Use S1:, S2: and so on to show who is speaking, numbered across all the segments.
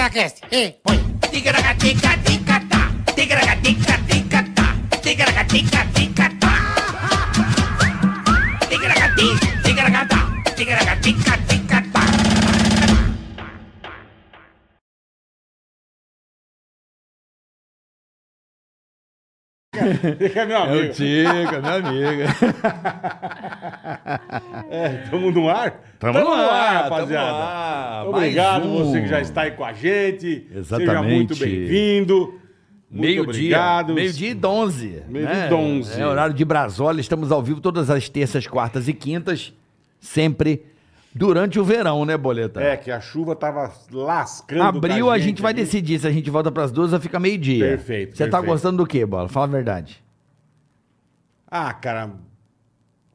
S1: Ticaracast. Ei, põe.
S2: Ticaragatica-ticatá. Ticaragatica-ticatá. Ticaragatica-ticatá. Ticaragati, ticaragatá. Ticaragatica-ticatá.
S3: Ele é meu
S4: É o
S3: amigo.
S4: Tica, minha amiga.
S3: É, tamo no ar?
S4: Tamo no ar, tamo
S3: rapaziada.
S4: no ar.
S3: Obrigado
S4: Mais um.
S3: você que já está aí com a gente. Seja
S4: Exatamente.
S3: muito bem-vindo. Muito
S4: Meio-dia.
S3: obrigado.
S4: Meio-dia e 11.
S3: Meio-dia e 11.
S4: É horário de Brasólia. Estamos ao vivo todas as terças, quartas e quintas. Sempre durante o verão, né, Boleta?
S3: É, que a chuva tava lascando.
S4: Abril
S3: com
S4: a gente vai
S3: aqui.
S4: decidir se a gente volta pras duas ou fica meio-dia.
S3: Perfeito,
S4: Você tá
S3: perfeito.
S4: gostando do quê, Bola? Fala a verdade.
S3: Ah, cara,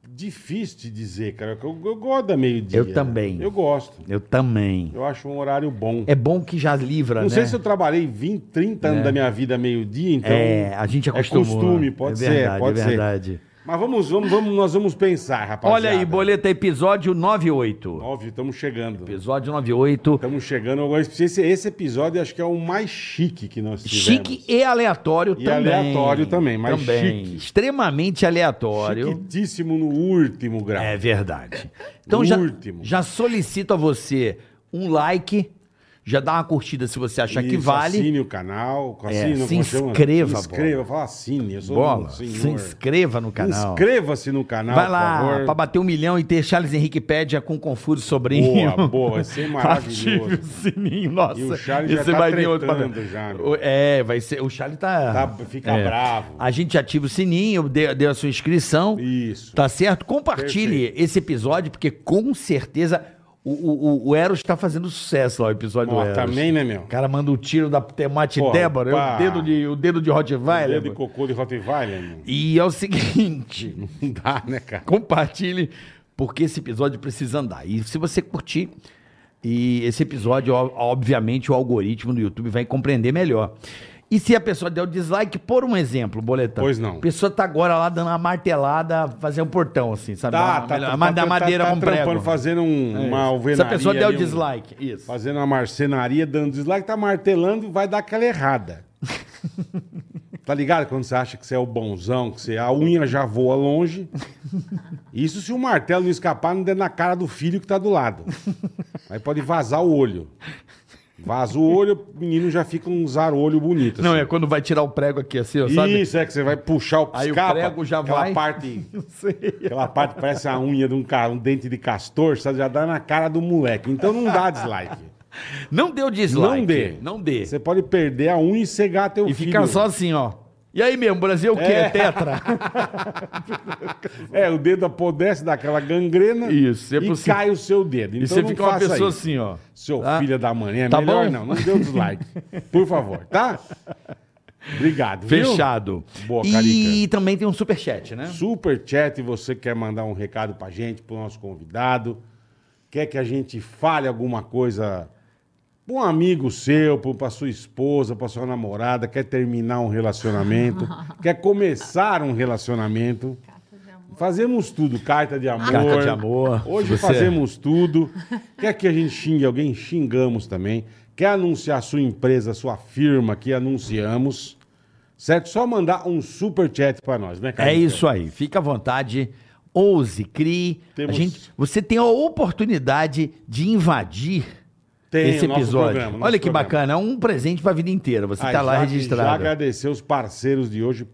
S3: difícil de dizer, cara. Eu, eu gosto da meio-dia.
S4: Eu também.
S3: Eu gosto.
S4: Eu também.
S3: Eu acho um horário bom.
S4: É bom que já livra,
S3: Não
S4: né?
S3: sei se eu trabalhei 20, 30 anos da minha vida meio-dia, então.
S4: É, a gente acostumou.
S3: É costume, pode
S4: É verdade,
S3: ser, pode
S4: é
S3: ser.
S4: verdade.
S3: Mas vamos, vamos, vamos, nós vamos pensar, rapaziada.
S4: Olha aí, Boleta, episódio 98.
S3: Óbvio, estamos chegando.
S4: Episódio 98.
S3: Estamos chegando agora. Esse, esse episódio acho que é o mais chique que nós tivemos.
S4: Chique e aleatório
S3: E
S4: também.
S3: aleatório também, mas chique.
S4: Extremamente aleatório.
S3: Chiquitíssimo no último grau.
S4: É verdade. Então já,
S3: Último.
S4: já solicito a você um like, já dá uma curtida se você achar que
S3: Isso,
S4: vale.
S3: Assine o canal.
S4: É,
S3: assine,
S4: se
S3: como chama?
S4: inscreva,
S3: Se inscreva, fala assine. Eu sou
S4: Bola,
S3: um
S4: se
S3: senhor.
S4: inscreva no canal.
S3: Inscreva-se no canal,
S4: Vai lá,
S3: por
S4: pra
S3: favor.
S4: bater um milhão e ter Charles Henrique Pédia com Confuso Sobrinho.
S3: Boa, boa, vai ser maravilhoso.
S4: Ative o sininho, nossa.
S3: E o Charles já
S4: esse
S3: tá
S4: vai vir outro
S3: tretando
S4: papel.
S3: já, meu.
S4: O- É, vai ser, o Charles tá...
S3: Tá- fica bravo.
S4: A gente ativa o sininho, deu, deu a sua inscrição.
S3: Isso.
S4: Tá certo? Compartilhe esse episódio, porque com certeza o, o, o- o Eros tá fazendo sucesso lá, o episódio
S3: Ó,
S4: do Eros.
S3: também, né, meu?
S4: O cara manda o tiro da Temate
S3: Pô,
S4: Débora,
S3: pá.
S4: o dedo de, o dedo de Rottweiler.
S3: Dedo de cocô de Rottweiler, meu.
S4: E é o seguinte,
S3: Não dá, né, cara?
S4: compartilhe, porque esse episódio precisa andar. E se você curtir, e esse episódio, ó, obviamente, o algoritmo do YouTube vai compreender melhor. E se a pessoa der o dislike, por um exemplo, boletão.
S3: Pois não.
S4: A pessoa tá agora lá dando uma martelada, fazer um portão, assim, sabe?
S3: Tá, tá,
S4: Uma- uma-
S3: tá,
S4: uma- da
S3: tá,
S4: madeira
S3: tá,
S4: com
S3: tá trampando,
S4: prego. É
S3: fazendo um- uma
S4: se a
S3: alvenaria.
S4: pessoa der o
S3: ali, um-
S4: dislike, isso.
S3: Fazendo uma marcenaria, dando dislike, tá martelando e vai dar aquela errada. tá ligado? Quando você acha que você é o bonzão, que você, a unha já voa longe. Isso se o martelo não escapar, não der na cara do filho que tá do lado. Aí pode vazar o olho. Vaza o olho, o menino já fica um zarolho bonito.
S4: Não,
S3: assim.
S4: é quando vai tirar o prego aqui, assim, ó, sabe?
S3: Isso, é que você vai puxar o
S4: Aí o
S3: piscapa,
S4: prego já
S3: aquela
S4: vai.
S3: parte
S4: Não sei.
S3: Aquela parte que parece a unha de um, ca- um dente de castor, sabe? já dá na cara do moleque. Então não dá dislike.
S4: Não dê o dislike.
S3: não dê.
S4: Não dê.
S3: Você pode perder a unha e cegar teu
S4: E
S3: filho.
S4: fica só assim, ó. E aí mesmo, Brasil o quê?
S3: É.
S4: Tetra?
S3: É, o dedo apodrece daquela gangrena
S4: Isso, é
S3: e
S4: possível.
S3: cai o seu dedo. Então
S4: e você
S3: não
S4: fica uma
S3: faça
S4: pessoa
S3: isso.
S4: assim, ó.
S3: Seu
S4: Tá?
S3: filho da manhã, é
S4: Tá
S3: melhor
S4: bom?
S3: não. Não dê o dislike. Por favor, tá? Obrigado. viu?
S4: Fechado.
S3: Boa,
S4: e
S3: Carica.
S4: também tem um superchat, né?
S3: Super chat, você quer mandar um recado pra gente, pro nosso convidado, quer que a gente fale alguma coisa pra um amigo seu, pro- pra sua esposa, pra sua namorada, quer terminar um relacionamento, quer começar um relacionamento. Fazemos tudo, carta de amor.
S4: Carta de amor.
S3: Hoje
S4: Se você-
S3: fazemos tudo. Quer que a gente xingue alguém? Xingamos também. Quer anunciar sua empresa, sua firma que anunciamos. Certo? Só mandar um super chat pra nós, né,
S4: É
S3: Carica?
S4: isso aí. Fica à vontade. Ouse, crie.
S3: Temos-
S4: A gente, você tem a oportunidade de invadir
S3: Tem,
S4: esse
S3: o nosso
S4: episódio.
S3: programa, nosso
S4: Olha que
S3: programa.
S4: bacana. É um presente pra vida inteira. Você
S3: Ah,
S4: tá lá
S3: já- Já
S4: registrado.
S3: agradecer os parceiros de hoje,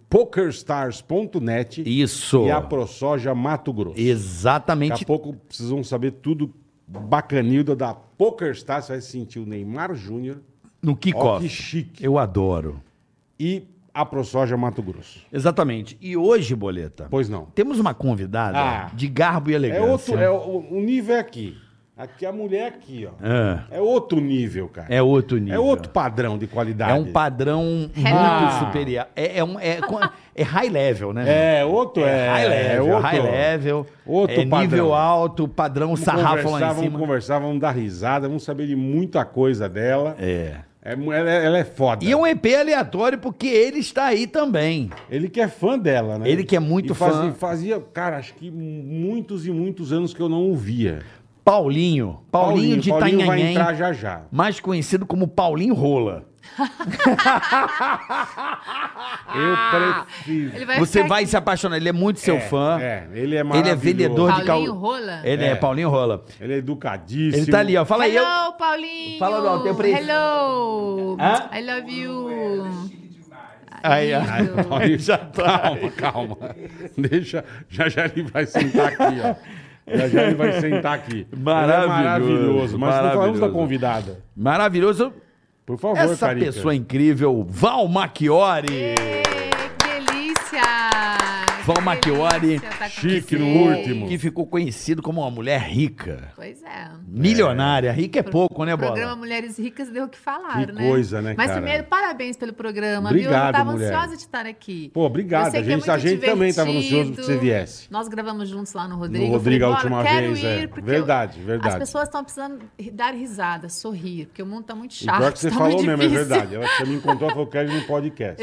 S3: pokerstars.net
S4: Isso.
S3: e a ProSoja Mato Grosso. Daqui
S4: Exatamente.
S3: a pouco precisam saber tudo bacanilda da PokerStars. Você vai sentir o Neymar Júnior
S4: No
S3: Ó, que
S4: kickoff.
S3: chique.
S4: Eu adoro.
S3: e a ProSoja Mato Grosso.
S4: Exatamente. E hoje, Boleta,
S3: Pois não.
S4: temos uma convidada
S3: Ah.
S4: de garbo e
S3: É
S4: elegância.
S3: outro, é, o, o nível é aqui. Aqui a mulher é aqui, ó.
S4: Ah,
S3: É outro nível, cara.
S4: é outro nível.
S3: É outro padrão de qualidade.
S4: É um padrão
S3: Ah.
S4: muito superior. É, é um, é, co- é high level, né?
S3: É outro, é,
S4: high level,
S3: é outro.
S4: high level.
S3: outro
S4: é nível
S3: padrão.
S4: alto, padrão
S3: Vamos
S4: sarrafo
S3: conversar,
S4: lá em
S3: vamos
S4: cima. né?
S3: conversar, vamos dar risada, vamos saber de muita coisa dela.
S4: É.
S3: É mu- ela, é- ela é foda.
S4: E é um EP aleatório porque ele está aí também.
S3: Ele que é fã dela, né?
S4: Ele que é muito
S3: E fazia-
S4: fã.
S3: Fazia, cara, acho que muitos e muitos anos que eu não ouvia.
S4: Paulinho. Paulinho, de
S3: Paulinho vai
S4: Itanhaném,
S3: entrar já já.
S4: mais conhecido como Paulinho Rola.
S3: Eu
S1: Ah,
S3: prefiro.
S1: Ele vai
S4: Você
S1: ficar
S4: vai
S1: aqui.
S4: se apaixonar, ele é muito seu fã.
S3: É, ele é
S4: Ele é
S3: maravilhoso.
S4: vendedor de
S1: Paulinho
S4: cal-
S1: Rola?
S4: Ele é.
S3: É.
S4: Paulinho Rola.
S3: Ele é educadíssimo.
S4: Ele tá ali, ó. Fala aí.
S1: Hello,
S4: Eu...
S1: Paulinho!
S4: Fala, não,
S3: um
S4: tem preço.
S1: Hello!
S4: Hã?
S1: I love you!
S4: Aí, ó.
S3: Ai, Paulinho,
S4: Já tá
S3: Calma, calma. Deixa, já já ele vai sentar aqui, ó. Já já ele vai sentar aqui. Ele é
S4: Maravilhoso,
S3: maravilhoso. Mas não falamos da
S4: maravilhoso.
S3: convidada.
S4: Maravilhoso.
S3: Por favor,
S4: Essa
S3: Carica.
S1: é
S4: pessoa incrível, Val Macchiori.
S1: Ê, que delícia!
S4: Val
S1: Que
S4: Macchiori,
S1: delícia tá com
S3: chique
S1: você.
S3: no último.
S4: Que ficou conhecido como uma mulher rica,
S1: Pois é.
S4: milionária. Rica é pouco, né,
S1: O programa
S4: Bola?
S1: Mulheres Ricas deu o que falar,
S3: Que
S1: né?
S3: coisa, né,
S1: Mas
S3: cara?
S1: primeiro, parabéns pelo programa, viu?
S3: Obrigado,
S1: Eu tava
S3: mulher.
S1: ansiosa de estar aqui.
S3: Pô, obrigado.
S1: Eu sei
S3: A
S1: que é
S3: gente- a
S1: muito
S3: gente também
S1: divertido.
S3: tava ansioso que você viesse.
S1: Nós gravamos juntos lá no Rodrigo.
S3: No
S1: Eu
S3: Rodrigo, a
S1: falei,
S3: última
S1: "Bora, quero
S3: vez. é.
S1: ir", porque eu-
S3: Verdade,
S1: As
S3: verdade.
S1: pessoas estão precisando ri- dar risada, sorrir, porque o mundo tá muito
S3: E
S1: chato.
S3: pior que você
S1: tá
S3: falou
S1: muito
S3: mesmo, é
S1: difícil.
S3: verdade. Ela você me encontrou e falou que no podcast.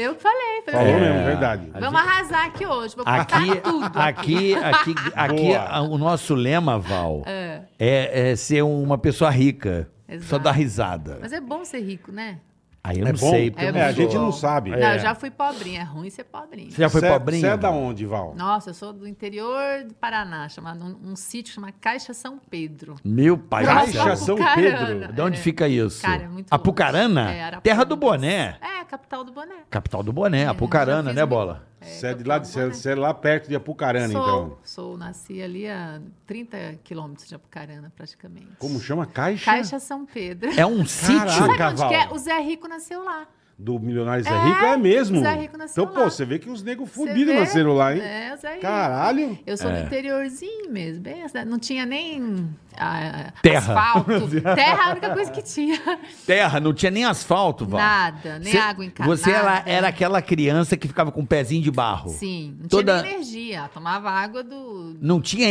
S1: Eu falei, falei.
S3: Falou
S1: "É,
S3: mesmo, verdade.
S1: Vamos arrasar aqui hoje, vou contar
S4: Aqui,
S1: tudo.
S4: aqui, aqui, aqui,
S3: Boa.
S4: a- o nosso lema, Val, é, é ser uma pessoa rica.
S1: Exato.
S4: Só dar risada.
S1: Mas é bom ser rico, né?
S4: Aí eu
S3: É
S4: não
S3: bom?
S4: sei. porque
S3: É,
S4: eu
S3: a
S4: sou.
S3: gente não sabe.
S1: Não,
S3: É.
S1: eu já fui pobrinha, é ruim ser pobrinha.
S4: Você um já foi
S3: Cê-
S4: pobrinho?
S3: Você é da onde, Val?
S1: Nossa, eu sou do interior do Paraná, chamado um, um sítio chamado Caixa São Pedro.
S4: Meu pai do
S3: Caixa
S4: céu.
S3: São
S1: Apucarana.
S3: Pedro.
S4: De onde
S1: É.
S4: fica isso?
S1: Cara, é muito
S4: Apucarana?
S1: longe. É, Arapongas.
S4: Terra do Boné.
S1: É, a capital do Boné.
S4: Capital do Boné, Apucarana,
S1: já fiz
S4: né,
S1: muito.
S4: Bola?
S3: Você é de lá, de, você, você é lá perto de Apucarana,
S1: sou,
S3: então.
S1: Sou, nasci ali a 30 quilômetros de Apucarana, praticamente.
S3: Como chama? Caixa?
S1: Caixa São Pedro.
S4: É um
S3: Caraca.
S4: sítio?
S1: Sabe onde
S3: Val.
S1: que é? O Zé Rico nasceu lá.
S3: Do Milionário Zé
S1: É,
S3: Rico? É mesmo.
S1: Zé Rico nasceu
S3: então, pô,
S1: lá.
S3: você vê que os negros
S1: Você
S3: fudidos
S1: vê?
S3: nasceram lá, hein?
S1: É, o Zé Rico.
S3: Caralho. É.
S1: Eu sou do interiorzinho mesmo, bem, assim, não tinha nem ah,
S4: Terra.
S1: asfalto. Terra é a única coisa que tinha.
S4: Terra, não tinha nem asfalto, Val.
S1: Nada, nem água em casa.
S4: Você era, era aquela criança que ficava com o pezinho de barro.
S1: Sim, não
S4: Toda-
S1: tinha nem energia. Tomava água do.
S4: Não tinha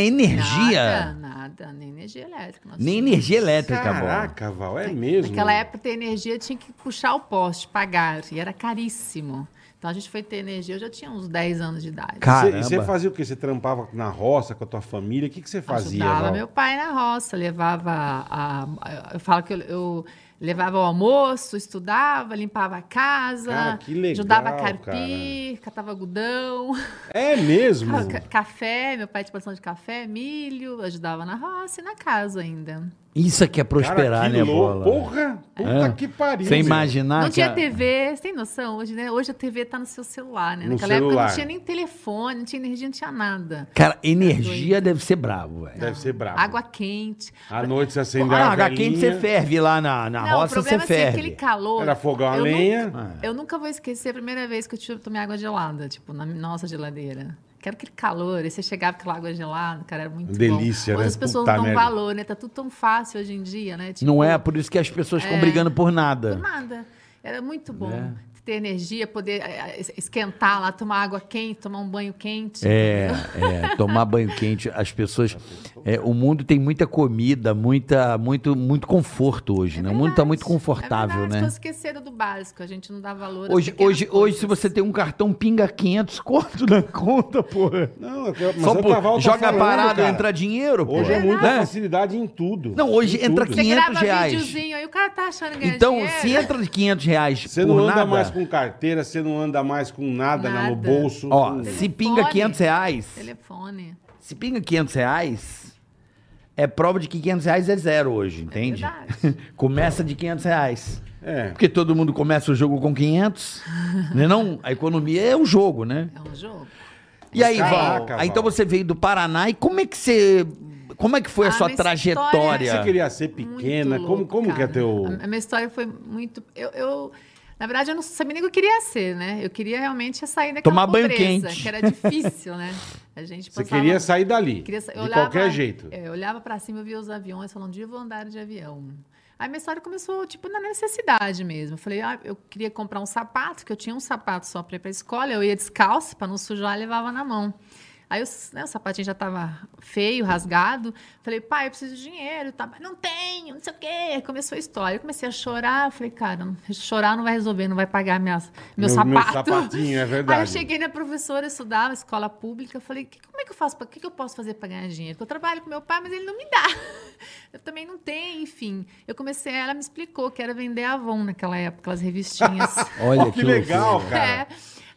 S1: Nada,
S4: energia.
S1: nada, nem energia elétrica. nós
S4: Nem
S1: tínhamos.
S4: energia elétrica, Bola.
S3: Caraca, Val, é mesmo.
S1: Naquela época, ter energia tinha que puxar o poste, pagar, e era caríssimo. Então a gente foi ter energia, eu já tinha uns 10 anos de idade.
S4: Ca-
S3: Você- E você
S4: Caramba.
S3: fazia o quê? Você trampava na roça com a tua família? O que, que você fazia,
S1: Ajudava
S3: Val?
S1: meu pai na roça, levava a, a- eu falo que eu, eu levava o almoço, estudava, limpava a casa,
S3: Cara, que legal,
S1: ajudava a carpir, catava algodão,
S3: É mesmo?
S1: ca- café, meu pai tinha produção de café, milho, ajudava na roça e na casa ainda.
S4: Isso aqui é prosperar,
S3: Cara, que
S4: né,
S3: louco.
S4: Bola?
S3: Porra, puta
S4: É.
S3: que pariu.
S4: Você
S3: meu. Ah,
S4: imaginar
S1: não
S4: que
S1: tinha
S4: a-
S1: TV, você tem noção hoje, né? Hoje a TV tá no seu celular, né?
S3: No
S1: Naquela época
S3: celular.
S1: não tinha nem telefone, não tinha energia, não tinha nada.
S4: Cara, energia deve ser brabo, velho.
S3: Deve ser brabo.
S1: Água quente.
S3: À noite você acendeu
S4: Ah,
S3: a
S4: HQ
S3: velhinha,
S4: quente você ferve lá na, na
S1: não,
S4: roça,
S1: o
S4: você
S1: problema é assim,
S4: ferve.
S1: aquele calor.
S3: era fogão a
S1: eu Ah.
S3: lenha.
S1: Eu nunca vou esquecer a primeira vez que eu tive- tomei água gelada, tipo, na nossa geladeira. Quero aquele calor, e você chegava com aquela água gelada, cara, era muito
S3: Delícia,
S1: bom.
S3: né?
S1: Hoje as pessoas
S3: Puta
S1: não dão
S3: merda.
S1: valor, né? Tá tudo tão fácil hoje em dia, né? Tipo,
S4: Não é por isso que as pessoas
S1: É.
S4: ficam brigando por
S1: Do
S4: nada.
S1: nada. Era muito bom
S3: É.
S1: ter energia, poder eh, eh, esquentar lá, tomar água quente, tomar um banho quente.
S4: É, é, tomar banho quente, as pessoas. é, o mundo tem muita comida, muita, muito, muito conforto hoje,
S1: É
S4: né? O mundo tá muito confortável,
S1: As
S4: né?
S1: pessoas esqueceram do básico, a gente não dá valor. às
S4: Hoje,
S1: pequenas
S4: hoje, hoje, se
S1: coisas.
S4: você tem um cartão pinga 500 conto na conta, porra.
S3: Não, eu quero- mas
S4: Só
S3: é o
S4: por,
S3: Caval tá
S4: joga
S3: falando,
S4: parado,
S3: cara.
S4: entra dinheiro, pô.
S3: Hoje é muita
S4: Né?
S3: facilidade em tudo.
S4: Não, hoje
S3: Em
S4: entra
S3: tudo.
S1: Você
S4: 500
S1: grava
S4: reais.
S1: videozinho aí, o cara tá achando que ganha
S4: Então,
S1: dinheiro.
S4: se entra de 500 reais
S3: Você
S4: por
S3: não anda
S4: nada,
S3: mais com carteira, você não anda mais com nada, na- no
S1: Nada.
S3: bolso.
S4: ó,
S3: com-
S4: se pinga 500 reais,
S1: Telefone.
S4: se pinga 500 reais, é prova de que 500 reais é zero hoje, entende?
S1: É verdade.
S4: começa de 500 reais.
S3: É.
S4: Porque todo mundo começa o jogo com 500, né não? A economia é um jogo, né?
S1: É um jogo.
S4: E aí, Val,
S3: Caraca,
S4: aí, então
S3: Val.
S4: você veio do Paraná e como é que você. Como é que foi a
S1: Ah,
S4: sua
S1: minha história-
S4: trajetória?
S3: Você queria ser
S1: Muito
S3: pequena? como
S1: louco,
S3: como que é
S1: cara.
S3: teu.
S1: A, a minha história foi muito. Eu, eu- na verdade, eu não sabia nem o que eu queria ser, né? Eu queria realmente sair daquela
S4: Tomar banho
S1: pobreza,
S4: quente.
S1: que era difícil, né? A gente
S3: Você
S1: passava-
S3: queria sair dali.
S1: queria sa-
S3: de
S1: eu olhava-
S3: qualquer jeito.
S1: é, eu olhava pra cima, eu via os aviões, falando, um dia eu vou andar de avião. Aí minha história começou, tipo, na necessidade mesmo. Eu falei, ah, eu queria comprar um sapato, que eu tinha um sapato só pra ir pra escola, eu ia descalço pra não sujar, levava na mão. Aí os- né, o sapatinho já tava feio, rasgado. Falei, pai, eu preciso de dinheiro. Tá? Mas não tenho, não sei o quê. Aí começou a história. Eu comecei a chorar. Eu falei, cara, não- chorar não vai resolver, não vai pagar minhas, meu,
S3: Meu- meu
S1: sapato.
S3: sapatinho,
S1: Aí
S3: é
S1: eu
S3: verdade.
S1: cheguei na professora, eu estudava escola pública. eu Falei, "Que- como é que eu que eu faço? pra- O que, que eu posso fazer para ganhar dinheiro? Porque eu trabalho com meu pai, mas ele não me dá. Eu também não tenho, enfim. Eu comecei, ela me explicou que era vender Avon naquela época, aquelas revistinhas.
S4: Olha
S3: Ó, que
S4: que
S3: legal,
S4: loucura.
S3: cara.
S1: É.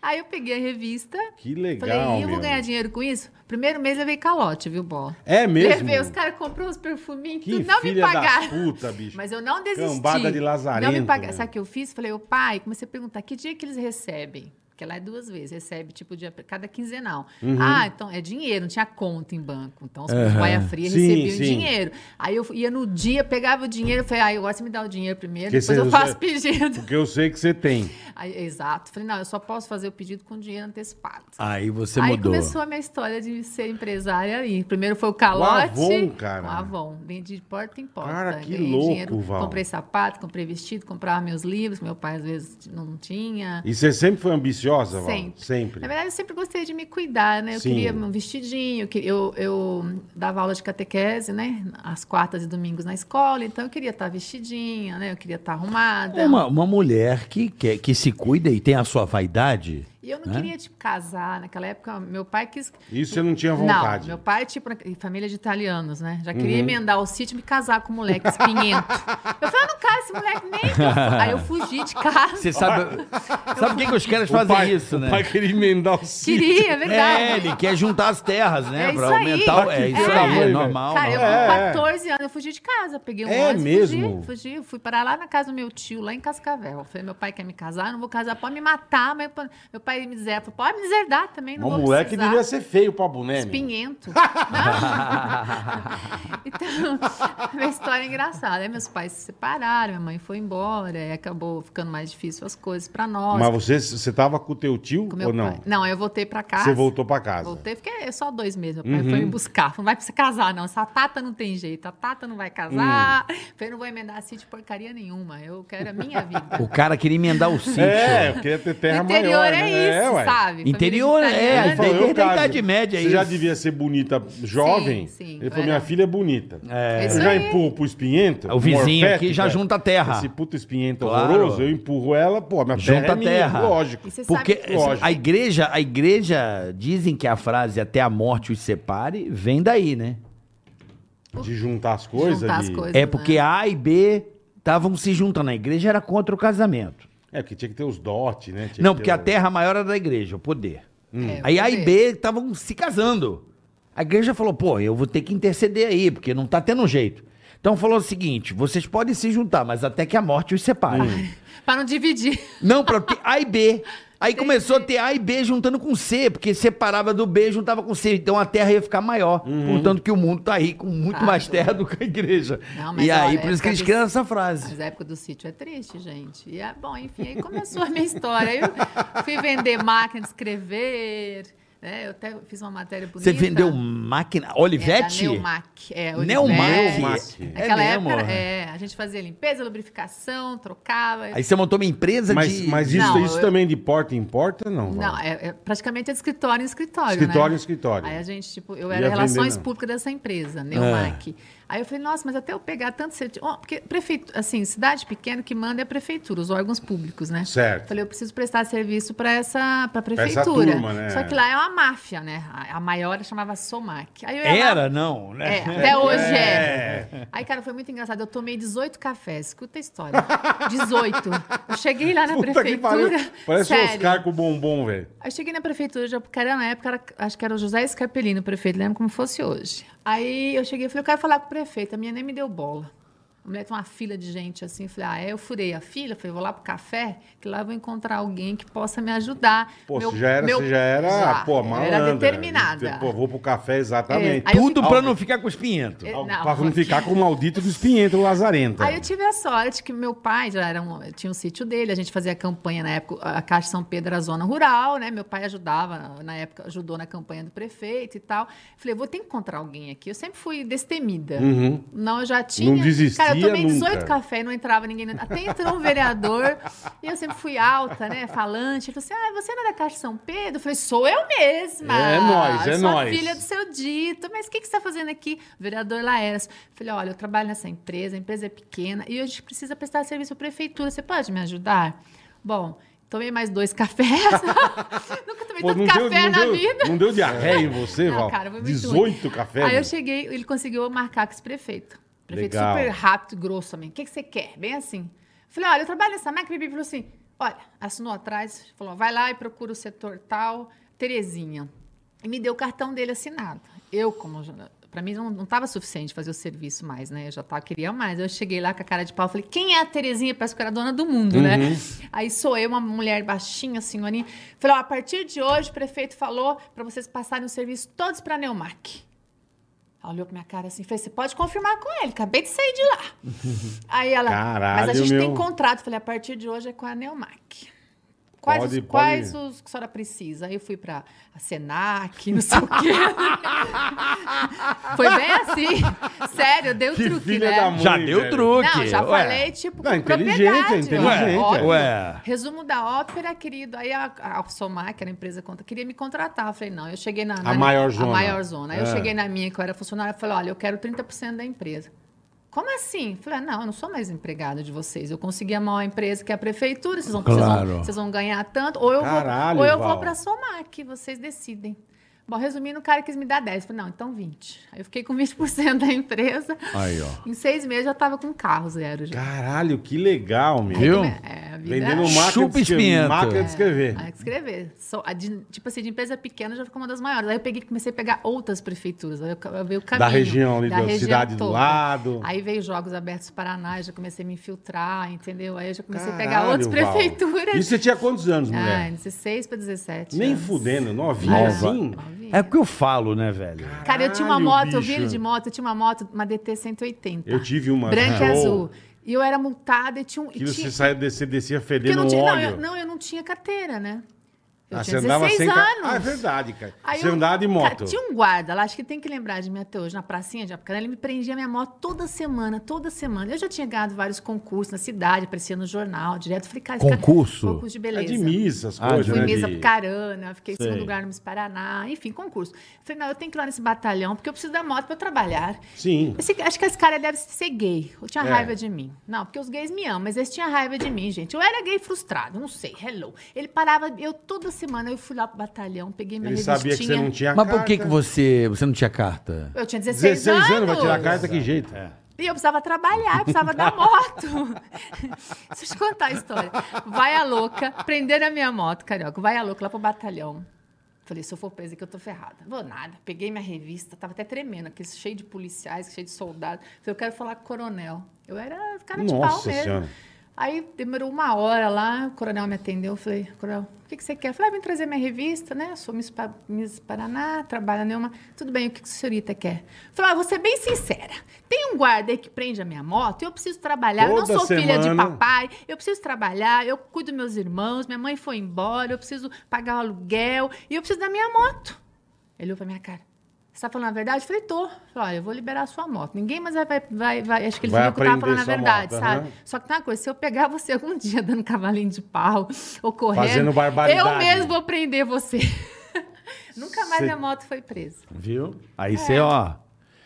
S1: Aí eu peguei a revista.
S3: Que legal,
S1: Falei, "Ih, eu
S3: meu.
S1: vou ganhar dinheiro com isso? Primeiro mês levei calote, viu, Bó?
S3: É mesmo?
S1: Levei, os caras comprou os perfuminhos,
S3: Que
S1: tudo, não me
S3: filha da
S1: pagaram.
S3: puta, bicho.
S1: Mas eu não desisti.
S3: Cambada de lazarento,
S1: Não me
S3: né?
S1: pagaram. Sabe o que eu fiz? Falei, ô pai, comecei a perguntar, que dia que eles recebem? Porque lá é duas vezes, recebe tipo dia, cada quinzenal.
S3: Uhum.
S1: Ah, então é dinheiro, não tinha conta em banco. Então os uhum. Baia Fria
S3: Sim,
S1: recebiam
S3: sim.
S1: dinheiro. Aí eu ia no dia, pegava o dinheiro, eu falei, ah, agora você me dá o dinheiro primeiro,
S3: Porque
S1: depois
S3: você-
S1: eu faço pedido.
S3: Porque eu sei que você tem.
S1: Aí, exato. Falei, não, eu só posso fazer o pedido com dinheiro antecipado.
S4: Aí você
S1: aí
S4: mudou.
S1: começou a minha história de ser empresária aí. Primeiro foi o calote.
S3: Avon, cara.
S1: O Avon. Vendi de porta em porta.
S3: Cara, que
S1: Ganhei
S3: louco, Val.
S1: Comprei sapato, comprei vestido, comprava meus livros. Meu pai, às vezes, não tinha.
S3: E você sempre foi ambiciosa, Val?
S1: Sempre. É
S3: Sempre.
S1: Na verdade, eu sempre gostei de me cuidar, né? Eu
S3: Sim.
S1: queria um vestidinho, eu queria- eu, eu dava aula de catequese, né? Às quartas e domingos na escola, então eu queria estar vestidinha, né? Eu queria estar
S3: É
S1: arrumada.
S4: Uma, uma mulher que, que, que se cuida e tem a sua vaidade.
S1: E eu não
S4: né?
S1: queria, tipo, casar. Naquela época, meu pai quis.
S3: Isso você não tinha vontade. Uhum.
S1: Não, meu pai, tipo, na- em família de italianos, né? Já queria emendar o sítio e me casar com um moleque espinhento. eu falei, eu não caso esse moleque nem. que eu fu-". Aí eu fugi de casa.
S4: Você sabe. sabe por que, que os caras
S3: O
S4: fazem
S3: pai-
S4: isso, né?
S3: O pai queria emendar o sítio.
S1: Queria, é verdade.
S4: É, ele quer juntar as terras, né?
S1: É isso
S4: pra
S1: aí.
S4: aumentar. o- É isso
S1: É.
S4: aí, é
S3: Cara,
S4: normal.
S1: Cara, eu
S4: normal.
S3: É, é.
S1: com 14 anos, eu fugi de casa, peguei um
S3: É
S1: ônibus,
S3: mesmo?
S1: fugi, fugi, fui parar lá na casa do meu tio, lá em Cascavel. Eu Falei, meu pai quer me casar, eu não vou casar, pode me matar, mas pode- meu pai me deserta, pode me deserdar também, não
S3: Mas
S1: vou
S3: Um moleque
S1: precisar.
S3: devia ser feio pra boné, meu.
S1: Espinhento. Não. então, minha história é engraçada. Aí meus pais se separaram, minha mãe foi embora, aí acabou ficando mais difícil as coisas pra nós.
S3: Mas você, você tava com o teu tio
S1: com
S3: ou não?
S1: pai. Não, aí eu voltei pra casa.
S3: Você voltou Uhum. pra casa.
S1: Voltei, fiquei só dois meses. Meu pai foi me buscar. Falou, não vai pra você casar, não. Essa Tata não tem jeito. A Tata não vai
S3: Hum.
S1: casar. Falei, não vou emendar sítio porcaria nenhuma. Eu quero a minha vida.
S4: O cara queria emendar o sítio.
S3: É, eu queria ter terra
S1: o interior
S3: maior.
S1: é
S3: né?
S1: isso,
S3: ué.
S1: sabe? Família
S4: Interior
S1: de
S4: é,
S3: Ele
S1: italiano.
S3: falou,
S4: Desde
S3: eu
S4: a Idade
S3: caso.
S4: Média é
S3: Você já
S4: isso.
S3: devia ser bonita jovem?
S1: Sim, sim,
S3: Ele
S1: era.
S3: falou, minha filha é bonita.
S1: É
S3: Eu
S1: isso
S3: já
S1: aí.
S3: empurro pro espinhento.
S4: O vizinho
S3: morfético,
S4: aqui já
S3: é.
S4: junta a terra.
S3: Esse puto espinhento
S4: Claro.
S3: horroroso, eu empurro ela, pô, minha
S4: Junta
S3: terra é
S4: a
S3: minha,
S4: terra.
S3: lógico.
S1: E você
S4: Porque
S1: sabe...
S3: Lógico.
S4: a igreja, a igreja, dizem que a frase até a morte os separe, vem daí, né?
S3: De juntar as coisas.
S1: Juntar as
S3: de-
S1: coisas.
S4: É porque A e B estavam se juntando. A igreja era contra o casamento.
S3: É, porque tinha que ter os dotes, né? Tinha
S4: Não,
S3: que
S4: porque
S3: ter
S4: a
S3: o-
S4: terra maior era da igreja, o poder.
S1: É,
S4: Aí A
S1: vamos ver.
S4: e B estavam se casando. A igreja falou, pô, eu vou ter que interceder aí, porque não tá tendo jeito. Então falou o seguinte, vocês podem se juntar, mas até que a morte os separe.
S3: Hum.
S1: Pra não dividir.
S4: Não, pra ter A e B. Aí
S1: Entendi.
S4: começou a ter A e B juntando com C, porque separava do B e juntava com C. Então a terra ia ficar maior.
S3: Uhum.
S4: Portanto que o mundo tá aí com muito
S1: Tá.
S4: mais terra do que a igreja.
S1: Não, mas
S4: e aí,
S1: olha,
S4: por isso que
S1: é
S4: eles
S1: porque-
S4: criaram essa frase.
S1: Mas a época do sítio é triste, gente. E, é, bom, enfim, aí começou a minha história. Aí Eu fui vender máquina de escrever. né? Eu até fiz uma matéria bonita.
S4: Você vendeu máquina. Olivete?
S1: É, da Neumac. É, Olivete.
S4: Neumac.
S3: É
S1: Naquela
S4: mesmo?
S1: época, é, a gente fazia limpeza, lubrificação, trocava.
S4: Aí você montou uma empresa
S3: Mas,
S4: é de.
S3: mas isso,
S1: Não,
S3: isso
S1: eu-
S3: também de porta em porta, não? Val?
S1: Não, é, é praticamente é de escritório em escritório,
S3: Escritório
S1: né?
S3: em escritório.
S1: Aí a gente, tipo, eu
S3: Ia
S1: era
S3: vender,
S1: relações
S3: não.
S1: públicas dessa empresa,
S4: É.
S1: Neumac. Aí eu falei, nossa, mas até eu pegar tanto certificado... porque prefeito, assim, cidade pequena que manda é a prefeitura, os órgãos públicos, né?
S3: Certo.
S1: Falei, eu preciso prestar serviço para essa pra
S3: essa
S1: prefeitura.
S3: turma, né?
S1: Só que lá é uma máfia, né? A, a maior chamava Somac. Aí eu ia lá-
S4: Era, não, né?
S1: É, até hoje é. Aí, cara, foi muito engraçado. Eu tomei 18 cafés. Escuta a história. 18. Eu cheguei lá na
S3: Puta que
S1: prefeitura.
S3: pariu. Parece o
S1: sério.
S3: Oscar com o bombom, velho.
S1: Eu cheguei na prefeitura de Apucarana, na época, era- acho que era o José Scarpelino, o prefeito, lembro como fosse hoje. Aí eu cheguei e falei, eu quero falar com o prefeito, a minha nem me deu bola. A mulher tem uma fila de gente assim, eu falei, ah, é, eu furei a fila, falei, vou lá pro café, que lá eu vou encontrar alguém que possa me ajudar.
S3: Pô, você já era, você já era, pô,
S1: eu
S3: malandra.
S1: Era determinada.
S3: Pô, vou pro café, exatamente.
S1: É, aí eu
S4: Tudo
S1: fiquei-
S4: pra não ficar com os pinhentos.
S1: É.
S3: Al-
S1: Não,
S3: pra não
S1: mas-
S3: ficar com o maldito do espinhento lazarento.
S1: Aí eu tive a sorte que meu pai já era um, tinha um sítio dele, a gente fazia campanha na época, a Caixa São Pedro era zona rural, né? Meu pai ajudava, na- na época, ajudou na campanha do prefeito e tal. Falei, vou ter que encontrar alguém aqui. Eu sempre fui destemida.
S3: Uhum.
S1: Não, eu já tinha.
S3: Não desistia
S1: Cara, eu tomei
S3: nunca.
S1: 18 cafés e não entrava ninguém. na- Até entrou um vereador. e eu sempre fui alta, né? Falante. Ele falou assim: ah, você não é da Caixa São Pedro? Eu falei, sou eu mesma.
S3: É nóis, é
S1: Eu sou a
S3: nóis.
S1: filha do seu dito. Mas o que, que você está fazendo aqui? O vereador Laércio. Eu Falei, olha, eu trabalho nessa empresa, a empresa é pequena e a gente precisa prestar serviço à prefeitura. Você pode me ajudar? Bom. Tomei mais dois cafés. Nunca tomei
S3: Pô,
S1: tanto café na vida.
S3: Não deu diarreia em você,
S1: Não,
S3: Val?
S1: cara, foi muito
S3: 18 cafés.
S1: Aí eu cheguei, ele conseguiu marcar com esse prefeito. Prefeito
S3: Legal.
S1: super rápido, grosso também. O que, que você quer? Bem assim. Falei, olha, eu trabalho nessa máquina. Ele falou assim, olha, assinou atrás, falou, vai lá e procura o setor tal, Terezinha. E me deu o cartão dele assinado. Eu, como... Pra mim não, não tava suficiente fazer o serviço mais, né? Eu já tava, queria mais. Eu cheguei lá com a cara de pau, falei, quem é a Terezinha? Parece que eu era dona do mundo, né? Aí sou eu, uma mulher baixinha, senhorinha. Falei, ó, a partir de hoje, o prefeito falou pra vocês passarem o serviço todos pra Neumac. Ela olhou pra minha cara assim, fez, você pode confirmar com ele, acabei de sair de lá. Aí ela, mas a
S3: Caralho,
S1: gente tem
S3: meu.
S1: contrato. Eu Falei, a partir de hoje é com a Neumac. Quais,
S3: Pode-
S1: os, quais
S3: pode.
S1: os que a senhora precisa? Aí eu fui pra a Senac, não sei o quê. Foi bem assim. Sério, eu dei o
S3: Que
S1: truque,
S3: filha
S1: né?
S3: da mãe,
S4: Já deu
S3: velho.
S4: truque.
S1: Não, já
S4: ué.
S1: falei, tipo,
S3: Não,
S1: com
S3: inteligente,
S1: propriedade,
S3: é inteligente,
S1: ó, óbvio.
S4: Ué.
S1: Resumo da ópera, querido. Aí a, a Somar, que era a empresa conta, queria me contratar. Eu falei, não, eu cheguei na. na
S3: maior zona.
S1: A maior zona. Aí eu
S3: É.
S1: cheguei na minha, que eu era funcionária, eu falei, olha, eu quero 30% da empresa. Como assim? Eu Falei, não, eu não sou mais empregado de vocês. Eu consegui a maior empresa, que é a prefeitura, vocês vão, vocês vão-
S4: Claro.
S1: vocês vão ganhar tanto. Ou eu
S3: Caralho,
S1: vou, ou eu
S3: Val.
S1: vou pra somar, que vocês decidem. Bom, resumindo, o cara quis me dar 10. Eu Falei, não, então 20. Aí eu fiquei com 20% da empresa.
S4: Aí, ó.
S1: Em seis meses eu já tava com carro zero já.
S3: Caralho, que legal, meu.
S4: Viu?
S1: É, a vida
S3: Vendendo máquina
S4: Chupa
S3: de escrever.
S4: espinhento.
S3: Máquina de escrever.
S1: Ah, escrever. Só a de- tipo assim, de empresa pequena já ficou uma das maiores. Aí eu peguei, comecei a pegar outras prefeituras. Aí eu, ca- eu veio o caminho.
S3: região ali, da
S1: região
S3: cidade do lado.
S1: Aí veio Jogos Abertos do Paraná, eu já comecei a me infiltrar, entendeu? Aí eu já comecei a pegar
S3: Caralho,
S1: outras
S3: Val.
S1: prefeituras.
S3: E você tinha quantos anos,
S1: Ah,
S3: mulher?
S1: 16 para 17.
S3: Nem
S1: anos.
S3: fudendo, novinha
S4: Nova.
S3: assim.
S1: Novinha.
S4: É o que eu falo, né, velho?
S1: Cara, eu tinha uma
S3: Caralho,
S1: moto, eu
S3: bicho.
S1: vim de moto, eu tinha uma moto, uma DT 180.
S3: Eu tive uma.
S1: Branca e
S3: show,
S1: azul. E eu era multada e tinha um. e
S3: Que você
S1: tinha-
S3: saía, descia, descia
S1: porque eu
S3: fedendo
S1: não
S3: um
S1: tinha, não,
S3: óleo.
S1: eu, não, eu não tinha carteira, né? Eu
S3: Ah,
S1: tinha
S3: você andava
S1: 16
S3: sem ca-
S1: anos.
S3: Ah, é verdade, cara.
S1: Aí
S3: você
S1: eu-
S3: andava de moto.
S1: Cara, tinha um guarda lá, acho que tem que lembrar de mim até hoje, na pracinha de Apucarana. Ele me prendia minha moto toda semana, toda semana. Eu já tinha ganhado vários concursos na cidade, aparecia no jornal, direto. Falei, cara, esse cara-
S4: Concurso?
S1: Concurso de
S3: É
S1: beleza.
S3: de missa, as
S4: Ah,
S3: coisas,
S1: Fui
S3: né?
S1: mesa
S3: de...
S1: Apucarana, fiquei em
S3: Sei.
S1: segundo lugar no Miss Paraná, enfim, concurso. Falei, não, eu tenho que ir lá nesse batalhão, porque eu preciso da moto pra eu trabalhar.
S3: Sim.
S1: Esse- acho que esse cara deve ser gay. Ou tinha
S3: É.
S1: raiva de mim. Não, porque os gays me amam, mas esse tinha raiva de mim, gente. Eu era gay frustrado, não sei, hello. Ele parava, eu toda semana eu fui lá pro batalhão, peguei minha
S3: Ele
S1: revistinha.
S3: sabia que você não tinha
S4: Mas
S3: carta.
S4: por que, que você, você não tinha carta?
S1: Eu tinha 16,
S3: 16 anos,
S1: anos
S3: vai tirar a carta, que jeito.
S4: É.
S1: E eu precisava trabalhar, eu precisava da moto. Deixa eu te contar a história. Vai a louca, prenderam a minha moto, carioca. Vai a louca lá pro batalhão. Falei, se eu for presa que eu tô ferrada. Vou nada. Peguei minha revista, tava até tremendo, aquele cheio de policiais, cheio de soldados. Falei, eu quero falar com o coronel. Eu era cara de pau
S3: Nossa
S1: mesmo.
S3: Senhora.
S1: Aí demorou uma hora lá, o coronel me atendeu. Eu falei, coronel, o que, que você quer? Eu falei, ah, vim trazer minha revista, né? Sou Miss, pa Miss Paraná, trabalho nenhuma. Tudo bem, o que, que a senhorita quer? Eu falei, ah, vou ser bem sincera. Tem um guarda aí que prende a minha moto, eu preciso trabalhar, eu não
S3: Toda
S1: sou filha de
S3: semana.
S1: papai, eu preciso trabalhar, eu cuido dos meus irmãos, minha mãe foi embora, eu preciso pagar o aluguel e eu preciso da minha moto. Ele olhou pra minha cara. Você tá falando a verdade? Eu falei, tô. Eu Falei, olha, eu vou liberar a sua moto. Ninguém mais vai. vai, vai, vai- Acho que ele
S3: Vai
S1: viu que eu tava
S3: apreender
S1: falando a
S3: sua
S1: verdade,
S3: moto,
S1: sabe?
S3: aham.
S1: Só que tem uma coisa, se eu pegar você algum dia dando cavalinho de pau ou correndo,
S3: Fazendo barbaridade.
S1: eu mesmo vou prender você. Nunca mais
S3: Cê-
S1: minha moto foi presa.
S4: Viu? Aí você, ó.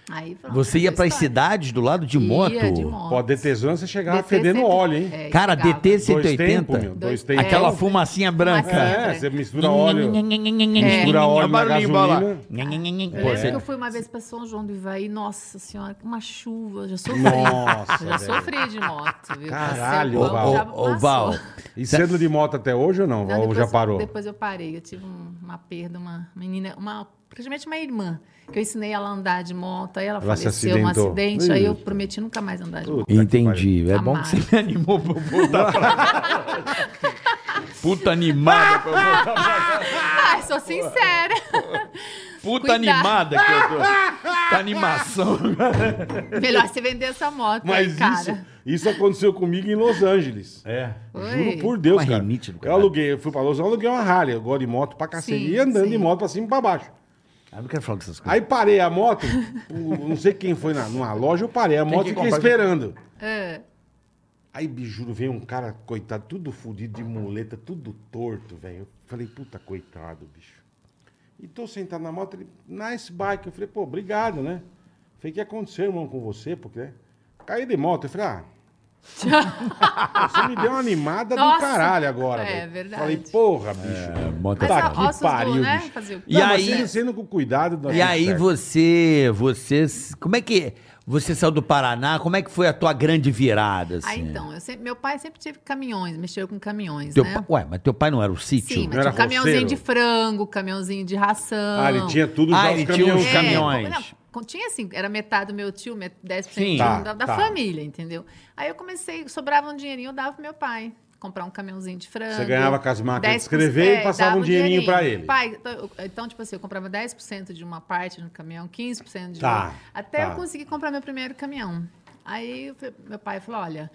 S1: Aí, pronto,
S4: Você ia
S1: essa
S4: pras
S1: É. história.
S4: cidades do lado de moto?
S1: Ia de moto.
S3: Pô, a DTzona você chegava
S1: DT
S3: fedendo
S1: sempre-
S3: óleo, hein?
S1: É,
S4: Cara,
S1: chegava.
S4: DT
S3: Dois tempos, meu.
S4: 180.
S3: Dois
S1: Dois
S3: tempos.
S4: Aquela fumacinha branca.
S3: É,
S1: branca.
S3: você um mistura óleo. Mistura óleo na
S4: Barulhinho,
S3: gasolina.
S1: Eu
S4: Pô,
S1: lembro
S3: é.
S4: você-
S1: que É. eu fui uma vez pra São João do Ivaí, nossa senhora, uma chuva, já sofri.
S3: Nossa,
S1: já
S3: velho.
S1: sofri de moto, viu?
S3: Caralho,
S1: Passei a mão,
S3: ô,
S1: já
S4: Ô, ô,
S1: passou.
S4: Val,
S3: E você anda de moto até hoje ou não?
S1: Não,
S3: ou já parou?
S1: Ah, Depois eu parei. Eu tive um- uma perda, uma menina, uma, praticamente uma irmã, que eu ensinei ela a andar de moto. Aí ela,
S3: Ela se
S1: faleceu, um
S3: acidentou.
S1: acidente. Aí eu
S3: Ixi.
S1: prometi nunca mais andar de moto.
S4: entendi. É
S1: Amado.
S4: bom que você me animou pra eu voltar pra cá. Puta animada pra eu voltar pra
S1: Ai, sou sincera.
S4: Puta
S1: Cuidado.
S4: animada que eu tô. Puta animação.
S1: Melhor você vender essa moto
S3: Mas
S1: aí, cara.
S3: isso, isso aconteceu comigo em Los Angeles. É. Juro
S1: Oi.
S3: por Deus,
S4: Uma
S3: cara.
S4: rinite do
S3: Eu
S4: caralho.
S3: aluguei, eu fui pra Los Angeles, aluguei uma Harley. Eu gosto de moto pra cacete.
S1: Sim,
S3: E andando
S1: sim.
S3: de moto pra cima e pra baixo.
S4: Ah, Eu não quero falar dessas coisas.
S3: Aí parei a moto, o- não sei quem foi na, numa loja, eu parei a moto
S4: que
S3: e fiquei
S4: comprar-
S3: esperando.
S1: É.
S3: Aí, bicho, juro, veio um cara, coitado, tudo fudido de muleta, tudo torto, velho. Eu falei, puta, coitado, bicho. E tô sentado na moto, ele, nice bike. Eu falei, pô, obrigado, né? Falei, o que aconteceu, irmão, com você? Porque, né? Caí de moto. Eu falei, ah, Você me deu uma animada do
S1: Nossa.
S3: caralho agora.
S1: É,
S3: velho.
S1: verdade.
S3: Falei, porra, bicho.
S4: Monta
S1: Mas
S3: Tá
S1: a
S3: que
S1: ossos
S3: pariu,
S1: do, né?
S3: bicho.
S1: Fazer o quê?
S4: É, E
S3: Não,
S4: aí-
S3: mas sendo- sendo com cuidado... dá
S4: E
S3: tudo
S4: aí
S3: certo.
S4: você, você, como é que você saiu do Paraná? Como é que foi a tua grande virada? Assim?
S1: Ah, então, eu sempre- meu pai sempre teve caminhões, mexeu com caminhões,
S4: Teu
S1: né?
S4: pa- Ué, mas teu pai não era o sítio?
S1: Sim, mas
S3: Não
S1: tinha
S3: era
S1: um caminhãozinho
S3: roceiro?
S1: de frango, caminhãozinho de ração.
S3: Ah, ele tinha tudo já
S4: Ah,
S3: os
S4: ele tinha
S3: caminhões.
S4: uns caminhões.
S1: É, não, tinha assim, era metade do meu tio, met- 10%
S4: Sim.
S3: Tá,
S1: da, da
S3: tá.
S1: família, entendeu? Aí eu comecei, sobrava um dinheirinho, eu dava pro meu pai. Comprar um caminhãozinho de frango.
S3: Você ganhava com as máquinas de
S1: 10%,
S3: escrever e
S1: é,
S3: passava
S1: dava
S3: um dinheirinho pra ele.
S1: Pai, então, eu- então, tipo assim, eu comprava 10% de uma parte no caminhão, 15% de
S3: Tá,
S1: outra. Até
S3: tá.
S1: eu conseguir comprar meu primeiro caminhão. Aí eu falei- meu pai falou, olha,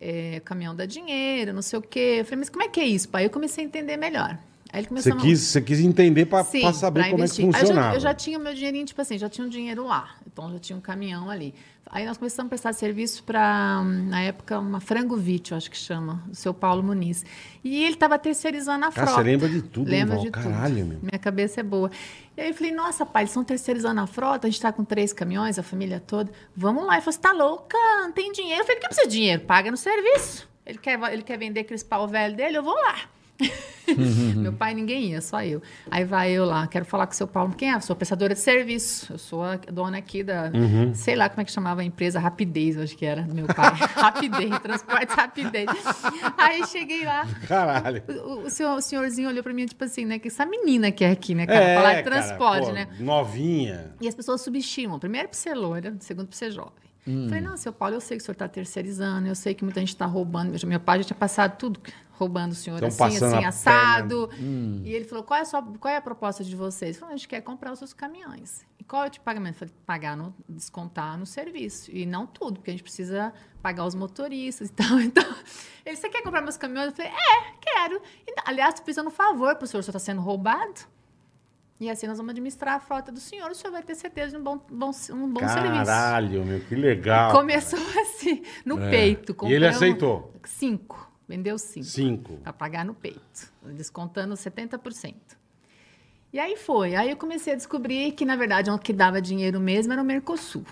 S1: é, caminhão dá dinheiro, não sei o quê. Eu falei, mas como é que é isso, pai? Eu comecei a entender melhor. Aí ele começou
S3: Você quis, você quis entender pra,
S1: Sim,
S3: pra saber como
S1: investir. Aí
S3: é que
S1: eu já-
S3: funcionava.
S1: Eu já, tinha o meu dinheirinho, tipo assim, já tinha um dinheiro lá. Então já tinha um caminhão ali. Aí nós começamos a prestar serviço para, na época, uma frangovite, eu acho que chama, o seu Paulo Muniz. E ele estava terceirizando a
S3: Cara,
S1: frota.
S3: você lembra de tudo, hein,
S1: Lembra
S3: Val?
S1: de tudo.
S3: Caralho, meu.
S1: Minha cabeça é boa. E aí eu falei, nossa, pai, eles estão terceirizando a frota, a gente está com três caminhões, a família toda. Vamos lá. Ele falou, você tá louca? Não tem dinheiro. Eu falei, por que precisa de dinheiro? Paga no serviço. Ele quer, ele quer vender aqueles pau velho dele, eu vou lá. Meu pai ninguém ia, só eu. Aí vai eu lá, quero falar com o seu Paulo. Quem é? Eu sou prestadora de serviço. Eu sou a dona aqui da. Sei lá como é que chamava a empresa, Rapidez, eu acho que era do meu pai. rapidez, transporte rapidez. Aí cheguei lá.
S3: Caralho.
S1: O, o- o senhor- o senhorzinho olhou pra mim, tipo assim, né? Que essa menina que é aqui, né, cara? falar de
S3: cara,
S1: transporte,
S3: pô,
S1: né?
S3: Novinha.
S1: E as pessoas subestimam. Primeiro por ser loira, segundo por ser jovem.
S3: Hum.
S1: Falei, não, seu Paulo, eu sei que o senhor está terceirizando, eu sei que muita gente está roubando. Meu, meu pai já tinha passado tudo roubando o senhor,
S3: Tão
S1: assim,
S3: passando
S1: assim,
S3: a Hum.
S1: assado. E ele falou, qual é, a sua- qual é a proposta de vocês? Ele falou, a gente quer comprar os seus caminhões. E qual é o tipo de pagamento? Eu falei, pagar, no, descontar no serviço. E não tudo, porque a gente precisa pagar os motoristas e tal. Então, ele, você quer comprar meus caminhões? Eu falei, é, quero. E, aliás, estou precisando um favor para o senhor, o senhor está sendo roubado? E assim nós vamos administrar a frota do senhor, o senhor vai ter certeza de um bom, bom- um bom serviço.
S3: Caralho, meu, que legal.
S1: Começou assim, no peito.
S3: É. E ele
S1: compramos
S3: aceitou?
S1: Cinco. Vendeu cinco.
S3: Cinco.
S1: Para pagar no peito, descontando 70%. E aí foi. Aí eu comecei a descobrir que, na verdade, o que dava dinheiro mesmo era o Mercosul.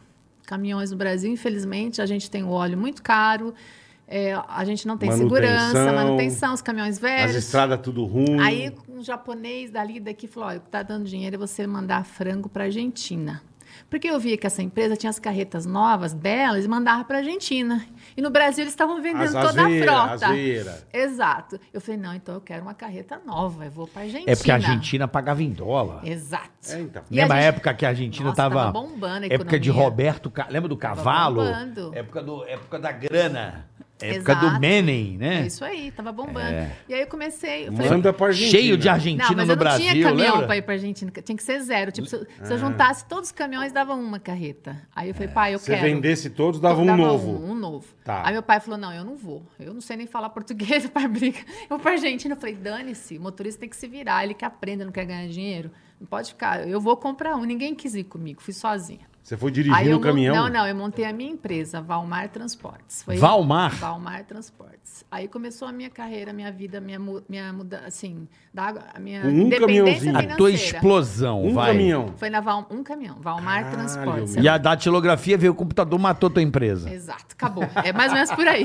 S1: Caminhões no Brasil, infelizmente, a gente tem o óleo muito caro, é, a gente não tem
S3: Manutenção.
S1: segurança, manutenção, os caminhões velhos.
S3: As estradas tudo ruim.
S1: É, Aí um japonês dali daqui falou: olha, o que tá dando dinheiro é você mandar frango pra Argentina. Porque eu via que essa empresa tinha as carretas novas delas e mandava pra Argentina. E no Brasil eles estavam vendendo toda a frota.
S3: azeira.
S1: Exato. Eu falei, não, então eu quero uma carreta nova, eu vou pra Argentina.
S4: É porque a Argentina pagava em dólar.
S1: Exato.
S3: É, então.
S1: E a
S4: Lembra a
S1: gente-
S4: época que a Argentina
S1: Nossa,
S4: estava
S1: tava
S4: tava.
S1: bombando a
S4: época de
S1: economia.
S4: Roberto. Ca- Lembra do cavalo? É.
S1: bombando.
S4: Época, do, época da grana. Época do
S1: Exato.
S4: Menem, né?
S1: É isso aí, tava bombando.
S4: É.
S1: E aí eu comecei. Eu falei,
S3: Manda pra Argentina.
S4: Cheio de
S1: Não,
S4: Argentina
S1: mas
S4: no
S1: eu não
S4: Brasil.
S1: tinha caminhão
S4: lembra?
S1: pra ir pra Argentina. Tinha que ser zero. Tipo, se, eu- se
S3: É.
S1: eu juntasse todos os caminhões, dava uma carreta. Aí eu falei, pai, eu
S3: Se você
S1: quero.
S3: vendesse todos, dava um novo.
S1: Um, um novo.
S3: Tá.
S1: Aí meu pai falou: não, eu não vou. Eu não sei nem falar português, meu pai briga. Eu vou pra Argentina. Eu falei, dane-se, o motorista tem que se virar, ele que aprenda, não quer ganhar dinheiro. Não pode ficar. Eu vou comprar um. Ninguém quis ir comigo, fui sozinha.
S3: Você foi
S1: Aí
S3: dirigindo
S1: eu
S3: o
S1: mon-
S3: caminhão?
S1: Não, não, eu montei a minha empresa, Valmar Transportes. Foi
S4: Valmar?
S1: Valmar Transportes. Aí começou a minha carreira, a minha vida, a minha, mu- minha muda, assim, da, água- a minha
S3: Com um
S1: independência
S3: caminhãozinho.
S1: financeira.
S4: A tua explosão,
S3: Um
S4: vai.
S3: caminhão.
S1: Foi na Val, um caminhão, Valmar
S3: Caralho,
S1: Transportes.
S3: meu.
S4: E a datilografia veio, o computador matou tua empresa.
S1: Exato, acabou. É mais ou menos por aí.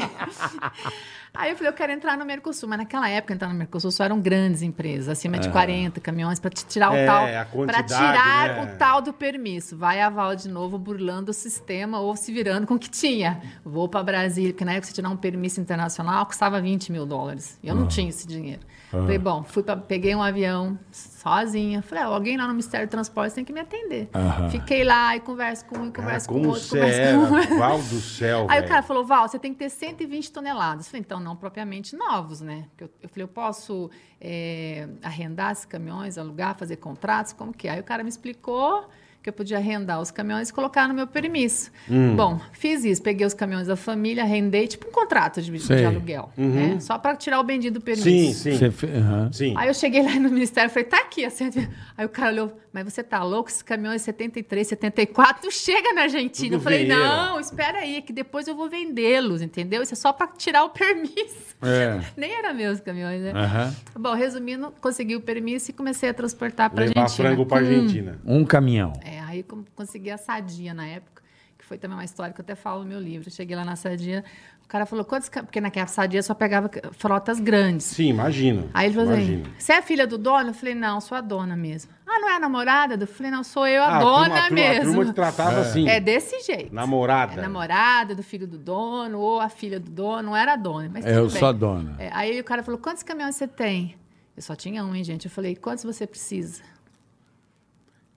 S1: aí eu falei, eu quero entrar no Mercosul. Mas naquela época, entrar no Mercosul só eram grandes empresas, acima de 40 caminhões, para tirar o
S3: É,
S1: tal.
S3: a
S1: Para
S3: quantidade,
S1: tirar
S3: né?
S1: o tal do permisso. Vai a Val de novo, burlando o sistema ou se virando com o que tinha. Vou para Brasília, porque na época você tirar um permisso internacional custava 20 mil dólares. E eu
S3: Ah.
S1: não tinha esse dinheiro. Falei, bom, fui pra, peguei um avião sozinha. Falei, ah, alguém lá no Ministério do Transporte tem que me atender. Fiquei lá e converso com um, e
S3: Cara,
S1: converso com
S3: como é, né?
S1: o outro,
S3: você
S1: converso
S3: era,
S1: com o outro.
S3: Val do céu,
S1: Aí
S3: velho.
S1: o cara falou, Val, você tem que ter 120 toneladas. Eu falei, então, não propriamente novos, né? Porque Eu, eu falei, eu posso eh, arrendar esses caminhões, alugar, fazer contratos, como que é? Aí o cara me explicou que eu podia arrendar os caminhões e colocar no meu permisso.
S3: Hum.
S1: Bom, fiz isso, peguei os caminhões da família, arrendei, tipo um contrato de, de
S4: Sei.
S1: aluguel, né? Só para tirar o bendito do permisso.
S3: Uhum. Sim, sim,
S4: Você fe- aham.
S3: sim.
S1: Aí eu cheguei lá no ministério e falei, tá aqui. Assim, aí o cara olhou, mas você tá louco? Esse caminhão é 73, 74, não chega na Argentina.
S3: Tudo
S1: eu falei,
S3: vieira.
S1: não, espera aí, que depois eu vou vendê-los, entendeu? Isso é só pra tirar o permisso.
S4: É.
S1: Nem era meus caminhões, né?
S4: Aham.
S3: É.
S1: Bom, resumindo, consegui o permisso e comecei a transportar pra
S3: Levar
S1: Argentina. Hum.
S3: frango pra Argentina.
S4: Um caminhão.
S1: É, aí eu consegui a sadia na época. que que foi também uma história que eu até falo no meu livro. Eu cheguei lá na Sadia, o cara falou, quantos... ca- Porque naquela Sadia só pegava frotas grandes.
S3: Sim, imagino.
S1: Aí ele falou
S3: imagino.
S1: assim, você é filha do dono? Eu falei, não, sou a dona mesmo. Ah, não é a namorada? Eu falei, "Tá não, sou eu a
S3: Ah,
S1: dona
S3: turma- a turma- A
S1: mesmo.
S3: turma te tratava assim.
S1: É desse jeito.
S3: Namorada.
S1: É namorada do filho do dono, ou a filha do dono, não era É, a dona. Mas
S4: É, Eu
S1: tudo bem.
S4: sou a dona.
S1: É, aí o cara falou: quantos caminhões você tem? Eu só tinha um, hein, gente? Eu falei: quantos você precisa?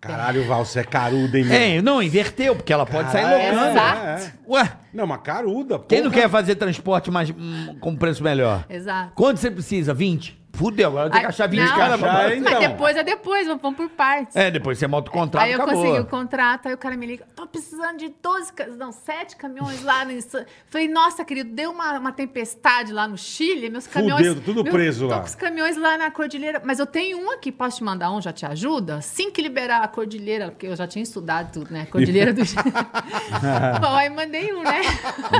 S3: Caralho, Val, você é caruda, hein, meu?
S4: É, não, inverteu, porque ela pode
S3: Caralho,
S4: sair loucando.
S1: loucando.
S3: é, é.
S4: Ué,
S3: Não, mas caruda, porra.
S4: quem não quer fazer transporte mais, hum, com preço melhor?
S1: Exato.
S4: Quanto você precisa? 20? Fudeu, agora tem que
S1: Aí-
S4: achar 20
S1: não,
S4: caras.
S3: achar,
S4: pra-
S3: hein?
S1: Mas
S3: então.
S1: depois é depois, vamos- vamos por partes.
S4: É, depois você monta o contrato
S1: aí eu
S4: acabou.
S1: consegui o contrato, aí o cara me liga, tô precisando de 12, ca- não, 7 caminhões lá no... Insa-" Falei, nossa, querido, deu uma, uma tempestade lá no Chile, meus caminhões...
S3: Fudeu, tudo
S1: meu-
S3: preso
S1: tô
S3: lá.
S1: com os caminhões lá na cordilheira, mas eu tenho um aqui, posso te mandar um, já te ajuda? Assim que liberar a cordilheira, porque eu já tinha estudado tudo, né? Cordilheira do Chile. Bom, aí mandei um, né?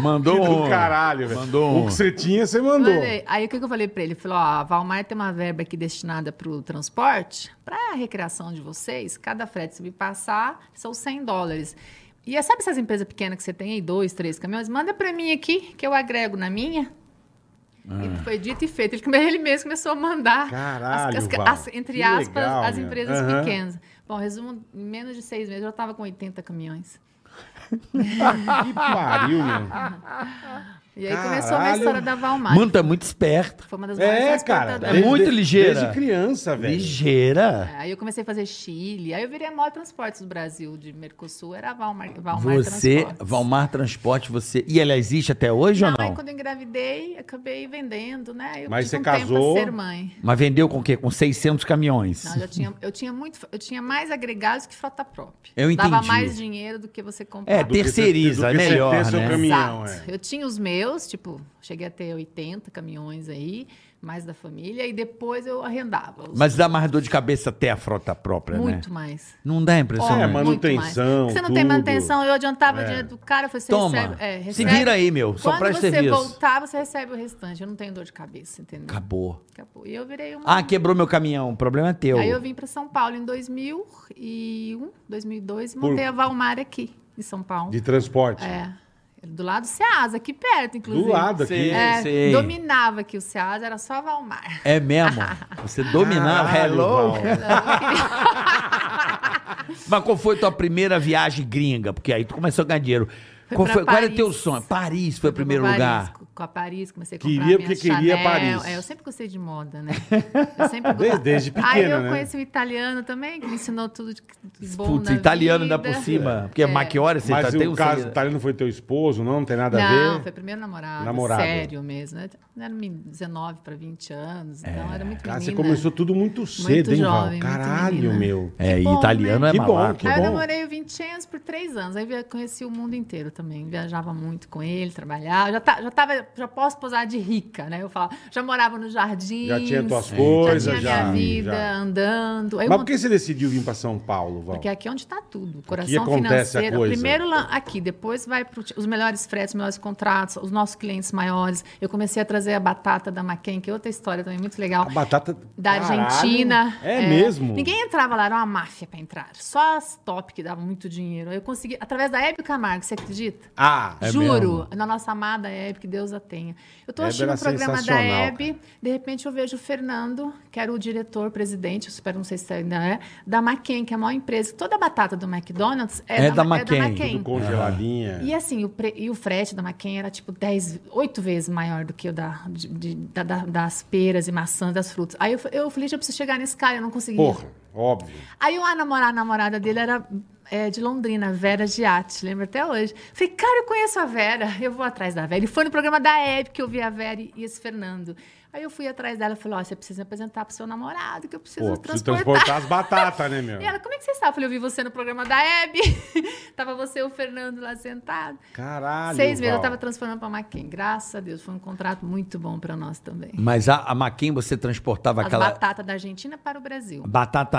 S4: Mandou
S3: Que
S4: um.
S3: do caralho, velho.
S4: Mandou um.
S3: O que você tinha, você mandou.
S1: Mandei. é, Aí o que, que eu falei pra ele? Ele falou: ó, a Valmar tem uma verba aqui destinada pro transporte, pra recreação de vocês, cada frete se me passar, são 100 dólares. E é, sabe essas empresas pequenas que você tem aí, dois, três caminhões? Manda pra mim aqui, que eu agrego na minha. E foi dito e feito. Ele, come- ele mesmo começou a mandar. as-
S3: Ah. Caralho,
S1: as-
S3: Val.
S1: as- entre
S3: Que
S1: aspas,
S3: legal,
S1: as
S3: meu.
S1: empresas
S3: Aham.
S1: pequenas. Bom, resumo: em menos de seis meses eu já tava com 80 caminhões.
S3: Que pariu, meu.
S1: E aí começou a
S3: Caralho.
S1: história da Valmar.
S4: Mano, tá muito esperta.
S1: Foi uma das maiores
S3: É, cara.
S1: exportadoras.
S4: É muito ligeira.
S3: Desde criança, velho.
S4: Ligeira.
S1: Aí eu comecei a fazer Chile, aí eu virei a maior transportes do Brasil, de Mercosul, era a Valmar, Valmar
S4: Você,
S1: É,
S4: é
S1: Transportes.
S4: Valmar Transporte, você. E ela existe até hoje
S1: não,
S4: ou não?
S1: Aí quando eu engravidei, acabei vendendo, né? Eu
S3: Mas
S1: tive
S3: você
S1: um Tempo
S3: casou?
S1: pra ser mãe.
S4: Mas vendeu com o quê? Com 600 caminhões.
S1: Não, eu já tinha, eu tinha muito, eu tinha mais agregados que frota própria.
S4: Eu
S1: Dava
S4: entendi.
S1: mais dinheiro do que você comprava.
S4: É,
S3: Do que você-
S4: terceiriza,
S3: do
S4: é
S3: que você ter
S4: melhor,
S3: seu
S4: né?
S3: caminho. caminhão,
S1: Exato.
S3: é.
S1: Eu tinha os meus, tipo, cheguei a ter 80 caminhões aí, mais da família, e depois eu arrendava. os-
S4: Mas dá mais dor de cabeça até a frota própria,
S1: muito
S4: né?
S1: mais.
S4: Não dá a impressão.
S1: Ó,
S3: É,
S4: né?
S3: mano.
S1: muito mais.
S3: manutenção,
S1: Porque Você não tem
S3: tudo.
S1: manutenção, eu adiantava
S3: É.
S1: o dinheiro do cara, eu falei, você
S4: Toma.
S1: recebe, é,
S4: Se
S1: recebe.
S4: vira aí, meu, só
S1: Quando
S4: presta
S1: você
S4: serviço.
S1: voltar, você recebe o restante. Eu não tenho dor de cabeça, entendeu?
S4: Acabou.
S1: Acabou. E eu virei uma.
S4: Ah, quebrou meu caminhão. O problema é teu.
S1: Aí eu vim para São Paulo em 2001, 2002 um, e
S3: Por-
S1: montei a Valmar aqui, em São Paulo.
S3: De transporte.
S1: É. Do lado do Ceasa, aqui perto, inclusive.
S3: Do lado aqui.
S4: Sim.
S1: É,
S4: Sei.
S1: dominava aqui o Ceasa, era só a Valmar.
S4: É mesmo? Você dominava.
S3: Caralho,
S4: Hello?
S3: Val.
S4: Mas qual foi tua primeira viagem gringa? Porque aí tu começou a ganhar dinheiro.
S1: Foi
S4: Qual
S1: pra
S4: foi- qual era
S1: Paris.
S4: teu sonho? Paris foi
S1: Fui pra
S4: o primeiro
S1: Paris,
S4: lugar.
S1: Com a Paris, comecei a comprar
S3: Queria
S1: minha
S3: porque queria
S1: Chanel.
S3: Paris.
S1: É, eu sempre gostei de moda, né? Eu sempre
S3: Desde-
S1: gostei.
S3: desde
S1: Aí
S3: pequena,
S1: eu
S3: né?
S1: conheci um italiano também, que me ensinou tudo de de bom
S4: Putz,
S1: na
S4: italiano
S1: vida.
S4: ainda por cima. Porque é. Machiori, você
S3: Mas
S4: tá, tem
S3: o
S4: um
S3: caso
S4: sangue-
S3: italiano foi teu esposo, não, não tem nada a
S1: Não,
S3: ver.
S1: foi primeiro namorado,
S3: Namorado.
S1: sério mesmo. né? Era menino, 19 para 20 anos, então era muito
S3: É, Cara,
S1: menina.
S3: você começou tudo muito cedo, hein,
S1: jovem,
S3: Val?
S1: muito
S3: Caralho,
S1: menina.
S3: meu.
S4: É,
S1: Que bom,
S4: italiano
S1: né?
S4: é
S3: Que bom,
S4: malaco.
S3: que
S1: Aí eu
S3: bom.
S1: namorei o Vincenzo por três anos. Aí via- conheci o mundo inteiro também. Viajava muito com ele, trabalhava. Já, tá, já, tava, já posso posar de rica, né? Eu falo, já morava no jardim.
S3: Já tinha tuas coisas,
S1: já. Tinha
S3: já-
S1: minha vida
S3: já.
S1: andando. Aí eu
S3: Mas por
S1: montei-
S3: que você decidiu vir pra São Paulo, Val?
S1: porque aqui é onde está tudo. O coração
S3: acontece a
S1: financeiro.
S3: coisa.
S1: Primeiro lá- aqui, depois vai para os melhores fretes, os melhores contratos, os nossos clientes maiores. Eu comecei a trazer a batata da Macken, que é outra história também muito legal.
S3: A batata...
S1: Da
S3: Caralho.
S1: Argentina.
S3: É, mesmo?
S1: Ninguém entrava lá, era uma máfia para entrar. Só as top que davam muito dinheiro. Eu consegui, através da Hebe Camargo, você acredita?
S3: Ah, é
S1: Juro, na nossa amada Hebe, que Deus a tenha. Eu tô
S3: Hebe
S1: assistindo
S3: era
S1: o programa da
S3: sensacional,
S1: Hebe, de repente eu vejo o Fernando, que era o diretor, presidente, eu espero, não sei se ainda é, da McKen, que é a maior empresa. Toda a batata do McDonald's é,
S4: É da
S1: Ma-
S4: McCain.
S3: tudo
S1: McCain.
S3: congeladinha.
S1: E assim, o, pre- e o frete da Maquinha era tipo 10, 8 vezes maior do que o da, de- de- da- da- das peras e maçãs, das frutas. Aí eu, fa- eu falei, "Gente, eu preciso chegar nesse cara, eu não conseguia.
S3: Porra, óbvio.
S1: Aí eu, a namorada, a namorada dele era é, de Londrina, Vera Giatti, lembro até hoje. Falei, cara, eu conheço a Vera, eu vou atrás da Vera. E foi no programa da Hebe que eu vi a Vera e e esse Fernando. Aí eu fui atrás dela e falei, ó, você precisa me apresentar pro seu namorado, que eu preciso
S3: Pô, preciso
S1: transportar.
S3: transportar as batatas, né, meu?
S1: E ela, como é que você está? Eu falei, eu vi você no programa da Hebe. Tava você e o Fernando lá sentado.
S3: Caralho,
S1: Seis meses
S3: Val.
S1: eu tava transformando pra Maquin. Graças a Deus, foi um contrato muito bom pra nós também.
S4: Mas a, a Maquin você transportava
S1: As
S4: aquela batata,
S1: batatas da Argentina para o Brasil,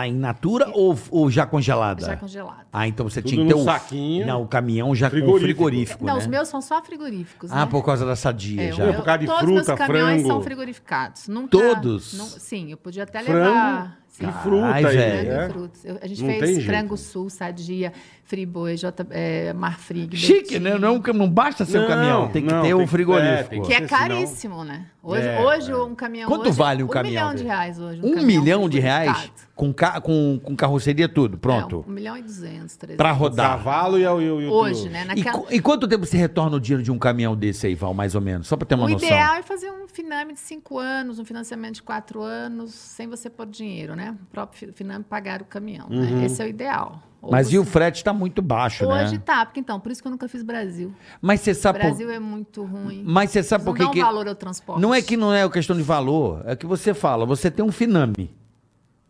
S4: in natura ou, ou já congelada?
S1: já congelada.
S4: Ah, então você
S3: Tudo
S4: tinha que ter
S3: num
S4: o
S3: saquinho.
S4: Não, o caminhão já com
S3: Frigorífico.
S4: frigorífico,
S1: Não,
S4: né?
S1: os meus são só frigoríficos. né?
S4: Ah, por causa da sadia
S1: É, o
S4: já.
S1: meu-
S3: Por causa Um de
S1: todos
S3: fruta,
S1: os meus caminhões
S3: frango.
S1: são frigorificados. Nunca,
S4: Todos?
S1: nun- sim, eu podia até
S3: Frango?
S1: levar. Sim.
S3: E fruta aí,
S4: velho.
S1: Frango e
S3: é?
S1: frutos. Eu- a gente
S3: Não tem
S1: fez
S3: jeito,
S1: frango
S3: né?
S1: sul, sadia, friboi, J, é, marfrig.
S4: Chique,
S1: Betim,
S4: né? Não, não basta ser um
S3: Não,
S4: caminhão, tem que
S3: não,
S4: ter
S3: tem
S4: um
S3: que- é, tem
S4: frigorífico.
S1: Que é
S3: Senão-
S1: caríssimo, né? Hoje,
S3: É,
S1: hoje um caminhão.
S4: Quanto
S1: hoje,
S4: vale um
S1: um
S4: caminhão
S1: milhão de
S4: desse?
S1: reais hoje.
S4: Um
S1: caminhão
S4: milhão de reais
S1: lubrificado.
S4: com, ca- com, com carroceria tudo, pronto.
S1: É, um milhão e duzentos, trezentos.
S4: Pra rodar.
S3: Cavalo e o... E o e o-
S1: Hoje, né?
S4: E,
S1: Naquela...
S4: qu- e quanto tempo você retorna o dinheiro de um caminhão desse aí, Val, mais ou menos? Só pra ter uma
S1: O
S4: noção.
S1: ideal é fazer um finame de cinco anos, um financiamento de quatro anos, sem você pôr dinheiro, né? O próprio fi- finame pagar o caminhão. né? Esse é o ideal. Ou
S4: Uhum. Mas e o
S1: você-
S4: frete tá muito baixo,
S1: Hoje
S4: né?
S1: tá, porque então, por isso que eu nunca fiz Brasil.
S4: Mas você sabe por...
S1: Brasil é muito ruim.
S4: Mas você sabe
S1: Eles
S4: por
S1: não
S4: que
S1: dão
S4: que-
S1: valor ao transporte.
S4: Não é que não é questão de valor, é que você fala, você tem um Finame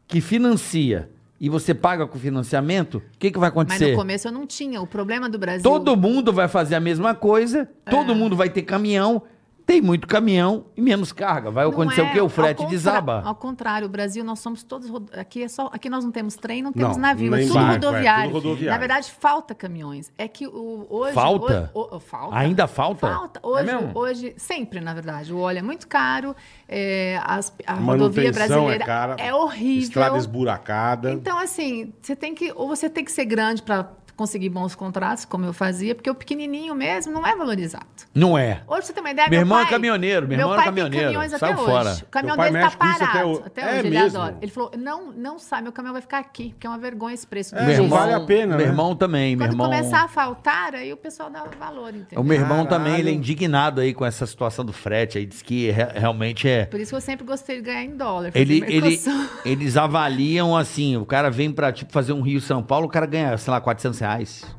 S4: que financia e você paga com financiamento, o que, que vai
S1: Mas
S4: acontecer?
S1: no começo eu não tinha. O problema do Brasil.
S4: Todo mundo vai fazer a mesma coisa,
S1: É.
S4: todo mundo vai ter caminhão, tem muito caminhão e menos carga. Vai
S1: Não
S4: acontecer
S1: é,
S4: o quê? O
S1: ao
S4: frete
S1: contra-
S4: desaba.
S1: Ao contrário, o Brasil, nós somos todos. ro- Aqui, é só, aqui nós não temos trem, não temos
S3: Não,
S1: navio, é
S3: nem
S1: tudo,
S3: barco, é, tudo
S1: rodoviário.
S3: rodoviário.
S1: Na verdade, falta caminhões. É que o, hoje.
S4: Falta?
S1: hoje- o- o- falta.
S4: Ainda falta?
S1: Falta. Hoje,
S4: É mesmo?
S1: hoje, sempre, na verdade. O óleo é muito caro, é, as- a rodovia
S3: Manutenção
S1: brasileira
S3: é cara.
S1: é horrível.
S3: Estrada esburacada.
S1: Então, assim, você tem que. Ou você tem que ser grande para conseguir bons contratos, como eu fazia, porque o pequenininho mesmo não é valorizado.
S4: Não é.
S1: Hoje você tem uma ideia,
S4: Meu irmão é
S1: pai-
S4: caminhoneiro, meu irmão era
S1: pai
S4: caminhoneiro,
S1: Tem caminhões até
S4: saiu
S1: hoje.
S4: fora.
S1: O caminhão
S3: Teu pai
S1: dele tá
S3: mexe com isso até
S1: parado.
S3: hoje.
S1: Até,
S3: É
S1: hoje, ele
S3: mesmo?
S1: adora. Ele falou: não, não sai, meu caminhão vai ficar aqui, porque é uma vergonha esse preço.
S3: É,
S1: do
S3: não
S4: Meu
S1: jeito.
S4: irmão,
S3: vale a pena,
S4: meu
S3: né?
S4: irmão também, meu
S1: Quando
S4: irmão.
S1: começar a faltar, aí o pessoal dá valor, entendeu?
S4: O meu irmão
S3: Caralho.
S4: também, ele é indignado aí com essa situação do frete, aí diz que re- realmente é
S1: Por isso que eu sempre gostei de ganhar em dólar. fazer
S4: Ele, ele-
S1: Mercosul.
S4: eles avaliam assim, o cara vem pra tipo, fazer um Rio-São Paulo, o cara ganha, sei lá, 400 reais.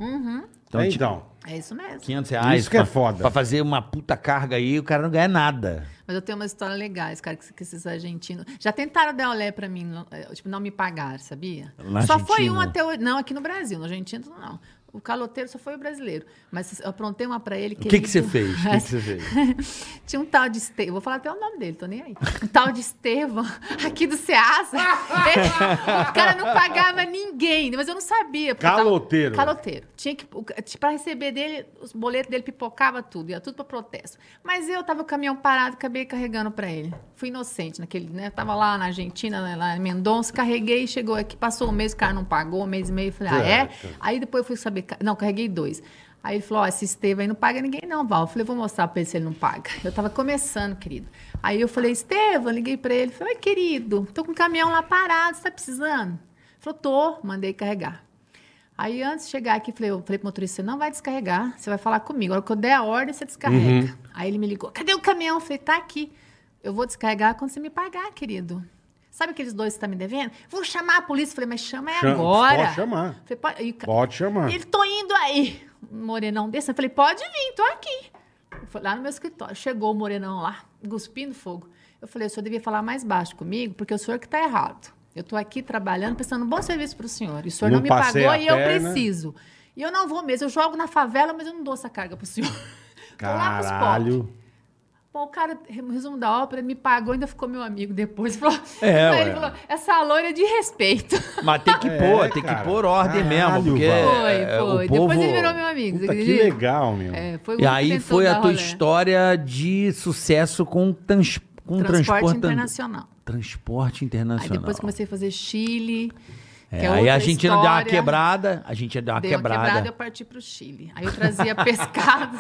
S1: Hum.
S4: Então,
S3: É,
S4: tipo,
S3: então.
S1: Uhum, É isso mesmo.
S4: 500 reais.
S3: Isso que é
S4: pra-
S3: foda.
S4: Pra fazer uma puta carga aí, o cara não ganha nada.
S1: Mas eu tenho umas histórias legais, cara, que, que esses argentinos. Já tentaram dar olé pra mim, não- eh, tipo, não me pagar, sabia?
S4: Na
S1: só foi um
S4: Argentina?
S1: até hoje. Não, aqui no Brasil, no Argentino não. O caloteiro só foi o brasileiro. Mas eu aprontei uma pra ele
S4: O que que você
S1: ele-
S4: fez? O que que você fez?
S1: Tinha um tal de Estevão, vou falar até o nome dele, tô nem aí. Um tal de Estevão, aqui do Ceasa. o cara não pagava ninguém, mas eu não sabia. porque eu tava-
S3: Caloteiro.
S1: Caloteiro. Tinha que, o ca- pra receber dele, os boletos dele pipocava tudo, ia tudo pra protesto. Mas eu tava com o caminhão parado, acabei carregando pra ele. Fui inocente naquele, né? Eu tava lá na Argentina, né, lá em Mendonça, carreguei, chegou aqui, passou um mês, o cara não pagou, um mês e meio, eu falei, ah, é? Aí depois eu fui saber, ca- não, carreguei dois. Aí ele falou, ó, esse Estevão aí não paga ninguém não, Val. Eu falei, vou mostrar pra ele se ele não paga. Eu tava começando, querido. Aí eu falei, Estevão, liguei pra ele, falei, oi, querido, tô com o caminhão lá parado, você tá precisando? Ele falou, tô, mandei carregar. Aí antes de chegar aqui, falei, eu falei pro motorista, você não vai descarregar, você vai falar comigo. A hora que eu der a ordem, você descarrega.
S3: Uhum.
S1: Aí ele me ligou, cadê o caminhão? Eu falei, tá aqui. Eu vou descarregar quando você me pagar, querido. Sabe aqueles dois que você tá me devendo? Vou chamar a polícia. Eu falei, mas chama é
S3: Chama-
S1: agora.
S3: pode chamar.
S1: Falei, pode... E o ca-
S3: Pode chamar.
S1: ele, tô indo aí. Um Morenão desse. Eu falei, pode vir, tô aqui. Eu fui lá no meu escritório. Chegou o Morenão lá, cuspindo fogo. Eu falei, o senhor devia falar mais baixo comigo, porque o senhor que tá errado. Eu tô aqui trabalhando, prestando um bom serviço pro senhor. E o senhor não,
S3: Não
S1: me
S3: passei
S1: pagou
S3: a
S1: e eu
S3: perna.
S1: preciso. E eu não vou mesmo. Eu jogo na favela, mas eu não dou essa carga pro senhor. Tô lá pros pobres.
S3: Caralho.
S1: Bom, o cara, resumo da ópera, me pagou, ainda ficou meu amigo depois. Falou,
S4: É,
S1: Aí ele
S4: ué.
S1: falou, essa loira é de respeito.
S4: Mas tem que
S3: É,
S4: pôr, tem que
S3: cara.
S4: pôr ordem
S3: Caralho,
S4: mesmo. Porque
S3: Val.
S1: Foi,
S4: é, o
S1: foi.
S4: povo-
S1: Depois ele virou meu amigo. você
S3: Puta, que
S1: acredita?
S3: legal, meu.
S1: É, foi o
S4: E
S1: único
S4: aí
S1: que tentou
S4: foi a
S1: dar
S4: tua
S1: rolê.
S4: história de sucesso com, trans, com
S1: Transporte
S4: transporte
S1: internacional.
S4: Transporte
S1: Aí
S4: internacional.
S1: depois comecei a fazer Chile.
S4: É,
S1: que é
S4: aí
S1: outra
S4: a Argentina deu uma
S1: história.
S4: quebrada, a Argentina deu uma
S1: Deu
S4: quebrada.
S1: uma quebrada, eu parti para o Chile. Aí eu trazia pescado,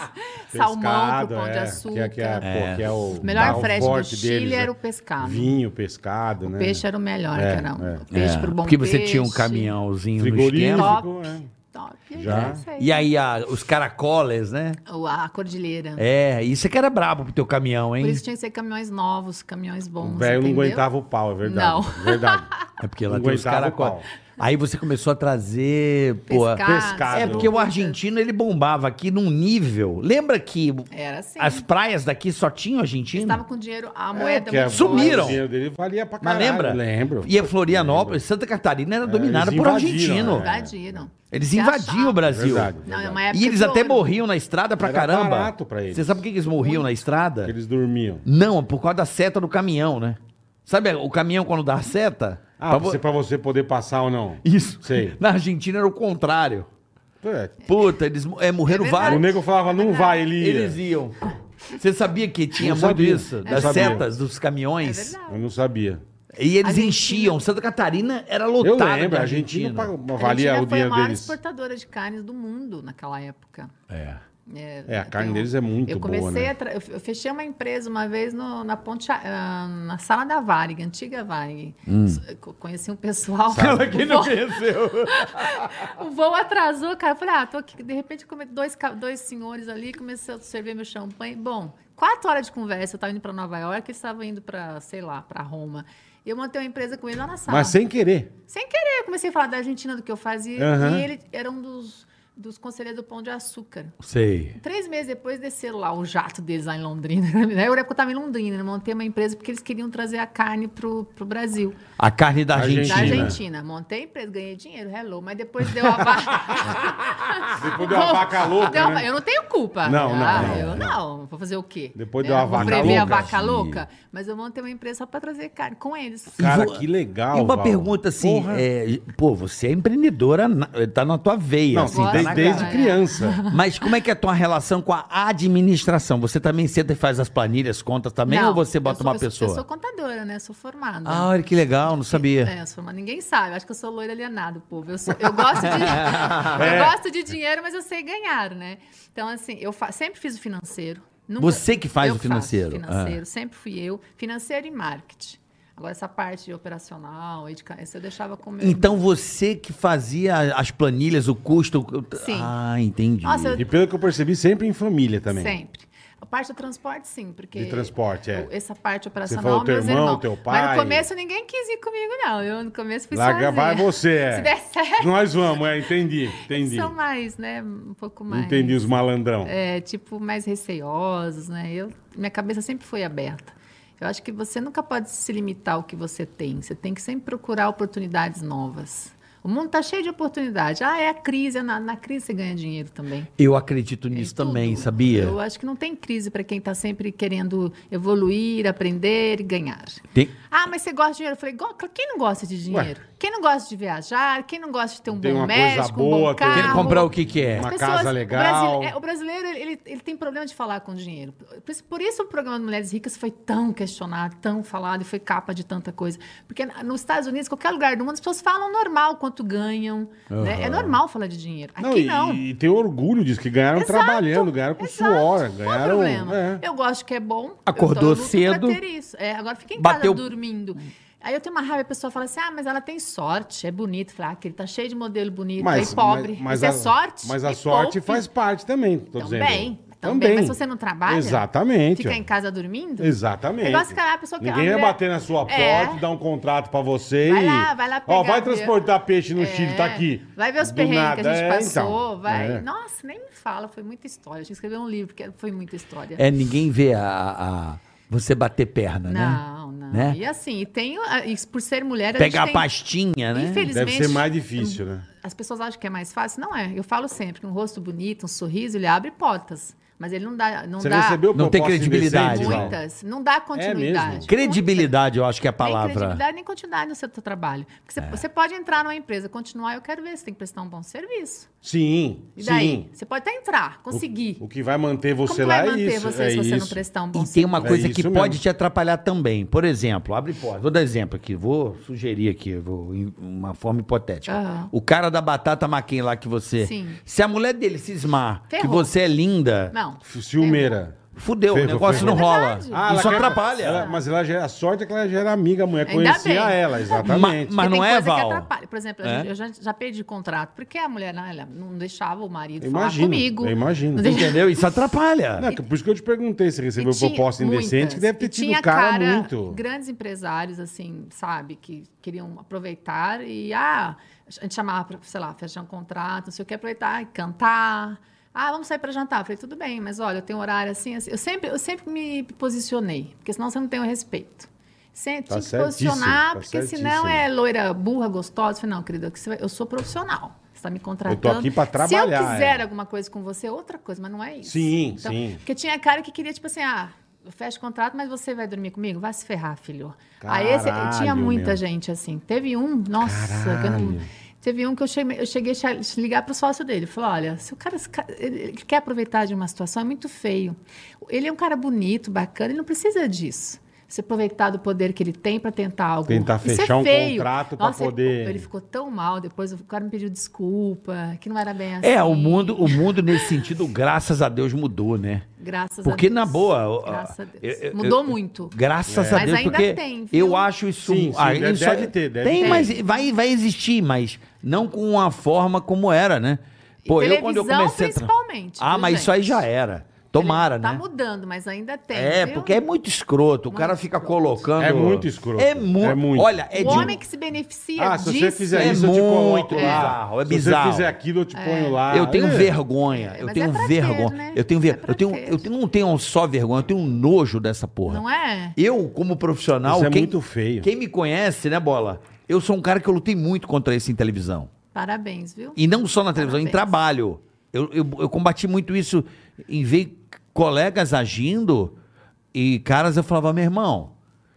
S1: salmão
S3: Pescado,
S1: pro pão de
S3: é,
S1: açúcar.
S3: Que é, que é, pô, que é o
S1: O melhor
S3: o
S1: frete do
S3: forte
S1: Chile
S3: deles, né?
S1: era o pescado.
S3: Vinho, pescado, né?
S1: Peixe era o melhor,
S3: É,
S1: que era um
S3: é.
S1: peixe
S4: É,
S1: pro bom
S4: porque você
S1: peixe.
S4: tinha um caminhãozinho no esquema.
S3: frigorífico, é.
S1: Top. E aí
S3: Já.
S1: era isso aí.
S4: E aí a- os caracoles, né?
S1: O- A cordilheira.
S4: É, isso é que era brabo pro teu caminhão,
S1: Por
S4: hein?
S1: isso tinha que ser caminhões novos, caminhões bons.
S3: O velho não
S1: entendeu?
S3: aguentava o pau, é verdade.
S1: Não.
S3: Verdade.
S4: É porque lá
S3: não
S4: tem os
S3: aguentava o
S4: caracoles.
S3: pau.
S4: Aí você começou a trazer, pô,
S1: Pescado.
S3: pescado.
S4: É porque o argentino ele bombava aqui num nível. Lembra que
S1: Era assim.
S4: as praias daqui só tinham argentino?
S1: Estava com dinheiro,
S3: É,
S1: a moeda
S3: porque a-
S1: muito
S4: Sumiram.
S1: forte.
S3: O dinheiro dele valia pra
S4: Mas
S3: caralho.
S4: lembra?
S3: Lembro.
S4: E a Florianópolis, Santa Catarina era dominada
S3: É, eles
S4: por
S3: invadiram,
S4: argentino.
S3: né?
S1: Invadiram.
S4: Eles
S1: Se
S4: invadiam o
S1: achavam.
S4: Brasil.
S3: Verdade.
S1: Não, é uma época
S4: E eles
S1: de
S4: até
S1: ouro.
S4: morriam na estrada pra
S3: Era
S4: caramba.
S3: barato pra eles.
S4: Você sabe por que que eles morriam na estrada?
S3: Porque Eles dormiam.
S4: Não, por causa da seta do caminhão, né? Sabe o caminhão quando dá a seta?
S3: Ah,
S4: Pra
S3: pra
S4: vo-
S3: você, pra você poder passar ou não?
S4: Isso.
S3: Sei.
S4: Na Argentina era o contrário.
S3: É.
S4: Puta, eles mo- é, morreram
S1: É verdade.
S3: O
S4: vários.
S3: nego falava, não
S1: é,
S3: vai, ele ia.
S4: Eles iam. Você sabia que tinha
S3: Não
S4: muito
S3: sabia.
S4: isso?
S3: Não
S4: Das
S3: sabia.
S4: setas dos
S1: É
S4: caminhões?
S1: verdade.
S3: Eu não sabia.
S4: E eles
S1: Argentina-
S4: enchiam. Santa Catarina era lotada.
S3: Eu
S4: de
S3: lembro, a Argentina pagou- valia
S1: Argentina
S3: o
S1: foi a
S3: dinheiro
S1: maior
S3: deles.
S1: exportadora de carnes do mundo naquela época.
S4: É.
S3: É, a carne
S1: Então,
S3: deles é muito
S1: Eu
S3: boa,
S1: comecei
S3: né?
S1: a tra- eu fe- eu fechei uma empresa uma vez no- na ponte ah, na sala da Varig, antiga Varig. S- co- Conheci um pessoal.
S4: Ela que não
S1: O voo-
S4: conheceu.
S1: O voo atrasou, cara. Eu falei, ah, tô aqui. De repente, come- dois, ca- dois senhores ali, comecei a servir meu champanhe. Bom, quatro horas de conversa. Eu tava indo pra Nova York, eles estavam indo pra, sei lá, pra Roma. E eu montei uma empresa com ele lá na sala.
S3: Mas sem querer.
S1: Sem querer, eu comecei a falar da Argentina, do que eu fazia.
S3: Aham.
S1: E ele era um dos, dos conselheiros do Pão de Açúcar.
S4: Sei.
S1: Três meses depois desceram lá o jato deles lá em Londrina. Na época eu estava em Londrina, né? montei uma empresa porque eles queriam trazer a carne pro, pro Brasil.
S4: A carne da
S1: Da
S4: Argentina.
S3: Argentina.
S1: Argentina. Montei a empresa, ganhei dinheiro, hello. Mas depois deu a vaca.
S3: Depois deu a vaca louca,
S1: Deu a-
S3: né?
S1: Eu não tenho culpa.
S3: Não, não,
S1: Ah,
S3: não,
S1: Eu
S3: não.
S1: não. Vou fazer o quê?
S3: Depois deu
S1: Eu
S3: a
S1: vou
S3: vaca
S1: prever a
S3: louca,
S1: vaca
S4: sim.
S1: louca. Mas eu montei uma empresa só para trazer carne com eles.
S3: Cara,
S4: vo-
S3: que legal.
S4: E uma
S3: Val.
S4: pergunta assim,
S3: Porra.
S4: é, pô, você é empreendedora, na- tá na tua veia.
S3: Não,
S4: assim, tá
S3: de-
S4: na
S3: desde
S4: cara.
S1: cara.
S3: criança.
S4: Mas como é que é a tua relação com a administração? Você também senta e faz as planilhas, contas também,
S1: Não,
S4: ou você
S1: eu
S4: bota
S1: sou-
S4: uma
S1: eu sou-
S4: pessoa?
S1: Eu sou contadora, né? Sou formada.
S4: Ah, olha que legal, não sabia.
S1: É, eu sou uma- ninguém sabe. Acho que eu sou loira alienado, povo. Eu, sou- eu gosto de,
S3: É.
S1: eu gosto de dinheiro, mas eu sei ganhar, né? Então, assim, eu fa- sempre fiz o financeiro. Nunca-
S4: Você que faz
S1: eu
S4: o financeiro, Ah.
S1: Faço financeiro, sempre fui eu. Financeiro e marketing. Agora, essa parte operacional, e de ca- essa eu deixava com o meu.
S4: Então você que fazia as planilhas, o custo. o-
S1: Sim.
S4: Ah, entendi.
S1: Nossa, eu-
S3: E pelo que eu percebi, sempre em família também.
S1: Sempre. A parte do transporte, sim, porque.
S3: De transporte, é.
S1: o- Essa parte operacional.
S3: falou teu
S1: meus
S3: irmão,
S1: irmãos.
S3: teu
S1: Mas
S3: pai.
S1: no começo ninguém quis ir comigo, não. Eu no começo fui
S3: Larga,
S1: sozinha.
S3: vai você, é.
S1: Se der certo.
S3: Nós vamos, é, entendi, entendi.
S1: São mais, né? Um pouco mais.
S3: Entendi os malandrão.
S1: é, tipo, mais receiosos, né? Eu, minha cabeça sempre foi aberta. Eu acho que você nunca pode se limitar ao que você tem. Você tem que sempre procurar oportunidades novas. O mundo está cheio de oportunidade. Ah, é a crise. é Na, na crise você ganha dinheiro também.
S4: Eu acredito nisso
S1: Em
S4: também,
S1: tudo.
S4: sabia?
S1: Eu acho que não tem crise para quem está sempre querendo evoluir, aprender e ganhar.
S4: Tem-
S1: Ah, mas você gosta de dinheiro? Eu falei, "Go- quem não gosta de dinheiro? Quem não gosta de viajar? Quem não gosta de ter um
S3: Tem
S1: bom
S3: uma coisa
S1: médico, um
S3: boa,
S1: bom
S3: tem-
S1: carro?
S4: Quer comprar o que que é?
S3: Uma
S1: As
S3: casa
S1: o
S3: legal.
S1: brasile- é, O brasileiro, ele, ele tem problema de falar com dinheiro. Por isso, por isso o programa de Mulheres Ricas foi tão questionado, tão falado e foi capa de tanta coisa. Porque na- nos Estados Unidos, qualquer lugar do mundo, as pessoas falam normal quanto ganham. né? É normal falar de dinheiro. Aqui
S3: e,
S1: não.
S3: e tem orgulho disso, que ganharam
S1: Exato,
S3: trabalhando, ganharam com
S1: exato.
S3: suor,
S1: Não é
S3: ganharam.
S1: problema.
S3: é.
S1: Eu gosto que é bom.
S4: Acordou
S1: eu tô- eu luto
S4: cedo,
S1: Pra ter isso. É, agora fica em
S4: bateu-
S1: casa dormindo. Aí eu tenho uma raiva, a pessoa fala assim: ah, mas ela tem sorte, é bonito. Fala, ah, que ele tá cheio de modelo bonito, é pobre. Mas, é sorte.
S3: Mas a
S1: me
S3: sorte
S1: poupe.
S3: faz parte também, tô dizendo.
S1: Também, também. Mas se você não trabalha,
S3: Exatamente.
S1: Ficar
S3: ó.
S1: em casa dormindo?
S3: Exatamente.
S1: É igual se calhar a pessoa que-
S3: Ninguém
S1: a
S3: vai
S1: mulher-
S3: bater na sua porta,
S1: É.
S3: dar um contrato pra você
S1: Vai
S3: e...
S1: lá, vai lá
S3: Ó,
S1: pegar,
S3: vai
S1: viu?
S3: transportar peixe no Chile, tá
S1: É.
S3: aqui.
S1: Vai ver os
S3: Do
S1: perrengues que a
S3: nada,
S1: gente
S3: é,
S1: passou.
S3: então,
S1: vai.
S3: é.
S1: Nossa, nem me fala, foi muita história. A gente escreveu um livro, porque foi muita história.
S4: É, ninguém vê a, a- você bater perna, né?
S1: Não, não.
S4: Né?
S1: E assim, e tem. a- e por ser mulher, a
S4: Pegar a
S1: gente tem,
S4: pastinha, né?
S3: Deve
S1: Infelizmente.
S3: ser mais difícil, né?
S1: As pessoas acham que é mais fácil. Não é. Eu falo sempre que um rosto bonito, um sorriso, ele abre portas. Mas ele não dá. Não
S3: Você
S1: dá
S3: recebeu
S4: Não tem
S3: proposta
S4: credibilidade,
S3: indecente, Val? É
S1: muitas. Não dá continuidade.
S3: mesmo?
S4: Credibilidade, eu acho que é a
S1: Nem
S4: palavra. É.
S1: credibilidade, nem continuidade no seu trabalho. Porque você, você pode entrar numa empresa, continuar, eu quero ver, você tem que prestar um bom serviço.
S3: Sim,
S1: E daí?
S3: sim.
S1: Você pode até entrar,
S3: O-
S1: conseguir.
S3: O, que vai manter você
S1: Como
S3: lá
S1: vai
S3: é
S1: manter
S3: isso.
S1: você
S3: é
S1: se você não
S3: isso.
S1: prestar um bom
S4: E tem uma
S1: serviço?
S3: É
S4: coisa que
S3: isso
S4: pode
S3: mesmo.
S4: te atrapalhar também. Por exemplo, abre porta. Vou dar exemplo aqui, vou sugerir aqui, vou, em uma forma hipotética.
S1: Aham.
S4: O cara da batata maquinha lá que você.
S1: Sim.
S4: Se a mulher dele cismar que
S1: Ferrou.
S4: você é linda,
S1: Não.
S3: Ciumeira.
S4: fudeu, o
S3: Ferrou,
S4: negócio
S3: ferrou.
S4: não rola.
S1: Verdade.
S3: Ah, ela
S4: Isso
S3: quer-
S4: atrapalha.
S3: ela- mas ela já, a sorte é que ela já era amiga, a mulher
S1: Ainda
S3: conhecia
S1: bem.
S3: ela, exatamente.
S4: Mas
S1: Porque tem
S4: não é,
S1: coisa que
S4: Val?
S1: atrapalha. Por exemplo,
S4: É?
S1: eu já, já perdi contrato, porque a mulher não, ela não deixava o marido
S3: Eu
S1: falar
S3: imagino,
S1: comigo.
S3: eu imagino.
S1: Não deixava-
S4: Entendeu? Isso atrapalha.
S3: É. Não, É, que- por isso que eu te perguntei se recebeu
S1: E tinha
S3: proposta indecente,
S1: muitas.
S3: que deve ter
S1: E
S3: tido
S1: tinha
S3: cara, muito.
S1: Grandes empresários, assim, sabe, que queriam aproveitar e, ah, a gente chamava pra, sei lá, fechar um contrato, não sei o que, aproveitar e cantar. Ah, vamos sair para jantar. Eu falei, tudo bem, mas olha, eu tenho horário assim, assim. Eu sempre, eu sempre me posicionei, porque senão você não tem o respeito. Você tinha
S3: Tá
S1: que posicionar,
S3: certíssimo, tá
S1: porque senão
S3: certíssimo.
S1: é loira, burra, gostosa. Eu falei, não, querido, aqui você vai- eu sou profissional. Você está me contratando.
S3: aqui pra
S1: Se eu
S3: trabalhar,
S1: quiser
S3: é.
S1: alguma coisa com você, é outra coisa, mas não é isso.
S3: Sim, sim.
S1: Porque tinha cara que queria, tipo assim, ah, eu fecho o contrato, mas você vai dormir comigo? Vai se ferrar, filho. Aí esse-
S3: Caralho,
S1: tinha muita
S3: meu.
S1: gente assim. Teve um, nossa, que eu não-
S3: Caralho.
S1: teve um que eu cheguei, eu cheguei a cha- ligar pro sócio dele. Falei, olha, se o cara esse cara- ele ele quer aproveitar de uma situação, é muito feio. Ele é um cara bonito, bacana, ele não precisa disso. se aproveitar do poder que ele tem para tentar algo.
S3: Tentar
S1: Isso é
S3: fechar um
S1: feio.
S3: contrato pra
S1: Nossa, ele-
S3: poder-
S1: Ele ficou tão mal, depois o cara me pediu desculpa, que não era bem assim.
S4: É, o mundo, o mundo nesse sentido, graças a Deus, mudou, né?
S1: Graças
S4: Porque,
S1: a Deus.
S4: na boa, o-
S1: Graças a Deus.
S4: eu- eu-
S1: Mudou
S4: eu-
S1: muito.
S4: Graças
S1: É.
S4: a
S1: Mas
S4: Deus,
S1: ainda
S4: porque
S1: tem, viu?
S4: eu acho isso...
S3: Sim, sim,
S4: ah,
S3: deve-
S4: isso
S3: deve ter, deve
S4: Tem,
S3: ter.
S4: mas vai, vai existir, mas não com a forma como era, né? Pô, eu quando eu
S1: televisão,
S4: comecei... a tra-
S1: principalmente,
S4: Ah,
S1: viu,
S4: mas isso aí
S1: gente?
S4: já era. Tomara,
S1: tá
S4: né?
S1: mudando, mas ainda tem.
S4: É,
S1: viu?
S4: porque é muito escroto. O cara
S1: Muito
S4: fica
S1: escroto.
S4: colocando...
S3: É muito escroto.
S4: É, mu...
S3: É muito.
S4: Olha, é
S1: o
S4: de...
S1: homem que se beneficia
S3: Ah, se
S1: disso.
S3: você fizer
S4: É
S3: isso, eu te coloco
S4: muito
S3: lá.
S4: bizarro, é
S3: se
S4: bizarro.
S3: você fizer aquilo, eu te ponho lá.
S4: Eu tenho
S3: É.
S4: vergonha.
S1: É,
S4: Eu
S1: mas
S4: tenho
S1: é pra ter,
S4: vergonha.
S1: né?
S4: Eu tenho ver...
S1: É pra
S4: eu tenho
S1: ter.
S4: eu tenho- não tenho só vergonha, eu tenho um nojo dessa porra.
S1: Não é?
S4: Eu, como profissional,
S3: Isso é
S4: quem,
S3: muito feio.
S4: quem me conhece, né, bola? Eu sou um cara que eu lutei muito contra isso em televisão.
S1: Parabéns, viu?
S4: E não só na televisão, em
S1: Parabéns.
S4: trabalho. Eu, eu, eu combati muito isso em ver colegas agindo e caras eu falava, meu irmão,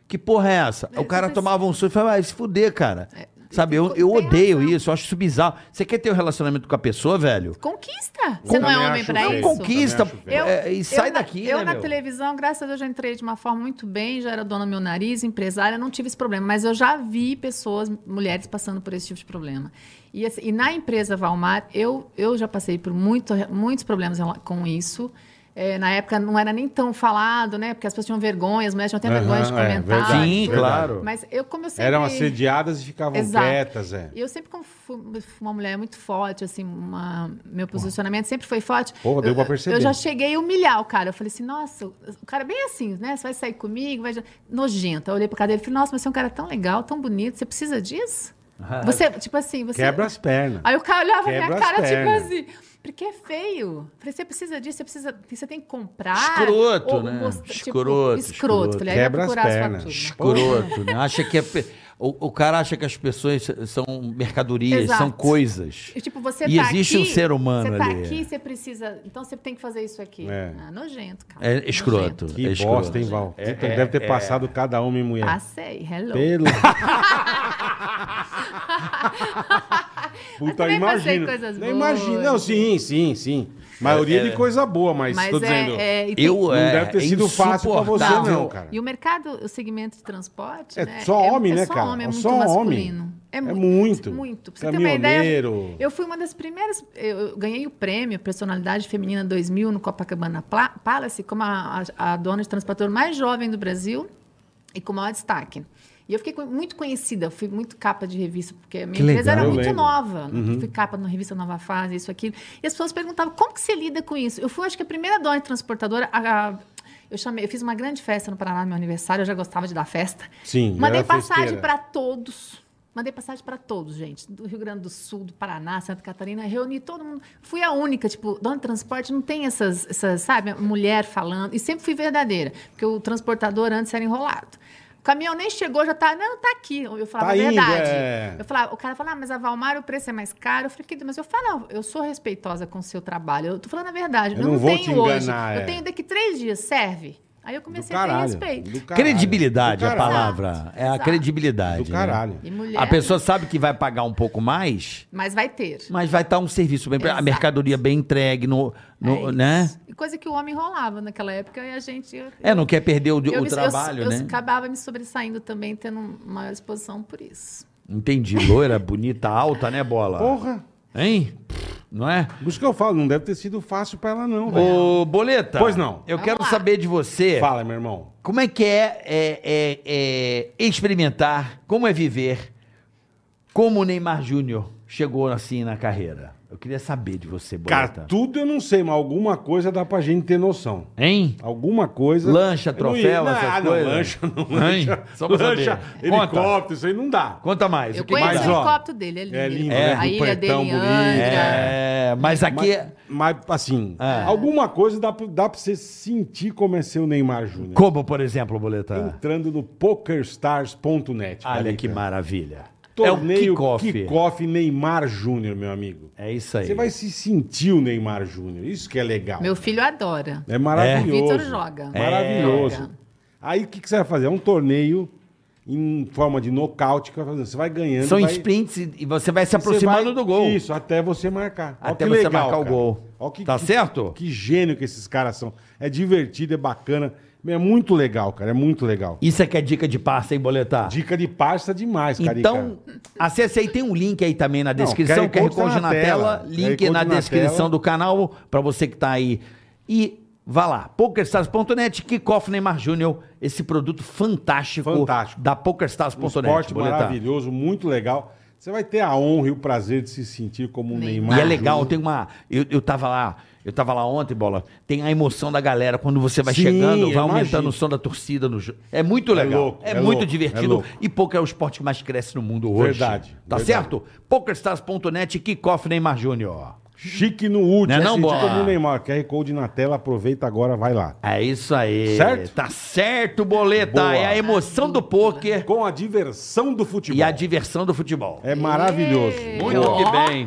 S4: que porra é essa?
S1: É,
S4: o cara
S1: você-
S4: tomava um susto e falava, vai se fuder, cara.
S1: É,
S4: Sabe, eu,
S1: tem-
S4: eu
S1: tem
S4: odeio
S1: razão.
S4: isso, eu acho isso bizarro. Você quer ter um relacionamento com a pessoa, velho?
S1: Conquista. Você não é
S3: Também
S1: homem
S3: acho
S1: pra
S3: feio.
S1: isso?
S3: Não
S4: Conquista
S3: Também acho
S1: Eu-
S4: é, e sai
S1: eu na-
S4: daqui,
S1: Eu
S4: né,
S1: na
S4: meu?
S1: televisão, graças a Deus, já entrei de uma forma muito bem, já era dona do meu nariz, empresária, não tive esse problema. Mas eu já vi pessoas, mulheres, passando por esse tipo de problema. E, assim, e na empresa Valmar, eu, eu já passei por muito, muitos problemas rela- com isso. É, na época não era nem tão falado, né? Porque as pessoas tinham vergonha, as mulheres tinham até
S3: Aham,
S1: vergonha de
S3: é,
S1: comentar.
S3: verdade,
S4: Sim,
S3: verdade.
S4: claro.
S1: Mas eu, como eu sempre...
S3: Eram assediadas e ficavam
S1: Exato.
S3: quietas, é.
S1: E Eu sempre como fui fui uma mulher muito forte, assim, uma- meu posicionamento sempre foi forte.
S3: Porra, deu pra
S1: Eu-
S3: perceber.
S1: Eu já cheguei a humilhar o cara. Eu falei assim, nossa, o cara é bem assim, né? Você vai sair comigo, vai... Nojenta. Eu olhei pro cara dele e falei, nossa, mas você é um cara tão legal, tão bonito, você precisa disso?
S4: Ah.
S1: Você, tipo assim, você...
S3: Ah, Quebra as pernas.
S1: Aí o cara olhava pra
S3: Quebra
S1: minha
S3: as
S1: cara,
S3: pernas.
S1: tipo assim... Porque é feio. Eu Falei, você precisa disso, você precisa. Você tem que comprar.
S4: Escroto,
S1: ou
S4: né?
S1: mostra- tipo,
S4: Escroto, escroto.
S1: escroto. Falei, aí vai
S3: Quebra as
S1: procurar sua
S3: pernas.
S1: turma.
S4: Escroto, né? Acha que é pe- o, o cara acha que as pessoas s- são mercadorias,
S1: Exato.
S4: são coisas.
S1: E, tipo, você
S4: E
S1: tá
S4: existe
S1: aqui,
S4: um ser humano
S1: você tá
S4: ali.
S1: aqui, você precisa... Então, você tem que fazer isso aqui.
S3: É.
S1: Ah, nojento, cara.
S4: É escroto.
S1: Nojento.
S3: Que
S4: é escroto.
S3: bosta, hein, Val? Puta, deve ter passado cada homem e mulher.
S1: Passei, hello.
S3: Pelo.
S1: Mas
S3: Puta,
S1: também passei
S3: imagino.
S1: coisas
S3: Não
S1: boas.
S3: imagino. Não, sim, sim, sim. Maioria
S4: É.
S3: de coisa boa, mas,
S1: Mas
S3: tô
S1: é...
S3: dizendo.
S1: é- e tem-
S4: Eu,
S3: Não
S4: é,
S3: deve ter sido fácil pra você,
S4: insuportável.
S3: não, cara.
S1: E o mercado, o segmento de transporte,
S3: É
S1: né,
S3: só homem, né,
S1: só
S3: cara?
S1: Homem,
S3: É
S1: é muito
S3: só homem.
S1: masculino.
S3: É
S1: mu-
S3: muito.
S1: Muito. Pra você ter uma ideia,
S3: Caminhoneiro.
S1: eu fui uma das primeiras... Eu eu ganhei o prêmio Personalidade Feminina 2000 no Copacabana Pla- Palace como a, a- a dona de transportador mais jovem do Brasil e com maior destaque. E eu fiquei co- muito conhecida, fui muito capa de revista, porque a minha
S4: Que
S1: empresa
S4: legal.
S3: Eu
S1: era muito
S3: lembro. Uhum.
S1: nova. Fui capa na revista Nova Fase, isso, aquilo. E as pessoas perguntavam, como que você lida com isso? Eu fui, acho que a primeira dona de transportadora... a- a- eu, chamei, eu fiz uma grande festa no Paraná no meu aniversário, eu já gostava de dar festa.
S3: Sim,
S1: Mandei
S3: era
S1: passagem
S3: festeira.
S1: para todos. Mandei passagem para todos, gente. Do Rio Grande do Sul, do Paraná, Santa Catarina. Reuni todo mundo. Fui a única, tipo, dona de transporte não tem essas, essas, sabe, mulher falando. E sempre fui verdadeira, porque o transportador antes era enrolado. O caminhão nem chegou, já tá, não, tá aqui. Eu falava a
S3: Tá indo,
S1: verdade.
S3: é.
S1: Eu falava, o cara falava, ah, mas a Valmar o preço é mais caro. Eu falei, querido, mas eu falo, não, eu sou respeitosa com o seu trabalho. Eu tô falando a verdade.
S3: Eu
S1: Eu,
S3: não
S1: não,
S3: vou
S1: tenho
S3: te enganar,
S1: hoje.
S3: é.
S1: Eu tenho daqui três dias, serve. Aí eu
S3: Do
S1: comecei a ter
S3: caralho.
S1: respeito.
S3: Do caralho.
S4: Credibilidade,
S3: Do
S4: a
S3: caralho.
S4: palavra. É a
S1: Exato.
S4: credibilidade.
S3: Do
S4: né?
S3: caralho.
S1: E mulher.
S4: A pessoa sabe que vai pagar um pouco mais,
S1: Mas vai ter.
S4: mas vai estar um serviço bem. A
S1: Exato.
S4: mercadoria bem entregue, no,
S1: É
S4: no-
S1: isso.
S4: né?
S1: E coisa que o homem rolava naquela época e a gente. Eu,
S4: É, não quer perder o, o
S1: eu me- eu-
S4: trabalho,
S1: eu
S4: né?
S1: acabava me sobressaindo também, tendo maior exposição por isso.
S4: Entendi. Loira, bonita, alta, né, bola?
S3: Porra.
S4: Hein? Não é?
S3: Por isso que eu falo, não deve ter sido fácil pra ela, não, velho.
S4: Ô, Boleta.
S3: Pois não.
S4: Eu
S1: Vamos
S4: quero
S1: lá.
S4: saber de você.
S3: Fala, meu irmão.
S4: Como é que é, é, é, é, experimentar, como é viver, como o Neymar Júnior chegou assim na carreira? Eu queria saber de você, Boleta.
S3: Cara, tudo eu não sei, mas alguma coisa dá pra gente ter noção.
S4: Hein?
S3: Alguma coisa.
S4: Lancha,
S3: Eu não
S4: troféu,
S3: ia- não,
S4: essas
S3: ah, não,
S4: coisas.
S3: lancha, não
S4: Hein?
S3: lancha.
S4: Só pra
S3: lancha,
S4: saber. Conta.
S3: helicóptero, isso aí não dá.
S4: Conta mais.
S1: Eu
S4: o que
S1: conheço
S4: mais?
S1: o
S3: ó,
S1: helicóptero dele, é lindo.
S3: é lindo,
S4: né?
S1: A
S3: Com
S1: ilha
S3: pretão
S1: dele em
S3: bonito.
S1: Angra.
S4: É, mas aqui...
S3: Mas, mas, assim, alguma coisa dá pra, dá pra você sentir como é ser o Neymar Júnior.
S4: Como, por exemplo, Boleta?
S3: Entrando no pokerstars.net.
S4: Olha
S3: Thalita.
S4: que maravilha. é o
S3: Torneio
S4: kickoff.
S3: Kickoff Neymar Júnior, meu amigo.
S4: É isso aí.
S3: Você vai se sentir o Neymar Júnior. Isso que é legal.
S1: Meu filho adora.
S3: É maravilhoso.
S1: Vitor joga.
S3: Maravilhoso.
S1: É.
S3: Aí o que, que você vai fazer? É um torneio em forma de nocaute, que vai fazendo. Você vai ganhando.
S4: São
S3: vai...
S4: sprints e- e você vai se
S3: Você
S4: aproximando
S3: vai-
S4: do gol.
S3: Isso, até você marcar. Olha
S4: Até
S3: que
S4: você marcar o
S3: cara.
S4: gol.
S3: Olha que-
S4: Tá
S3: que-
S4: certo?
S3: Que gênio que esses caras são. É divertido, é bacana. É muito legal, cara. É muito legal.
S4: Isso é que é dica de parça, hein, boletar?
S3: Dica de parça demais, cara.
S4: Então, acesse aí, tem um link aí também na
S3: QR
S4: descrição, QR
S3: Code tá
S4: Code na tela,
S3: QR
S4: link
S3: Code tá
S4: na
S3: na
S4: descrição
S3: tela.
S4: do canal, pra você que tá aí. E vá lá, pokerstars.net, Kickoff Neymar Júnior, esse produto fantástico,
S3: Fantástico.
S4: da
S3: um esporte
S4: pokerstars.net, boletar. E
S3: maravilhoso, muito legal. Você vai ter a honra e o prazer de se sentir como um
S1: Neymar.
S3: Neymar.
S4: é legal,
S3: Júnior.
S4: tem uma... Eu, eu tava lá... Eu tava lá ontem, Bola. Tem a emoção da galera quando você vai
S3: Sim,
S4: chegando, vai
S3: eu
S4: aumentando
S3: imagino.
S4: o som da torcida. No... jo- É muito legal. É,
S3: louco, é
S4: muito
S3: louco, é
S4: divertido.
S3: louco.
S4: e poker é o esporte que mais cresce no mundo hoje.
S3: Verdade,
S4: Tá
S3: verdade.
S4: certo? PokerStars.net, Kickoff Neymar Júnior.
S3: Chique no último.
S4: Né não,
S3: sentir
S4: Bola?
S3: como o Neymar. QR Code na tela, aproveita agora, vai lá.
S4: É isso aí.
S3: Certo?
S4: Tá certo, boleta.
S3: Boa.
S4: É a emoção do pôquer
S3: Com a diversão do futebol.
S4: e a diversão do futebol.
S3: É maravilhoso.
S4: Muito
S1: Ó.
S4: que bem.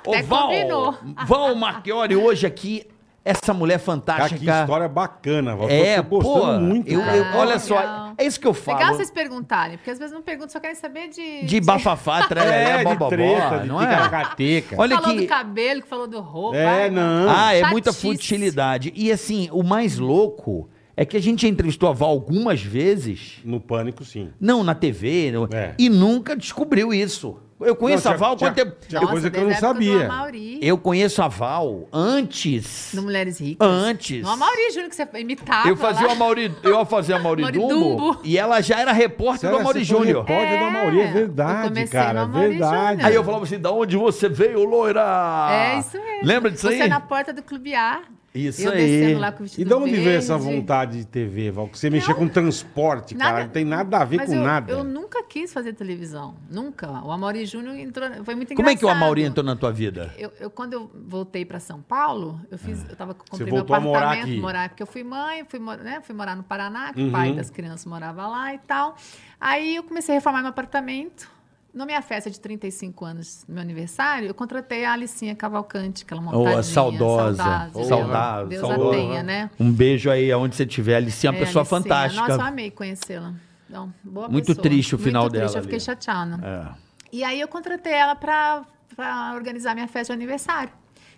S1: Até
S4: Ô, Val,
S1: combinou.
S4: Val Marchiori, hoje aqui, essa mulher
S3: Cara,
S4: fantástica.
S3: que Tá história bacana, Val.
S4: É,
S3: Tô gostando
S4: pô,
S3: muito.
S4: eu-
S3: cara.
S4: eu- olha
S1: Ah, legal.
S4: só, é isso que eu falo.
S1: Legal vocês perguntarem, porque às vezes não perguntam, só querem saber de.
S4: De bafafá, trelé,
S3: É, de
S4: bobobó,
S3: treta, de
S4: não é?
S3: ticaracateca.
S4: Olha
S1: falou
S4: que-
S1: do cabelo, que falou do roupa.
S3: É,
S1: Ai,
S3: não.
S4: Ah, é muita
S1: Chatice.
S4: futilidade. E assim, o mais louco é que a gente entrevistou a Val algumas vezes.
S3: No pânico, sim.
S4: Não, na TV. no-
S3: É.
S4: E nunca descobriu isso. Eu conheço
S3: Não,
S4: a Val há
S3: tinha-
S4: quanto tempo.
S3: tinha-
S4: Eu,
S3: coisa que eu
S1: desde
S3: não
S1: a época do
S3: sabia.
S1: Amauri,
S4: eu conheço a Val antes.
S1: No Mulheres Ricas.
S4: Antes.
S1: No Amauri, juro que você imitava.
S4: Eu fazia o
S1: lá.
S4: Amauri, eu fazia o Amauri
S1: Amauri
S4: Dumbo,
S1: Dumbo.
S4: e ela já era repórter do Amauri Júnior.
S3: Pode é. da Mauri, é
S1: É, eu
S3: verdade,
S1: comecei no
S3: cara.
S1: Amauri
S3: verdade.
S1: Júnior.
S4: Aí eu falava assim, da onde você veio, loira?
S1: É isso mesmo.
S4: Lembra disso
S1: Você
S4: aí?
S1: na porta do Clube A.
S4: Isso
S1: eu
S4: aí.
S1: descendo lá com o
S3: E
S1: vestido
S3: de onde veio essa
S1: verde.
S3: vontade de TV, Val? Que você mexer com transporte, cara.
S1: Nada-
S3: Não tem nada a ver
S1: Mas
S3: com
S1: eu,
S3: nada.
S1: Eu nunca quis fazer televisão. Nunca. O Amauri Júnior entrou. Foi muito engraçado.
S4: Como é que o Amauri entrou na tua vida?
S1: Eu, eu- quando eu voltei para São Paulo, eu fiz, eu tava comprei meu
S3: voltou a
S1: apartamento,
S3: morar aqui.
S1: porque eu fui mãe, fui, mor- né, fui morar no Paraná, que
S3: Uhum.
S1: o pai das crianças morava lá e tal. Aí eu comecei a reformar meu apartamento. Na minha festa de 35 anos, no meu aniversário, eu contratei a Alicinha Cavalcante, aquela
S4: Ô,
S1: montadinha,
S4: é saudosa,
S1: saudável.
S4: saudável,
S1: né? Deus
S4: saudosa.
S1: a tenha, né?
S4: Um beijo aí aonde você estiver. Alice é uma
S1: É,
S4: pessoa
S1: Alicinha.
S4: fantástica.
S1: Nossa, eu amei conhecê-la. Então, boa
S4: Muito
S1: pessoa.
S4: triste o final
S1: Muito triste,
S4: dela
S1: eu fiquei
S4: ali.
S1: chateada.
S4: É.
S1: E aí eu contratei ela pra pra organizar minha festa de aniversário.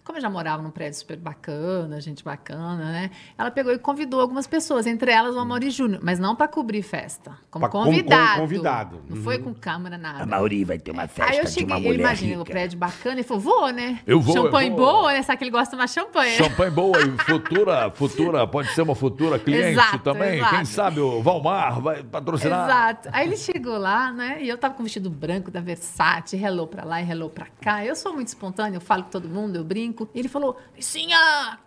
S1: Como eu já morava num prédio super bacana, gente bacana, né? Ela pegou e convidou algumas pessoas, entre elas o Amaury Júnior, mas não pra cobrir festa, como
S3: Pra- com- com-
S1: convidado.
S3: convidado. Uhum.
S1: Não foi com câmera nada.
S4: Mauri vai ter uma
S1: Aí eu cheguei, eu imaginei o prédio bacana e falou: vou, né?
S4: Eu vou, eu
S1: Champanhe
S4: vou.
S1: boa, né? Só que ele gosta de tomar champanhe. né?
S4: Champanhe boa e futura, futura, pode ser uma futura cliente
S1: Exato,
S4: também.
S1: exato.
S4: Quem sabe o Valmar vai patrocinar.
S1: Exato. Aí ele chegou lá, né? E eu tava com um vestido branco da Versace, hello pra lá e hello pra cá. Eu sou muito espontânea, eu falo com todo mundo, eu brinco. E ele falou, Licinha,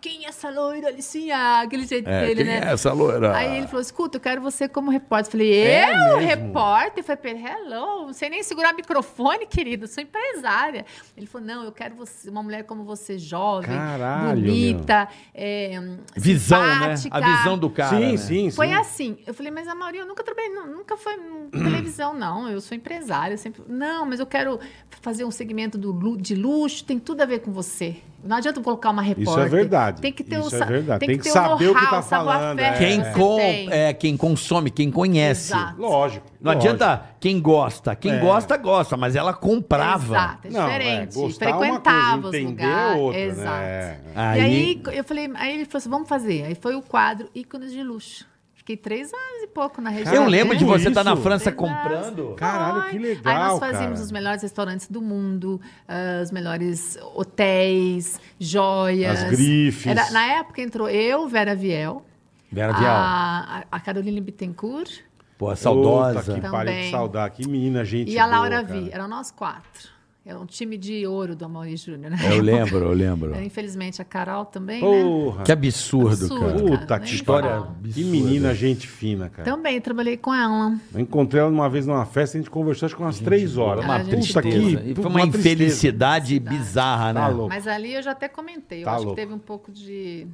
S1: quem é essa loira, Licinha? Aquele jeito
S4: É,
S1: dele,
S4: quem
S1: né?
S4: é essa loira?
S1: Aí ele falou, escuta, eu quero você como repórter. Eu falei,
S3: É
S1: eu,
S3: mesmo?
S1: repórter? Eu falei pra ele, hello, não sei nem segurar microfone, querido, sou empresária. Ele falou, não, eu quero você- uma mulher como você, jovem,
S3: Caralho,
S1: bonita, é,
S4: Visão, né?
S1: simpática."
S4: A visão do cara.
S3: sim,
S4: né?
S3: sim, sim.
S1: Foi assim. Eu falei, mas a Mauri, eu nunca trabalhei, nu- nunca foi em televisão, não. Eu sou empresária, eu sempre. Não, mas eu quero fazer um segmento do lu- de luxo, tem tudo a ver com você. Não adianta eu colocar uma repórter.
S3: é verdade.
S1: Tem que ter
S3: Isso
S1: o
S3: é
S1: sa-
S3: verdade. Tem que
S1: ter um
S3: saber o que
S1: know-how,
S3: tá
S1: saber a
S3: falando,
S1: fé que
S4: Quem,
S1: você
S4: com-
S1: tem.
S4: é, quem consome, quem conhece.
S1: Exato.
S3: Lógico.
S4: Não
S3: lógico.
S4: adianta quem gosta. Quem
S3: É.
S4: gosta, gosta, mas ela comprava.
S1: Exato, é
S3: Não, é,
S1: diferente.
S3: gostar é uma coisa,
S1: Frequentava os
S3: entender é
S1: lugares.
S3: outra, né?
S1: Exato.
S3: É.
S4: Aí-
S1: E aí eu falei, aí ele falou assim: vamos fazer. Aí foi o quadro ícones de luxo. Fiquei três anos e pouco na região.
S4: Eu lembro de
S3: Tudo
S4: você estar na
S3: isso?
S4: França
S1: Exato.
S4: comprando.
S3: Caralho, que legal,
S1: Aí nós fazíamos
S3: cara.
S1: os melhores restaurantes do mundo, ah, os melhores hotéis, joias.
S3: As grifes.
S1: Era- na época entrou eu, Vera Viel,
S4: Vera Vial.
S1: a, a Caroline Bittencourt
S4: Pô,
S3: Puta
S4: saudosa.
S3: que pariu, que
S1: Também.
S3: saudade. Que menina, gente.
S1: e a
S3: boa,
S1: Laura
S3: cara.
S1: Vi. Eram nós quatro. Era um time de ouro do Amaury Júnior, né?
S4: Eu lembro, eu lembro.
S1: Infelizmente a Carol também, né?
S3: Porra.
S4: Que absurdo, cara.
S1: É. Absurdo.
S3: Puta, que
S1: nem
S3: história.
S1: fala.
S3: Que menina, gente fina, cara.
S1: Também trabalhei com ela.
S3: Eu encontrei ela uma vez numa festa, a gente conversou acho que umas três horas.
S1: uma
S3: Puta
S1: tristeza.
S3: que-
S4: E foi uma,
S3: tristeza.
S4: infelicidade bizarra, né?
S3: Tá louco.
S1: Mas ali eu já até comentei. Eu
S3: Tá
S1: acho
S3: louco.
S1: que teve um pouco de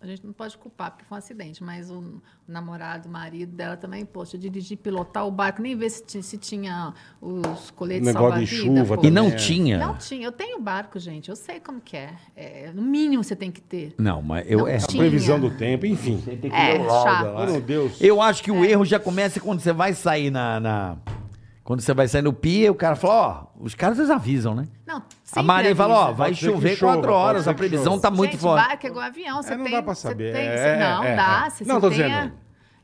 S1: a gente não pode culpar, porque foi um acidente, mas o namorado, o marido dela também, poxa, dirigir, pilotar o barco, nem ver se, ti- se tinha os coletes
S3: Negócio de
S1: salva-vida,
S3: chuva
S1: pô.
S4: E não
S3: É.
S4: tinha.
S1: Não tinha. Eu tenho barco, gente. Eu sei como que é. É, no mínimo você tem que ter.
S4: Não, mas eu
S1: Não
S4: é.
S3: A
S1: tinha.
S3: previsão do tempo, enfim.
S1: É,
S3: um
S1: chato.
S3: Meu Deus.
S4: Eu acho que
S1: É.
S4: o erro já começa quando você vai sair na. na- Quando você vai sair no pia, o cara fala, ó, os caras eles avisam, né?
S1: Não,
S4: a
S1: sempre é
S4: Maria fala, ó,
S1: avisa.
S4: vai
S3: Pode ser que
S4: chover
S3: chova,
S4: quatro
S3: pode
S4: horas,
S3: ser
S4: a
S3: que
S4: previsão
S3: chova.
S4: tá muito
S1: gente,
S4: forte.
S1: barco é igual avião. Você
S3: É, não
S1: tem,
S3: dá pra
S1: você
S3: saber.
S1: tem-
S3: É,
S1: você- não,
S3: é,
S1: dá.
S3: é.
S1: Você,
S3: Não,
S1: você
S3: tô
S1: tem a-
S3: dizendo.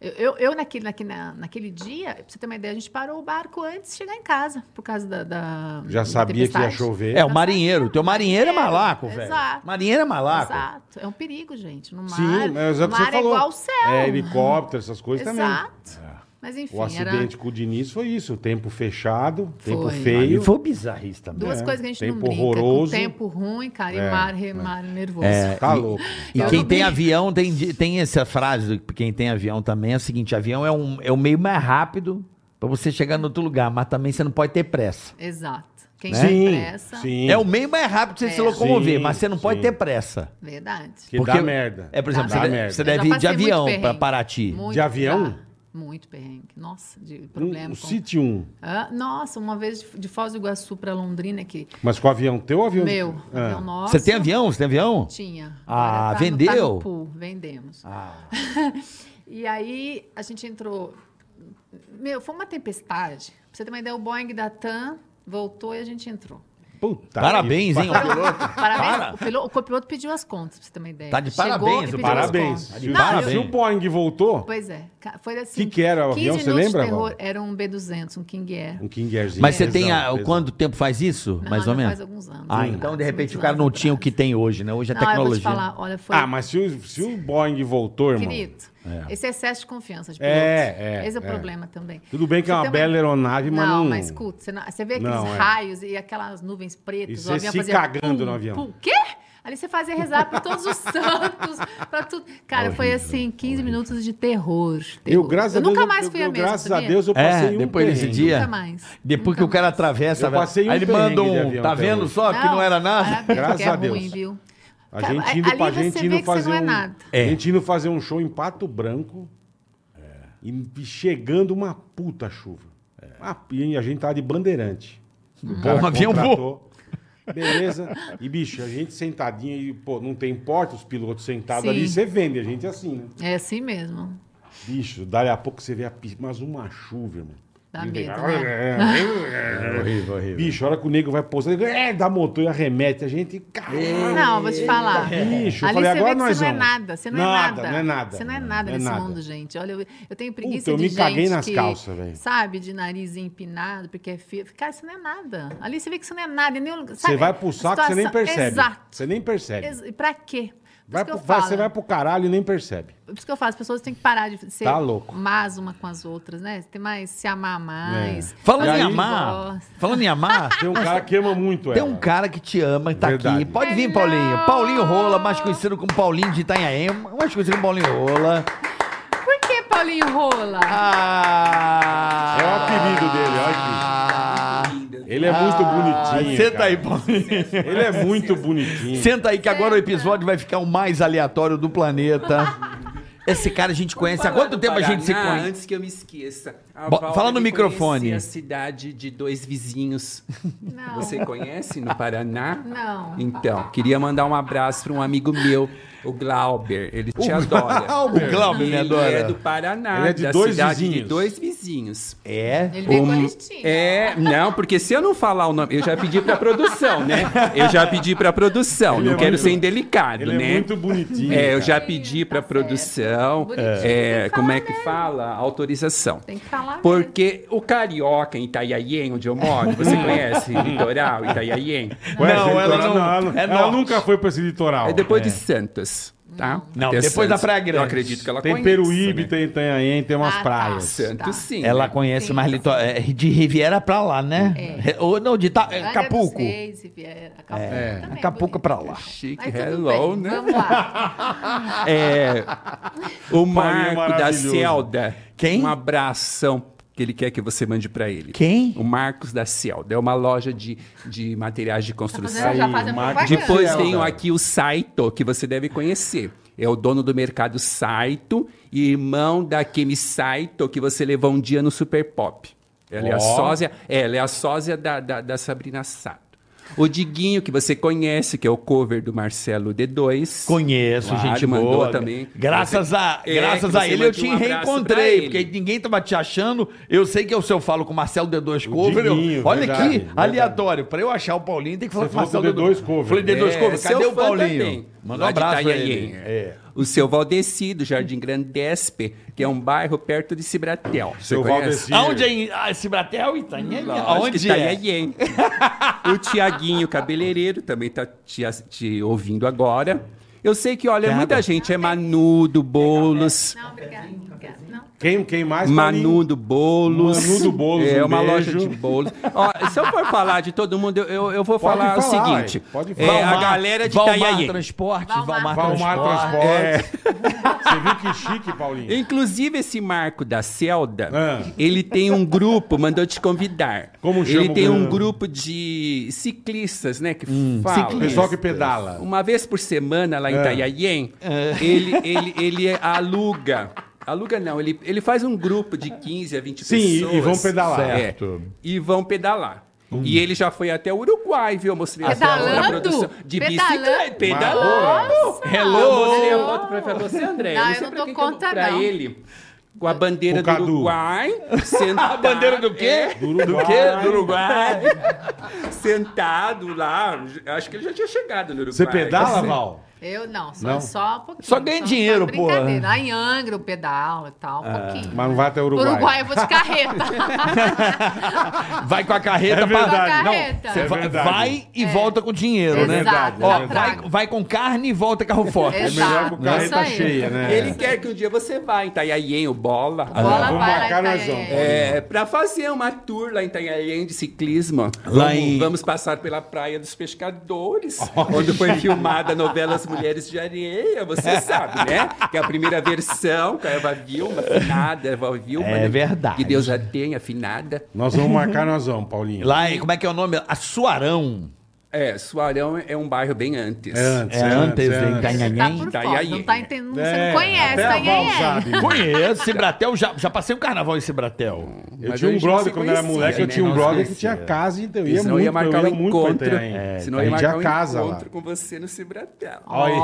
S1: Eu, eu, eu naquele, naquele, na- naquele dia, pra você ter uma ideia, a gente parou o barco antes de chegar em casa, por causa da. da-
S3: Já
S1: da
S3: sabia que ia
S1: tempestade.
S3: chover.
S4: É, o marinheiro. Teu marinheiro é malaco,
S1: Exato.
S4: velho. Marinheiro é malaco.
S1: Exato. É um perigo, gente. No mar,
S3: Sim, mas é o
S1: o
S3: que você
S1: mar é
S3: falou.
S1: igual ao céu.
S3: É, helicóptero, essas coisas também. É.
S1: Exato. Mas enfim,
S3: O
S1: era
S3: acidente com o Diniz foi isso. O tempo fechado, tempo
S1: Foi.
S4: E
S3: feio.
S4: foi bizarrista também.
S1: duas
S3: É,
S1: coisas que a gente
S3: tempo
S1: não brinca.
S3: horroroso.
S1: Com tempo ruim, cara,
S3: É,
S1: e mar, re- mar nervoso.
S4: É.
S3: Tá louco.
S4: E
S1: Eu
S4: quem
S1: não
S4: tem
S1: vi.
S4: avião tem, di- tem essa frase, do- quem tem avião também é o seguinte: avião é um, é um meio mais rápido pra você chegar no outro lugar, mas também você não pode ter pressa.
S1: Exato. Quem
S4: Né?
S1: tem
S3: Sim,
S1: pressa,
S3: sim.
S4: É o meio mais rápido pra você se
S1: É.
S4: locomover,
S3: Sim,
S4: mas você não pode
S3: sim.
S4: ter pressa.
S1: verdade.
S3: Que
S4: Porque-
S3: dá merda.
S4: É, por exemplo,
S1: Dá
S4: você,
S1: merda.
S4: deve, você
S1: Eu já
S4: deve ir de
S1: passei muito
S4: avião pra
S1: perrengue.
S4: Paraty.
S1: Muito,
S3: De avião?
S1: já. Muito perrengue. Nossa, de
S3: Um,
S1: problema.
S3: o
S1: com-
S3: City 1.
S1: Ah, nossa, uma vez de, de Foz do Iguaçu pra Londrina, que
S3: Mas com o avião teu ou avião?
S1: meu,
S3: Ah.
S1: avião nosso.
S4: Você tem avião? Você tem avião?
S1: Tinha.
S4: Ah,
S1: Agora tá no-
S4: vendeu? Ah.
S1: no pool, vendemos. e aí a gente entrou. Meu, foi uma tempestade. Pra você ter uma ideia, o Boeing da TAM voltou e a gente entrou.
S3: Puta
S4: Parabéns,
S3: que
S4: hein?
S3: pariu.
S1: tá Parabéns.
S4: Para.
S1: O, pilo- o copiloto pediu as contas, pra você ter uma ideia.
S4: Tá de
S1: Chegou
S4: parabéns,
S1: e
S4: o
S1: pediu as
S3: Parabéns.
S1: contas.
S4: Tá de
S3: Se o-
S4: parabéns.
S3: Se o Boeing voltou,
S1: Pois é. ca- Foi assim.
S3: Que que era o
S1: 15
S3: avião, você
S1: minutos de
S3: lembra,
S1: terror,
S3: Val?
S1: Era um B200, um King Air.
S3: um King Airzinho.
S4: Mas você
S3: Pesão,
S4: tem. A,
S3: pesão.
S4: quanto tempo faz isso?
S1: Não,
S4: mais
S1: já
S4: ou menos?
S1: Faz alguns anos.
S4: Ah,
S1: atrás,
S4: então de repente
S1: muitos
S4: o cara não
S1: anos
S4: tinha o
S1: atrás.
S4: que tem hoje, né? Hoje a
S1: Não, eu vou te
S4: tecnologia.
S1: falar, olha, foi.
S3: Ah, mas se o, se o Boeing voltou, irmão.
S1: Querido, esse é excesso de confiança de piloto.
S3: É, é,
S1: Esse é o
S3: é.
S1: problema também.
S3: Tudo bem que é
S1: Você
S3: uma
S1: tem
S3: bela aeronave, mas não.
S1: Não, mas escuta, você, não- você vê aqueles
S3: Não, é.
S1: raios e aquelas nuvens pretas.
S3: E
S1: o
S3: você
S1: avião
S3: se
S1: fazia
S3: cagando no avião.
S1: O quê? Ali você fazia rezar por todos os santos, pra tudo. Cara,
S3: É
S1: foi assim, 15 minutos de terror.
S3: eu,
S1: terror.
S3: graças a
S1: Eu
S3: Deus.
S1: nunca
S3: eu-
S1: mais
S3: eu-
S1: fui a
S3: eu,
S1: mesma,
S3: Graças a
S1: sabia?
S3: Deus eu
S4: É,
S3: passei um.
S4: depois desse
S3: perrengue.
S4: dia.
S1: Nunca mais.
S4: Depois
S1: Nunca
S4: que o cara
S1: mais.
S4: atravessa,
S3: Eu
S4: velho,
S3: passei um
S4: aí ele
S3: perrengue
S4: manda
S3: de
S4: um.
S3: avião
S4: Tá
S3: até
S4: vendo
S3: hoje.
S4: só que não era nada?
S1: parabéns,
S3: Graças
S1: porque é
S3: a Deus.
S1: Ruim, viu?
S3: A
S1: Cara,
S3: gente indo
S1: ali
S3: pra a
S1: você
S3: gente
S1: vê
S3: indo
S1: que você
S3: fazer
S1: não é
S3: um,
S1: nada.
S4: É.
S3: A gente indo fazer um show em Pato Branco. É. E chegando uma puta chuva. Ah, e a gente tava de bandeirante. O
S4: Bom, avião voou.
S3: contratou. Beleza. E, bicho, a gente sentadinho e, pô, não tem porta, os pilotos sentados
S1: Sim.
S3: ali, você vende, a gente é assim, né?
S1: É assim mesmo.
S3: Bicho, dali a pouco você vê a pista, mas uma chuva, irmão.
S1: Dá
S3: Ninguém-
S1: medo, né?
S4: Horrível, horrível.
S3: é. Bicho, a hora que o nego vai pousar, ele é, dá motor e arremete a gente. Caralho.
S1: Não, vou te falar.
S3: Bicho, É. eu
S1: Ali
S3: falei,
S1: você
S3: agora
S1: vê que
S3: nós
S1: você não é
S3: vamos.
S1: nada. Você não
S3: Nada,
S1: é nada.
S3: não é nada.
S1: Você não é nada
S3: Não é
S1: nesse
S3: nada.
S1: mundo, gente. Olha, eu, eu tenho preguiça
S3: eu
S1: de
S3: me
S1: gente
S3: caguei nas
S1: que,
S3: calças, velho.
S1: Sabe, de nariz empinado, porque é fio. Cara, você não é nada. Ali você vê que você não é nada. em nenhum lugar,
S3: Você
S1: sabe?
S3: vai pro
S1: A
S3: saco, você nem
S1: situação-
S3: percebe.
S1: Exato.
S3: Você nem percebe.
S1: Ex- E pra quê? Por
S3: Vai
S1: isso que eu
S3: pro- vai- você
S1: falo.
S3: vai pro caralho e nem percebe.
S1: Por isso que eu falo, as pessoas têm que parar de ser
S3: Tá louco.
S1: más uma com as outras, né? Tem mais, se amar mais.
S4: Falando
S1: fazer
S4: em
S1: o que
S4: amar,
S1: gosta.
S4: falando em amar,
S3: Tem um cara que ama muito
S4: tem
S3: ela.
S4: um cara que te ama e tá
S3: Verdade.
S4: aqui. Pode vir, Paulinho. Paulinho Rola, mais conhecido como Paulinho de Itanhaém, mais conhecido como Paulinho Rola.
S1: Por que Paulinho Rola?
S4: Ah,
S3: É o apelido dele, olha aqui. Ele é muito bonitinho.
S4: Senta aí,
S3: É cara.
S4: Paulinho.
S3: Ele é muito bonitinho.
S4: Senta aí que agora o episódio vai ficar o mais aleatório do planeta. Esse cara a gente conhece. Há
S5: Falar
S4: quanto
S5: do
S4: tempo a gente se
S5: Paraná,
S4: conhece?
S5: Antes que eu me esqueça. A
S4: Bo-
S5: Val
S4: fala no
S5: me
S4: microfone.
S5: conhecia a cidade de dois vizinhos.
S1: Não.
S5: Você conhece no Paraná?
S1: Não.
S5: Então, queria mandar um abraço para um amigo meu, o Glauber. Ele te adora.
S4: Glauber. O Glauber me
S5: ele
S4: adora.
S5: é do Paraná,
S3: Ele é de
S5: da
S3: dois
S5: cidade
S3: vizinhos.
S5: de dois vizinhos.
S4: É.
S1: Ele veio com a
S5: Um-
S1: listinha.
S5: É, não, porque se eu não falar o nome, eu já pedi pra produção, né? Eu já pedi pra produção,
S3: Ele
S5: não
S3: é
S5: quero
S3: muito-
S5: ser indelicado,
S3: Ele
S5: né?
S3: é muito bonitinho.
S5: É, eu
S3: cara.
S5: já pedi pra
S1: Tá certo.
S5: produção,
S1: Bonitinho,
S5: é,
S1: tem que
S5: como é
S1: falar
S5: que
S1: mesmo.
S5: fala? Autorização.
S1: Tem que falar mesmo.
S5: Porque o carioca em Itanhaém, onde eu moro, você conhece litoral, Itanhaém?
S3: Ué,
S4: Não,
S3: esse
S4: ela
S3: litoral-
S4: não- é
S3: ela
S4: norte.
S3: nunca foi pra esse litoral. né?
S5: É depois de Santos, tá?
S4: Não,
S5: Até
S4: depois da Praia Grande.
S5: Eu acredito que ela
S3: Tem
S5: conheça,
S3: Peruíbe,
S5: né?
S3: tem Itanhaém, tem umas
S1: Ah, tá.
S3: praias.
S5: Santos,
S1: Tá.
S5: sim.
S4: Ela
S5: né?
S4: conhece
S1: Sim.
S4: mais lito- é, de Riviera pra lá, né? É, Ou não, de Ita- é,
S1: Grande
S4: Acapulco.
S1: dos Reis, Riviera, Acapulco
S4: É,
S1: também,
S4: Acapulco
S1: bonito.
S4: pra lá.
S5: Chique,
S1: Mas tudo
S5: hello,
S1: bem,
S5: né?
S1: Vamos lá.
S5: É, o Marco da
S3: maravilhoso.
S5: Celda.
S4: Quem?
S5: Um abração que ele quer que você mande pra ele.
S4: Quem?
S5: O Marcos da Celda. É uma loja de, de materiais de
S1: Tá
S5: construção.
S1: fazendo, já faz a
S3: Marco
S1: propaganda.
S5: Depois
S3: Celda.
S5: tenho aqui o Saito, que você deve conhecer. é o dono do mercado Saito e irmão da Kemi Saito, que você levou um dia no Super Pop. Ela é
S3: Ó.
S5: a sósia, ela é a sósia da, da, da Sabrina Sato. O Diguinho, que você conhece, que é o cover do Marcelo D2.
S4: Conheço,
S5: Claro,
S4: gente
S5: mandou
S4: boa.
S5: também.
S4: Graças
S5: Você-
S4: a,
S5: É,
S4: graças
S5: que
S4: a
S5: você
S4: ele eu
S5: mande
S4: te
S5: um abraço pra
S4: reencontrei,
S5: ele.
S4: porque ninguém tava te achando. Eu sei que é o seu falo com o Marcelo D2
S3: O
S4: Cover. eu-
S3: Diguinho,
S4: olha
S3: verdade,
S4: aqui,
S3: verdade.
S4: aleatório. Pra eu achar o Paulinho, tem que falar
S3: Você
S4: com o Marcelo
S3: falou do D2 Cover.
S4: Falei D2
S5: É,
S4: Cover.
S5: seu
S4: Cadê o
S5: fã
S4: Paulinho?
S5: também, tá
S4: Manda um
S5: lá de
S4: abraço pra ele.
S5: Itanhaém.
S4: É.
S5: O seu Valdeci, do Jardim Grandespe, que é um bairro perto de Cibratel. Você
S3: Seu
S5: conhece?
S3: Valdeci.
S4: Aonde é em ah, Cibratel? Itanhaém?
S5: Lógico que
S4: Aonde
S5: tá
S4: é?
S5: aí, hein? o Tiaguinho Cabeleireiro também tá te, as- te ouvindo agora. Eu sei que, olha, muita gente é Manudo Boulos.
S1: Não, obrigada. obrigada. Não.
S3: Quem, quem mais? Paulinho?
S5: Manudo Boulos.
S3: Manudo Boulos,
S5: É
S3: um
S5: uma
S3: beijo.
S5: loja de bolos. Ó, se eu for falar de todo mundo, eu, eu, eu vou
S3: Pode
S5: falar, o
S3: falar,
S5: seguinte.
S3: ué. Pode
S5: é,
S3: falar.
S5: a galera de
S4: Valmar
S5: Itanhaém.
S4: Transporte,
S1: Valmar.
S4: Valmar,
S3: Valmar
S4: Transporte.
S3: Transporte. É. Você viu que chique, Paulinho?
S5: Inclusive, esse Marco da Celda,
S3: Ah.
S5: ele tem um grupo, mandou te convidar.
S3: Como chama
S5: Ele
S3: o
S5: tem um
S3: grupo?
S5: grupo de ciclistas, né? Que fala.
S3: O pessoal que pedala.
S5: Uma vez por semana lá em
S3: É.
S5: Itanhaém,
S4: É.
S5: ele, ele, ele aluga. Aluga não, ele, ele faz um grupo de 15 a 20
S3: Sim, e- e
S5: pessoas.
S3: vão pedalar. Hum.
S4: Certo.
S5: É, e vão pedalar. E ele já foi até o Uruguai, viu? Eu mostrei é a foto pra
S1: Pedalando?
S5: produção. De
S1: Pedalando?
S5: bicicleta, pedalando.
S1: Nossa!
S5: Eu mostrei a foto pra ele, falei, você, André.
S1: Não,
S5: eu
S1: eu
S5: sei
S1: não
S5: pra
S1: dou
S5: quem que
S1: conta,
S5: eu, pra
S1: não.
S5: ele, com a bandeira
S3: O Cadu.
S5: do Uruguai, sentado.
S4: A bandeira do
S3: Do
S4: quê? É. Do
S3: Uruguai.
S4: quê? Do Uruguai.
S5: é, Sentado lá. Acho que ele já tinha chegado no Uruguai.
S3: Você pedala, Val?
S1: Eu não, só,
S3: Não?
S1: só um pouquinho.
S4: Só ganha dinheiro, pô.
S1: brincadeira. Lá em Angra, o pedal e tal, um pouquinho.
S3: Mas não vai até o
S1: Pro
S3: Uruguai.
S1: Uruguai eu vou de carreta. Tá
S4: Vai com a carreta
S3: É verdade.
S4: pra...
S1: Com a carreta.
S4: Você
S1: É
S4: vai,
S3: verdade.
S4: vai e volta com dinheiro, né?
S3: verdade,
S1: Exato,
S3: é
S4: Ó,
S1: na
S4: vai,
S1: praga.
S4: vai com carne e volta carro forte.
S1: É.
S3: melhor
S1: Exato,
S3: com
S1: isso
S3: carreta
S1: aí.
S3: cheia, né?
S5: Ele quer que um dia você vá em Itanhaém, o
S1: Bola
S5: Bola.
S3: vamos
S1: vai lá
S3: marcar,
S1: em
S3: nós
S1: Itanhaém.
S3: vamos.
S5: É, pra fazer uma tour lá em Itanhaém de ciclismo.
S4: Lá
S5: vamos,
S4: em-
S5: vamos passar pela Praia dos Pescadores, onde foi filmada a novela As Mulheres de Areia, você sabe, né? Que é a primeira versão com a Eva Vilma, afinada, Eva Vilma.
S4: É
S5: né?
S4: verdade.
S5: Que Deus a tenha, afinada.
S3: Nós vamos marcar, nós vamos, Paulinho.
S4: Lá em, como é que é o nome? Açuarão.
S5: É, Suarão é um bairro bem antes.
S3: É antes,
S4: É antes
S3: é
S4: de
S1: Tá
S4: Itanhaém.
S1: por
S5: Tá
S1: fora,
S5: aí,
S1: não
S5: aí.
S1: tá entendendo, você
S3: É,
S1: não conhece,
S3: até a
S1: tá
S3: Val
S1: em
S3: sabe. né?
S4: Conheço, Cibratel. Já, já passei um carnaval em Cibratel.
S3: Eu
S5: Mas
S3: tinha um
S5: hoje
S3: brother,
S5: você
S3: quando eu era
S5: conhecia,
S3: moleque, eu
S5: né?
S3: tinha um
S5: Nós
S3: brother que
S4: conhecia.
S3: tinha casa, então eu ia
S5: Senão
S3: muito,
S5: eu ia marcar
S3: eu
S5: um
S3: ia muito pra
S5: encontro.
S3: Itanhaém. É,
S5: Senão
S3: a
S5: eu ia
S3: gente tinha
S5: marcar um
S3: casa lá.
S5: encontro com você no Cibratel.
S3: Olha,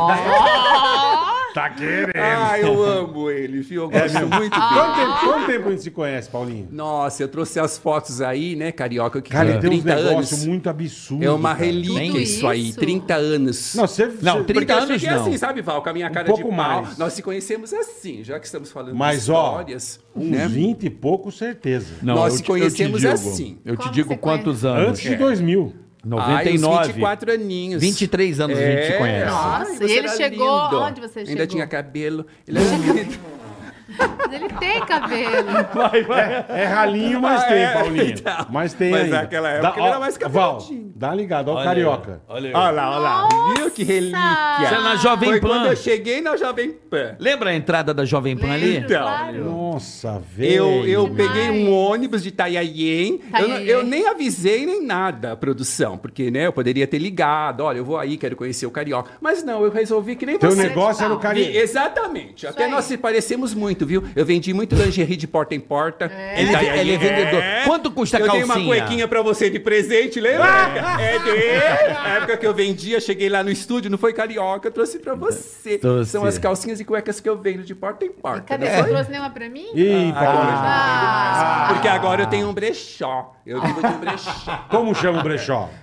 S3: tá querendo.
S5: Ah, eu amo ele, viu?
S3: É,
S5: Eu gosto muito dele.
S4: Ah.
S3: Quanto tempo, quanto tempo a gente se conhece, Paulinho?
S5: Nossa, eu trouxe as fotos aí, né, carioca? Que
S3: Cara,
S5: tem
S3: ele tem uns
S5: 30
S3: negócios
S5: anos.
S3: muito absurdos.
S5: É uma
S3: cara.
S1: Tudo
S5: relíquia isso, aí,
S1: isso?
S5: 30 anos.
S3: Não, você...
S4: Não,
S3: você-
S4: 30
S5: Porque eu
S4: anos
S5: cheguei
S4: não.
S5: assim, sabe, Val, com a minha cara
S3: Um pouco
S5: de pau.
S3: mais.
S5: Nós se conhecemos assim, já que estamos falando
S3: Mas,
S5: de
S3: ó, um
S5: histórias.
S3: uns
S5: né?
S3: 20 e pouco, certeza.
S4: eu
S5: Nós se
S4: te- eu te
S5: conhecemos
S4: digo.
S5: assim.
S4: Eu te
S1: Como
S4: digo
S1: você
S4: quantos anos. É.
S3: Antes
S5: É.
S3: de 2000.
S5: Ah, uns
S4: 99.
S5: 24 aninhos.
S4: 23 anos a gente se conhece.
S1: Nossa,
S5: Ai, você
S1: e ele
S5: era
S1: chegou-
S5: lindo.
S1: onde você
S5: Ainda
S1: chegou?
S5: tinha cabelo. Ele era lindo.
S1: Mas ele tem cabelo.
S3: É ralinho, mas
S5: Ah,
S3: tem,
S5: é,
S3: Paulinho.
S5: então.
S3: Mas tem
S5: Mas
S3: ainda.
S5: naquela época ele era mais
S3: Val,
S5: cabeludinho.
S3: dá ligado, ó o
S4: Olha
S3: carioca.
S4: aí, olha aí.
S3: Olha lá, olha lá.
S5: Viu que relíquia?
S4: Isso é na Jovem
S5: Foi
S4: Pan.
S5: quando eu cheguei na Jovem Pan.
S4: Lembra a entrada da Jovem Pan ali?
S1: Lembro,
S3: Então.
S1: claro.
S3: Nossa, velho.
S5: Eu, eu
S1: Demais.
S5: peguei um ônibus de Itanhaém. Eu, não-
S1: Itanhaém.
S5: eu nem avisei nem nada a produção, porque né, eu poderia ter ligado. Olha, eu vou aí, quero conhecer o Carioca. Mas não, eu resolvi que nem
S3: Teu
S5: você.
S3: negócio era o
S1: Vi-
S5: Vi-
S3: carioca.
S5: exatamente. Até
S1: aí.
S5: nós se parecemos muito, viu? Eu vendi muito lingerie de porta em porta.
S4: Ele,
S5: Itanhaém.
S4: ele é vendedor. Quanto custa a
S5: eu dei
S4: calcinha?
S5: uma cuequinha pra você de presente, lembra? É, dele. Na época que eu vendia, cheguei lá no estúdio, não foi carioca, eu trouxe pra você.
S4: Trouxe.
S5: São as calcinhas e cuecas que eu vendo de porta em porta.
S1: Cadê?
S5: né?
S1: Você trouxe nenhuma pra mim?
S3: Ih, Paulinho.
S1: Ah,
S5: Porque agora eu tenho um brechó. Eu vivo de um brechó.
S3: Como chama o brechó?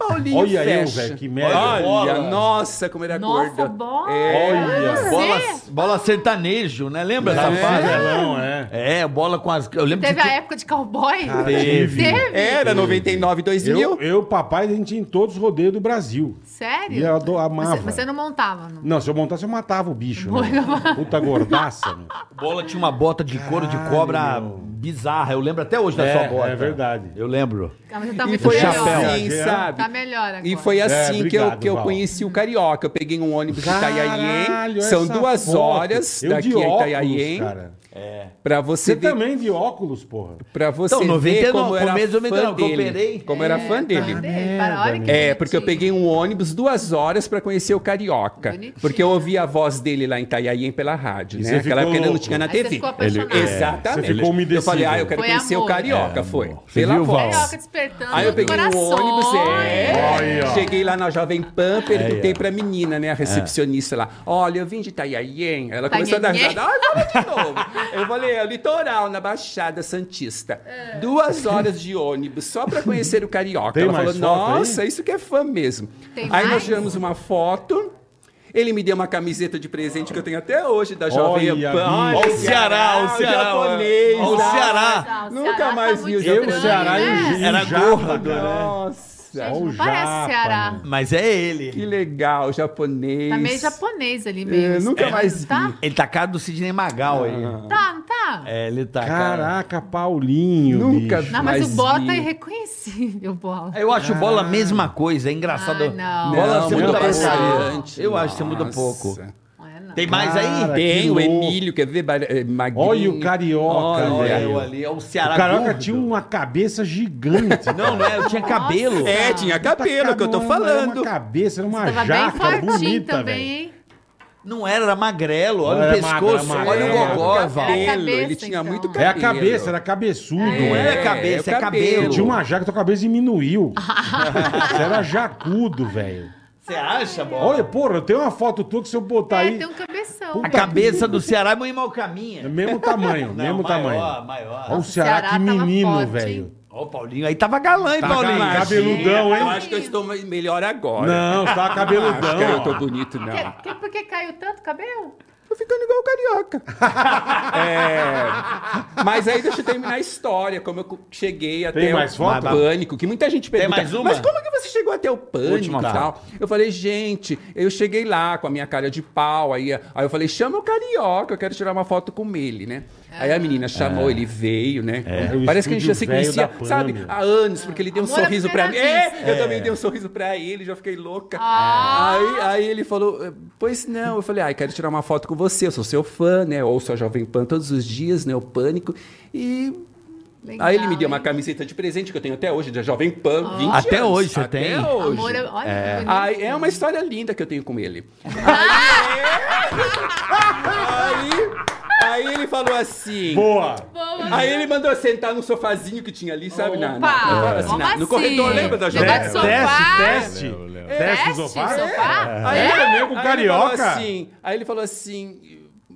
S5: Paulinho
S3: Olha eu,
S5: fecha.
S3: velho, que merda.
S5: Olha,
S4: Bola.
S5: nossa, como ele é
S1: Nossa,
S5: acorda.
S1: bola.
S5: É.
S3: Olha.
S4: Bola,
S1: Você?
S4: bola sertanejo, né? Lembra essa fase?
S3: Papelão, é.
S4: É, bola com as. Eu lembro
S1: Teve
S4: que.
S1: a época de cowboy?
S3: teve.
S5: Era 99, 2000.
S3: Eu, eu, papai, a gente ia em todos os rodeios do Brasil.
S1: Sério?
S3: E eu ado- amava.
S1: Mas você não montava, não?
S3: Não, se eu montasse, eu matava o bicho. né? Puta gordaça. meu.
S4: Bola tinha uma bota de couro de
S3: Caralho,
S4: cobra
S3: meu.
S4: bizarra. Eu lembro até hoje da
S3: É,
S4: sua bota.
S3: é verdade.
S4: Eu lembro.
S1: Ah, mas você tá
S5: E
S1: muito
S5: foi
S1: melhor.
S4: chapéu.
S5: assim, sabe?
S1: Tá melhor agora.
S5: E foi assim que eu,
S3: É, obrigado,
S5: que eu
S3: Val.
S5: conheci o Carioca. Eu peguei um ônibus de
S3: Caralho,
S5: Itaiaém. São
S3: essa
S5: duas
S3: foto.
S5: horas
S3: Eu
S5: daqui
S3: de
S5: a
S3: óculos,
S5: Itaiaém.
S3: cara.
S5: Pra
S3: Você
S5: você ver
S3: também de óculos, porra.
S5: Pra você
S4: Então, 99,
S5: ver como era
S4: começo de
S5: fã
S4: 99, que eu
S5: dele.
S4: operei.
S5: Como era
S1: É,
S5: fã dele.
S1: Tá Para, olha que
S5: É, porque eu
S1: né? bonitinho.
S5: peguei um ônibus duas horas pra conhecer o Carioca.
S1: Bonitinho.
S5: Porque eu ouvia a voz dele lá em Itaiaém pela rádio,
S3: E
S5: né?
S3: você
S5: Aquela
S3: ficou
S5: época ele não
S3: louco.
S5: tinha na
S1: Aí você
S5: TV.
S1: ficou apaixonado.
S5: Ele-
S1: É,
S5: Exatamente.
S3: você ficou É,
S5: eu falei, ah, eu quero
S1: Foi
S5: conhecer
S1: amor.
S5: o Carioca, foi.
S4: Você
S5: Pela
S4: viu, Val?
S5: voz.
S1: Carioca despertando
S5: Aí eu peguei um
S1: corações.
S5: ônibus, é.
S3: Olha aí, ó. É.
S5: Cheguei lá na Jovem Pan, perguntei
S4: ó.
S5: pra menina, né, a recepcionista lá. Olha, eu vim de Itaiaien. Ela começou a dar
S1: Itanhaém.
S5: risada. Ai, vamos de novo. Eu falei, é o litoral, na Baixada Santista.
S1: É.
S5: Duas horas de ônibus só pra conhecer o Carioca.
S3: Tem
S5: Ela
S3: mais
S5: falou,
S3: foto aí?
S5: nossa, isso que é fã mesmo.
S1: Tem
S5: aí
S1: mais?
S5: nós tiramos uma foto. Ele me deu uma camiseta de presente que eu tenho até hoje da Jovem
S3: Olha,
S5: Pan.
S3: bicho.
S4: Ó o Ceará, ó o Ceará, ó.
S5: japonês,
S4: Ó o
S5: ah,
S4: Ceará.
S1: O
S5: Nunca
S1: Ceará
S5: mais
S1: tá
S5: vi o
S1: muito
S5: Jovem
S1: grande,
S5: Pan.
S3: Ceará e o
S1: né?
S3: Gil.
S4: Era
S3: Já,
S4: gordo, né?
S5: Nossa.
S1: Gente,
S3: Olha o
S1: não parece
S3: japa,
S1: Ceará.
S3: mano.
S4: Mas é ele.
S5: Que legal, japonês.
S1: Tá meio japonês ali mesmo.
S5: É, nunca mais vi.
S1: Tá?
S4: Ele tá a cara do Sidney Magal aí.
S3: Ah.
S1: Tá, não tá?
S4: É, ele tá. cara.
S3: Caraca, Paulinho.
S5: Nunca
S3: bicho.
S1: Não, mas,
S5: Mas
S1: o Bola é
S5: vi. É
S1: irreconhecível, Bola.
S4: Eu acho bola a mesma coisa, é engraçado.
S1: Ah, não.
S4: Bola
S5: Não, tá
S4: você
S3: muito
S4: muda pouco.
S5: diferente.
S4: Eu acho que você muda
S5: Nossa.
S4: pouco.
S1: Não é, não.
S4: Tem um mais
S3: Cara,
S4: aí?
S5: Tem
S3: Que
S5: o
S3: louco.
S5: Emílio, quer ver? Ba- eh, Magrinho.
S3: Tá Olha o carioca,
S5: Olha,
S3: velho.
S4: eu ali, é o Ceará.
S3: O carioca
S4: gordo.
S3: tinha um- uma cabeça gigante.
S4: Não, não é, eu tinha cabelo.
S1: Nossa.
S5: É, tinha cabelo, é o que eu tô
S3: Era Tá uma
S5: falando.
S3: cabeça, era uma
S1: Tava bem
S3: jaca
S1: fortinho
S3: bonita,
S1: também,
S3: velho.
S1: hein?
S4: Não era, era magrelo. Olha
S3: Era
S4: o pescoço,
S3: magro, era
S4: olha o
S3: magrelo.
S4: gogó,
S5: É,
S4: Val.
S1: É a
S5: cabelo, Ele
S1: cabeça,
S5: tinha muito
S1: então.
S3: então. É a
S5: cabelo.
S3: cabeça, era cabeçudo.
S4: Não
S3: velho.
S4: era cabeça,
S5: É,
S4: é
S5: é o cabelo.
S4: cabelo.
S3: Tinha uma jaca, tua cabeça diminuiu. Você era jacudo, velho.
S4: Você acha, bola?
S3: Olha, porra, eu tenho uma foto tua que se eu botar
S1: é,
S3: Tá aí.
S1: tem um cabeção.
S4: A cabeça do Ceará é muito mal
S3: É
S4: caminha.
S3: mesmo tamanho,
S4: Não,
S3: mesmo
S4: maior,
S3: tamanho.
S4: maior.
S3: Olha
S1: Nossa,
S3: o
S1: o Ceará
S3: Ceará, que
S1: tava
S3: menino,
S1: forte,
S3: velho.
S1: hein?
S4: Ó, o Paulinho aí tava galã, hein,
S3: Tá
S4: Paulinho?
S3: ca- cabeludão,
S5: Eu
S3: hein?
S5: acho que eu estou me- melhor agora.
S3: Não, tá
S5: Acho que Ah, eu tô
S3: cabeludão. ó.
S5: bonito, não.
S1: Que- que- por que caiu tanto cabelo?
S5: Tô ficando igual o carioca. É, Mas aí deixa eu terminar a história, como eu co- cheguei até
S3: Tem
S5: o
S3: mais foto?
S5: pânico, que muita gente pergunta.
S4: mais uma?
S5: Mas como é que você chegou até o pânico
S4: Última
S5: e tal? Eu falei, gente, eu cheguei lá com a minha cara de pau, aí, aí eu falei, chama o carioca, eu quero tirar uma foto com ele, né? Aí a
S1: Ah.
S5: menina chamou, ele veio, né?
S3: É. O
S5: Parece que a gente já se
S3: estúdio velho
S5: conhecia,
S3: da Pan,
S5: sabe,
S3: meu.
S5: há anos, porque ele deu um
S1: Amor à
S5: sorriso pra mim.
S1: primeira
S5: É, eu também dei um sorriso pra ele, já fiquei louca.
S1: Ah.
S5: Aí, aí ele falou, pois não. Eu falei, ai, quero tirar uma foto com você, eu sou seu fã, né? Ouço a Jovem Pan todos os dias, né? O Pânico. E
S1: Legal,
S5: aí ele me deu uma
S1: hein?
S5: camiseta de presente que eu tenho até hoje, da Jovem Pan, 20
S4: Até
S5: anos.
S4: hoje você tem?
S5: Até hoje.
S1: Amor, é- olha que bonito.
S5: Ai, é uma história linda que eu tenho com ele. Aí, aí, aí ele falou assim...
S3: Boa.
S1: Boa.
S5: Aí ele mandou sentar no sofazinho que tinha ali, sabe? Na, na-
S1: Opa!
S5: na- assim, na-
S1: Como
S5: no corredor,
S1: assim?
S5: lembra da Jovem
S1: Negócio de
S5: Pan?
S1: sofá.
S3: Teste, teste. Teste
S1: Teste,
S3: sofá?
S1: sofá?
S3: Aí
S1: É?
S3: é mesmo
S5: Aí
S3: carioca.
S5: Ele falou assim, aí ele falou assim,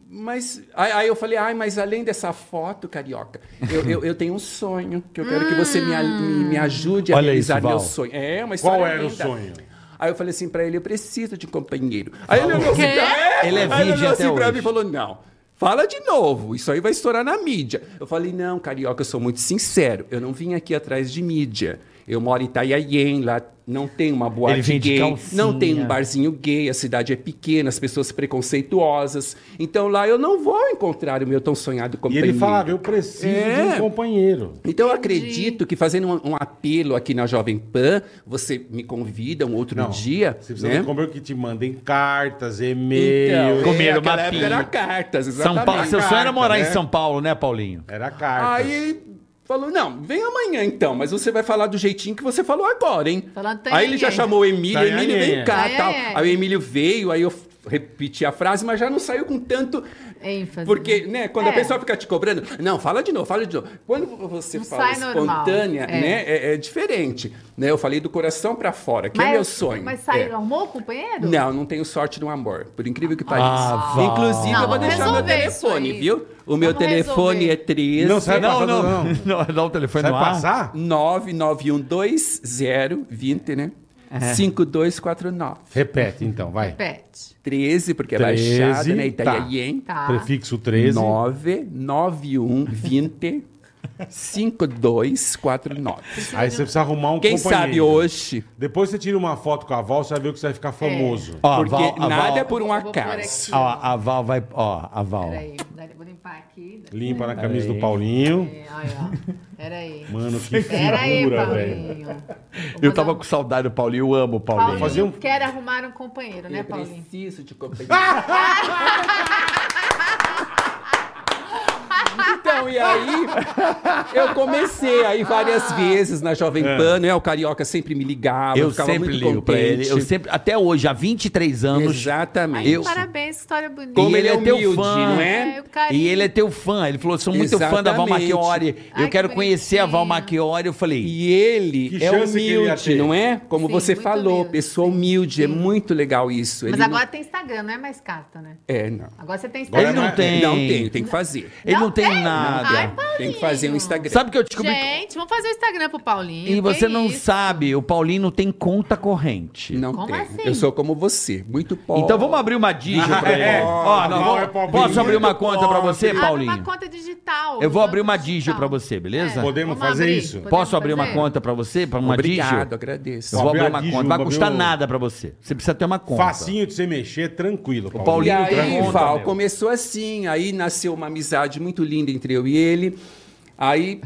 S5: mas. Aí, aí eu falei, ai, mas além dessa foto, carioca, eu, eu, eu tenho um sonho que eu quero que você me, a- me, me ajude a
S4: Olha
S5: realizar
S4: isso, Val.
S5: meu sonho. É, uma história
S3: Qual era o
S5: linda.
S3: sonho?
S5: Aí eu falei assim pra ele, eu preciso de um companheiro. Aí ele olhou assim pra
S1: Quê?
S5: é,
S4: Ele é
S5: aí
S4: virgem
S5: olhou assim
S4: até
S5: pra
S4: hoje.
S5: mim e falou, não. Fala de novo, isso aí vai estourar na mídia. Eu falei, não, carioca, eu sou muito sincero. Eu não vim aqui atrás de mídia. Eu moro em Itaiaien, lá não tem uma boate
S4: Ele vem de
S5: gay,
S4: calcinha.
S5: não tem um barzinho gay, a cidade é pequena, as pessoas preconceituosas. Então lá eu não vou encontrar o meu tão sonhado
S3: E
S5: companheiro.
S3: ele falava, eu preciso de um
S5: É.
S3: companheiro.
S5: Então eu
S1: Entendi.
S5: acredito que fazendo um, um apelo aqui na Jovem Pan, você me convida um outro dia.
S3: Você precisa
S5: né?
S3: de companheiro que te mandem cartas, e-mails.
S4: Então, comer
S5: é,
S4: uma
S5: aquela época
S4: pinga.
S5: era cartas,
S4: São
S5: exatamente.
S4: Paulo, seu sonho era morar
S3: né?
S4: em São Paulo, né, Paulinho?
S3: Era carta.
S5: Aí ele falou, não, vem amanhã então, mas você vai falar do jeitinho que você falou agora, hein?
S1: Falando, tá
S5: aí ele
S1: aí,
S5: já
S1: hein?
S5: chamou o Emílio,
S3: Tá aí,
S5: Emílio,
S3: hein?
S5: vem cá,
S1: Tá aí,
S5: tal.
S1: hein?
S5: Aí o Emílio veio, aí eu f- repeti a frase, mas já não saiu com tanto...
S1: ênfase.
S5: Porque, né, quando
S1: É.
S5: a pessoa fica te cobrando, não, fala de novo, fala de novo. Quando você
S1: Não
S5: fala
S1: sai normal.
S5: espontânea,
S1: É.
S5: né, é, é diferente. Né, eu falei do coração pra fora, que é meu sonho.
S1: Mas saiu,
S5: É.
S1: arrumou o companheiro?
S5: Não, não tenho sorte no amor, por incrível que pareça.
S4: Ah, vá.
S1: Não,
S5: Inclusive, eu vou
S1: vamos
S5: deixar meu
S1: resolver isso
S5: telefone,
S1: aí.
S5: viu? O meu
S1: Vamos
S5: telefone
S1: resolver.
S5: é 13
S3: Não, sai
S4: Não,
S3: Não,
S4: não,
S3: não,
S4: não. Dá o telefone
S3: Vai
S4: no ar.
S3: passar?
S5: 99120 20, né? 5249.
S3: Repete, então, vai.
S1: Pet.
S5: 13, porque é
S3: 13,
S5: baixada, né?
S3: tá.
S5: Itaiaien.
S1: Tá.
S3: Prefixo 13.
S5: 991 20 5249.
S3: Aí você precisa arrumar um
S5: Quem
S3: companheiro.
S5: sabe hoje,
S3: Depois você tira uma foto com a Val, você vai ver que você
S1: É.
S3: vai ficar famoso.
S4: Ó, a
S5: porque
S4: Ah, Val, a Val,
S5: nada é por um
S1: Vou pôr
S5: acaso.
S1: aqui.
S4: Ó, a Val vai. Ó, a Val.
S1: Peraí, Peraí, vou limpar aqui.
S3: Limpa na camisa
S4: Peraí.
S3: do Paulinho.
S1: É, olha, ó. Peraí.
S3: Mano, que
S1: Pera aí,
S3: figura, velho.
S1: Paulinho. Vou
S4: Eu
S1: mandar
S4: tava
S1: um-
S4: com saudade do Paulinho, eu amo o Paulinho.
S1: Paulinho
S3: Fazer um-
S1: quer arrumar um companheiro, né,
S5: Eu
S1: Paulinho?
S5: preciso de companhia. Então, e aí, eu comecei aí várias vezes na Jovem Pan, né? O Carioca sempre me
S4: Ah.
S5: ligava,
S4: É. Eu
S5: um ficava
S4: sempre
S5: muito
S4: ligo pra ele. Eu
S5: contente.
S4: sempre, até hoje, há 23 anos.
S5: Exatamente.
S4: Ai, eu-
S1: Parabéns, história bonita.
S5: Como
S4: E
S5: ele,
S4: ele
S5: é
S4: é teu
S5: humilde,
S4: fã.
S5: não
S1: É,
S5: é?
S1: o carinho.
S4: E ele é teu fã. Ele falou: sou muito fã da Val
S5: Exatamente.
S4: Marchiori.
S1: Ai,
S4: Eu
S1: que
S4: quero conhecer a Val
S1: bonitinha.
S4: Marchiori. Eu falei:
S5: E ele
S3: Que
S5: é
S3: chance que ele ia ter.
S5: humilde, não é? Como
S1: Sim,
S5: você
S1: muito
S5: falou,
S1: humilde.
S5: pessoa humilde, é muito legal isso.
S1: Mas
S5: Ele
S1: agora tem Instagram, não é mais carta, né?
S5: Não... É, não. É,
S1: Agora você tem
S3: Agora
S1: Instagram.
S4: ele não
S3: mas-
S4: tem.
S5: Não tem, tem que fazer.
S4: Ele não, tem,
S1: Ai,
S4: nada.
S1: Paulinho.
S5: Tem que fazer um Instagram.
S4: Sabe o que eu descobri?
S1: Gente, vamos fazer o Instagram pro Paulinho.
S4: E
S1: que
S4: você não
S1: isso?
S4: sabe, o Paulinho não tem conta corrente.
S5: Não
S1: Como
S5: tem.
S1: assim?
S5: Eu sou como você, muito pobre.
S4: Então vamos abrir uma Digio
S5: Ah,
S4: pra ele.
S3: É,
S4: Ó, nós
S3: não,
S4: vamos-
S3: é pobre.
S4: posso abrir uma
S3: Muito
S4: conta pra
S3: pobre.
S4: você,
S1: Abre
S4: Paulinho?
S1: uma conta digital.
S4: Eu vou abrir uma
S1: digital. É,
S4: Digio pra você, beleza?
S3: Podemos fazer isso?
S4: Posso abrir uma
S1: fazer?
S4: conta pra você? Pra uma
S5: Obrigado,
S4: Digio?
S5: agradeço.
S4: Eu vou
S3: Abrir
S4: abrir
S3: a
S4: uma
S3: Digio,
S4: conta. Não vai
S3: vou abrir
S4: custar
S3: o-
S4: nada pra você. Você precisa ter uma conta.
S3: Facinho de você mexer, tranquilo. Paulinho.
S5: E
S4: Paulinho
S5: aí,
S3: Tranquilo,
S5: Val,
S3: meu.
S5: começou assim. Aí nasceu uma amizade muito linda entre eu e ele. Aí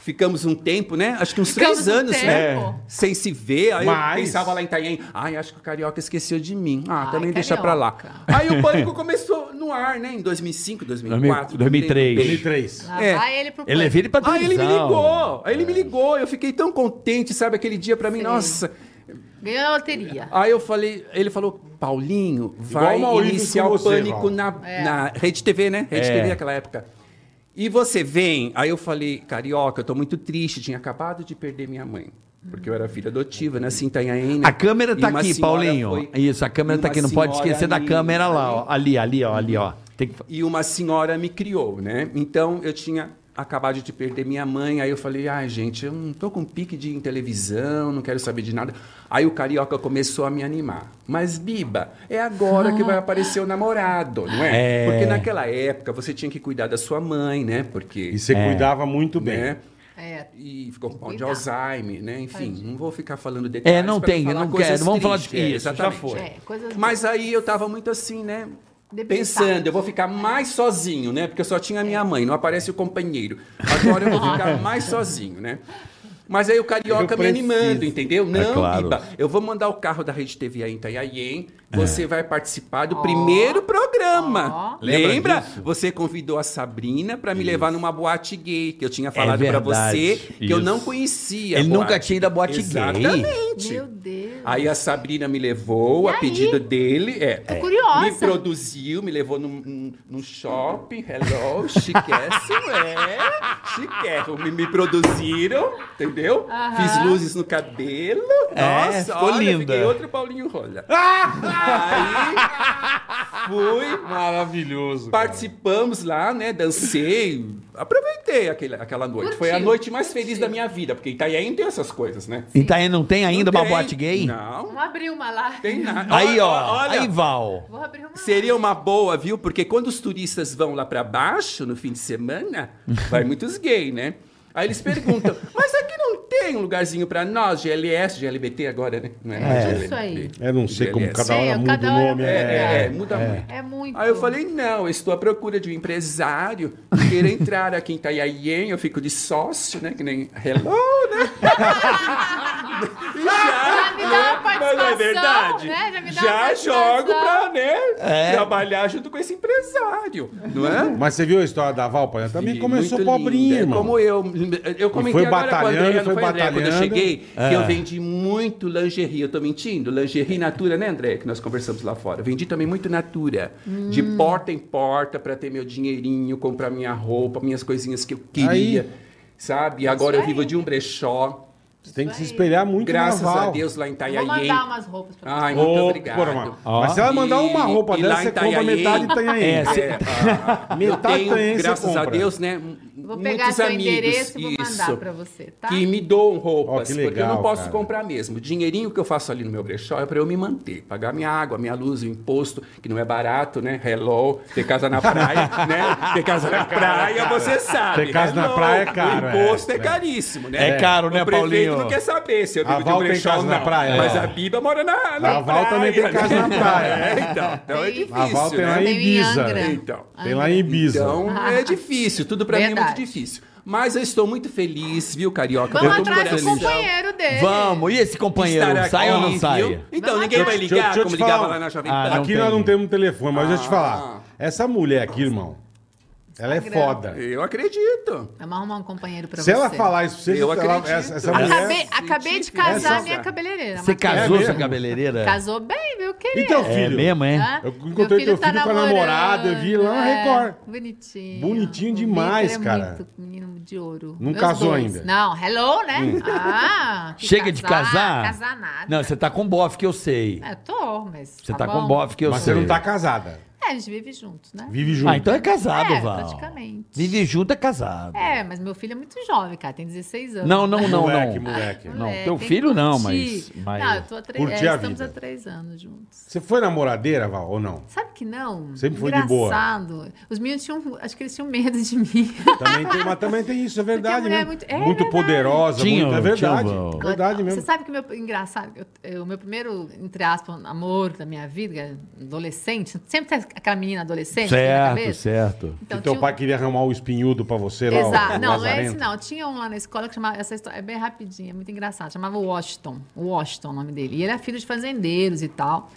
S5: ficamos um tempo, né? Acho que uns
S1: Ficamos
S5: três
S1: um
S5: anos, né?
S1: tempo.
S5: Sem se ver. Aí
S3: Mas-
S5: eu pensava lá em Itanhaém. Ai, acho que o Carioca esqueceu de mim. Ah,
S1: Ai,
S5: também deixa pra lá.
S1: Carioca.
S5: Aí o pânico começou no ar, né? Em 2005, 2004.
S4: 2003.
S3: 2003.
S1: Lá
S5: É.
S1: vai ele pro
S4: Ele é vira pra
S5: Aí Ah, ele me
S4: televisão.
S5: ligou. Aí ele me ligou. Eu fiquei tão contente, sabe? Aquele dia pra mim,
S1: Sim.
S5: nossa...
S1: Ganhou a loteria.
S5: Aí eu falei, ele falou, Paulinho, vai
S3: o Maurício
S5: iniciar
S3: com
S5: o
S3: você, Val.
S5: pânico na,
S1: É.
S5: na Rede TV, né? Rede
S4: É.
S5: TV naquela época. E você vem? Aí eu falei, Carioca, eu tô muito triste, tinha acabado de perder minha mãe. Porque eu era filha adotiva, nasci em Itanhaém. né?
S4: A câmera tá
S5: E uma
S4: aqui,
S5: senhora
S4: Paulinho.
S5: foi-
S4: Isso, a câmera tá
S5: uma
S4: aqui. Não pode
S5: senhora
S4: esquecer da
S5: ali-
S4: câmera lá, ó. Ali, ali, ó, ali, ó. Tem que...
S5: E uma senhora me criou, né? Então eu tinha acabado de perder minha mãe, aí eu falei, ai gente, eu não tô com pique de ir em televisão, não quero saber de nada. Aí o carioca começou a me animar. Mas, Biba, é agora que vai aparecer o namorado, não é?
S4: É.
S5: Porque naquela época você tinha que cuidar da sua mãe, né? Porque.
S3: E você
S4: É.
S3: cuidava muito bem.
S5: né?
S1: É.
S5: E ficou com um pau de
S1: Cuidar.
S5: Alzheimer, né? Enfim, não vou ficar falando detalhes.
S4: É, não
S5: pra
S4: tem, eu
S5: falar
S4: não
S5: coisas
S4: quero. Vamos falar de
S5: tristes. É,
S4: isso, já
S5: exatamente.
S4: foi.
S1: É, coisas
S5: Mas aí eu tava muito assim, né?
S1: Debilitado. É.
S5: Pensando, eu vou ficar mais sozinho, né? Porque eu só tinha minha mãe, não aparece o companheiro. Agora eu vou ficar mais sozinho, né? Mas aí o
S3: Eu
S5: carioca me
S3: preciso.
S5: animando, entendeu? Não,
S4: É claro. É.
S5: Biba, eu vou mandar o carro da Rede TV aí em Itanhaém. Você vai participar do primeiro programa.
S4: Ó. Lembra
S5: Lembra?
S4: disso?
S5: Você convidou a Sabrina pra me levar numa boate gay, que eu tinha falado pra
S4: É verdade,
S5: você que eu
S4: isso.
S5: não conhecia. a
S4: Ele nunca
S5: boate.
S4: tinha ido à boate gay.
S5: Exatamente.
S1: tipo. Meu Deus.
S5: Aí a Sabrina me levou,
S1: E
S5: a
S1: aí?
S5: pedido dele. É,
S1: Tô curiosa.
S5: Me produziu, me levou num, num, num shopping. Hello, chiquérrimo, é. Chiquérrimo. Me, me produziram, entendeu?
S1: Aham.
S5: Fiz luzes no cabelo.
S4: É,
S5: Nossa,
S4: ficou
S5: olha,
S4: linda.
S5: fiquei outro Paulinho Rola. Aí fui,
S3: Maravilhoso. cara.
S5: participamos lá, né? Dancei, aproveitei aquele, aquela noite. Foi a
S1: Curtiu,
S5: noite mais feliz
S1: curtiu.
S5: da minha vida, porque Itanhaém não tem essas coisas, né?
S4: Itaí tá não tem ainda
S5: Não
S4: uma
S5: tem.
S4: boate gay?
S5: Não,
S1: Vamos abrir uma lá.
S5: tem nada.
S4: Aí, ó.
S5: Olha,
S4: Aí, Val.
S1: Vou abrir uma
S5: Seria uma boa, viu? Porque quando os turistas vão lá pra baixo no fim de semana, vai muitos gays, né? Aí eles perguntam, mas aqui não tem um lugarzinho pra nós, GLS, GLBT agora, né? Não mais
S1: É.
S5: GLBT.
S1: Isso aí.
S3: Eu não sei como
S5: GLS.
S3: cada hora
S1: É,
S3: muda
S1: cada
S3: o
S1: hora
S3: nome.
S5: É, é, é,
S3: É,
S5: muda muito.
S1: É muito.
S5: Aí eu falei, não, eu estou à procura de um empresário que queira entrar aqui em Itaiaien, eu fico de sócio, né? Que nem hello, né? E já, né?
S1: Já me dá uma
S5: mas
S1: participação,
S5: é verdade.
S1: né? Já me dá uma
S5: já
S1: participação.
S5: jogo pra, né?
S4: É.
S5: Trabalhar junto com esse empresário, não é?
S3: Mas você viu a história da Val, Paulinho? Também
S5: E
S3: começou
S5: muito linda, É
S3: pobrinha, irmão.
S5: Como eu. Eu comentei
S3: foi
S5: agora com a
S3: batalhando,
S5: Andréia,
S3: foi
S5: não foi, Andréia, quando eu
S3: batalhando.
S5: cheguei,
S4: É.
S5: que eu vendi muito lingerie. Eu tô mentindo? Lingerie natura, né, Andréia, que nós conversamos lá fora. Vendi também muito natura. De
S3: Hum.
S5: porta em porta pra ter meu dinheirinho, comprar minha roupa, minhas coisinhas que eu queria.
S3: Aí.
S5: Sabe? E agora eu
S1: aí.
S5: vivo de um brechó.
S3: Você tem que se espelhar muito
S5: Graças
S3: na Val.
S5: a Deus lá em
S1: Vou
S5: Itanhaém.
S1: mandar umas roupas pra você.
S5: Ai, muito
S3: Ô,
S5: obrigado.
S3: porra,
S4: Ó.
S3: Mas se ela mandar uma
S5: E-
S3: roupa
S5: e
S3: dela,
S5: lá em
S3: você compra
S5: Itanhaém-
S3: metade e tem aí.
S4: É,
S5: É, ah, eu
S3: Metade
S5: tenho,
S3: tem, você
S5: graças a
S3: compra.
S5: Deus, né?
S1: Vou
S5: muitos
S1: pegar seu
S5: amigos,
S1: endereço e vou mandar
S5: isso,
S1: pra você, tá?
S5: que me doam roupas,
S3: Ó, que
S5: porque eu
S3: legal,
S5: não posso
S3: cara.
S5: comprar mesmo. O dinheirinho que eu faço ali no meu brechó é para eu me manter, pagar minha água, minha luz, o imposto, que não é barato, né? Hello, ter casa na praia, né? Ter casa na praia, você sabe.
S3: Ter casa na
S5: Hello,
S3: praia é caro,
S5: O imposto
S3: é.
S5: é, caríssimo, né?
S4: É caro, né,
S5: o prefeito
S4: Paulinho?
S5: não quer saber se eu
S3: A
S5: vivo de
S3: Val
S5: um
S3: tem
S5: brechó
S3: casa
S5: ou
S3: na
S5: não.
S3: praia,
S5: mas
S3: ó.
S5: a Biba mora na, na
S3: A Val também tem
S5: praia,
S3: casa na
S5: né?
S3: praia.
S5: É, então, então é
S1: Tem-
S5: difícil,
S3: A Val tem lá
S1: Tem Tá
S3: em
S5: né?
S1: em
S3: Ibiza.
S1: Angra.
S5: Então.
S3: Tem lá em Ibiza.
S5: Então é difícil, tudo pra mim é muito
S1: Verdade.
S5: difícil. Mas eu estou muito feliz, viu, Carioca?
S1: Vamos
S5: Eu tô
S1: atrás
S5: muito
S1: do
S5: feliz.
S1: companheiro dele.
S4: Vamos, e esse
S5: Estar
S4: companheiro,
S5: aqui,
S4: sai ou não
S5: viu?
S4: sai?
S5: Então,
S1: Vamos
S5: ninguém vai
S1: atrás.
S5: ligar
S3: Deixa eu- deixa eu te
S5: como ligava
S3: falar
S5: lá
S3: um-
S5: na Jovem
S4: Ah,
S5: Pan.
S4: não
S3: aqui nós
S4: tem.
S3: não temos um telefone, mas eu deixa eu te falar.
S5: Ah.
S3: Essa mulher aqui, irmão, ela é
S1: Instagram.
S3: foda.
S5: Eu acredito.
S1: Vamos arrumar um companheiro pra
S3: Se
S1: você.
S3: ela falar isso pra você,
S5: Eu
S3: ela-
S5: acredito.
S3: essa, essa mulher...
S1: Acabei,
S5: Essa-
S1: acabei de casar
S5: Essa-
S1: minha cabeleireira.
S4: Você
S1: mas-
S4: casou
S3: É
S4: sua
S3: mesmo?
S4: cabeleireira?
S1: Casou bem, meu querido.
S3: Então,
S4: É
S3: filho,
S4: mesmo, é?
S1: Hã? tá
S3: Eu encontrei teu filho com a namorada, eu vi lá na Record.
S1: É, Bonitinho.
S3: Bonitinho
S1: O
S3: demais,
S1: Victor
S3: cara.
S1: Muito menino de ouro.
S3: Não casou ainda. Hum.
S1: Não, hello, né? Ah, que
S4: Chega de casar?
S1: Casar nada.
S4: Não, você tá com bofe que eu sei.
S1: É, tô, mas.
S4: Você tá,
S1: bom.
S4: com bofe que eu
S3: Mas
S4: sei.
S3: você não tá casada.
S1: É, a gente vive juntos, né?
S3: Vive junto.
S4: Ah, então é casado,
S1: É,
S4: Val.
S1: praticamente.
S4: Vive junto é casado.
S1: É, mas meu filho é muito jovem, cara, tem 16 anos.
S4: Não, é um não, não,
S3: Moleque,
S4: não.
S3: moleque.
S4: Não,
S1: Moleque,
S4: teu
S1: Ah, é, tem
S4: filho
S1: que
S4: não,
S1: curtir.
S4: mas- mas-
S1: Não, eu tô há três, é,
S3: Curtir a
S1: estamos
S3: vida.
S1: há três anos juntos.
S3: Você foi namoradeira, Val, ou não?
S1: Sabe que não?
S3: Sempre foi de boa.
S1: Engraçado. de boa. Os meninos tinham, acho que eles tinham medo de mim.
S3: Também tem, mas também tem isso, é verdade,
S1: mulher
S3: né?
S1: é muito- é verdade.
S3: poderosa,
S4: Tinha,
S3: muito, é verdade.
S4: tinha, Val.
S3: verdade
S1: Você
S3: mesmo.
S1: sabe que o meu engraçado, eu- eu- o meu primeiro, entre aspas, namoro da minha vida, adolescente, sempre tem aquela menina adolescente que vem na
S4: Certo,
S1: cabeça.
S4: certo.
S1: Então,
S3: que teu
S1: tinha-
S3: pai queria arrumar o espinhudo pra você lá,
S1: Exato.
S3: o, o
S1: não, não é esse
S3: lazarento.
S1: não. Tinha um lá na escola que chamava. Essa história é bem rapidinha, é muito engraçada. Chamava Washington. Washington, o nome dele. E ele é filho de fazendeiros e tal.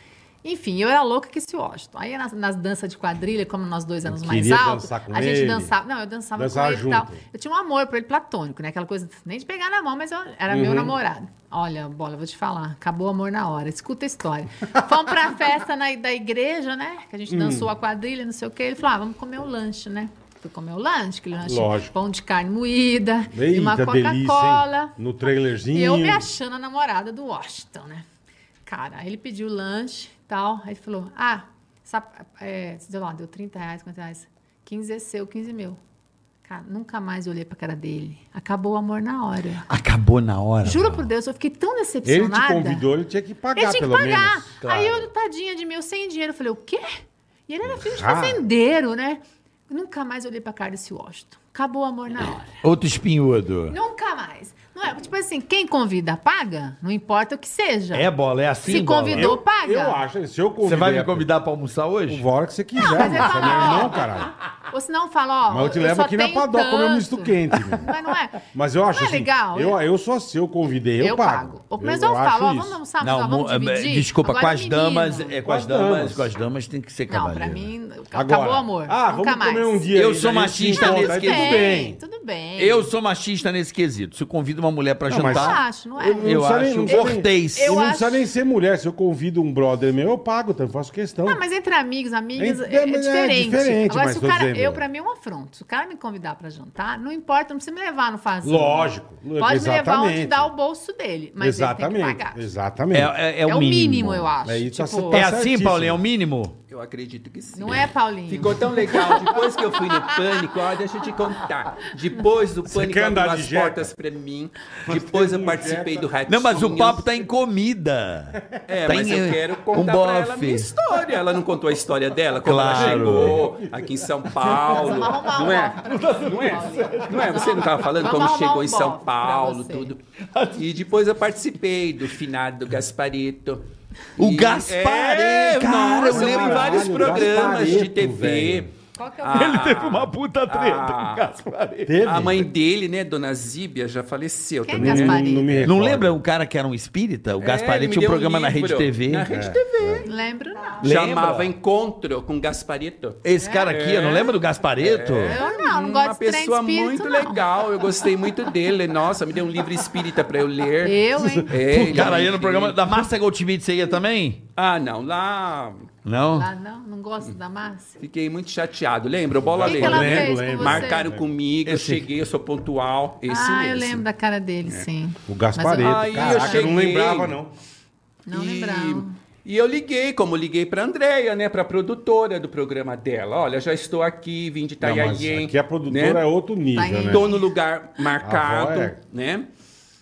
S1: Enfim, eu era louca que esse Washington. Aí nas, nas danças de quadrilha, como nós dois éramos mais
S3: queria
S1: altos,
S3: dançar com
S1: a gente
S3: ele.
S1: dançava. Não, eu dançava,
S3: Dançava
S1: com ele e tal.
S3: junto.
S1: Eu tinha um amor por ele platônico, né? Aquela coisa nem de pegar na mão, mas eu- era meu
S3: Uhum.
S1: namorado. Olha, bola, vou te falar. Acabou o amor na hora. Escuta a história. Fomos pra festa na, da igreja, né? Que a
S3: Hum.
S1: gente dançou a quadrilha, não sei o quê. Ele falou: ah, vamos comer o lanche, né? Fui comer o lanche, aquele lanche
S3: Lógico.
S1: pão de carne moída e uma
S3: Eita, delícia, hein?
S1: Coca-Cola.
S3: No
S1: E
S3: trailerzinho.
S1: eu me achando a namorada do Washington, né? Cara, aí ele pediu lanche e tal. Aí ele falou: Ah, sap- é, sei lá, deu 30 reais, 50 reais. 15 é seu, 15 meu. Cara, nunca mais olhei pra cara dele. Acabou o amor na hora.
S4: Acabou na hora.
S1: Juro
S4: Val.
S1: por Deus, eu fiquei tão
S3: Ele
S1: decepcionada.
S3: te convidou, ele tinha que pagar,
S1: Ele tinha que
S3: pelo
S1: pagar.
S3: menos.
S4: claro.
S1: Aí eu, tadinha de mim, eu sem dinheiro, eu falei, o quê? E ele era filho de
S3: Ah.
S1: fazendeiro, né? Nunca mais olhei pra cara desse Washington. Acabou o amor
S3: É.
S1: na hora.
S4: Outro espinhudo.
S1: Nunca mais. Não é? Tipo assim, quem convida, paga. Não importa o que seja.
S4: É bola, é assim,
S1: Se
S4: bola?
S1: convidou, paga.
S3: Eu acho, se eu convidar.
S4: Você vai me convidar pra almoçar hoje?
S3: O hora que você quiser,
S1: mas ele
S3: mano. Você é meu
S1: fala, ó.
S3: irmão, caralho.
S1: Ou senão fala, ó.
S3: Mas eu te levo
S1: só
S3: aqui na
S1: tenho
S3: Padó comer um
S1: tanto.
S3: misto quente, meu.
S1: Mas não é?
S3: Mas eu acho
S1: Não é
S3: assim,
S1: legal?
S3: Eu, eu só se eu convidei, eu, pago.
S1: Ou pelo menos eu, falo, ó,
S3: acho
S1: vamos
S3: isso.
S1: almoçar,
S4: Não,
S1: não, vamos
S4: mo- eh,
S1: dividir.
S4: desculpa,
S1: Agora
S4: com
S1: o
S4: as damas,
S1: menino.
S4: é, com
S3: Com
S4: as
S3: as
S4: damas,
S3: damas.
S4: com as damas tem que ser
S1: Não,
S4: cavaleiro.
S1: pra mim,
S3: Agora,
S1: acabou o amor.
S3: Ah,
S1: Nunca
S3: vamos
S1: mais.
S3: comer um dia.
S4: Eu
S3: aí,
S4: sou
S3: aí a gente
S4: machista
S3: se encontra,
S4: nesse
S3: aí
S1: Tudo
S3: Tudo
S4: quesito.
S1: bem,
S3: bem.
S1: tudo bem.
S4: Eu sou machista nesse quesito. Se eu convido uma mulher pra
S3: Não, mas-
S1: Eu
S4: jantar,
S1: acho, não é?
S4: eu
S3: precisa nem-
S4: acho
S3: não precisa nem-
S4: cortês.
S1: Eu
S3: e não
S1: acho-
S3: precisa nem ser mulher. Se eu convido um brother meu, eu pago, então eu faço questão.
S1: Ah, mas entre amigos, amigas,
S3: Entre-
S1: é, é
S3: mas é
S1: diferente.
S3: diferente,
S1: Agora,
S3: mas
S1: se o
S3: tô
S1: cara,
S3: dizendo.
S1: eu, pra mim, é um afronto. Se o cara me convidar pra jantar, não importa, não precisa me levar no fazão.
S3: Lógico.
S1: Pode me levar onde
S3: Exatamente.
S1: dá o bolso dele, mas
S3: exatamente.
S1: ele tem que pagar.
S3: Exatamente.
S4: É,
S3: É,
S4: é-
S1: É,
S4: é
S1: o mínimo, eu acho.
S3: É isso,
S1: Tipo,
S3: tá
S4: É assim,
S3: certíssimo.
S4: Paulinho, é o mínimo?
S5: Eu acredito que sim.
S1: Não é, Paulinho?
S5: Ficou tão legal. Depois que eu fui no pânico, ó, deixa eu te contar. Depois do pânico
S3: quer andar
S5: abriu
S3: de
S5: as
S3: jeta?
S5: portas pra mim. Depois eu participei do Ratinho.
S4: Não, mas o papo tá em comida.
S5: É,
S4: tá
S5: mas
S4: em,
S5: eu
S4: eh,
S5: quero contar
S4: um
S5: pra ela a
S4: bofe.
S5: minha história. Ela não contou a história dela, como
S4: Claro.
S5: ela chegou aqui em São Paulo.
S1: Vamos arrumar um bofe
S5: Não é?
S1: pra você,
S5: Não é?
S1: Paulinho.
S5: Não é? Você não tava falando
S1: Vamos
S5: como
S1: arrumar
S5: chegou
S1: um
S5: em São
S1: bofe pra
S5: Paulo,
S1: você.
S5: tudo. E depois eu participei do finado do Gasparito.
S4: O
S5: E-
S4: Gasparito,
S5: É,
S4: cara, eu
S5: nossa, eu
S4: lembro.
S5: vi vários
S3: Caralho,
S5: programas de
S3: Gasparito,
S5: TV.
S3: velho.
S1: Qual que é o
S5: Ah,
S1: Ele
S4: puta
S5: Ah.
S4: Gasparito.
S3: Teve?
S5: A mãe dele, né, dona Zíbia, já faleceu
S1: Quem é
S5: também.
S3: Não-
S5: né?
S1: Gasparito?
S3: Não, me recordo.
S4: Não lembra o cara que era um espírita? O
S5: ele
S4: Gasparito
S5: É, me
S4: tinha um
S5: deu
S4: programa na Rede
S5: livro.
S4: TV.
S5: Na Rede TV.
S1: Lembro não.
S4: Lembra?
S5: Chamava Encontro com Gasparito.
S4: Esse cara aqui, eu
S5: É.
S4: não lembra do Gasparito?
S1: Eu não, não
S5: Uma
S1: gosto de trem de
S5: pessoa
S1: espírito,
S5: muito
S1: não.
S5: legal, eu gostei muito dele. Nossa, me deu um livro espírita pra eu ler.
S1: Eu, hein?
S5: É, ele
S4: O cara
S5: é
S4: ia no
S5: incrível.
S4: programa da Márcia Goldschmidt, você ia também?
S5: Ah, não, lá
S4: Não?
S5: Ah,
S1: Lá Ah, não, não gosto da Márcia.
S5: fiquei muito chateado. Lembra? O Bola
S1: O que, que ela
S5: lembra, né?
S1: fez
S3: lembro.
S1: com você?
S5: Marcaram comigo, eu
S4: Esse-
S5: cheguei, eu sou pontual. Esse
S1: ah,
S5: mesmo.
S1: eu lembro da cara dele, sim.
S3: É. O Gasparito.
S5: Mas eu- Aí eu
S3: Caraca, eu não
S5: cheguei.
S3: lembrava, não.
S1: Não
S5: E
S1: lembrava.
S5: E eu liguei, como liguei pra Andréia, né? Pra produtora do programa dela. Olha, já estou aqui, vim de
S3: Não, mas
S5: Itaiaien.
S3: aqui a produtora é outro nível,
S1: Tá em-
S3: né?
S5: Estou no lugar marcado,
S3: é-
S5: né?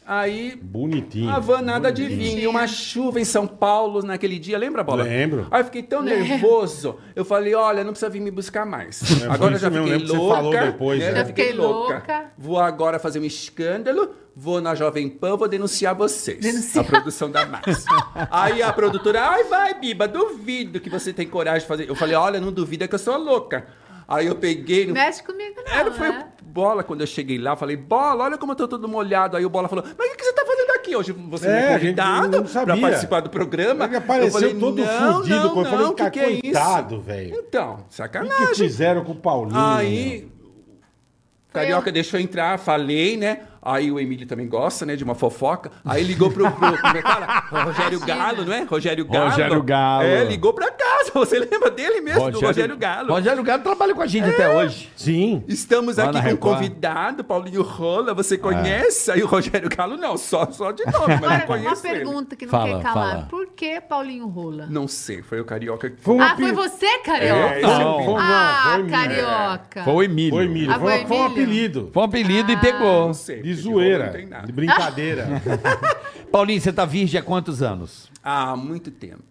S5: Aí
S3: Bonitinho.
S5: a Ah, van nada de
S3: Bonitinho.
S5: vinho, uma chuva em São Paulo naquele dia, lembra, Bola?
S3: Lembro.
S5: Aí eu fiquei tão nervoso, eu falei, olha, não precisa vir me buscar mais.
S3: É, foi
S5: agora eu
S3: isso
S5: já
S3: mesmo,
S5: fiquei
S3: lembro que você falou
S5: louca.
S3: depois,
S5: né?
S3: né?
S5: Já fiquei
S1: Fiquei
S5: louca.
S1: louca.
S5: Vou agora fazer um escândalo, vou na Jovem Pan, vou denunciar vocês.
S1: Denunciar.
S5: A produção da Max. Aí a produtora, ai vai, Biba, duvido que você tem coragem de fazer. Eu falei, olha, não duvida que eu sou louca. Aí eu peguei, É, não
S1: Mexe comigo, não.
S5: era, foi
S1: né?
S5: o Bola, quando eu cheguei lá, eu falei, Bola, olha como eu tô todo molhado. Aí o Bola falou, mas o que você tá fazendo aqui hoje? Você não
S3: É, a
S5: é
S3: gente não
S5: convidado
S3: sabia.
S5: pra participar do programa?
S3: Ele apareceu todo fudido quando eu falei, cara, coitado, velho.
S5: é Então,
S3: O que né? que
S5: sacanagem.
S3: fizeram com o Paulinho?
S5: Aí,
S1: Foi
S5: Carioca
S1: eu.
S5: deixou entrar, falei, né? Aí o Emílio também gosta, né, de uma fofoca. Aí ligou pro, pro como é que fala? Rogério Galo, não é? Rogério Galo.
S4: Rogério Galo.
S5: É, ligou pra casa. Você lembra dele mesmo, do Rogério Galo. É.
S4: Rogério Galo trabalha com a gente até hoje.
S3: Sim.
S5: Estamos
S4: Lá
S5: aqui
S4: na
S5: com um
S4: Record.
S5: convidado, Paulinho Rola,
S3: Ah.
S5: você conhece? Aí o Rogério Galo não, só, só de nome, mas não
S1: Agora, uma
S5: conheço ele.
S1: pergunta que não
S4: Fala,
S1: quer calar.
S4: fala.
S1: Por que Paulinho Rola?
S5: Não sei, foi o Carioca que...
S3: Foi uma
S1: Ah, foi
S3: pe-
S1: você,
S3: É,
S1: Carioca?
S3: esse
S4: Não.
S3: foi- não,
S1: ah,
S3: foi Emílio.
S1: Carioca.
S4: Foi o Emílio.
S3: Foi Emílio.
S1: Ah,
S3: foi,
S1: foi
S3: foi um
S1: Emílio?
S3: apelido.
S4: Foi um apelido
S5: Ah.
S4: e pegou.
S5: Não sei,
S3: De
S5: porque
S3: zoeira.
S5: rolo não tem nada.
S3: De brincadeira.
S4: Paulinho, você tá virgem há quantos anos?
S5: Ah, Há muito tempo.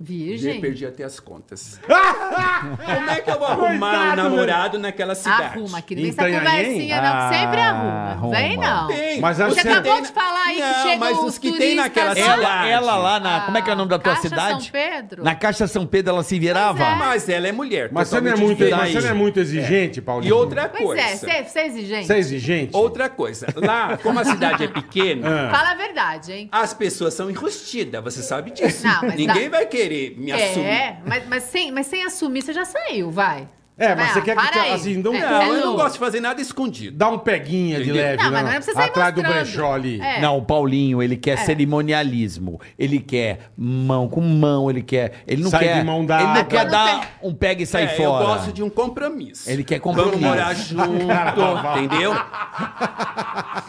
S5: Eu
S1: Virgem.
S5: perdi até as contas. Como é que eu vou arrumar um
S3: Coitado,
S5: namorado naquela cidade?
S1: Arruma, querido. Vem
S3: Em
S1: essa
S3: Itanhaém?
S1: conversinha, não. que Sempre
S4: Ah,
S1: arruma. Vem,
S4: arruma.
S1: não.
S5: Tem.
S3: Mas acho
S5: Os
S1: Você
S3: que-
S5: tem
S1: acabou
S5: na-
S1: de falar aí
S5: não,
S1: que chegam
S5: mas os que tem
S1: turistas só-
S5: naquela cidade.
S4: Ela, ela lá na. Como é que é o nome da tua
S1: Ah, Caixa
S4: cidade?
S1: São Pedro?
S4: Na Caixa São Pedro ela se virava?
S1: Pois é.
S5: Mas ela é mulher.
S3: Mas você não é
S5: totalmente
S3: muito,
S5: diferente.
S3: mas você não é muito exigente, Paulinho?
S5: E outra
S1: Pois
S5: coisa.
S1: é, você- você é exigente.
S3: Você é exigente?
S5: Outra coisa. Lá, como a cidade é pequena,
S3: Ah.
S1: Fala a verdade, hein?
S5: As pessoas são enrustidas, você sabe disso.
S1: Não, mas
S5: Ninguém
S1: dá-
S5: vai querer me assumir.
S1: É, mas, mas sem, mas sem assumir, você já saiu, vai.
S3: É, mas
S1: Vai,
S3: você
S1: ah,
S3: quer que
S1: para
S3: te-
S1: aí.
S3: assim, não-
S1: É,
S5: Não, eu
S1: é
S5: não
S1: louco.
S5: gosto de fazer nada escondido.
S3: Dá um peguinha de
S5: Entendeu?
S3: leve,
S1: Não,
S3: né?
S1: mas não é pra você sair
S3: Atrás do
S1: mostrando.
S3: brechó ali.
S1: É.
S4: Não, o Paulinho, ele quer cerimonialismo. Ele quer mão com mão, ele quer. Ele não
S3: Sai
S4: quer.
S3: de mão dada.
S4: Ele não quer
S1: Eu não
S4: dar um pega e sai
S5: É,
S4: fora.
S5: Eu gosto de um compromisso.
S4: Ele quer compromisso.
S5: Vamos morar junto, entendeu?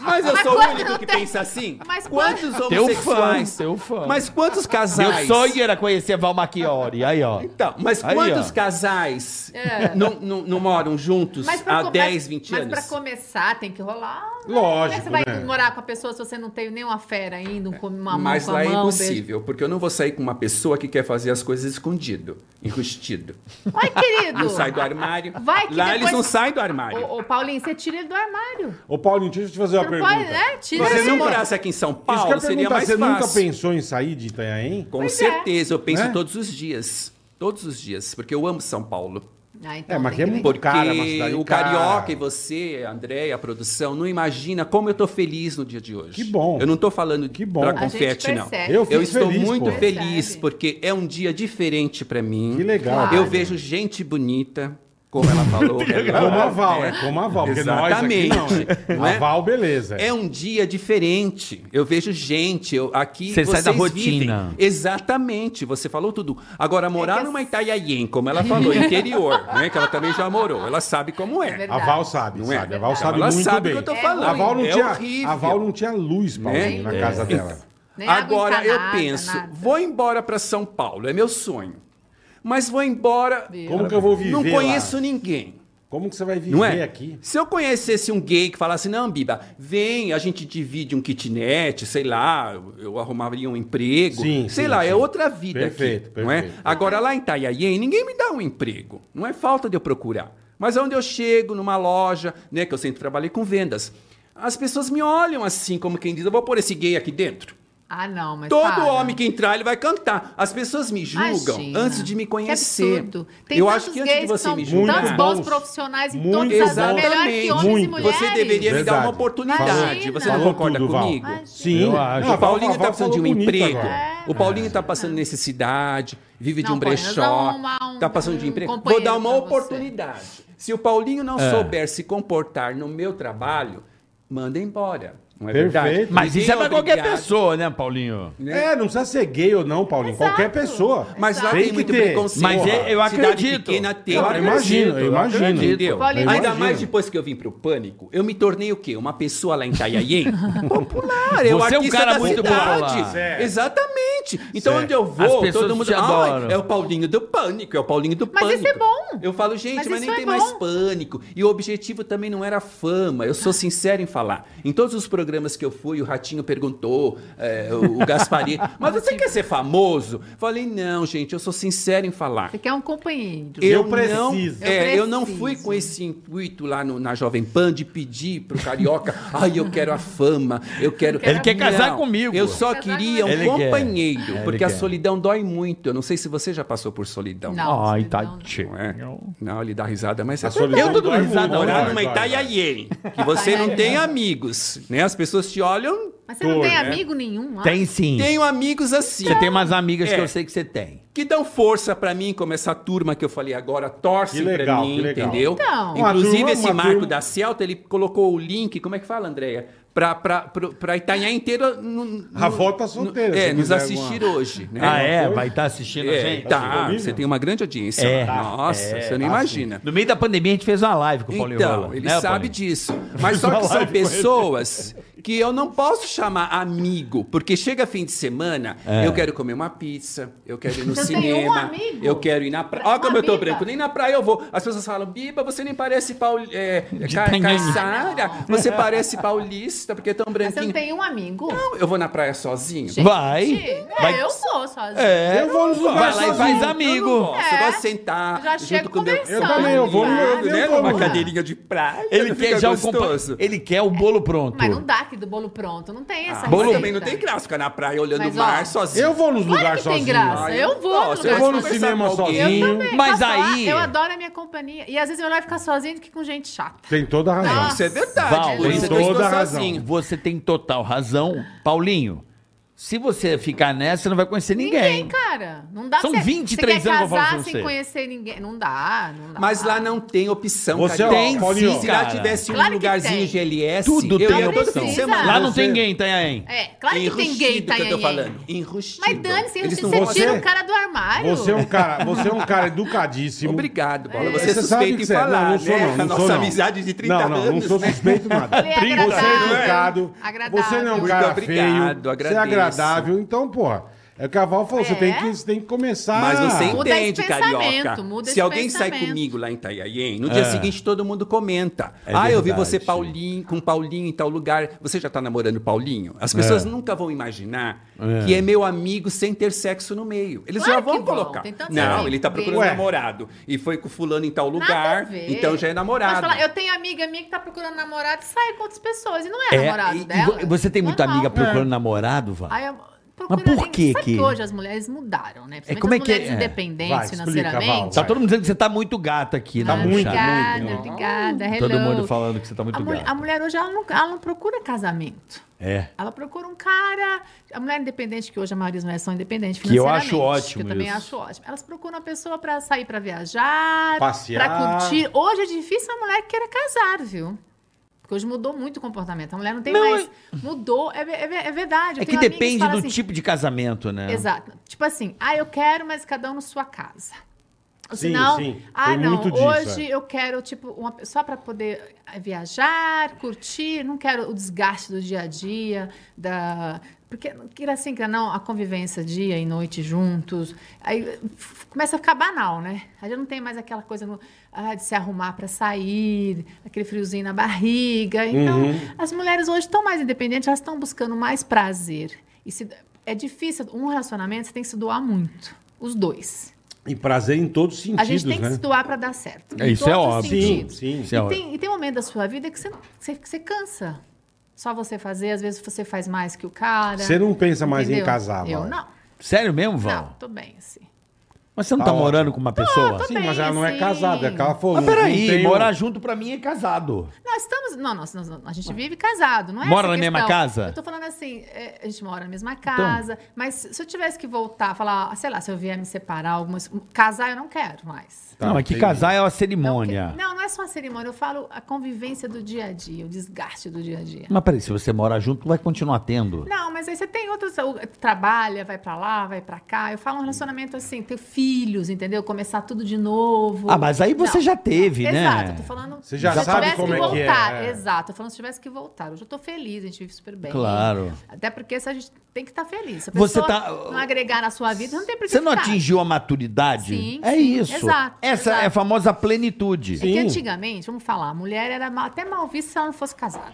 S5: Mas eu
S1: Mas
S5: sou o
S1: quando
S5: único
S1: não
S5: que
S1: tem-
S5: pensa assim.
S1: Mas
S5: quantos
S4: Teu
S5: homossexuais?
S4: fã, teu fã.
S5: Mas quantos
S4: Meu
S5: casais?
S4: sonho era conhecer Val Machiori. Aí, ó.
S5: Então, mas
S4: Aí,
S5: quantos
S4: ó.
S5: casais
S1: É.
S5: não, não- não moram juntos
S1: Mas pra
S5: há
S1: co-
S5: 10,
S1: mas-
S5: 20
S1: mas
S5: anos?
S1: pra começar, tem que rolar. né? Como é
S3: Lógico,
S1: que você vai
S3: né?
S1: morar com a pessoa se você não tem nenhuma fera ainda, um, com- uma mão
S5: Mas
S1: com a
S5: lá é
S1: mão, um beijo?
S5: impossível, porque eu não vou sair com uma pessoa que quer fazer as coisas escondido, enrustido.
S1: Vai, querido.
S5: Não sai do armário.
S1: Vai que
S5: lá
S1: depois-
S5: eles não saem do armário.
S1: Ô, ô, Paulinho, você tira ele do armário.
S3: Ô, Paulinho, deixa eu te fazer uma
S1: Você não
S3: pergunta.
S1: pode, né?
S5: Se
S1: Tira
S5: você
S1: ele.
S5: não morasse aqui em São
S3: Isso que eu
S5: Paulo,
S3: ia
S5: seria
S3: perguntar,
S5: mais
S3: você
S5: fácil.
S3: nunca pensou em sair de Itanhaém?
S5: Com
S1: Pois é.
S5: certeza, eu penso
S3: Né?
S5: todos os dias. Todos os dias, porque eu amo São Paulo.
S1: Ah, então
S3: É,
S1: tem
S3: mas que é
S1: ver.
S3: Muito
S5: Porque
S3: cara, uma cidade
S5: o
S3: cara.
S5: carioca e você, André, a produção, não imagina como eu tô feliz no dia de hoje.
S3: Que bom.
S5: Eu não tô falando
S3: Que bom. A
S5: pra
S1: gente
S5: confete, não.
S1: percebe.
S3: Eu fico
S5: Eu estou
S3: feliz,
S5: muito
S3: pô.
S5: feliz,
S1: Percebe.
S5: porque é um dia diferente pra mim.
S3: Que legal.
S1: Claro.
S5: Eu vejo gente bonita, como ela falou.
S3: Como a Val, é como a Val. Porque
S5: Exatamente.
S3: nós aqui não. né?
S5: Não
S3: A
S5: é?
S3: Val, beleza.
S5: É um dia diferente. Eu vejo gente, eu, aqui
S4: Você sai da
S5: vocês
S4: rotina.
S5: vivem. Exatamente, você falou tudo. Agora, morar
S1: É que
S5: numa
S1: as-
S5: Itaiaien, como ela falou, interior, né? Que ela também já morou, ela sabe como é.
S3: A Val sabe,
S5: Não é?
S3: sabe? A Val
S5: Então
S3: sabe
S5: ela
S3: muito
S5: sabe o
S3: bem.
S5: que eu tô
S1: É
S5: falando.
S3: a, Val não
S5: é
S3: tinha,
S5: horrível.
S3: a Val não tinha luz, Paulinho,
S5: Né?
S3: na
S5: É.
S3: casa dela.
S1: Nem água
S5: Agora eu
S1: encanada,
S5: penso,
S1: nada.
S5: vou embora pra São Paulo, é meu sonho. Mas vou embora,
S3: Como que eu vou viver
S5: não
S3: lá?
S5: conheço ninguém.
S3: Como que você vai viver
S5: Não é?
S3: aqui?
S5: Se eu conhecesse um gay que falasse, não, Biba, vem, a gente divide um kitnet, sei lá, eu- eu arrumaria um emprego.
S3: Sim,
S5: sei
S3: sim,
S5: lá,
S3: sim.
S5: é outra vida
S3: Perfeito,
S5: aqui, não é?
S3: perfeito.
S5: Agora, lá em Itanhaém, ninguém me dá um emprego. Não é falta de eu procurar. Mas é onde eu chego, numa loja, né, que eu sempre trabalhei com vendas, as pessoas me olham assim, como quem diz, eu vou pôr esse gay aqui dentro.
S1: Ah, não, mas
S5: Todo
S1: para.
S5: homem que entrar, ele vai cantar. As pessoas me julgam
S1: Imagina.
S5: antes de me conhecer.
S1: Que absurdo. Tem
S5: eu
S1: tantos
S5: acho que antes de
S1: gays
S5: você
S1: são
S5: me
S3: Muito
S5: julgar...
S1: Tantos bons
S3: bons.
S1: profissionais em
S3: Muito
S1: todas as é
S3: bons.
S1: melhor que homens e
S3: Muito.
S1: mulheres.
S5: Você deveria me dar
S3: Verdade.
S5: uma oportunidade.
S1: Imagina.
S5: Você não
S1: Falou
S5: concorda
S3: tudo, Val.
S5: comigo?
S1: Imagina.
S3: Sim,
S4: Eu acho.
S3: Não, a
S5: O Paulinho
S3: a Val
S5: tá precisando de um
S3: falou bonito
S5: emprego.
S3: é agora. É.
S5: O Paulinho tá passando necessidade, vive de
S1: Não,
S5: um
S1: Paulinho,
S5: brechó,
S1: dá uma- um-
S5: tá passando de
S1: um
S5: emprego. Vou
S1: companheiro
S5: dar uma
S1: pra você.
S5: oportunidade.
S3: É.
S5: Se o Paulinho não souber se comportar no meu trabalho, manda embora. Não é
S3: Perfeito.
S5: verdade?
S4: Mas isso é pra
S5: Ninguém
S4: qualquer
S5: obrigado,
S4: pessoa, né, Paulinho?
S5: né?
S3: É, não precisa ser gay ou não, Paulinho.
S1: Exato.
S3: Qualquer pessoa.
S5: Mas lá
S3: Tem
S5: tem,
S3: que
S5: muito
S3: ter. é,
S5: preconceito.
S4: Mas eu- eu
S5: Cidade
S4: acredito.
S5: pequena tem
S3: Eu
S5: preconceito.
S3: imagino, eu imagino.
S5: Entendeu?
S1: Paulinho,
S5: Ainda
S3: imagino.
S5: mais depois que eu vim pro Pânico, eu me tornei o quê? Uma pessoa lá em Itanhaém? popular, eu
S4: Você é um
S5: artista
S4: cara
S5: da
S4: muito
S5: cidade.
S4: popular.
S3: Certo.
S5: Exatamente. Então
S3: Certo.
S5: onde eu
S4: As
S5: vou,
S4: pessoas
S5: todo mundo...
S4: te adoram.
S5: Ai, é o Paulinho do Pânico, é o Paulinho do
S1: Mas
S5: Pânico.
S1: isso é bom.
S5: Eu falo, gente,
S1: Mas
S5: mas,
S1: isso
S5: nem
S1: é
S5: tem mais
S1: bom.
S5: Pânico. E o objetivo também não era fama, eu sou sincero em falar. Em todos os programas que eu fui, o Ratinho perguntou, é, o o Gasparini, mas você quer ser famoso? Falei, não, gente, eu sou sincero em falar.
S1: Você quer um companheiro.
S3: Eu
S5: Eu,
S3: preciso.
S5: não, é,
S1: Eu
S5: eu não fui
S1: preciso.
S5: com esse intuito lá no- na Jovem Pan de pedir pro carioca, ai, eu quero a fama, eu quero.
S1: Ele quer
S4: casar comigo.
S5: Eu só
S1: Casar
S5: queria um
S4: comigo. Ele quer.
S5: companheiro,
S4: Ele
S5: porque a
S4: quer.
S5: solidão dói muito. Eu não sei se você já passou por solidão.
S1: Não,
S4: Ai, tá,
S1: não, não.
S4: tadinho.
S5: Não é? Não, ele dá risada, mas é
S3: A solidão
S5: eu tô dando
S3: dói
S5: risada. tá
S3: muito.
S5: Morar
S3: Dói,
S5: numa
S3: dói,
S5: Itaiaiê, que você não tem amigos, né? As pessoas te olham,
S1: Mas você não
S3: Ator,
S1: tem
S3: né?
S1: amigo nenhum? ó.
S4: Tem sim.
S5: tenho amigos assim.
S4: Você tem umas amigas
S5: É.
S4: que eu sei que você tem.
S5: que dão força pra mim, como essa turma que eu falei agora, torce
S3: Que legal,
S5: pra mim,
S3: que legal.
S5: entendeu?
S1: Então.
S3: Uma
S5: Inclusive,
S3: turma,
S5: esse
S3: uma
S5: Marco
S3: turma-
S5: da Celta, ele colocou o link, como é que fala, Andréia? Pra, pra, pro- pra Itanhá inteira... no- no-
S3: A avó tá solteira,
S5: no-
S3: se
S5: É, nos
S3: quiser
S5: assistir hoje. Né?
S4: ah, é?
S3: foi?
S4: Vai estar assistindo a
S5: É,
S4: gente?
S5: tá,
S3: disponível?
S5: você tem uma grande audiência.
S4: É.
S5: Nossa,
S4: É,
S5: você
S4: tá
S5: não imagina.
S4: sim. No meio da pandemia a gente fez uma live com o Paulinho
S5: Então,
S4: Rola,
S5: ele
S4: né,
S5: sabe
S4: Paulinho?
S5: disso. Mas só que são
S4: live com ele.
S5: pessoas que eu não posso chamar amigo, porque chega fim de semana,
S4: É.
S5: eu quero comer uma pizza, eu quero ir no
S1: Você tem
S5: cinema,
S1: um amigo?
S5: eu quero ir na praia.
S1: Uma
S5: Olha como eu tô
S1: biba.
S5: branco, nem na praia eu vou. As pessoas falam, Biba, você nem parece paul... é, ca-
S4: Itanhaém.
S5: caiçara, você parece paulista, porque é tão
S1: Mas você não
S5: branquinho.
S1: tem um amigo?
S5: Não, eu vou na praia sozinho.
S4: Vai.
S1: Sim. É,
S4: Vai-
S1: eu vou sozinha.
S5: né?
S4: É,
S3: Eu vou nos
S4: vai
S3: lugares
S4: lá e
S3: sozinho.
S4: faz amigo.
S5: Nossa, eu
S1: É.
S5: gosto de sentar
S1: Eu já chego
S5: junto com o meu...
S1: conversando.
S3: Eu também, eu vou no- eu
S5: né,
S3: vou
S5: numa
S3: no-
S5: cadeirinha de praia.
S4: Ele
S5: não
S4: quer
S5: fica
S4: já o
S5: gostoso.
S4: compa- Ele quer o bolo pronto.
S1: Mas não dá aqui do bolo pronto. Não tem essa
S5: Ah,
S4: Bolo-
S5: mas
S1: receita.
S5: também não tem graça ficar na praia olhando
S1: Mas,
S5: o
S1: ó,
S5: mar sozinho. Ah,
S3: Eu vou nos
S1: Claro
S3: lugares
S1: que tem
S3: sozinho.
S1: graça. Eu vou no
S5: Nossa,
S1: lugar
S3: Eu vou no
S5: conversar
S3: cinema
S5: com alguém.
S1: Eu
S3: sozinho.
S1: também.
S4: Mas
S1: posso falar?
S4: aí-
S1: eu adoro a minha companhia. E às vezes é melhor ficar sozinho do que com gente chata.
S3: Tem toda a razão.
S1: Nossa.
S5: Isso é verdade,
S4: Val,
S5: por
S4: tem
S5: isso que eu
S3: toda a
S5: estou
S3: razão.
S5: sozinho.
S4: Você tem total razão. Paulinho, se você ficar nessa, você não vai conhecer ninguém.
S1: Ninguém, cara. Não dá
S4: São
S1: cê-
S4: 23
S1: cê quer
S4: anos que eu falo
S1: casar
S4: pra você.
S1: sem conhecer ninguém. Não dá, não dá.
S5: Mas lá não tem opção,
S3: Você, ó,
S5: cara.
S4: Tem
S3: Paulinho,
S4: sim,
S5: Se
S4: cara.
S5: lá tivesse um
S1: Claro que tem.
S5: lugarzinho GLS,
S1: assim.
S4: Tudo
S5: eu
S4: tem
S5: ia todo
S4: opção.
S5: fim de semana.
S4: Lá não
S3: Você-
S4: tem ninguém, Itanhaém.
S1: É, claro que tem gay
S5: Enrustido que eu tô falando.
S1: Itanhaém.
S5: Enrustido.
S1: Mas dane-se,
S5: Eles
S1: você
S5: não
S3: vão
S1: tira
S5: vão
S3: fazer-
S1: o cara do armário.
S3: Você é um cara, você é um cara educadíssimo.
S5: Obrigado, Bola.
S3: É.
S5: Você
S3: Você
S5: é
S3: sabe
S5: suspeito
S3: que
S5: em
S3: você é. Não,
S5: falar,
S3: não sou
S5: né?
S3: não, não
S5: A
S3: sou
S5: nossa
S3: não.
S5: amizade de 30
S3: não,
S5: anos,
S3: não, não sou
S5: né?
S3: suspeito nada.
S1: Ele é agradável.
S3: Você é educado.
S1: Agradável.
S3: Você não é um
S1: Muito
S3: cara
S5: obrigado,
S3: feio. Você é
S5: agradeço.
S3: agradável. Então, porra, é o que a Val falou. Você,
S1: É.
S3: tem que, você tem que começar.
S5: Mas você
S1: Muda
S5: entende,
S1: esse pensamento,
S5: carioca.
S1: muda esse
S5: Se alguém sai
S1: pensamento.
S5: comigo lá em Itanhaém, no dia seguinte todo mundo comenta.
S4: Ah. É
S5: ah, eu vi
S4: verdade.
S5: você Paulinho, com Paulinho em tal lugar. Você já tá namorando Paulinho?
S4: É.
S5: As pessoas nunca vão imaginar que é meu amigo sem ter sexo no meio. Eles
S1: Claro
S5: já vão
S1: que vão,
S5: colocar.
S1: tem tantos
S5: Não,
S1: amigos
S5: ele tá procurando
S3: Ué.
S5: namorado. E foi com fulano em tal
S1: Nada a
S5: lugar,
S1: ver.
S5: então já é namorado.
S1: Pode falar, eu tenho amiga minha que tá procurando namorado e sai com outras pessoas. E não é,
S4: É,
S1: namorado
S4: e- e
S1: dela.
S4: vo- Você tem muita
S1: Normal.
S4: amiga procurando namorado, Val?
S1: Aí eu-
S4: Mas por que
S1: Sabe
S4: que-
S1: hoje as mulheres mudaram, né? Principalmente
S4: como é
S1: as
S4: que-
S1: mulheres
S4: é.
S1: independentes
S3: Vai, explica,
S1: financeiramente.
S4: Tá todo mundo dizendo que você tá muito gata aqui,
S3: Tá
S4: né,
S3: muito,
S4: Chá?
S1: obrigada,
S3: muito.
S1: obrigada. Hello.
S4: Todo mundo falando que você tá muito
S1: a, mulher,
S4: gata.
S1: a mulher hoje ela não, ela não procura casamento.
S4: É.
S1: Ela procura um cara. A mulher independente, que hoje a maioria das mulheres são independentes
S4: Que eu
S1: financeiramente.
S4: acho ótimo
S1: Que eu também
S4: isso.
S1: acho ótimo. Elas procuram uma pessoa pra sair pra viajar,
S3: Passear.
S1: pra curtir. Hoje é difícil a mulher que queira casar, viu? Porque hoje mudou muito o comportamento. A mulher não tem mais. Mudou. É, ve- é ve- é verdade. Eu
S4: É que
S1: tenho amigas
S4: depende
S1: falam
S4: do
S1: assim,
S4: tipo de casamento, né?
S1: Exato. Tipo assim, ah, eu quero, mas cada um na sua casa. Ou
S3: Sim,
S1: senão,
S3: sim.
S1: ah,
S3: Tem
S1: não,
S3: muito disso,
S1: hoje
S3: é.
S1: eu quero, tipo, uma, pe- só para poder eh, viajar, curtir, não quero o desgaste do dia a dia, da. Porque, queira assim, queira não, a convivência dia e noite juntos. Aí f- começa a ficar banal, né? Aí já não tem mais aquela coisa no- ah, de se arrumar para sair, aquele friozinho na barriga. Então,
S3: Uhum.
S1: as mulheres hoje estão mais independentes, elas estão buscando mais prazer. E se, é difícil, um relacionamento você tem que se doar muito. Os dois.
S3: E prazer em todos os sentidos,
S1: A gente tem que
S3: né?
S1: se doar para dar certo.
S4: É,
S1: Em
S4: isso é
S1: todos os
S4: óbvio.
S3: Sim,
S1: sentidos.
S3: sim.
S4: Isso é
S1: E
S4: ótimo.
S1: tem, e tem momento da sua vida que você, você, você cansa. Só você fazer, às vezes você faz mais que o cara.
S3: Você não pensa mais em
S1: entendeu?
S3: casar,
S1: Eu
S3: Val.
S1: não.
S4: Sério mesmo,
S1: Não, tá
S4: Val?
S1: tô bem, assim.
S4: Mas você não
S3: Tá
S4: tá,
S3: ótimo.
S4: morando com uma pessoa?
S1: tô-
S3: Sim, mas ela não é
S1: Sim.
S3: casada. É que ela falou.
S4: Mas
S3: não- não
S4: peraí,
S3: tem-
S4: morar junto pra mim é casado.
S1: Nós estamos. Não, nós, nós- a gente vive casado, não é
S4: Mora
S1: essa
S4: na mesma
S1: questão.
S4: casa?
S1: Eu tô falando assim, assim, é, a gente mora na mesma casa, mas se eu tivesse que voltar, falar, ah, sei lá, se eu vier me separar, algumas. Casar eu não quero mais.
S3: Tá,
S4: não, é que
S3: entendi.
S4: casar é uma
S1: Não,
S4: cerimônia.
S1: que- Não, não é só uma cerimônia, eu falo a convivência do dia a dia, o desgaste do dia a dia.
S4: Mas peraí, se você mora junto, vai continuar tendo.
S1: Não, mas aí você tem outros. o- Trabalha, vai pra lá, vai pra cá. Eu falo um relacionamento assim, ter filhos, entendeu? Começar tudo de novo.
S4: Ah, mas aí você
S1: Não.
S4: já teve, né?
S1: Exato, eu tô falando.
S3: Você já
S1: se eu
S3: sabe
S1: tivesse
S3: como é que é,
S1: voltar,
S3: é.
S1: Exato, eu tô falando se tivesse que voltar. Hoje eu tô feliz, a gente vive super bem.
S4: Claro.
S1: Até porque se a gente tem que estar feliz. Se a
S4: Você
S1: pessoa
S4: tá-
S1: não agregar na sua vida, não tem por que
S4: Você não
S1: ficar.
S4: atingiu a maturidade?
S1: Sim,
S4: é
S1: sim,
S4: isso.
S1: exato,
S4: Essa
S1: exato.
S4: é a famosa plenitude.
S1: É que
S3: Sim.
S1: antigamente, vamos falar, a mulher era mal- até mal vista se ela não fosse casada.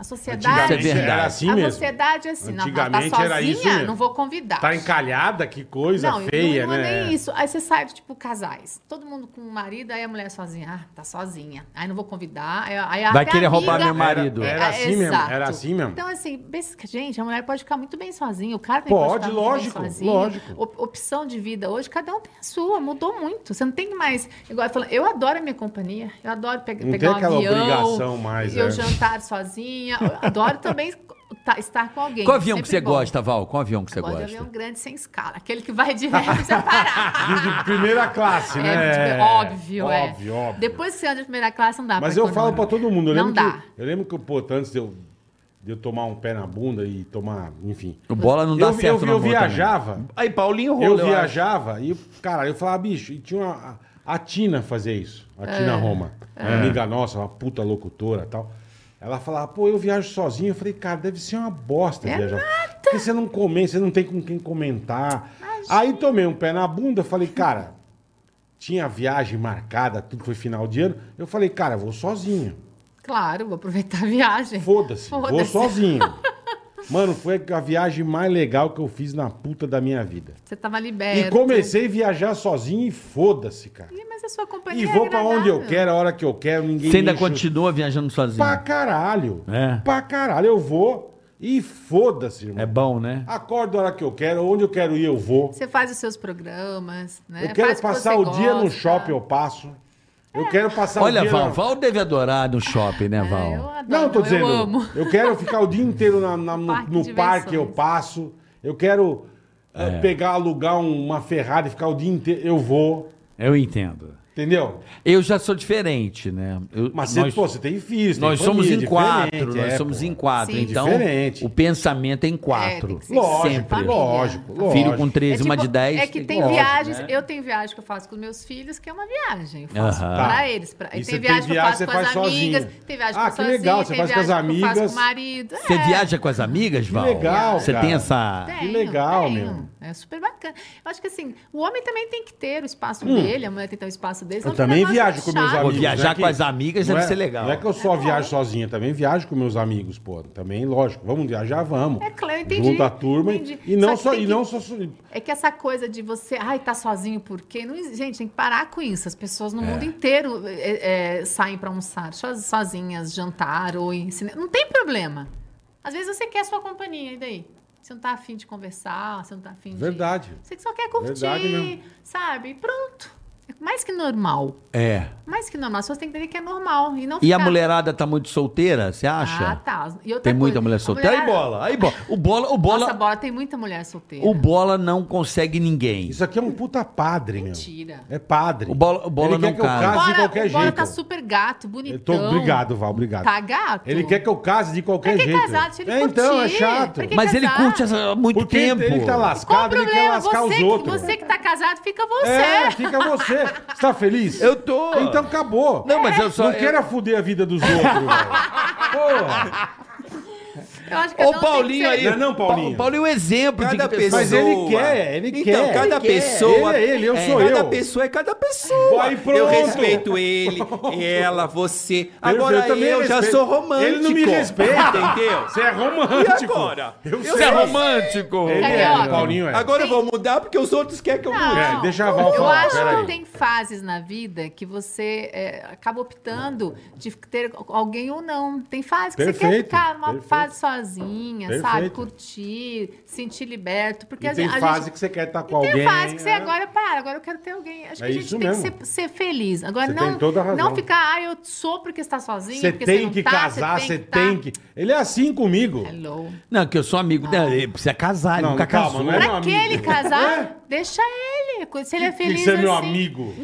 S1: A sociedade.
S3: Antigamente
S4: Isso é verdade.
S3: Era assim
S1: a
S3: mesmo.
S1: sociedade é assim, não, ela tá
S3: Antigamente
S1: sozinha,
S3: era isso mesmo.
S1: não vou convidar.
S3: Tá encalhada, que coisa
S1: e
S3: feia,
S1: não, não
S3: né?
S1: é nem isso. Aí você sai, tipo, casais. Todo mundo com o marido, aí a mulher sozinha. Ah, tá sozinha. Aí não vou convidar. Aí, aí
S4: Vai
S1: até amiga-
S4: querer
S1: É,
S4: roubar meu marido.
S3: Era- era assim mesmo,
S1: Exato.
S3: era assim mesmo.
S1: Então, assim, pensa que, gente, a mulher pode ficar muito bem sozinha. O cara
S3: Pode,
S1: ficar muito
S3: lógico,
S1: bem sozinho.
S3: lógico.
S1: Op- opção de vida hoje, cada um tem a sua. Mudou muito. Você não tem mais... Igual eu falo, eu adoro a minha companhia. Eu adoro pe
S3: Não
S1: pegar
S3: tem
S1: um
S3: aquela
S1: avião.
S3: obrigação mais,
S1: Eu
S3: é.
S1: jantar sozinha. Eu adoro também tá- estar com alguém.
S4: Qual avião que
S1: Sempre
S4: você
S1: bom.
S4: gosta, Val? Qual avião que você
S1: Eu gosto de
S4: gosta?
S1: avião grande sem escala. Aquele que vai direto sem parar.
S3: De, de primeira classe,
S1: É,
S3: né?
S1: tipo, óbvio, é.
S3: Óbvio, óbvio.
S1: Depois que você anda de primeira classe, não dá
S3: Mas eu falo pra
S1: economizar.
S3: todo mundo. Eu
S1: Não
S3: lembro
S1: dá.
S3: Que, eu lembro que, pô, antes de eu, de eu tomar um pé na bunda e tomar, enfim.
S4: O bola não dá
S3: eu,
S4: certo.
S3: eu,
S4: no
S3: eu
S4: amor também.
S3: viajava.
S4: Aí, Paulinho
S3: Eu
S4: rolou.
S3: viajava e, cara, eu falava, bicho, e tinha uma, a, a Tina fazia isso. A
S1: É,
S3: Tina Roma. Uma amiga nossa, uma puta locutora e tal. Ela falava, pô, eu viajo sozinho. Eu falei, cara, deve ser uma bosta
S1: É
S3: viajar. Porque você não comenta, você não tem com quem comentar. Aí tomei um pé na bunda, eu falei, cara, tinha viagem marcada, tudo foi final de ano. Eu falei, cara, eu vou sozinho.
S1: Claro, vou aproveitar a viagem.
S3: Foda-se, vou
S1: Foda-se.
S3: sozinho. Mano, foi a viagem mais legal que eu fiz na puta da minha vida.
S1: Você tava
S3: E
S1: liberto.
S3: comecei a viajar sozinho e foda-se, cara.
S1: Ih, Mas a sua companhia
S3: E
S1: é
S3: vou pra onde eu
S1: agradável.
S3: quero, a hora que eu quero, ninguém
S4: Você ainda
S3: me enche o-
S4: continua viajando sozinho.
S3: Pra caralho.
S4: É.
S3: Pra caralho. Eu vou e foda-se, irmão.
S4: É bom, né?
S3: Acordo a hora que eu quero, onde eu quero ir, eu vou.
S1: Você faz os seus programas, né?
S3: eu quero
S1: Faz que
S3: passar
S1: você
S3: o dia no
S1: gosta.
S3: shopping, eu passo. Eu quero passar o
S4: Olha,
S3: dia...
S4: Val,
S3: na-
S4: Val deve adorar no shopping, né,
S1: É,
S4: Val?
S1: eu adoro,
S3: Não, eu tô dizendo.
S1: Eu amo.
S3: eu quero ficar o dia inteiro na- na- no,
S1: Parque
S3: no
S1: de
S3: parque, eu
S1: diversões.
S3: passo. Eu quero eh,
S4: É.
S3: pegar, alugar um, uma Ferrari, ficar o dia inteiro, eu vou.
S4: Eu entendo.
S3: Entendeu?
S4: Eu já sou diferente, né? Eu-
S3: Mas você,
S4: nós-
S3: pô, você tem filhos, tem
S4: Nós somos
S3: família,
S4: em
S3: diferente,
S4: quatro, nós
S3: é,
S4: somos
S3: pô.
S4: em quatro.
S1: Sim.
S4: Então,
S3: Diferente.
S4: o pensamento é em
S1: É,
S4: quatro.
S1: tem que ser
S3: Lógico,
S4: Sempre.
S3: lógico, lógico.
S4: Filho com
S1: É
S4: 13, uma
S1: tipo-
S4: de 10.
S1: É que tem
S3: lógico,
S1: viagens, eu tenho viagem que eu faço com os meus filhos, que é uma viagem. Eu faço
S4: Aham.
S1: pra
S3: Tá.
S1: eles. Pra...
S3: E
S1: E
S3: você
S1: tem viagem
S3: tem
S1: que eu faço
S3: viagem,
S1: com
S3: você
S1: as
S3: faz
S1: amigas,
S3: sozinha.
S1: tem viagem
S3: Ah,
S1: que eu
S3: que
S1: sozinho,
S3: legal, você
S1: tem
S3: faz com as
S1: viagem que eu faço
S3: amigas.
S1: com o marido.
S4: Você
S1: é.
S4: viaja com as amigas, Val?
S3: legal,
S4: Você
S3: cara.
S4: tem essa.
S1: Tenho,
S3: Que legal,
S1: tenho.
S3: meu.
S1: É super bacana. Eu acho que assim, o homem também tem que ter o espaço dele, a mulher tem que ter o espaço dele.
S3: Hum. Eu
S1: senão fica
S3: também
S1: negócio
S3: viajo com meus
S1: chato.
S3: amigos.
S4: viajar
S3: né, que
S4: com as amigas
S3: não
S4: deve
S3: é-
S4: ser legal.
S3: Não é que eu só viajo sozinha, também viajo com meus amigos, pô. Também, lógico, vamos viajar, vamos.
S1: É claro, eu entendi,
S3: Junto a turma. e-
S1: entendi.
S3: E não
S1: Só que
S3: só,
S1: tem
S3: e
S1: que-
S3: não só. só-
S1: É que essa coisa de você, ai, tá sozinho por quê? Não, exi- gente, tem que parar com isso. As pessoas no mundo inteiro é, é, saem pra almoçar so- sozinhas, jantar ou em cinema. Não tem problema. Às vezes você quer a sua companhia, e daí? Você não tá afim de conversar, você não tá afim de.
S3: Verdade.
S1: Você que só quer curtir,
S3: Verdade mesmo.
S1: sabe? E Pronto. É mais que normal.
S4: É.
S1: Mais que normal. As pessoas têm que entender que é normal. E, não
S4: E a
S1: ficar-
S4: mulherada tá muito solteira, você acha?
S1: Ah, tá. E outra
S4: Tem muita
S1: coisa,
S4: mulher
S1: a
S4: solteira. Aí bola, aí bola. O bola, o bola,
S1: Nossa, bola, tem muita mulher solteira.
S4: o bola não consegue ninguém.
S3: Isso aqui é um puta padre, meu.
S1: Mentira.
S3: É padre.
S4: O Bola- o Bola
S3: Ele quer
S4: não
S3: que eu
S4: casa.
S1: O
S3: case de
S1: Bola-
S3: qualquer
S1: o Bola
S3: jeito.
S1: tá super gato,
S3: Eu
S1: bonitão.
S3: tô- Obrigado, Val, obrigado.
S1: Então, Tá gato?
S3: Ele quer que eu case de qualquer
S1: Pra que
S3: jeito.
S1: casar? Deixa ele
S3: é, então, é
S1: curtir.
S3: chato.
S1: Pra que
S4: Mas ele
S1: casar.
S4: curte essa- há muito
S3: Porque
S4: tempo.
S3: ele tá
S1: Qual o
S3: lascado, ele quer
S1: problema?
S3: lascar
S1: Você,
S3: os outros.
S1: você que tá casado, fica você.
S3: É, fica você. Você tá feliz?
S4: Eu tô.
S3: Então acabou.
S4: Não, mas eu só-
S3: Não
S4: eu-
S3: queira fuder a vida dos outros, velho. Porra.
S1: Eu acho que
S4: Ô,
S1: cada um tem que
S4: Paulinho
S1: ser-
S4: aí.
S3: Não é não, Paulinho?
S4: Pa- Paulinho é um exemplo
S6: Cada
S4: de que pessoa.
S3: Mas ele quer, ele
S6: então,
S3: quer.
S6: cada
S3: ele quer.
S6: pessoa.
S3: Ele é ele, eu sou
S6: cada
S3: eu.
S6: pessoa é cada pessoa.
S3: Aí, pronto.
S6: Eu respeito ele, ela, você. Agora eu,
S3: também
S6: já
S3: respeito.
S6: sou romântico.
S3: Ele não me respeita.
S6: Entendeu?
S3: Você é romântico.
S6: E agora?
S3: Eu
S4: Você
S3: sei.
S4: é romântico.
S3: Ele é,
S1: Carioca.
S3: o Paulinho é.
S6: Agora eu vou mudar porque os outros querem que eu mude.
S3: É, deixa a Val
S1: eu
S3: falar,
S1: acho
S3: peraí.
S1: que tem fases na vida que você é, acaba optando de ter alguém ou não. Tem fase que você quer
S3: Perfeito,
S1: ficar numa
S3: perfeito.
S1: fase sozinha,
S3: Perfeito.
S1: sabe? Curtir, sentir liberto. Porque
S3: E
S1: a
S3: tem
S1: gente- a
S3: fase
S1: gente-
S3: que você quer estar com
S1: tem
S3: alguém.
S1: fase que você
S3: é.
S1: agora para, agora eu quero ter alguém. Acho
S3: É
S1: que a gente
S3: isso
S1: tem
S3: mesmo.
S1: que ser, ser feliz. Agora
S3: Você
S1: não,
S3: tem toda a razão.
S1: não ficar, ah, eu sou porque está sozinho,
S3: Você
S1: porque você
S3: tem
S1: não
S3: que
S1: tá,
S3: casar, você tem que. Ele é assim comigo.
S1: Hello.
S4: Não, que eu sou amigo
S1: Ah.
S4: dela. Ele precisa casar, ele
S3: Não,
S4: nunca
S3: calma,
S4: casou.
S3: não é-
S4: Não,
S1: Pra
S3: meu
S1: que ele
S3: amigo. É.
S1: casar? Deixa ele. Se ele é
S3: Tem que
S1: feliz
S3: ser meu
S1: assim.
S3: amigo.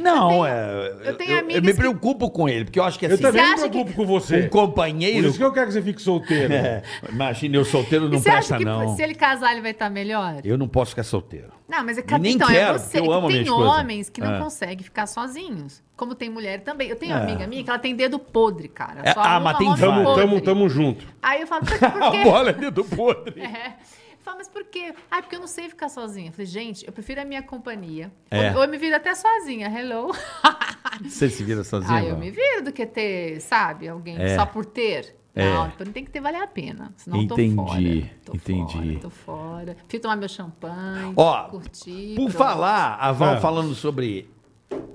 S4: é.
S1: eu tenho
S4: eu,
S1: amigas
S4: me
S1: que-
S4: preocupo com ele, porque eu acho que
S3: Eu
S4: assim,
S3: também me
S1: acha que-
S3: preocupo com você.
S4: um
S3: Por
S4: companheiro.
S3: isso que eu quero que você fique solteiro.
S4: É, imagina, eu solteiro
S1: E
S4: não
S1: você acha
S4: presta,
S1: que
S4: não.
S1: se ele casar, ele vai estar melhor?
S4: Eu não posso ficar solteiro.
S1: Não, mas é
S4: E nem
S1: capitão,
S4: quero,
S1: é você.
S4: eu
S1: que
S4: amo a
S1: tem
S4: minha esposa.
S1: homens que
S3: É.
S1: não
S4: Ah.
S1: conseguem ficar sozinhos. Como tem mulher também. Eu tenho
S4: É.
S1: uma amiga minha que ela tem dedo podre, cara.
S4: É,
S1: Só
S4: ah,
S1: arruma um
S4: mas tem
S1: homem
S4: vários.
S3: Tamo,
S1: podre.
S3: tamo, tamo junto.
S1: Aí eu falo, por quê? Por
S4: A
S1: quê?
S4: bola é dedo podre.
S1: É. Fala, mas por quê? Ah, porque eu não sei ficar sozinha. Eu falei, gente, eu prefiro a minha companhia.
S4: É.
S1: Ou, ou eu me viro até sozinha, hello.
S4: Você se vira sozinho?
S1: ah, eu
S4: Val?
S1: me viro do que ter, sabe, alguém
S4: É.
S1: só por ter.
S4: É.
S1: Não, então tem que ter, valer a pena. Senão
S4: Entendi,
S1: eu tô fora. Tô
S4: entendi.
S1: Fora, tô fora. Fui tomar meu champanhe,
S4: Ó,
S1: curtir.
S4: Por
S1: pronto.
S4: falar, a Val
S3: É.
S4: falando sobre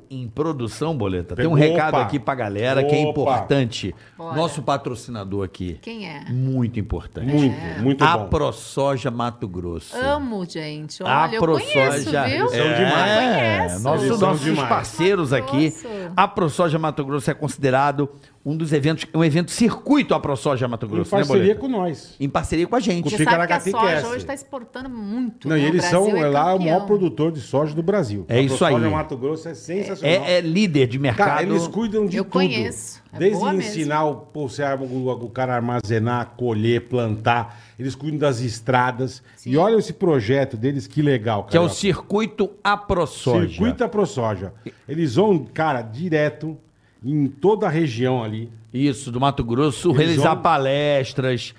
S4: em produção, Boleta, tem um
S3: Pegou,
S4: recado
S3: opa.
S4: aqui pra galera que é
S3: Opa.
S4: importante.
S1: Bora.
S4: Nosso patrocinador aqui,
S1: Quem é?
S4: muito importante.
S3: Muito, muito
S4: a
S3: bom.
S4: ProSoja Mato Grosso.
S1: Amo, gente.
S4: A
S1: Então, Olha, eu conheço,
S4: ProSoja.
S1: viu?
S3: São demais.
S1: Conheço.
S4: Nosso,
S3: São
S4: É, nossos
S3: demais.
S4: parceiros
S1: Mato
S4: aqui.
S1: Grosso.
S4: A ProSoja Mato Grosso é considerado um dos eventos, um evento circuito a ProSoja Mato
S3: Em
S1: é
S4: Grosso, né,
S3: parceria
S4: Boleta?
S3: com nós.
S4: Em parceria com a gente.
S3: Com-
S1: Você sabe que a
S3: Ticaracati
S1: soja
S3: cresce.
S1: hoje está exportando muito.
S3: Não,
S1: né?
S3: e
S1: O
S3: eles
S1: Brasil
S3: são, é lá, o maior
S1: campeão.
S3: produtor de soja do Brasil.
S4: É
S3: A
S4: isso
S3: ProSoja
S4: aí.
S3: Mato Grosso é sensacional.
S4: É, é líder de mercado.
S3: Cara, eles cuidam de
S1: Eu
S3: tudo.
S1: conheço. É
S3: Desde
S1: boa mesmo.
S3: ensinar o, pô, você arma o, o cara a armazenar, colher, plantar. Eles cuidam das estradas. E olha esse projeto deles, que legal, cara.
S4: Que é o circuito a ProSoja.
S3: Circuito da ProSoja. Eles vão, cara, direto em toda a região ali.
S4: Isso, do Mato Grosso,
S3: Eles
S4: realizar
S3: vão-
S4: palestras,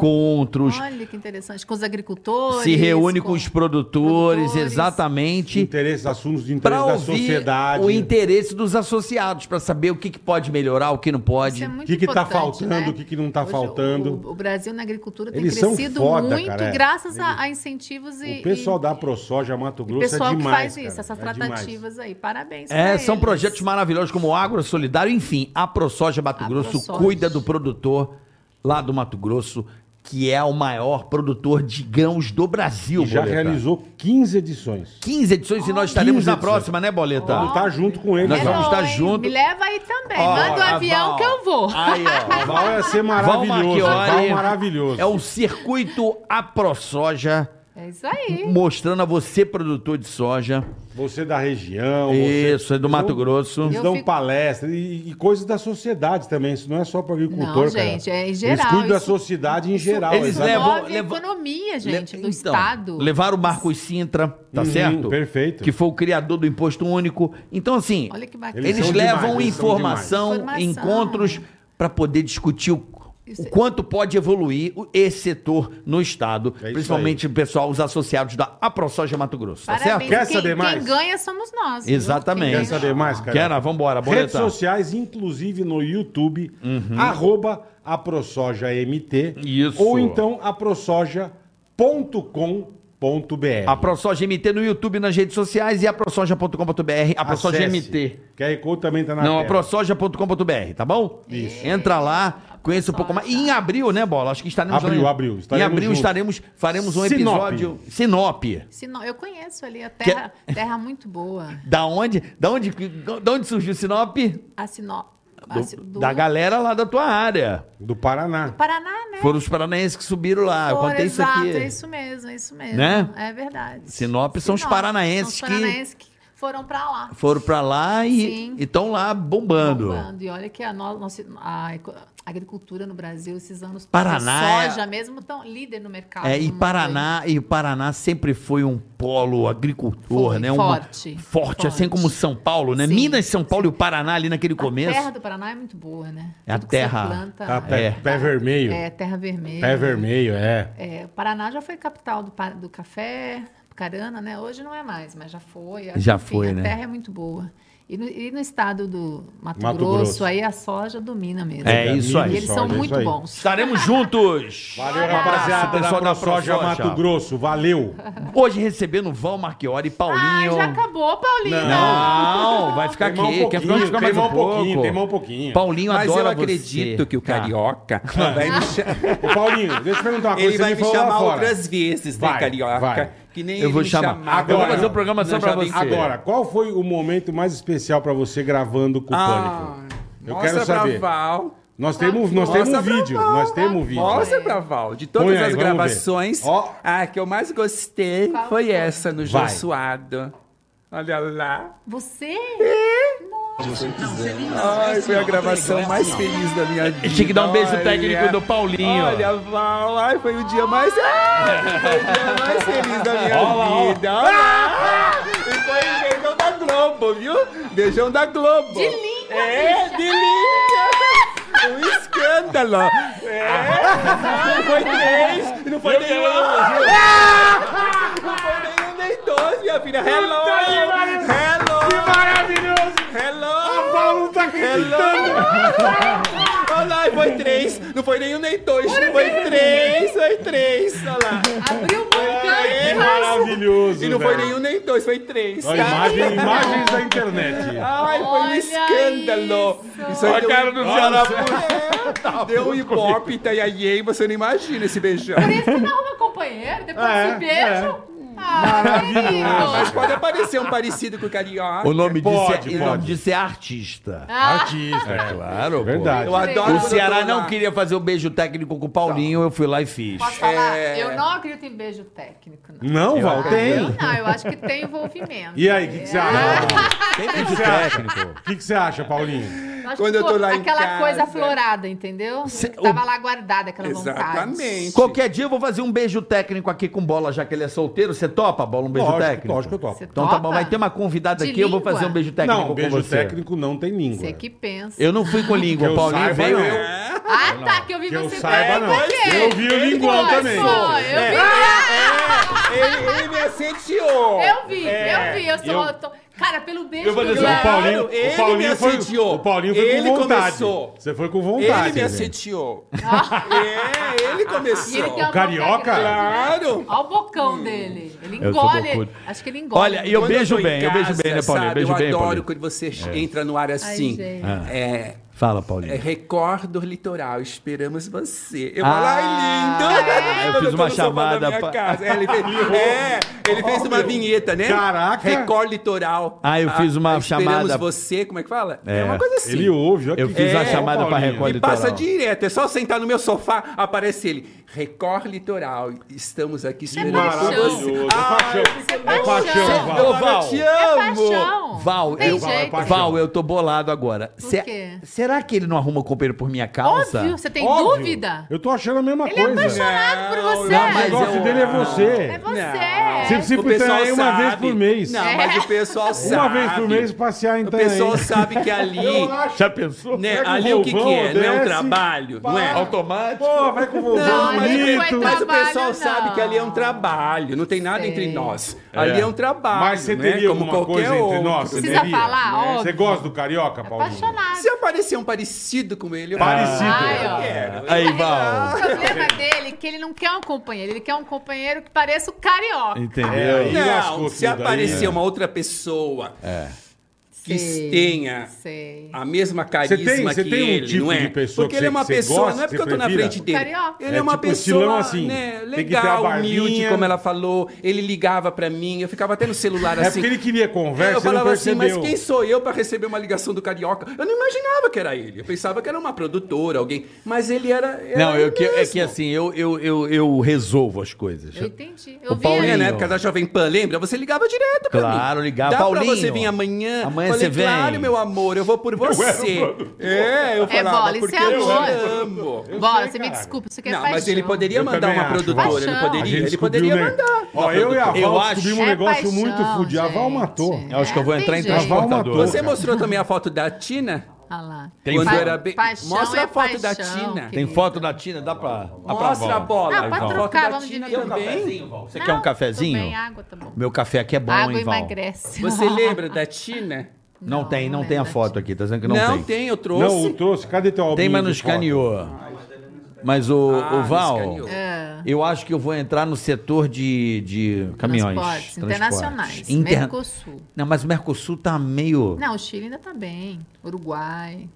S4: encontros,
S1: Olha que interessante. Com os agricultores.
S4: se reúne com, os produtores,
S1: produtores.
S4: exatamente,
S3: Interesse, assuntos de interesse
S4: para
S3: da
S4: ouvir
S3: sociedade.
S4: o interesse dos associados, para saber o que, que pode melhorar, o que não pode.
S1: Isso é muito
S3: O que que tá
S1: importante,
S3: faltando,
S1: né?
S3: o que que não tá
S1: Hoje
S3: faltando.
S1: O, o Brasil na agricultura tem
S3: Eles são
S1: crescido
S3: foda,
S1: muito
S3: cara, é.
S1: graças a, a incentivos e.
S3: O pessoal
S1: e-
S3: da ProSoja Mato
S1: e
S3: Grosso
S1: pessoal
S3: é
S1: que
S3: demais,
S1: faz isso,
S3: cara.
S1: essas
S3: É demais.
S1: tratativas aí. Parabéns.
S4: É,
S1: pra
S4: são
S1: eles.
S4: projetos maravilhosos como o Agro Solidário, enfim, a ProSoja Mato
S1: A
S4: Grosso
S1: ProSoja.
S4: cuida do produtor lá do Mato Grosso, que é o maior produtor de grãos do Brasil,
S3: E já
S4: Boleta.
S3: realizou 15 edições.
S4: 15 edições e
S1: Ah,
S4: nós estaremos
S3: 15
S4: na
S3: edições.
S4: próxima, né, Boleta?
S3: Vamos estar junto com eles.
S4: Nós
S1: Hello,
S3: lá.
S4: vamos estar
S1: hein?
S4: junto.
S1: Me leva aí também.
S4: Ó, Ah,
S1: Manda o
S4: a
S1: avião
S4: Val.
S1: que eu vou.
S4: Aí, ó.
S3: O Val ia ser
S4: Val
S3: maravilhoso.
S4: Marchiori.
S3: Val maravilhoso.
S4: É o circuito A ProSoja,
S1: É isso aí.
S4: mostrando a você, produtor de soja.
S3: Você da região.
S4: Isso,
S3: você...
S4: é do Mato
S3: Então,
S4: Grosso.
S3: Eles
S1: Eu
S3: dão
S1: fico-
S3: palestra e, e coisas da sociedade também. Isso não é só para agricultor,
S1: Não,
S3: cara.
S1: gente, é em
S3: Eles
S1: geral,
S3: cuidam da
S1: isso-
S3: sociedade em geral.
S4: Eles
S1: Isso
S3: exato.
S4: levam-
S1: move a
S4: levam-
S1: economia, gente,
S4: Le-
S1: do
S4: então,
S1: Estado.
S4: Levaram o Marcos Sintra, tá
S3: Uhum,
S4: certo?
S3: perfeito.
S4: Que foi o criador do Imposto Único. Então, assim,
S1: Olha que bacana.
S4: eles,
S3: são
S4: levam
S3: demais, eles são
S4: informação,
S1: demais.
S4: encontros para poder discutir o,
S1: Isso- é
S4: o quanto pode evoluir o- esse setor no Estado,
S3: É isso
S4: principalmente o pessoal, os associados da AproSoja Mato Grosso, tá
S1: Parabéns.
S4: certo?
S3: Quer
S1: Quem-
S3: saber mais?
S1: Quem ganha somos nós. viu?
S4: Exatamente.
S1: Quem
S3: Quer saber mais, cara?
S4: Quero, vambora,
S3: Redes
S4: boleta.
S3: sociais, inclusive no YouTube, arroba a ProSojaMT.
S4: Uhum. Isso.
S3: Ou então a ProSoja.com.br.
S4: A ProSoja MT no YouTube, nas redes sociais e a ProSoja.com.br, a ProSoja
S3: Acesse.
S4: MT.
S3: QR Code também tá na
S4: Não, a
S3: tela.
S4: prosoja.com.br, tá bom? Isso. Entra lá, conheça um pouco mais. E em abril, né, Bola? Acho que estaremos...
S3: Abril,
S4: lá-
S3: abril.
S4: Em
S3: Estaremos
S4: abril
S3: juntos.
S4: estaremos, faremos um
S3: Sinop.
S4: episódio... Sinop.
S1: Se não- eu conheço ali a terra,
S4: é-
S1: terra muito boa.
S4: Da onde, da onde, da onde surgiu Sinop?
S1: A Sinop. a Si-
S4: Do- da galera lá da tua área.
S3: Do Paraná.
S1: Paraná, né?
S4: Foram os paranaenses que subiram lá. Eu
S1: Foram,
S4: contei isso
S1: exato,
S4: aqui.
S1: é isso mesmo, é isso mesmo.
S4: Né?
S1: É verdade.
S4: Sinop são os paranaenses
S1: são
S4: que-
S1: os paranaenses que... foram pra lá.
S4: Foram pra lá e
S1: Sim.
S4: estão lá bombando.
S1: bombando. E olha que a, no- nossa, a eco- a agricultura no Brasil, esses anos
S4: Paraná é-
S1: soja mesmo, tão líder no mercado.
S4: É,
S1: no
S4: e
S1: mundo
S4: Paraná, e o Paraná sempre foi um polo agricultor,
S1: Foi,
S4: né? Um-
S1: forte,
S4: forte, assim
S1: forte.
S4: como São Paulo, né?
S1: Sim,
S4: Minas, São Paulo e o Paraná ali naquele
S1: A
S4: começo.
S1: terra do Paraná é muito boa, né?
S4: É a
S1: Tudo que você
S4: terra-
S1: planta,
S3: Tá, pé,
S4: É.
S3: pé vermelho.
S1: É, terra vermelha.
S3: Pé vermelho, é.
S1: É, o Paraná já foi capital do, pa- do café, Carana, né? Hoje não é mais, mas já foi.
S4: Já foi,
S1: a
S4: né?
S1: terra é muito boa. E no, e no estado do Mato,
S3: Mato
S1: Grosso,
S3: Grosso.
S1: aí a soja domina mesmo.
S4: É isso aí.
S1: E eles são
S3: Soja, é
S1: muito
S3: isso aí.
S1: bons.
S4: Estaremos juntos.
S3: Valeu, rapaziada.
S4: pessoal da
S3: da ProSoja
S4: ProSoja.
S3: Mato Grosso. Valeu.
S4: Hoje recebendo Val Marchiori,
S1: Ah,
S4: Paulinho.
S1: já acabou, Paulinho.
S4: Não, vai ficar
S3: Queimar
S4: aqui. Quer ficar, ficar mais
S3: queimar
S4: um
S3: um pouquinho,
S4: pouco.
S3: queimar um pouquinho.
S4: Paulinho
S5: Mas eu
S4: adora
S5: acredito
S4: você.
S5: que o
S4: Tá.
S5: carioca vai me chamar.
S3: Ô, Paulinho, deixa eu te perguntar Ah. uma coisa.
S5: Ele
S3: você
S5: vai me
S3: falou lá
S5: chamar
S3: fora.
S5: outras vezes,
S3: Vai,
S5: né, carioca?
S3: vai.
S5: Que nem
S4: Eu
S5: ele
S4: vou
S5: me
S4: chamar.
S5: chamava.
S4: Agora, eu vou fazer um programa só
S5: Na
S4: pra
S5: Jovem
S4: você.
S5: Pan.
S3: Agora, qual foi o momento mais especial pra você gravando com o
S5: Ah,
S3: Pânico? Eu
S5: mostra
S3: quero saber.
S5: Pra Val.
S3: Nós temos, nós
S5: Mostra
S3: temos um
S5: pra
S3: vídeo.
S5: Val,
S3: Nós temos um vídeo.
S5: Mostra pra Val. De todas
S3: Põe aí,
S5: as
S3: vamos ver.
S5: gravações, Ah,
S3: Ó.
S5: a que eu mais gostei
S1: Qual
S5: foi
S1: foi?
S5: essa
S3: Vai.
S5: no Jô Suado. Olha lá.
S1: Você?
S5: Ai, foi a gravação mais feliz da minha vida.
S4: Tinha que dar um beijo
S5: Olha.
S4: técnico do Paulinho.
S5: Olha, Val, ai, foi o dia mais. Ah, foi o dia mais feliz da minha vida. Olha lá. E foi beijão da Globo, viu? Beijão da Globo.
S1: De língua,
S5: É,
S1: bicha.
S5: de língua. Um escândalo. É.
S4: Ah.
S5: Não foi três, não foi nenhum.
S4: um.
S5: Ah! Não foi nenhum nem dois, minha filha. Hello! Hello! Que maravilhoso! Hello!
S3: Paulo tá
S5: Olha lá, foi três. Não foi nenhum nem dois. Foi três, foi três. Olha lá.
S1: Abriu o um
S5: É,
S1: bancão.
S3: Maravilhoso.
S5: E não foi
S3: velho.
S5: nenhum nem dois, foi três.
S3: Ó, imagem- imagens da internet.
S5: Ai, foi um
S1: Olha
S5: escândalo.
S1: isso.
S5: Isso aí
S4: Olha a
S5: deu-
S4: cara do Tá
S5: Nossa.
S4: Ceará.
S5: É, Deu um hipócrita e aí você não imagina esse beijão.
S1: Por isso que não arruma companheiro, depois
S3: É,
S1: se beijo. Ah, querido.
S5: Ah, mas pode aparecer um parecido com o carioca.
S4: O nome
S3: Pode,
S4: disso é, o
S3: pode.
S4: nome disso é artista.
S1: Ah.
S3: Artista.
S4: É claro, pô.
S3: Verdade.
S5: Eu adoro
S4: O
S5: quando eu
S4: Ceará
S5: tô
S4: não
S5: lá.
S4: queria fazer o beijo técnico com o Paulinho, eu fui lá e fiz.
S1: Posso falar?
S5: É.
S1: Eu não acredito em beijo técnico, não.
S3: Não, Val,
S1: Eu
S3: tem.
S1: não, eu acho que tem envolvimento.
S3: E aí, o que, que você acha? Paulinho?
S4: Tem beijo técnico.
S3: O que, que você acha, Paulinho?
S1: Eu acho
S5: Quando
S1: que
S5: eu tô
S1: ficou
S5: lá em
S1: Aquela
S5: casa.
S1: coisa aflorada, entendeu?
S4: Cê-
S1: Que tava lá guardada, aquela vontade.
S5: Exatamente.
S4: Qualquer dia eu vou fazer um beijo técnico aqui com bola, já que ele é solteiro. Você topa, bola, um beijo
S3: lógico,
S4: técnico?
S3: lógico que eu topo.
S1: Você
S4: Então tá
S1: topa?
S4: bom, vai ter uma convidada
S1: De
S4: aqui, eu vou
S1: língua?
S4: fazer um beijo técnico
S3: Não,
S4: com
S3: beijo
S4: você.
S3: técnico não tem língua.
S1: Você que pensa.
S4: Eu não fui com língua,
S3: Que
S4: o
S3: eu
S4: Paulinho
S3: saiba,
S4: veio.
S3: não.
S4: eu-
S1: Ah, tá, que eu vi
S3: Que eu
S1: você
S3: saiba,
S1: bem
S3: não.
S1: porque-
S3: Eu vi o linguão
S1: Foi,
S3: também. É.
S1: foi, eu vi.
S5: Ele, ele me assediou.
S1: Eu vi, eu vi. Eu sou.
S3: É. eu-
S1: eu tô- Cara, pelo beijo
S3: Eu vou dizer,
S1: eu-
S3: o Paulinho,
S5: ele
S3: o Paulinho
S5: me
S3: foi,
S5: assediou.
S3: o Paulinho foi
S5: Ele
S3: com vontade.
S5: começou.
S3: Você foi com
S5: Ele
S3: vontade.
S5: me
S3: velho.
S5: assediou. é, ele
S1: Ah. E ele
S5: começou.
S1: tem uma boca
S3: Carioca?
S1: grande, né?
S5: Claro.
S1: Olha o bocão dele. Ele
S4: Eu sou
S1: engole.
S4: bocudo.
S1: Acho que ele engole.
S4: Olha, e eu
S5: Quando
S4: beijo
S5: tô em
S4: bem, eu beijo bem, né,
S5: casa,
S4: Paulinho?
S5: sabe,
S4: Beijo
S5: eu
S4: bem,
S5: adoro
S4: Paulinho. É.
S5: quando você entra no ar assim.
S1: gente.
S4: Ah.
S5: é,
S4: Fala,
S5: é
S4: Paulinho.
S5: Record do Litoral, esperamos você. Eu
S4: Ah,
S5: falo, ai, lindo!
S4: eu
S5: Quando
S4: fiz
S5: tô
S4: uma
S5: no sofá
S4: chamada
S5: da minha
S4: pra-
S5: casa. É, ele fez, é, ele fez uma vinheta, né?
S3: Caraca!
S5: Record Litoral.
S4: Ah, eu fiz uma
S5: esperamos
S4: chamada-
S5: você, como é que fala?
S4: É.
S5: É, uma coisa assim.
S3: Ele ouve, olha
S4: Eu
S3: que-
S4: fiz
S5: a
S3: É,
S4: chamada pra
S3: Paulinho.
S4: Record.
S5: E passa
S4: Litoral.
S5: direto, é só sentar no meu sofá, aparece ele. Record Litoral, estamos aqui
S1: É
S3: Que
S5: esperando por
S3: Maravilhoso.
S5: você.
S3: É
S5: Ah,
S3: paixão. É paixão,
S1: paixão.
S4: Ô,
S3: Val.
S4: Val,
S5: te
S1: É
S5: amo!
S1: paixão.
S4: Val,
S1: Não tem
S4: eu,
S1: jeito.
S3: é
S1: né?
S4: Val, eu tô bolado agora. Cê-
S1: quê?
S4: será que ele não arruma companheiro por minha causa?
S1: Óbvio, você tem
S3: Óbvio.
S1: dúvida?
S3: Eu tô achando a mesma
S1: Ele é
S3: coisa.
S1: apaixonado por você.
S4: não,
S3: o
S4: mas
S3: negócio
S4: eu-
S3: dele é você.
S1: É
S3: Você
S1: você.
S3: precisa trair uma vez por mês.
S5: Não, mas o pessoal sabe.
S3: Uma vez por mês passear em
S5: O pessoal
S3: Itanhaém.
S5: sabe que ali,
S4: Já pensou?
S5: né,
S3: Pega o
S5: ali o que, que
S3: Volvão,
S5: é? Não é um
S3: desce,
S5: trabalho, não é?
S4: Automático.
S3: Pô, vai com o vovô
S5: Não, mas-
S3: bonito.
S5: Mas o pessoal
S1: Trabalho,
S5: sabe que ali é um
S1: não.
S5: trabalho, não tem nada
S1: Sei.
S5: entre nós. Ali é um trabalho.
S3: Mas você
S5: né?
S3: teria
S5: Como
S3: alguma
S5: qualquer
S3: coisa entre
S5: outro.
S3: nós? Você
S1: Precisa
S3: teria? Né?
S1: falar, óbvio.
S3: Você gosta do carioca, Paulinho?
S1: Apaixonado.
S5: Se aparecer um parecido com ele, eu
S3: Parecido.
S1: Ai, ó.
S5: quero.
S4: Aí,
S1: O
S4: Val.
S1: problema dele é que ele não quer um companheiro, ele quer um companheiro que pareça o carioca.
S3: É, aí
S4: Entendeu?
S3: lascou
S5: Não, se
S3: tudo aí,
S5: aparecer
S3: né? É.
S5: uma outra pessoa que
S1: Sei,
S5: tenha
S1: Sei.
S5: a mesma
S3: Você
S5: carisma
S3: tem- você
S5: que
S3: tem um
S5: ele,
S3: tipo
S5: não é?
S3: de pessoa que
S5: porque ele é
S3: você-
S5: uma
S3: você
S5: pessoa,
S3: gosta,
S5: não é porque
S3: você
S5: eu tô na
S3: prefira?
S5: frente dele.
S1: Carioca.
S5: Ele é,
S3: É
S5: uma
S3: tipo estilão
S5: pessoa
S3: assim,
S5: né,
S3: tem que ter a
S5: legal,
S3: barbinha. tipo-
S5: humilde, como ela falou. Ele ligava pra mim, eu ficava até no celular
S3: É
S5: assim.
S3: porque ele queria conversa,
S5: eu
S3: você não
S5: falava assim,
S3: percebeu.
S5: mas quem sou eu pra receber uma ligação do carioca? Eu não imaginava que era ele. Eu pensava que era uma produtora, alguém. Mas ele era. era
S4: Não, eu
S5: ele
S4: que, é
S5: mesmo.
S4: que assim, eu, eu, eu, eu resolvo as coisas.
S1: Eu entendi.
S4: O
S1: Eu vi
S4: Paulinho-
S5: É,
S1: ele.
S5: na época da Jovem Pan, lembra? Você ligava direto pra mim.
S4: Claro, ligava.
S5: Dá
S4: Paulinho,
S5: pra você vir amanhã?
S4: amanhã você
S5: Falei,
S4: vem.
S5: Claro, meu amor, eu vou por você. é, eu
S1: É,
S5: falava,
S1: bola, isso
S5: porque
S1: é
S5: eu
S1: amor.
S5: te
S1: Bora,
S5: amo.
S1: você
S3: sei,
S1: me
S3: caralho.
S1: desculpa, isso aqui é
S5: Não,
S1: paixão.
S5: mas ele poderia
S3: Eu
S5: mandar
S3: também
S5: uma
S3: acho,
S5: produtora,
S1: Val.
S5: ele
S1: A
S3: A
S5: poderia,
S3: gente
S5: ele
S3: descobriu,
S5: poderia
S3: né?
S5: mandar.
S3: Ó, eu e a Val
S4: Eu acho-
S3: descobrimos um negócio
S1: É paixão,
S3: muito fudido. A Val
S1: gente.
S3: matou.
S4: Eu acho que eu vou
S1: É,
S4: entrar em
S1: tem jeito.
S3: Val matou.
S4: transportador.
S5: Você mostrou também a foto da Tina?
S1: Olha lá.
S4: Tem
S5: Quando
S4: foto.
S5: era bem...
S1: Paixão
S5: Mostra
S1: é
S5: a foto da
S1: paixão,
S5: Tina.
S4: Tem
S1: querido.
S4: foto da Tina? Dá pra. Dá pra
S5: Mostra a
S4: Val.
S5: bola.
S1: Ah, pode
S5: a foto
S1: trocar,
S5: da
S1: vamos
S5: Tina
S1: dividir.
S5: também.
S4: Você quer um
S1: Não,
S4: cafezinho?
S1: Tô bem, água tá bom.
S4: Meu café aqui é bom,
S1: água
S4: hein, Val?
S1: emagrece.
S5: Você lembra da Tina?
S4: Não,
S1: Não,
S4: tem,
S1: não
S4: não tem a
S1: lembro.
S4: foto aqui, tá dizendo que não,
S5: Não,
S4: tem.
S5: tem. eu trouxe.
S3: Não, eu trouxe. Cadê teu álbum?
S4: Tem, mas
S3: de
S4: não
S3: foto?
S4: escaneou. Mas o,
S5: Ah,
S4: o Val,
S5: escaneou.
S1: É.
S4: eu acho que eu vou entrar no setor de, de caminhões.
S1: Transportes
S4: transportes.
S1: internacionais.
S4: Inter-
S1: Mercosul.
S4: Não, mas o Mercosul tá meio.
S1: Não, o Chile ainda tá bem. Uruguai.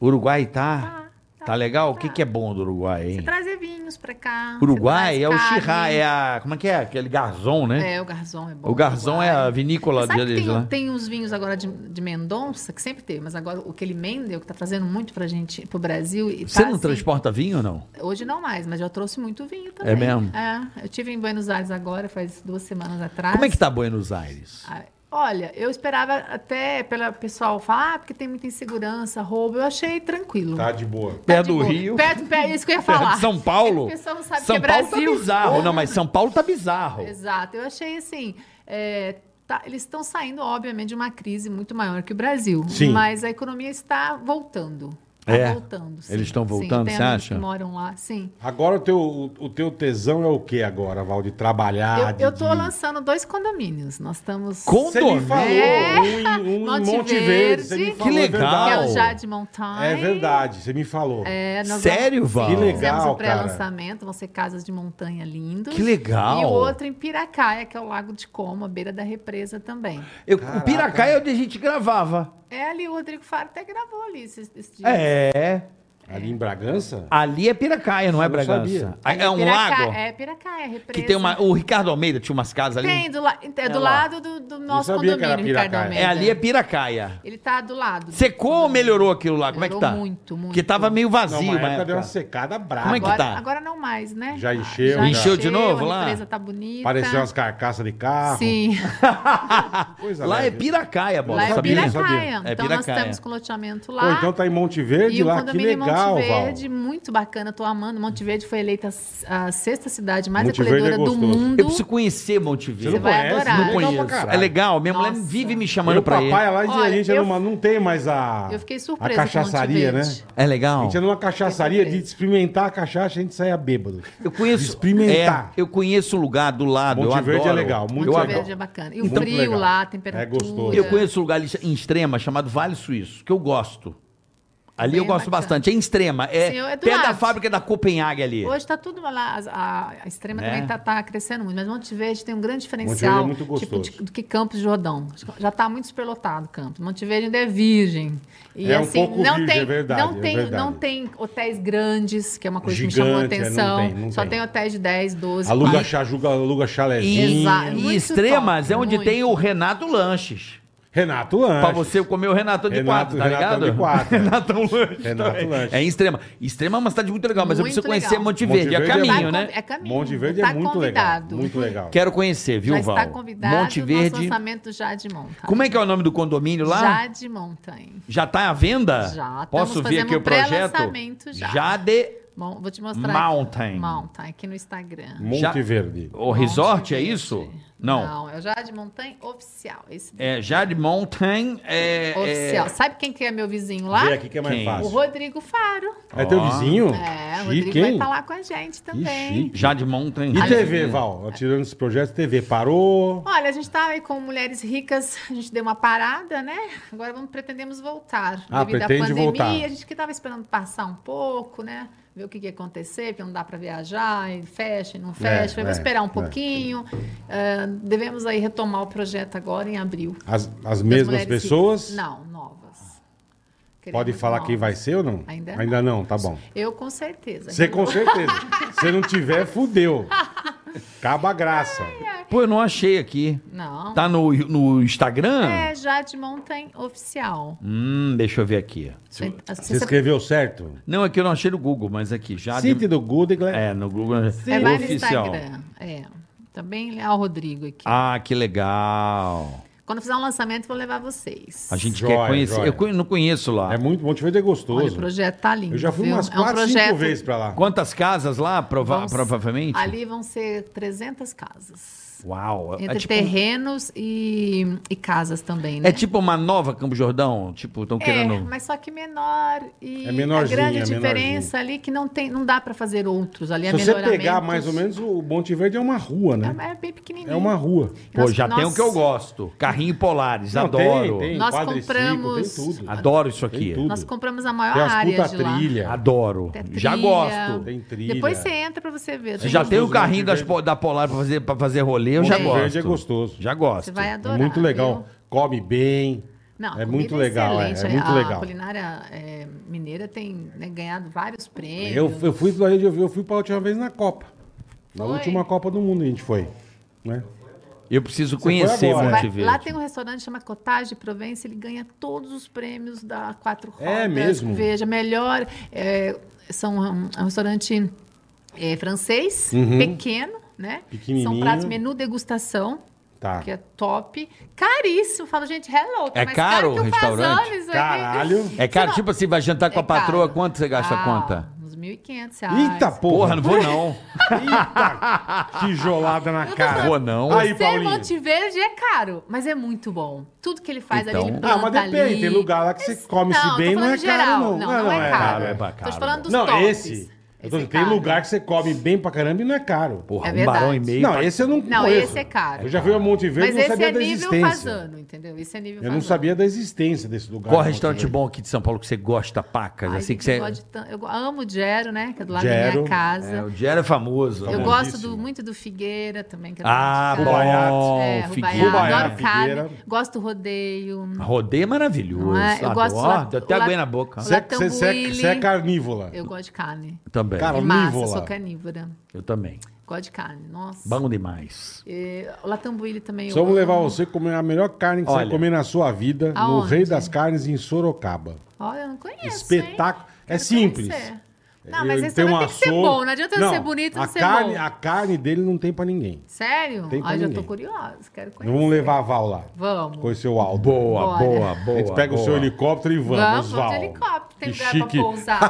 S4: Uruguai tá.
S1: tá,
S4: Tá, legal? O que,
S1: tá.
S4: que é bom do Uruguai,
S1: Você
S4: hein?
S1: trazer vinhos pra cá.
S4: Uruguai
S1: você
S4: é o
S1: traz carne.
S4: Xirra, é a. Como é que é? Aquele Garzon, né?
S1: É, o Garzon é bom.
S4: o Garzon é a
S1: Uruguai.
S4: vinícola
S1: Sabe que
S4: deles né?
S1: tem, um
S4: lá.
S1: tem uns vinhos agora de, de Mendonça, que sempre teve, mas agora o aquele Mendel, que tá trazendo muito pra gente, pro Brasil. E
S4: Você
S1: tá,
S4: não
S1: assim,
S4: transporta vinho ou não?
S1: Hoje não mais, mas eu trouxe muito vinho também.
S4: É mesmo?
S1: É, eu tive em Buenos Aires agora, faz duas semanas atrás.
S4: Como é que tá Buenos Aires?
S1: Ah, Olha, eu esperava até pelo pessoal falar, ah, porque tem muita insegurança, roubo. Eu achei tranquilo.
S3: Tá de boa.
S1: Tá
S4: Perto
S1: de
S4: do
S1: boa.
S4: Rio.
S1: Perto, perto, isso que eu ia Ah, falar.
S4: São Paulo?
S1: O pessoal não sabe
S4: São
S1: que é
S4: Paulo
S1: Brasil.
S4: tá bizarro. Não, mas São Paulo tá bizarro.
S1: Exato. Eu achei assim. é, tá- eles estão saindo, obviamente, de uma crise muito maior que o Brasil.
S3: Sim.
S1: Mas a economia está voltando. Tá
S4: É.
S1: voltando. sim.
S4: Eles estão
S1: Sim,
S4: voltando,
S1: tem
S4: você
S1: amigos
S4: acha?
S1: Que moram lá, sim.
S3: Agora o teu, o, o teu tesão é o que agora, Val? De trabalhar, de...
S1: eu, eu tô
S3: de-
S1: lançando dois condomínios. Nós estamos.
S4: Ah, Com-
S3: Você me falou.
S1: É.
S3: Um, em- um em
S1: Monte
S3: Monte Verde.
S1: Verde.
S3: Você me
S1: Que
S3: falou,
S1: Que é
S4: legal.
S3: É
S1: o
S3: verdade.
S1: Jade Montanha.
S3: É verdade, você me falou.
S1: É, nós
S4: Sério,
S1: vamos-
S4: Val?
S1: Sim,
S4: Que
S1: Fizemos
S3: legal,
S1: o pré-lançamento, vão ser casas de montanha lindos.
S4: Que legal.
S1: E o outro em Piracaia, que é o Lago de Como, à beira da represa também.
S4: Eu,
S3: Caraca.
S4: o Piracaia é onde a gente gravava.
S1: É ali, o Rodrigo Faro até gravou ali esses, esses dias.
S4: É.
S3: Ali em Bragança?
S4: Ali é Piracaia, não é
S3: Eu não
S4: Bragança.
S3: sabia.
S4: Aí É um
S1: Piracaia-
S4: lago
S1: É, Piracaia, represa.
S4: que tem uma. O Ricardo Almeida tinha umas casas ali.
S1: Tem, do, la... é do
S4: lá.
S1: lado do, do nosso
S3: sabia
S1: condomínio,
S3: que era
S1: Ricardo
S3: Piracaia.
S1: Almeida.
S4: É ali é Piracaia.
S1: Ele tá do lado. do
S4: Secou ou
S1: condomínio.
S4: melhorou aquilo lá? Como é que tá?
S1: Melhorou muito, muito.
S4: Porque tava meio
S3: Não,
S4: vazio,
S3: uma época deu uma
S4: mas.
S3: secada brava.
S4: Como é que
S1: Agora,
S4: tá?
S1: agora não mais, né?
S3: Já encheu,
S4: já. Encheu de novo
S1: a
S4: lá?
S1: represa tá bonita.
S3: Pareceu umas carcaças de carro.
S1: Sim.
S3: Coisa
S4: Lá é
S3: leve.
S4: Piracaia, bola.
S1: Lá é
S4: sabia?
S1: Piracaia.
S4: É
S1: Então nós
S4: Piracaia.
S1: estamos com loteamento
S3: Pô,
S1: lá.
S3: então tá em Monte Verde
S1: e o
S3: lá, que
S1: condomínio em
S3: legal,
S1: Monte
S3: Val.
S1: Verde, muito bacana, tô amando. Monte Verde foi eleita a sexta cidade mais
S3: Monte Verde é
S1: acolhedora do
S3: gostoso.
S1: mundo.
S4: Eu preciso conhecer Montevideo.
S1: Você não vai adorar.
S4: Não
S1: É legal
S3: pra
S4: conheço.
S3: caralho.
S4: É legal mesmo. Ela
S1: Nossa.
S4: vive me
S3: Mano,
S4: chamando
S3: o
S4: pra
S3: papai
S4: ir.
S3: lá e a
S1: Olha,
S3: gente
S1: eu-
S3: não, não tem mais a.
S1: Eu fiquei surpresa
S3: A
S1: com
S3: cachaçaria, né?
S1: Monte Verde.
S4: É
S3: A
S4: legal.
S3: gente é numa cachaçaria de
S1: surpresa.
S3: experimentar a cachaça, a gente saia bêbado.
S4: Eu conheço.
S3: De experimentar.
S4: É, eu conheço o lugar do lado.
S3: Monte
S4: eu
S3: Verde
S4: adoro.
S3: é legal,
S1: Monte
S3: muito
S4: eu
S3: legal.
S1: Verde
S4: adoro.
S1: é bacana. E o
S3: Muito
S1: frio
S3: legal.
S1: lá,
S3: É
S1: a temperatura.
S3: gostoso.
S4: Eu conheço um lugar ali em extrema chamado Vale Suíço, que eu gosto. Ali
S1: Bem
S4: eu gosto
S1: bacana.
S4: bastante. É em extrema. É,
S1: Sim, é do
S4: pé da
S1: lado.
S4: fábrica da Copenhague ali.
S1: Hoje está tudo lá, as- a, a extrema
S4: Né?
S1: também está crescendo muito, mas Monte Verde tem um grande
S3: Verde
S1: diferencial
S3: é muito
S1: tipo, de-
S3: gostoso.
S1: do que Campos de Jordão. Já está muito superlotado Campos. Monte Verde ainda é virgem. E
S3: É um
S1: assim,
S3: pouco
S1: não
S3: virgem,
S1: tem,
S3: é verdade,
S1: não
S3: é
S1: tem,
S3: verdade.
S1: não tem hotéis grandes, que é uma coisa que me chamou a
S3: Gigante, é, não
S1: atenção.
S3: tem, não
S1: Só
S3: tem.
S1: tem. hotéis de 10, 12,
S3: Aluga,
S1: 40.
S3: chajuga, aluga
S4: E,
S3: chalezinho.
S1: Exato.
S4: e
S1: é Muito
S4: extremas
S1: top,
S4: é onde
S1: muito.
S4: tem o Renato Lanches.
S3: Renato Lanches.
S4: Pra você comer o Renatão de
S3: Renato-
S4: quatro, tá
S3: Renatão
S4: ligado?
S3: de quatro, é.
S4: Renatão Lanches.
S3: Renato
S4: também.
S3: Lanches.
S4: É em extrema. Extrema é uma cidade muito legal, mas eu
S1: Muito
S4: preciso conhecer
S1: legal.
S4: Monte
S3: Monte
S4: Verde. É
S3: Verde é
S1: Vai
S4: caminho,
S1: com-
S4: né?
S1: É caminho.
S3: Monte Verde
S1: tá
S3: é muito
S1: convidado.
S3: legal. Muito legal.
S4: Quero conhecer, viu,
S1: Já
S4: Val?
S1: está convidado
S4: Monte
S1: o nosso
S4: Verde.
S1: lançamento já de montanha.
S4: Como é que é o nome do condomínio lá?
S1: Já de montanha.
S4: Já tá à venda?
S1: Já, estamos
S4: Posso ver
S1: fazendo
S4: aqui
S1: um
S4: o projeto?
S1: pré-lançamento já.
S4: de.
S1: Bom, vou te mostrar.
S4: Mountain.
S1: Aqui. Mountain, aqui no Instagram.
S3: Monte
S4: Já-
S3: Verde.
S4: O resort,
S1: Monte
S4: é
S1: Verde.
S4: isso? Não.
S1: Não, é o Jade Montanha oficial. Esse
S4: É Jade Mountain. É, é-
S1: oficial. Sabe quem que é meu vizinho lá?
S3: Vê aqui que é mais
S4: Quem?
S1: O
S3: fácil.
S1: Rodrigo Faro.
S3: É teu
S4: Ó.
S3: vizinho?
S1: É, o
S3: Chique,
S1: Rodrigo vai
S3: hein?
S1: estar lá com a gente também.
S3: chique.
S4: Jade Mountain.
S3: E TV, Val? Tá Tirando esse projeto, TV parou.
S1: Olha, a gente tá aí com mulheres ricas, a gente deu uma parada, né? Agora vamos pretendemos voltar.
S3: Ah, pretende voltar.
S1: a gente que tava esperando passar um pouco, né? Ver o que, que ia acontecer, porque não dá para viajar, e fecha, e não fecha.
S3: é,
S1: vamos esperar um
S3: é.
S1: pouquinho. Ah, devemos aí retomar o projeto agora em abril.
S3: As, as
S1: Das
S3: mesmas
S1: mulheres
S3: pessoas?
S1: ricas. Não, novas.
S3: Pode
S1: Queremos
S3: falar quem
S1: novas.
S3: vai ser ou não?
S1: Ainda não.
S3: Ainda não, tá bom.
S1: Eu com certeza.
S3: Você com certeza. Se não tiver, fudeu. Acaba a graça.
S4: Pô, eu não achei aqui.
S1: Não.
S4: Tá no, no Instagram?
S1: É Jade Mountain Oficial.
S4: Hum, deixa eu ver aqui.
S1: Você,
S3: Você escreveu certo?
S4: Não, aqui eu não achei no Google, mas aqui. Jade.
S3: Cite do Google.
S4: É, no Google.
S1: é, vai
S4: oficial.
S1: no Instagram. É. Também lá o Rodrigo aqui.
S4: Ah, que legal.
S1: Quando fizer um lançamento, vou levar vocês.
S4: A gente
S3: Joia,
S4: quer conhecer.
S3: joia.
S4: Eu conhe- não conheço lá.
S3: É muito bom, te ver, é
S1: Olha, o
S3: gostoso.
S1: projeto tá lindo.
S3: Eu já fui
S1: viu?
S3: umas
S1: É um
S3: quatro,
S1: projeto-
S3: cinco vezes pra lá.
S4: Quantas casas lá, prova-
S1: vão-
S4: provavelmente?
S1: Ali vão ser 300 casas.
S4: Uau. é-
S1: Entre
S4: é tipo,
S3: um
S1: terrenos e, e casas também, né?
S4: é tipo uma nova Campo Jordão? Tipo,
S3: um
S4: estão
S1: É,
S4: querendo.
S1: mas só que menor e
S3: É menorzinho,
S1: a grande
S3: é
S1: diferença ali que não tem, não dá para fazer outros ali. é
S3: Se você
S1: melhoramentos.
S3: pegar mais ou menos, o Monte Verde é uma rua,
S1: é,
S3: né?
S1: uma- é bem
S3: É
S1: pequenininho.
S3: uma rua.
S4: Pô, já tem o que eu gosto. carrinho Polares.
S3: Não, tem,
S4: adoro.
S3: tem
S1: Nós
S3: quadriciclo,
S1: compramos-
S3: Tem tudo.
S4: Adoro isso aqui.
S3: Tem tudo.
S1: Nós compramos a maior
S3: Tem as
S1: área
S3: puta
S1: de lá.
S3: trilha.
S4: Adoro.
S1: Tem
S4: Já
S1: trilha.
S4: gosto.
S3: Tem trilha.
S1: Depois você entra pra você ver.
S4: Você já
S1: Tem-
S4: tem o
S3: gostoso,
S4: carrinho
S3: né?
S4: das po- da Polar pra fazer, pra fazer rolê, eu já
S1: Monte
S4: gosto.
S3: Verde é gostoso.
S4: Já gosto.
S1: Você vai
S3: É
S1: adorar.
S3: muito legal.
S1: viu?
S3: Come bem.
S1: Não,
S3: é
S1: a
S3: muito
S1: comida
S3: legal. É, é
S1: excelente.
S3: muito
S1: a
S3: legal.
S1: culinária é, mineira tem né, ganhado vários prêmios.
S3: Eu, eu fui pra gente, eu fui pra última vez na Copa. Na
S1: Foi?
S3: última Copa do Mundo a gente foi. Né?
S4: Eu preciso conhecer
S3: agora.
S1: Vai-
S4: Monte Verde.
S1: lá tem um restaurante chama Cottage de Provence, ele ganha todos os prêmios da Quatro Rodas.
S3: É mesmo?
S1: Veja, melhor. é, são um, é um restaurante é, francês, pequeno, né? São
S3: Uhum. Pequenininho.
S1: pratos menu degustação,
S3: Tá.
S1: que é top. Caríssimo. Falo, gente, hello. tá
S4: É
S1: mais
S4: caro
S1: que
S4: o restaurante?
S1: Casanes, né?
S3: Caralho.
S4: É caro, tipo assim, vai jantar com a
S1: É
S4: patroa,
S1: caro.
S4: quanto você gasta a
S1: Ah,
S4: conta?
S1: Uns 1.500 reais.
S3: Eita
S4: Porra,
S3: porra.
S4: não vou não.
S3: Eita, tijolada na cara.
S4: Vou não.
S3: Aí,
S1: Ser
S3: Paulinho.
S1: Monte Verde é caro, mas é muito bom. Tudo que ele faz
S4: Então-
S1: ali, ele
S3: Ah,
S1: planta
S3: mas depende.
S1: ali.
S3: Tem lugar lá que você come-se
S1: Não, tô
S3: bem, não
S1: falando
S3: é
S1: geral.
S3: caro, não.
S1: Não, não, é caro.
S4: é pra
S1: Tô te
S4: caro.
S1: falando dos
S3: Não,
S1: tops.
S3: esse. Eu
S1: Esse
S3: tô
S1: é
S3: dizendo, tem
S1: caro.
S3: lugar que você come bem pra caramba e não é caro.
S4: Porra,
S1: É
S4: um barão
S1: verdade.
S4: e meio.
S3: não,
S4: pra-
S3: esse eu não
S1: Não,
S3: conheço.
S1: esse é caro.
S3: Eu já fui a Monte Verde
S1: Mas
S3: e não
S1: esse
S3: sabia
S1: é
S3: da
S1: nível
S3: existência.
S1: fazano, entendeu? Esse é nível
S3: Eu
S1: fazano.
S3: não sabia da existência desse lugar. né?
S4: Qual
S3: Monte
S4: restaurante
S3: Verde.
S4: bom aqui de São Paulo que você gosta, pacas?
S1: Ai,
S4: assim
S1: gente,
S4: que você...
S1: eu, gosto de tan- eu amo o Gero, né? Que é do lado da
S3: Gero.
S1: minha casa.
S4: É, o Diário é famoso.
S1: eu
S4: né?
S1: gosto
S3: famosíssimo.
S1: do- muito do Figueira também. Que é do
S4: Ah,
S1: lado de casa.
S4: bom.
S1: É, Rubaiá.
S4: Figueira.
S3: Rubaiá,
S1: Adoro carne.
S3: Figueira.
S1: Gosto do rodeio.
S4: Rodeio é maravilhoso.
S1: Não é? Eu gosto do
S4: Adoro.
S1: lat-
S4: Deu até
S1: lat-
S4: aguei na boca.
S1: Lat-
S3: Você é- Você você é-
S1: Latambuile.
S3: você é carnívora.
S1: Eu gosto de carne.
S4: Também.
S3: Cara,
S1: E massa,
S3: Carnívora.
S1: sou canívora.
S4: Eu também.
S1: Gosto de carne, nossa.
S4: Bom demais.
S1: E, o latambuile também. eu
S3: Só vamos
S1: amo.
S3: levar você a comer a melhor carne que você vai
S4: Olha.
S3: comer na sua vida, no
S1: Aonde?
S3: Rei das Carnes, em Sorocaba.
S1: Olha, eu não conheço.
S3: Espetáculo.
S1: hein?
S3: É
S1: Quero
S3: simples.
S1: conhecer. Não, mas
S3: Ele um
S1: esse também tem que ser
S3: açougue.
S1: bom. Não adianta
S3: Não,
S1: ser bonito e
S3: a
S1: não ser
S3: carne,
S1: bom.
S3: A carne dele não tem pra ninguém.
S1: Sério?
S3: Tem pra
S1: Olha, eu tô
S3: ninguém.
S1: curiosa. Quero conhecer.
S3: Vamos levar a Val lá.
S1: é. Vamos.
S3: Conhecer o Aldo.
S4: Boa,
S1: Bora.
S4: boa, boa.
S3: a gente pega o seu helicóptero e vamos,
S1: Vamos,
S3: Val.
S1: vamos de helicóptero. Tem
S3: Que
S1: lugar
S3: chique.
S1: pra pousar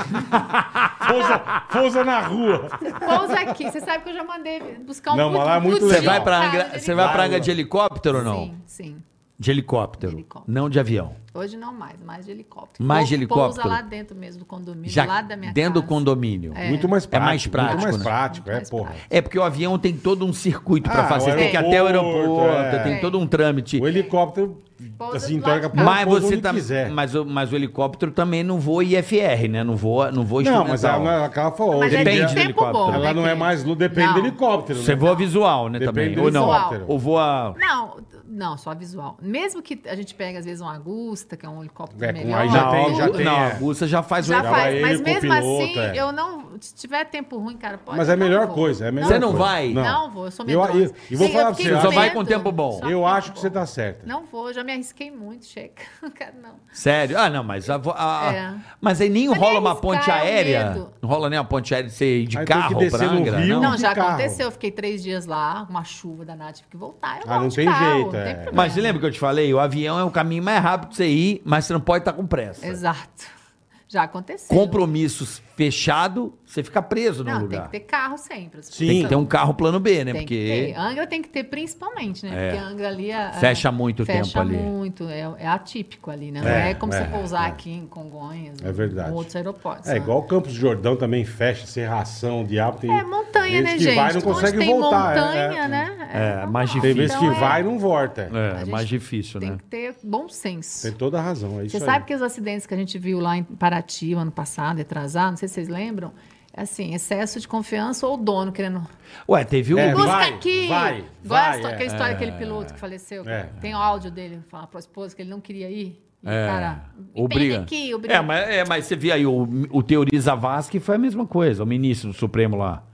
S1: lá.
S3: Pousa, pousa na rua.
S1: Pousa aqui. Você sabe que eu já mandei buscar um
S3: Não, mas lá é muito
S1: pudim,
S4: Você
S3: legal.
S4: vai pra
S1: cara,
S4: Angra,
S1: de
S4: você vai pra
S1: helicóptero.
S4: Angra de helicóptero ou não?
S1: Sim, sim.
S4: De helicóptero.
S1: De helicóptero.
S4: Não de avião.
S1: Hoje não mais, mais de helicóptero.
S4: Mais de
S1: Pou-
S4: helicóptero?
S1: Pousa lá dentro mesmo do condomínio,
S4: Já
S1: lá da minha
S4: dentro
S1: casa.
S4: do condomínio. É.
S3: Muito mais
S4: É
S3: prático.
S4: mais prático,
S3: Muito mais
S4: né?
S3: prático,
S1: Muito
S3: é,
S1: mais
S3: porra.
S1: prático.
S4: porque o avião tem todo um circuito
S3: Ah,
S4: pra fazer.
S3: o
S4: Você tem que ir até o
S3: aeroporto,
S4: aeroporto,
S3: é.
S4: tem todo um trâmite.
S3: O helicóptero,
S1: Pousa
S3: assim,
S1: do lado
S3: entrega
S1: de
S3: pra
S1: cá.
S4: Mas
S3: pousa
S4: você
S3: onde
S4: tá,
S3: quiser.
S4: mas, o- mas o helicóptero também não voa IFR, né? Não voa, não voa
S3: Não, mas é
S4: instrumental.
S3: ela, ela falou.
S1: Mas
S3: hoje em
S1: é de
S4: Depende do
S1: tempo
S3: dia,
S4: helicóptero.
S1: bom, né,
S3: ela não é
S1: querido?
S3: mais luz, depende do
S1: Não.
S3: helicóptero.
S4: Você
S3: né?
S4: voa visual, né,
S3: Depende
S4: também.
S3: do
S4: Ou não.
S1: visual.
S4: Ou voa
S1: Não, não, só visual. Mesmo que a gente pegue, às vezes, um Augusta, que é um helicóptero
S3: É, com-
S1: melhor.
S3: aí
S4: Já
S3: Já
S4: não,
S3: tem,
S4: tem,
S3: já tem,
S4: Não,
S3: é.
S4: a Gusta já faz um
S1: Já
S4: o
S3: Já vai
S1: faz, mas
S3: ele com o
S1: mesmo assim,
S3: piloto, é.
S1: eu não. Se tiver tempo ruim, cara, pode. um
S3: Mas é a
S1: não
S3: melhor
S1: vou.
S3: coisa. É a melhor
S4: Você não
S3: coisa.
S4: vai?
S1: Não, vou, eu sou
S3: Eu-
S1: medrosa.
S3: eu- e vou
S1: Sim,
S3: falar
S1: eu
S3: pra você,
S1: fiquei
S3: você
S1: com
S3: só vai
S1: medo,
S4: com tempo bom.
S1: só
S4: Tá.
S1: com
S3: Eu
S1: tempo
S3: acho que
S1: bom.
S3: você tá certa.
S1: Não vou, já me arrisquei muito, chega. Não quero, não.
S4: Sério? Ah, não, mas a, vo- a-
S1: É.
S4: mas aí nem
S1: Mas
S4: rola
S1: nem
S4: uma
S1: arriscar,
S4: ponte
S1: é um
S4: aérea.
S1: medo.
S4: Não rola nem uma ponte aérea de você ir de
S3: Aí tem que
S4: carro
S3: descer
S4: pra
S3: no
S4: Angra,
S3: Rio.
S4: não?
S1: Não,
S3: de
S1: já
S3: carro.
S1: aconteceu. Eu fiquei três dias lá, uma chuva danada, tive que voltar. Eu
S3: Ah, não
S1: volto de
S3: tem
S1: carro,
S3: jeito,
S1: não tem
S3: é.
S1: problema.
S4: Mas lembra que eu te falei? O avião é o caminho mais rápido pra você ir, mas você não pode estar com pressa.
S1: Exato. Já aconteceu.
S4: Compromissos fechado, você fica preso no
S1: Não, tem
S4: lugar.
S1: que ter carro sempre.
S3: Sim.
S4: Tem que ter um carro plano B, né?
S1: Tem que
S4: Porque
S1: ter. Angra tem que ter principalmente, né? Porque Angra ali... é-
S4: Fecha muito o
S1: fecha
S4: tempo ali.
S1: muito, é, é atípico ali, né? Não
S3: É,
S1: é como
S3: é,
S1: você pousar
S3: é.
S1: aqui em Congonhas,
S3: É verdade.
S1: em outros aeroportos.
S3: É
S1: né?
S3: igual o Campos do Jordão também fecha, serração, diabo. Tem
S1: É montanha,
S3: vezes
S1: né,
S3: que
S1: gente?
S3: vai e não consegue
S1: Onde
S3: voltar.
S1: tem
S3: é,
S1: montanha,
S3: é.
S1: né?
S4: É,
S1: normal.
S4: mais
S3: Tem
S4: difícil.
S3: vezes que
S1: Então,
S3: vai e não volta.
S4: é,
S1: A gente
S4: mais difícil,
S1: Tem
S4: né?
S1: que ter bom senso.
S3: Tem toda a razão. É isso
S1: Você
S3: aí.
S1: sabe que os acidentes que a gente viu lá em Paraty, o ano passado, retrasado, não sei se vocês lembram, é assim, excesso de confiança ou o dono querendo...
S4: Ué, teve um o.
S3: É,
S1: Busca
S3: vai,
S1: aqui!
S3: vai,
S1: Igual a
S3: vai,
S1: histó-
S3: é.
S1: aquela história daquele piloto que faleceu. que
S3: É.
S1: Tem um áudio dele falar pra esposa que ele não queria ir. E o cara... "Me
S4: Obriga.
S1: pega aqui, obriga.
S4: É mas, é, mas você vê aí, o, o Teori Zavascki foi a mesma coisa, o ministro do Supremo lá.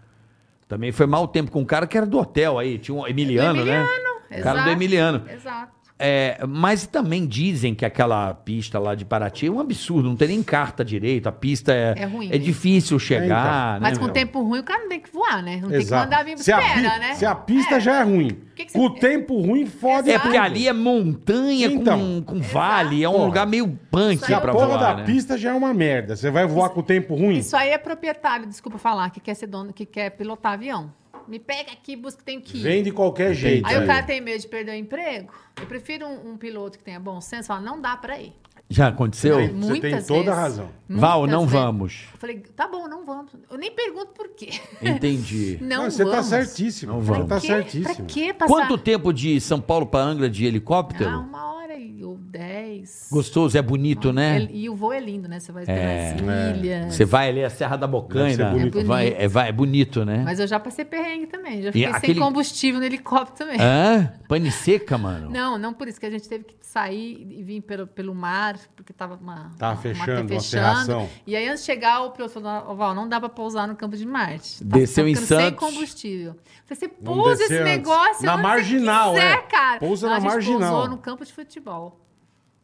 S4: Também foi mau tempo com um cara que era do hotel aí, tinha um Emiliano,
S1: Emiliano,
S4: né? O cara do
S1: exato.
S4: Emiliano.
S1: Exato.
S4: É, mas também dizem que aquela pista lá de Paraty é um absurdo, não tem nem carta direito, a pista é,
S1: É ruim,
S4: é
S1: né?
S4: difícil chegar.
S3: É,
S1: Mas
S4: né,
S1: com
S4: meu?
S1: tempo ruim, o cara não tem que voar, né? Não tem que
S3: Exato.
S1: mandar vir
S3: se, a pi-
S1: espera, né?
S3: se a pista já é ruim,
S1: que que você-
S3: com o tempo ruim, fode
S4: É
S1: Exato.
S4: porque ali é montanha
S3: Então.
S4: com, com vale, é um
S3: Porra.
S4: lugar meio punk
S1: Se
S3: Se a
S4: pra
S3: porra
S4: voar,
S3: da
S4: né?
S3: pista já é uma merda. Você vai voar com o tempo ruim?
S1: Isso aí é proprietário, desculpa falar, que quer ser dono, que quer pilotar avião. Me pega aqui, busca, tem que ir.
S3: Vem de qualquer jeito. É.
S1: Aí o cara tem medo de perder o emprego. Eu prefiro um, um piloto que tenha bom senso, falar, não dá pra ir.
S4: Já aconteceu?
S3: Não, Você tem toda a razão.
S4: Val, não
S1: Muitas vezes.
S4: vamos.
S1: Eu falei, tá bom, não vamos. Eu nem pergunto por quê.
S4: Entendi.
S1: Não
S3: você tá
S1: vamos.
S3: certíssimo.
S4: Não
S3: Você
S4: vamos.
S3: tá
S1: Quê?
S3: certíssimo.
S1: Pra quê passar?
S4: Quanto tempo de São Paulo para Angra de helicóptero?
S1: Ah, uma hora e ou dez.
S4: Gostoso, é bonito, né? É.
S1: É- E o voo é lindo, né? Você vai pelas
S3: É.
S1: ilhas.
S4: Você vai ali, a Serra da
S3: Deve ser
S4: Bocaina.
S3: bonito.
S1: É
S4: Vai,
S1: bonito.
S4: é, vai, é bonito, né?
S1: Mas eu já passei perrengue também. Já fiquei
S4: aquele- É.
S1: sem combustível no helicóptero também.
S4: Hã? Pane seca, mano.
S1: Não, não por isso, que a gente teve que sair e vir pelo, pelo mar, porque tava uma.
S3: Tava
S1: uma-
S3: fechando,
S1: tá
S3: uma serração.
S1: E aí, antes de chegar, o piloto falou: "Ó, Val, não dá pra pousar no campo de Marte.
S4: Desceu
S1: tá
S4: em
S1: ficando Sem
S4: Santos.
S1: combustível. Você
S3: Vamos
S1: pousa
S3: descer
S1: esse
S3: antes.
S1: negócio.
S3: Na
S1: onde você
S3: marginal,
S1: quiser,
S3: é.
S1: cara.
S3: Pousa
S1: Não,
S3: na marginal.
S1: A gente pousou no campo de futebol,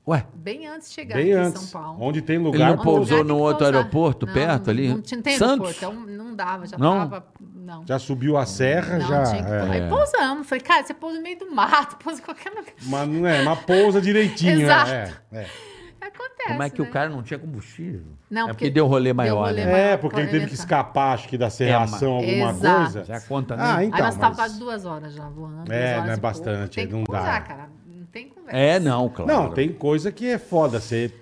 S4: Ué,
S1: bem antes de chegar aqui
S3: Bem antes.
S1: em São Paulo.
S3: Onde tem
S4: Ele
S3: lugar.
S4: não
S1: Um
S3: pousou.
S4: pousou
S1: lugar que
S4: num outro
S1: pousar.
S4: aeroporto
S1: Não,
S4: perto ali?
S1: Não, tinha- não tem
S4: Santos?
S1: aeroporto, então não dava, já
S4: Não?
S1: tava. Não.
S3: Já subiu a serra,
S1: Não,
S3: já.
S1: tinha que...
S3: é.
S1: Aí pousamos. Falei, cara, você pousa no meio do mato, pousa em qualquer lugar.
S3: Mas não é, mas pousa direitinho.
S1: Exato.
S3: é, é.
S1: Acontece.
S4: Como é que
S1: né?
S4: o cara não tinha combustível?
S1: Não,
S4: é porque deu rolê maior,
S1: rolê
S4: né?
S1: maior,
S3: É, porque ele teve que
S1: planejamento.
S3: escapar, acho que da serração,
S1: É,
S3: alguma
S1: exato.
S3: coisa.
S4: Já conta, né?
S3: Ah, então.
S1: Aí nós tava
S3: mas-
S1: quase duas horas já voando. duas
S3: É,
S1: horas
S3: não é
S1: e pouco.
S3: bastante,
S1: Tem que
S3: não dá.
S1: pousar, cara. Não tem conversa.
S4: É, não, claro.
S3: Não, tem coisa que é foda. Você,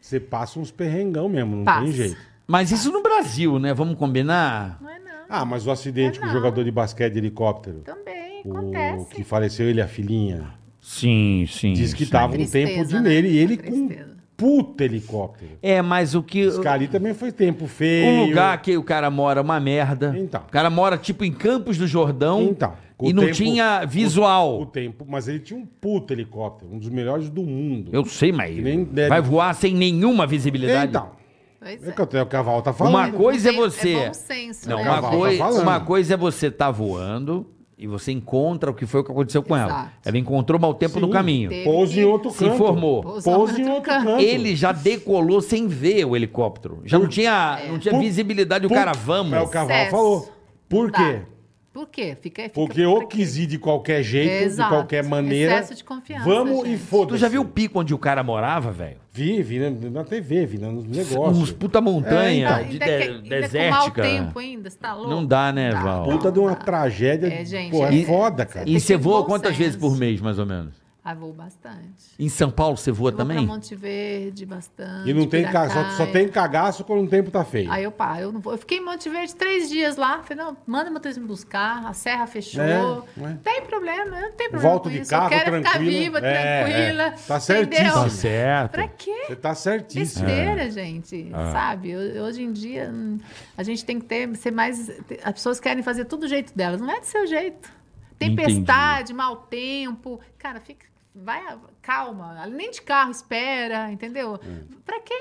S3: você passa uns perrengão mesmo, não
S1: Passa.
S3: tem jeito.
S4: Mas isso no Brasil, né? Vamos combinar?
S1: Não é não.
S3: Ah, mas o acidente
S1: É,
S3: com o
S1: não.
S3: jogador de basquete de helicóptero.
S1: Também
S3: O que
S1: acontece.
S3: faleceu ele, a filhinha.
S4: Sim, sim.
S3: Diz que
S4: sim.
S3: tava um
S1: Tristeza,
S3: tempo de
S1: né?
S3: nele e ele com
S1: Tristeza.
S3: um puta helicóptero.
S4: É, mas o que.
S3: Esse cara ali também foi tempo feio.
S4: O Um lugar que o cara mora é uma merda.
S3: Então.
S4: O cara mora tipo em Campos do Jordão.
S3: Então, com
S4: E
S3: o
S4: não
S3: tempo-
S4: tinha
S3: O
S4: visual.
S3: tempo, mas ele tinha um puta helicóptero, um dos melhores do mundo.
S4: Eu sei, mas.
S3: Que nem deve-
S4: Vai voar sem nenhuma visibilidade.
S3: Então,
S1: Pois
S3: é
S1: é.
S3: o que eu- é o que a Val tá falando.
S4: Uma coisa é
S1: Tem-
S4: você.
S1: É bom senso,
S4: Não,
S1: né?
S4: uma,
S3: Tá
S4: coi-
S3: falando.
S4: uma coisa é você tá voando e você encontra o que foi o que aconteceu com ela.
S1: Exato.
S4: Ela encontrou mau tempo no
S3: Sim,
S4: caminho.
S1: Teve
S3: Pouso
S1: que
S3: em outro
S4: se
S3: canto.
S4: formou.
S3: Pouso em outro canto.
S4: Ele já decolou sem ver o helicóptero. Já não tinha,
S1: É.
S4: não tinha
S3: Por-
S4: visibilidade. O
S3: Por-
S4: cara, vamos.
S3: É o que a Val
S1: Sucesso.
S3: falou. Por
S1: Não
S3: quê?
S1: dá. Por Tá. quê? Fica, fica
S3: Porque eu quis ir de qualquer jeito, de
S1: Exato.
S3: qualquer maneira.
S1: Excesso de confiança,
S3: Vamos e
S1: gente.
S3: foda-se.
S4: Tu já viu o pico onde o cara morava, velho?
S3: Vi, vi na, na TV, vi na- nos
S4: Uns
S3: negócios.
S4: puta montanha
S3: É, então.
S1: Ainda,
S4: de
S1: ainda,
S4: de-
S1: que- ainda
S4: desértica.
S1: com mau tempo ainda, você tá louco?
S4: Não dá, né,
S1: Não dá.
S4: Val?
S3: Puta de uma tragédia.
S1: É, gente,
S3: Pô, é,
S1: é-
S3: foda, cara.
S1: Tem
S4: E
S1: que
S4: você
S1: ter
S4: voa
S1: bom
S4: quantas
S1: senso.
S4: vezes por mês, mais ou menos?
S1: Ah, vou bastante.
S4: Em São Paulo você voa
S1: Eu vou
S4: também?
S1: pra Monte Verde bastante.
S3: E não tem ca... só,
S1: Piracaia.
S3: só tem cagaço quando o tempo tá feio.
S1: Aí eu paro, eu não vou. Eu fiquei em Monte Verde três dias lá. Falei, não, manda o Matheus me buscar, a serra fechou.
S3: É,
S1: Não
S3: é.
S1: Tem problema, eu não tem problema.
S3: Volto
S1: com
S3: de
S1: isso.
S3: carro,
S1: eu quero ficar
S3: tranquila.
S1: viva,
S3: É,
S1: tranquila.
S3: é. Tá
S1: entendeu?
S3: certíssimo. Tá
S4: certo.
S1: Pra quê?
S3: Você tá certíssimo.
S1: Besteira, gente.
S3: Ah.
S1: Sabe? Eu- Hoje em dia hum, a gente tem que ter, ser mais. te- As pessoas querem fazer tudo do jeito delas. Não é do seu jeito. Tempestade, mau tempo. Cara, fica. Vai, calma. Nem de carro, espera, entendeu? Pra quê?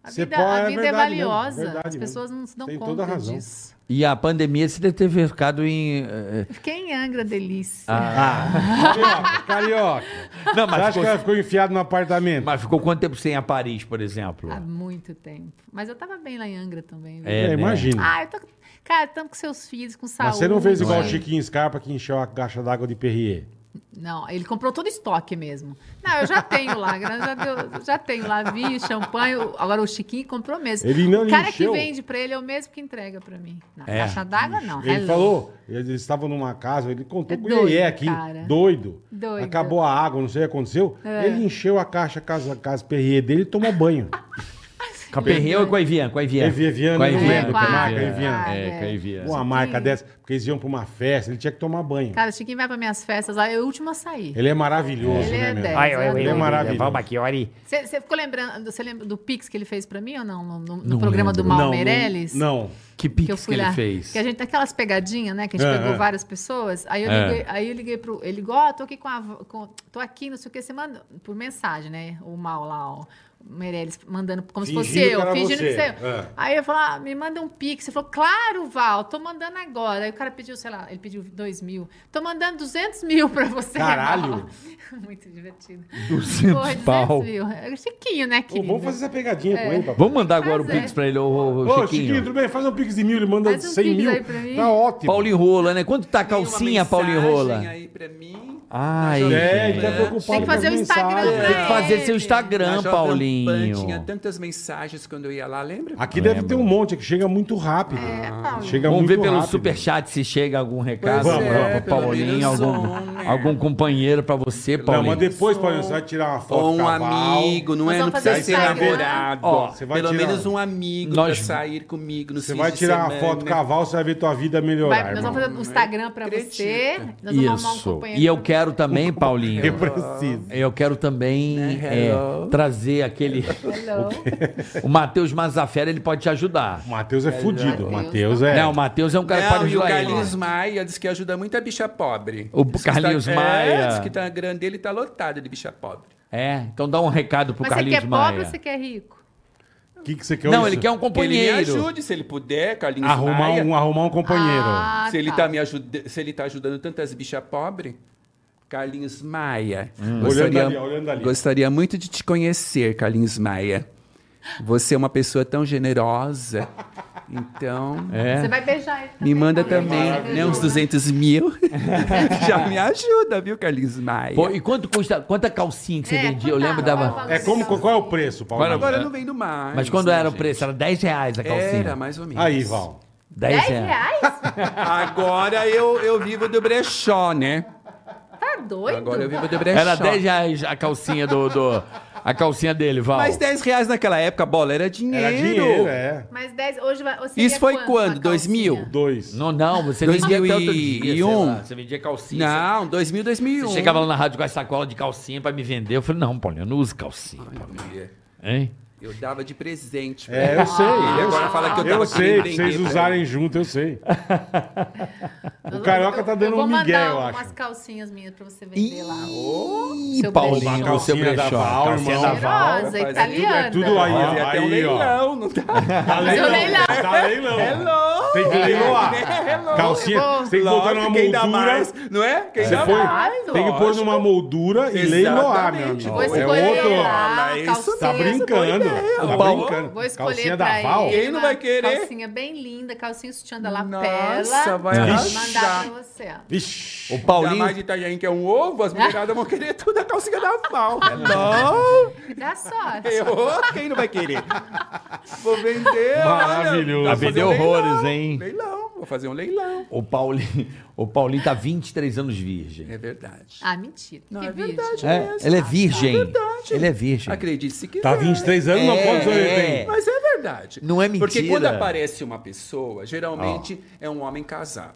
S1: A
S3: Você
S1: vida,
S3: pode-
S1: a
S3: Hum. é
S1: vida é,
S3: verdade mesmo,
S1: valiosa.
S3: verdade
S1: As
S3: mesmo.
S1: pessoas não se dão
S3: Tem
S1: conta
S3: toda a razão.
S1: disso.
S4: E a pandemia você deve ter ficado em. eh,
S1: Fiquei em Angra, delícia.
S3: Ah.
S4: Ah.
S3: Carioca, carioca.
S4: Não,
S3: Você
S4: mas
S3: acha que
S4: ficou,
S3: ela ficou enfiada no apartamento?
S4: mas ficou quanto tempo sem ir a Paris, por exemplo?
S1: Há muito tempo. Mas eu tava bem lá em Angra também. viu?
S4: É,
S3: É,
S4: né?
S3: imagina.
S1: Ah, eu tô. Cara, estamos com seus filhos, com saúde.
S3: Mas você não fez igual
S1: É.
S3: o Chiquinho Scarpa que encheu a caixa d'água de Perrier.
S1: Não, ele comprou todo estoque mesmo. Não, eu já tenho lá, grana, já, deu- já tenho lá vinho, champanhe. o- Agora o Chiquinho comprou mesmo.
S3: Ele não
S1: o cara
S3: encheu?
S1: que vende pra ele é o mesmo que entrega pra mim. Na
S4: É.
S1: caixa d'água, não.
S3: Ele
S1: Hello.
S3: falou, eles estavam numa casa, ele contou
S1: É
S3: com o Iê
S1: doido,
S3: aqui,
S1: cara.
S3: doido.
S1: Doido. É.
S3: Acabou a água, não sei o que aconteceu. Ele encheu a caixa casa, casa Perrier dele e tomou banho.
S4: Com a Perrier ou com a Evian? Com a Evian.
S3: Evian, Evian,
S4: com a
S3: não
S4: Evian,
S3: lembro
S4: com a
S1: que marca,
S4: Evian.
S1: Evian.
S4: É, com a Evian.
S3: Uma marca dessa, porque eles iam pra uma festa, ele tinha que tomar banho.
S1: Cara, o Chiquinho vai pra minhas festas lá, é o último a sair.
S3: Ele é maravilhoso,
S1: Ele
S3: né,
S1: é
S3: meu?
S1: 10.
S7: Ai,
S1: eu
S7: ai, ai,
S1: adoro.
S3: é
S7: ai,
S3: maravilhoso.
S7: Val Macchiori.
S1: Você você ficou lembrando, você lembra do Pix que ele fez pra mim ou não? No, no- no
S4: Não
S1: programa do Mal
S4: lembro.
S3: Não,
S1: Meirelles?
S3: Não.
S4: Que
S1: eu
S4: pix que,
S1: fui
S4: ele
S1: lá.
S4: fez?
S1: Que a gente, aquelas pegadinhas, né? Que a gente
S3: É,
S1: pegou
S3: é.
S1: várias pessoas. Aí eu
S4: É.
S1: liguei, aí eu liguei pro. Ele ligou, ó, tô aqui com a. v- com- tô aqui, não sei o que, você manda. Por mensagem, né? O mal lá, ó. O Meirelles mandando como se fosse
S3: Fingindo que
S1: eu,
S3: era
S1: fingindo
S3: você.
S1: que você.
S3: É.
S1: Aí eu falei, ah, me manda um pix. Ele falou, claro, Val, tô mandando agora. Aí o cara pediu, sei lá, ele pediu dois mil. Tô mandando 200 mil pra você.
S3: Caralho!
S1: Val. Muito divertido.
S4: 200
S1: Porra,
S4: pau.
S1: mil. É Chiquinho, né,
S3: Ô,
S1: querido?
S3: vamos fazer essa pegadinha com ele, papai.
S4: Vamos mandar agora o
S1: Mas é.
S4: pix pra ele, ô, ô, ô,
S3: Ô, Chiquinho.
S4: Chiquinho.
S3: tudo bem? Faz um pix de mil, ele manda
S1: Faz um
S3: 100
S1: pix
S3: mil.
S1: aí pra mim.
S3: Tá ótimo.
S4: Paulo Enrola, né? Quanto tá a calcinha, Paulo Enrola?
S5: Aí pra mim.
S4: Ai,
S3: É,
S4: gente.
S3: ele tá preocupado
S1: Tem que
S3: com as
S1: fazer o Instagram
S3: mensagens.
S1: pra
S4: Tem que fazer
S1: ele.
S4: seu
S5: Na
S4: Instagram,
S5: Jovem Pan Tinha
S4: Paulinho.
S5: tantas mensagens quando eu ia lá, lembra?
S3: Aqui deve ter um monte, que chega muito rápido.
S1: É, Paulo.
S3: Chega
S4: Vamos
S3: muito
S4: ver pelo
S3: rápido.
S4: superchat se chega algum recado
S3: Pois
S4: pro
S3: é,
S4: pro Paulinho.
S5: pelo menos
S4: Algum...
S5: um,
S1: É.
S4: Algum companheiro pra você,
S3: Não,
S4: Paulinho?
S3: mas depois, Paulinho, você vai tirar uma foto
S5: Ou um
S3: com cavalo.
S5: amigo, não
S1: Nós
S5: é? Não
S1: vamos fazer
S5: precisa ser
S1: Instagram.
S5: namorado.
S4: Ó,
S3: você vai
S5: Pelo
S3: tirar-
S5: menos um amigo
S4: Nós-
S5: pra sair comigo no
S3: Você vai tirar uma foto com cavalo, você vai ver tua vida melhorar,
S1: Vai, nós
S3: irmão.
S1: vamos fazer o Instagram pra
S5: Acredita.
S1: você. Nós vamos arrumar um
S4: Isso.
S1: companheiro.
S4: E eu quero também, Paulinho.
S3: Eu preciso.
S4: Eu quero também é,
S5: Hello.
S4: trazer aquele.
S1: Hello.
S4: O Matheus Mazafera, ele pode te ajudar.
S3: O Matheus é fudido. O Matheus
S1: Matheus
S3: é...
S4: Não, o Matheus é um cara que
S5: Não,
S4: pode
S5: e o
S4: ajudar ele.
S5: Carlinhos Maia diz que ajuda muito a bicha pobre.
S4: O
S5: Diz que
S4: Carlinhos
S5: tá-
S4: Maia.
S5: É, diz que tá grande dele tá lotado de bicha pobre.
S4: É, então dá um recado pro
S1: Mas você
S4: Carlinhos
S1: quer
S4: Maia.
S1: pobre ou você quer rico?
S3: O que, que você quer?
S4: Não,
S3: hoje?
S4: ele quer um
S5: Ele me
S4: companheiro.
S5: ajude se ele puder, Carlinhos
S3: Arrumar
S5: Maia.
S3: um, arrumar um companheiro.
S1: Ah,
S5: Se ele
S1: tá.
S5: tá, me ajuda... se ele tá ajudando tantas bichas pobres, Carlinhos Maia.
S4: Hum.
S3: Olhando ali, olhando ali.
S5: gostaria muito de te conhecer, Carlinhos Maia. Você é uma pessoa tão generosa. Então,
S1: Você
S4: É.
S1: vai beijar ele.
S5: me manda
S1: Paulinho.
S5: também né, uns 200 mil. Já me ajuda, viu, Carlinhos Maia?
S4: Pô, e quanto custa, quanta calcinha que você
S1: É,
S4: vendia? Eu
S1: quanta-
S4: lembro
S1: qual é o
S4: dava.
S1: valor?
S3: É como, qual é o preço, Paulinho?
S5: Agora não vendo mais.
S4: Mas quando
S5: né,
S4: era o
S5: gente?
S4: preço? Era 10 reais a calcinha.
S5: Era, mais ou menos.
S3: Aí, Val.
S4: 10
S1: 10
S5: é.
S4: reais.
S1: reais?
S5: Agora eu, eu vivo do brechó, né?
S1: Tá doido?
S5: Agora eu vivo do brechó.
S4: Era 10 reais a calcinha do. do- a calcinha dele, Val.
S5: Mas 10 reais naquela época, bola, era dinheiro.
S3: Era dinheiro, é.
S1: Mas 10, hoje vai... você
S5: Isso
S1: quer
S5: foi
S1: quanto
S5: quando?
S1: uma
S5: 2000?
S1: calcinha?
S3: Dois.
S4: Não, não, você vendia até outro dia. sei
S5: 2001.
S4: lá, Você vendia calcinha.
S5: Não, 2000,
S4: Você
S5: 2001.
S4: chegava lá na rádio com a sacola de calcinha pra me vender. Eu falei, não, Paulinho, eu não uso calcinha. Hein?
S5: Eu dava de presente. pra
S3: É,
S5: ele.
S3: eu sei.
S1: Ah,
S5: Ele
S3: eu
S5: agora
S3: sei.
S5: fala que eu
S3: Eu
S5: tava
S3: sei,
S5: querendo
S3: que vocês
S5: vender pra
S3: usarem junto, eu sei.
S1: Eu-
S3: O Carioca tá
S1: eu-
S3: dando
S1: eu vou
S3: um migué,
S1: mandar
S3: eu
S1: umas
S3: acho.
S1: calcinhas minhas pra você vender lá.
S4: Ih,
S1: Seu
S3: Uma
S1: brechó.
S4: Paulinho, seu
S3: calcinha da
S4: brechó.
S3: Val,
S4: calcinha
S3: irmão.
S4: da Val.
S1: Cheirosa,
S5: Faz-
S1: italiana.
S3: É tudo aí,
S5: Fazer
S3: ó.
S5: até um
S3: Aí, ó.
S5: leilão, não É tá?
S3: Tá leilão.
S1: leilão.
S3: Tá leilão.
S5: Hello!
S3: Tem que leiloar. Calcinha,
S1: Eu vou-
S3: tem que botar numa
S5: É Lógico, quem dá
S3: moldura.
S5: mais, não é? Quem
S3: Você
S5: dá
S3: põe-
S5: mais?
S3: tem que pôr numa moldura e
S5: Exatamente.
S3: leiloar, meu amigo.
S1: Vou
S5: É
S1: escolher
S3: outro.
S1: lá,
S5: É isso,
S1: calcinha.
S3: Tá brincando. Tá
S4: Paulo-
S3: brincando.
S1: Vou
S3: Calcinha
S1: escolher
S3: da
S1: pra
S3: Val.
S1: ele
S5: Quem não
S1: uma
S5: vai querer?
S1: calcinha bem linda, calcinha sutiã da lapela.
S5: Nossa, vai
S1: Vou
S5: arrasar.
S1: mandar pra você. ó.
S3: Vixe.
S4: O
S5: Ainda mais
S4: Paulinho. tá
S5: de Itanhaém, que é um ovo, as mulheradas vão querer tudo a calcinha da Val. Hello!
S1: Dá sorte.
S5: Eu, quem não vai querer? Vou vender. olha,
S3: Maravilhoso.
S5: vou
S4: Tá
S5: fazer
S4: vendendo
S5: um leilão.
S4: horrores, hein?
S5: Leilão, vou fazer um leilão.
S4: O Paulinho, o Paulinho tá 23 anos virgem.
S5: É verdade.
S1: Ah, mentira.
S5: Não,
S1: que
S5: é
S1: virgem.
S5: verdade
S4: É,
S5: mesmo.
S4: ele é virgem.
S5: verdade.
S4: Ele é virgem.
S5: Acredite se quiser.
S3: Tá 23 anos, não
S4: É,
S3: quantos anos ele
S4: é.
S3: tem?
S5: Mas é verdade.
S4: Não é
S5: Porque
S4: mentira.
S5: quando aparece uma pessoa, geralmente é um homem casado.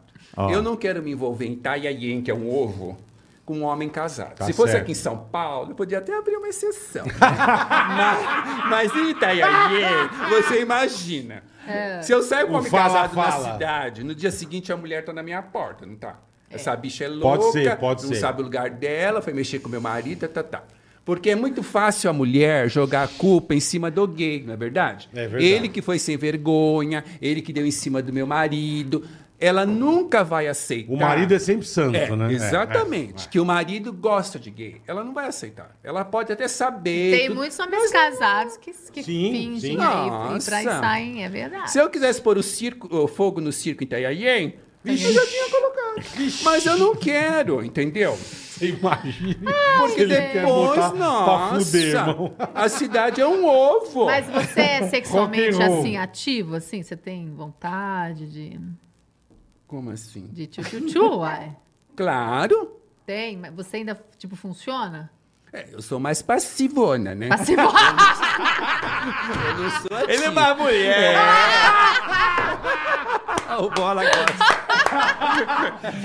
S5: Eu não quero me envolver em Taiaien, que é um ovo, com um homem casado.
S3: Tá
S5: Se fosse
S3: certo.
S5: aqui em São Paulo, eu podia até abrir uma exceção. mas, mas em Itaiaien, você imagina.
S4: É.
S5: Se eu saio com um
S3: O
S5: homem
S3: fala,
S5: casado
S3: fala.
S5: na cidade, no dia seguinte a mulher tá na minha porta, não tá? Essa bicha é louca,
S3: Pode ser, pode
S5: não
S3: ser.
S5: sabe o lugar dela, foi mexer com meu marido, tá, tá, tá. Porque é muito fácil a mulher jogar a culpa em cima do gay, não é verdade?
S3: É verdade.
S5: Ele que foi sem vergonha, ele que deu em cima do meu marido. Ela nunca vai aceitar.
S3: O marido é sempre santo,
S5: É,
S3: né?
S5: Exatamente. Que o marido gosta de gay. Ela não vai aceitar. Ela pode até saber.
S1: Tem
S5: tudo.
S1: muitos homens casados que, que
S3: Sim,
S1: fingem aí, e
S3: sim.
S1: pra
S5: Nossa.
S1: e saem, é verdade.
S5: Se eu quisesse pôr o, circo, o fogo no circo em Itaiaien, eu já tinha colocado. Mas eu não quero, entendeu?
S3: Você imagina.
S5: Porque
S3: ele quer botar
S5: depois,
S3: pra
S5: nossa,
S3: fuder, irmão.
S5: a cidade é um ovo.
S1: Mas você é sexualmente
S3: Rock and roll.
S1: assim, ativo, assim? Você tem vontade de,
S5: Como assim?
S1: de tchu-tchu-tchu? uai?
S5: Claro.
S1: Tem, mas você ainda, tipo, funciona?
S5: É, eu sou mais passivona, né?
S1: Passivo. Ah!
S5: Ele é mais mulher.
S4: O Bola gosta.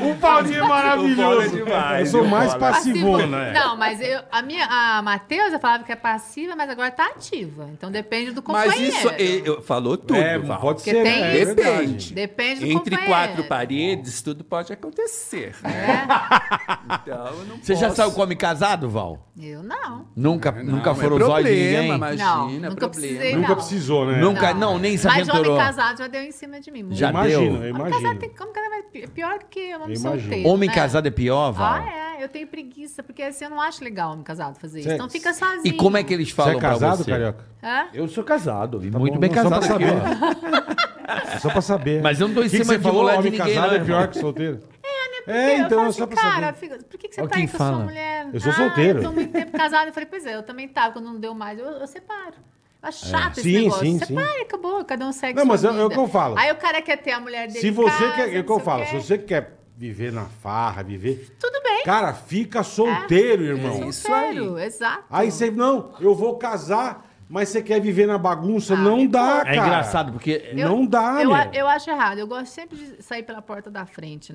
S3: O Paulinho é
S5: O Paulo é
S3: maravilhoso.
S5: demais,
S3: Eu sou
S5: viu,
S3: mais
S5: Paulo?
S3: passivona, é.
S1: Não, mas eu, a minha, a Matheusa falava que é passiva, mas agora tá ativa. Então depende do
S5: Mas
S1: companheiro.
S5: isso é, eu- falou tudo,
S3: É,
S5: Val.
S3: pode
S1: Porque
S3: ser,
S1: tem
S3: né? é
S1: isso.
S3: verdade.
S1: Depende do
S5: Entre
S1: companheiro.
S5: quatro paredes, tudo pode acontecer. né?
S1: É.
S5: Então, eu não
S4: Você já
S5: posso-
S4: saiu com homem casado, Val?
S1: Eu não.
S4: Nunca,
S5: Não,
S4: nunca
S5: é
S4: foram os olhos de
S5: problema,
S4: ninguém?
S1: Não,
S5: imagina,
S1: nunca precisei,
S5: problema.
S3: Nunca
S1: Não.
S3: precisou, né?
S4: Nunca, não, nem se
S1: Mas
S4: aventurou.
S1: homem casado já deu em cima de mim. muito.
S4: Já
S3: Imagino,
S4: deu.
S3: eu
S1: Homem casado
S3: imagino.
S1: tem como cada vez pi- pior do que um homem
S3: Imagino.
S1: solteiro.
S4: Homem
S1: né?
S4: casado é pior, Val?
S1: Ah, é. Eu tenho preguiça, porque assim eu não acho legal homem casado fazer isso.
S3: Você-
S1: Então fica sozinho.
S4: E como é que eles
S3: Você
S4: falam
S3: é casado,
S4: pra você?
S3: Carioca?
S1: Hã?
S4: Eu sou casado. E
S3: Tá
S4: muito
S3: bom,
S4: bem
S3: não, só
S4: casado
S3: pra
S4: aqui, ó.
S3: É Só pra saber.
S4: Mas eu não tô em
S3: O que que
S4: cima
S3: você
S4: de
S3: falou,
S4: mulher de
S3: homem
S4: ninguém,
S3: casado
S4: não,
S3: é pior
S4: irmão. né,
S3: que solteiro. É,
S1: Porque eu
S3: então
S1: falo
S3: é só
S1: assim,
S3: pra
S1: cara,
S3: saber.
S1: fica- por que, que você
S4: Olha
S1: tá
S4: quem
S1: aí com
S4: fala.
S1: sua mulher? Ah,
S3: Eu sou solteiro.
S1: Eu tô muito tempo casado. Eu falei, pois é, eu também tava. Quando não deu mais, eu, eu separo. Eu acho chato esse
S3: É. Sim,
S1: negócio.
S3: sim,
S1: Separa, e acabou, cada um segue
S3: Não,
S1: sua
S3: mas eu-
S1: vida.
S3: é o que eu falo.
S1: Aí o cara quer ter a mulher dele
S3: Se
S1: em
S3: você
S1: casa,
S3: quer. É o que
S1: não
S3: eu
S1: sei
S3: falo.
S1: quê.
S3: Se você quer viver na farra, viver.
S1: Tudo bem,
S3: Cara, fica
S4: É,
S3: solteiro, irmão.
S5: isso
S1: Sério, exato.
S3: Aí você, não, eu vou casar, mas você quer viver na bagunça? não dá, cara.
S4: É engraçado, porque.
S1: Eu-
S3: não dá,
S1: eu,
S3: meu.
S1: a- eu acho errado. Eu gosto sempre de sair pela porta da frente.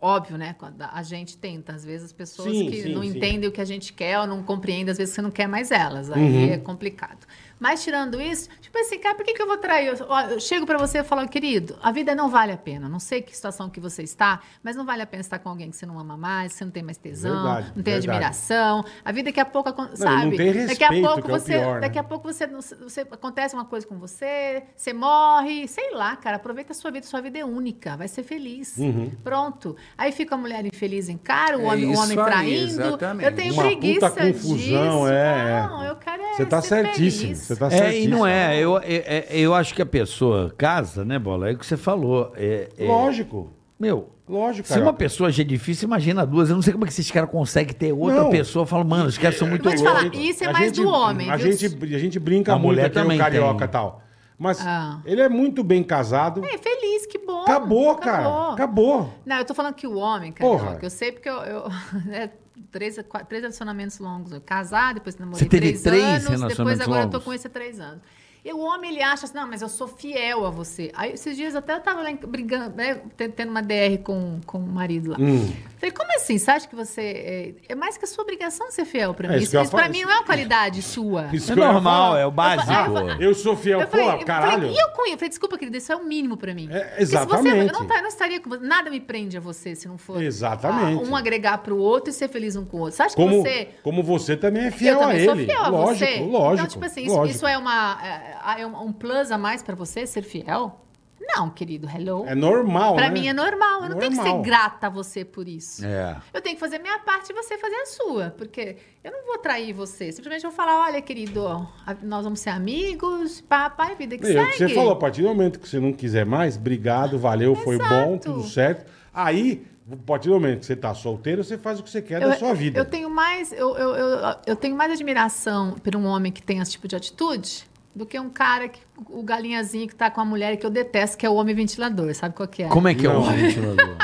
S1: Óbvio, né? Quando A gente tenta. Às vezes as pessoas
S3: Sim,
S1: que
S3: sim,
S1: não
S3: sim.
S1: entendem o que a gente quer ou não compreendem, às vezes você não quer mais elas. Aí
S3: Uhum.
S1: é complicado. Mas tirando isso, tipo assim, cara, por que, que eu vou trair? Eu, ó, eu chego pra você e falo, querido, a vida não vale a pena. Não sei que situação que você está, mas não vale a pena estar com alguém que você não ama mais, você não tem mais tesão,
S3: Verdade,
S1: não tem
S3: verdade.
S1: admiração. A vida daqui a pouco, acon-
S3: e não
S1: sabe?
S3: tem
S1: daqui a
S3: respeito,
S1: pouco
S3: que é o
S1: você,
S3: pior, né?
S1: daqui a pouco você, não- você- acontece uma coisa com você, você morre, sei lá, cara, aproveita a sua vida, sua vida é única, vai ser feliz.
S3: Uhum.
S1: Pronto. Aí fica a mulher infeliz em cara, o
S5: É
S1: homem, o
S5: isso
S1: homem
S5: aí,
S1: traindo.
S5: exatamente.
S1: eu tenho
S3: Uma
S1: preguiça
S3: puta confusão,
S1: disso.
S3: é,
S1: Não,
S3: é.
S1: eu quero é
S3: Você tá
S1: ser
S3: certíssimo.
S1: feliz.
S3: Você tá
S4: É, e
S3: certíssimo.
S4: não é. Eu, é- é- eu acho que a pessoa casa, né, Bola? É o que você falou. É, é-
S3: Lógico.
S4: Meu,
S3: Lógico,
S4: se uma
S3: cara.
S4: pessoa já é difícil, imagina duas. Eu não sei como é que esses caras conseguem ter outra
S3: Não.
S4: pessoa. Eu falo, mano, os caras são muito
S1: Vou te
S4: loucos.
S1: falar, isso é
S3: A
S1: mais
S3: gente-
S1: do homem,
S3: A
S1: viu?
S3: gente, a gente brinca
S4: A
S3: muito
S4: mulher
S3: aqui no
S4: também
S3: carioca e
S4: tem.
S3: tal. Mas
S1: Ah.
S3: ele é muito bem casado.
S1: É feliz, que bom.
S3: acabou, cara. Acabou.
S1: Não, eu tô falando que o homem,
S3: Porra.
S1: cara, eu sei porque eu, eu, né, três, qua- três relacionamentos longos. Eu casar, depois namorei
S4: Você teve
S1: três,
S4: três
S1: anos,
S4: relacionamentos
S1: depois agora eu tô
S4: longos?
S1: com esse há três anos. E o homem, ele acha assim, não, mas eu sou fiel a você. Aí, esses dias até eu tava lá em- brigando, né, te- tendo uma DR com, com o marido lá.
S4: Hum.
S3: Hum.
S1: Falei, como assim? Você acha que você... É, é mais que a sua obrigação ser fiel pra
S3: É,
S1: mim.
S3: isso
S1: isso
S3: que eu ia
S1: isso pra
S3: falar,
S1: mim
S3: isso-
S1: não é uma qualidade sua.
S3: Isso
S4: É
S3: que eu ia
S4: normal,
S3: falar.
S4: é o básico.
S3: Ah, Eu sou fiel,
S1: Eu falei,
S3: pô,
S1: eu
S3: caralho.
S1: falei, e eu com ele? Eu falei, desculpa, querida, isso é o mínimo pra mim.
S3: É,
S1: Porque se você-
S3: exatamente.
S1: eu, não, tá- eu não estaria com você. Nada me prende a você se não for
S3: Exatamente.
S1: ah, um agregar pro outro e ser feliz um com o outro. Você acha que
S3: como,
S1: você.
S3: como você também é fiel
S1: eu também
S3: a
S1: sou
S3: ele.
S1: fiel a
S3: lógico,
S1: você.
S3: lógico.
S1: Então, tipo assim, isso,
S3: lógico.
S1: isso é, uma, é- é um- um plus a mais pra você, ser fiel? Não, querido, hello.
S3: É normal,
S1: pra
S3: né?
S1: mim é normal. Eu não tenho que ser
S3: Normal.
S1: grata a você por isso.
S4: É.
S1: Eu tenho que fazer a minha parte e você fazer a sua. Porque eu não vou trair você. Simplesmente eu vou falar, olha, querido, a- nós vamos ser amigos, papai, vida que
S3: É o
S1: segue.
S3: que você falou, a partir do momento que você não quiser mais, obrigado, valeu, foi
S1: Exato.
S3: bom, tudo certo. Aí, a partir do momento que você tá solteiro, você faz o que você quer é da sua vida.
S1: eu tenho mais, eu, eu, eu, eu tenho mais admiração por um homem que tem esse tipo de atitude do que um cara que o galinhazinho que tá com a mulher que eu detesto, que é o homem ventilador, sabe qual que é?
S4: Como é que é o
S3: Não.
S4: homem ventilador?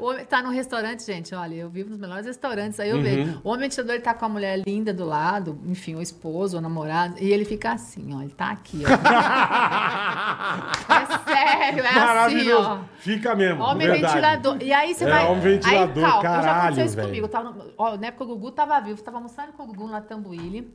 S1: O homem tá num restaurante, gente, olha, eu vivo nos melhores restaurantes, aí eu
S3: Uhum.
S1: vejo. O homem ventilador ele tá com a mulher linda do lado, enfim, o esposo, o namorado, e ele fica assim, ó, ele tá aqui, ó. é sério, é assim,
S3: Maravilhoso.
S1: ó.
S3: Fica mesmo.
S1: Homem
S3: verdade.
S1: ventilador. E aí você
S3: É,
S1: vai.
S3: homem
S1: aí,
S3: ventilador,
S1: calma, já
S3: caralho,
S1: aconteceu isso
S3: velho.
S1: comigo. Eu tava no- ó, na época o Gugu tava vivo, tava almoçando com o Gugu na Tambuíli.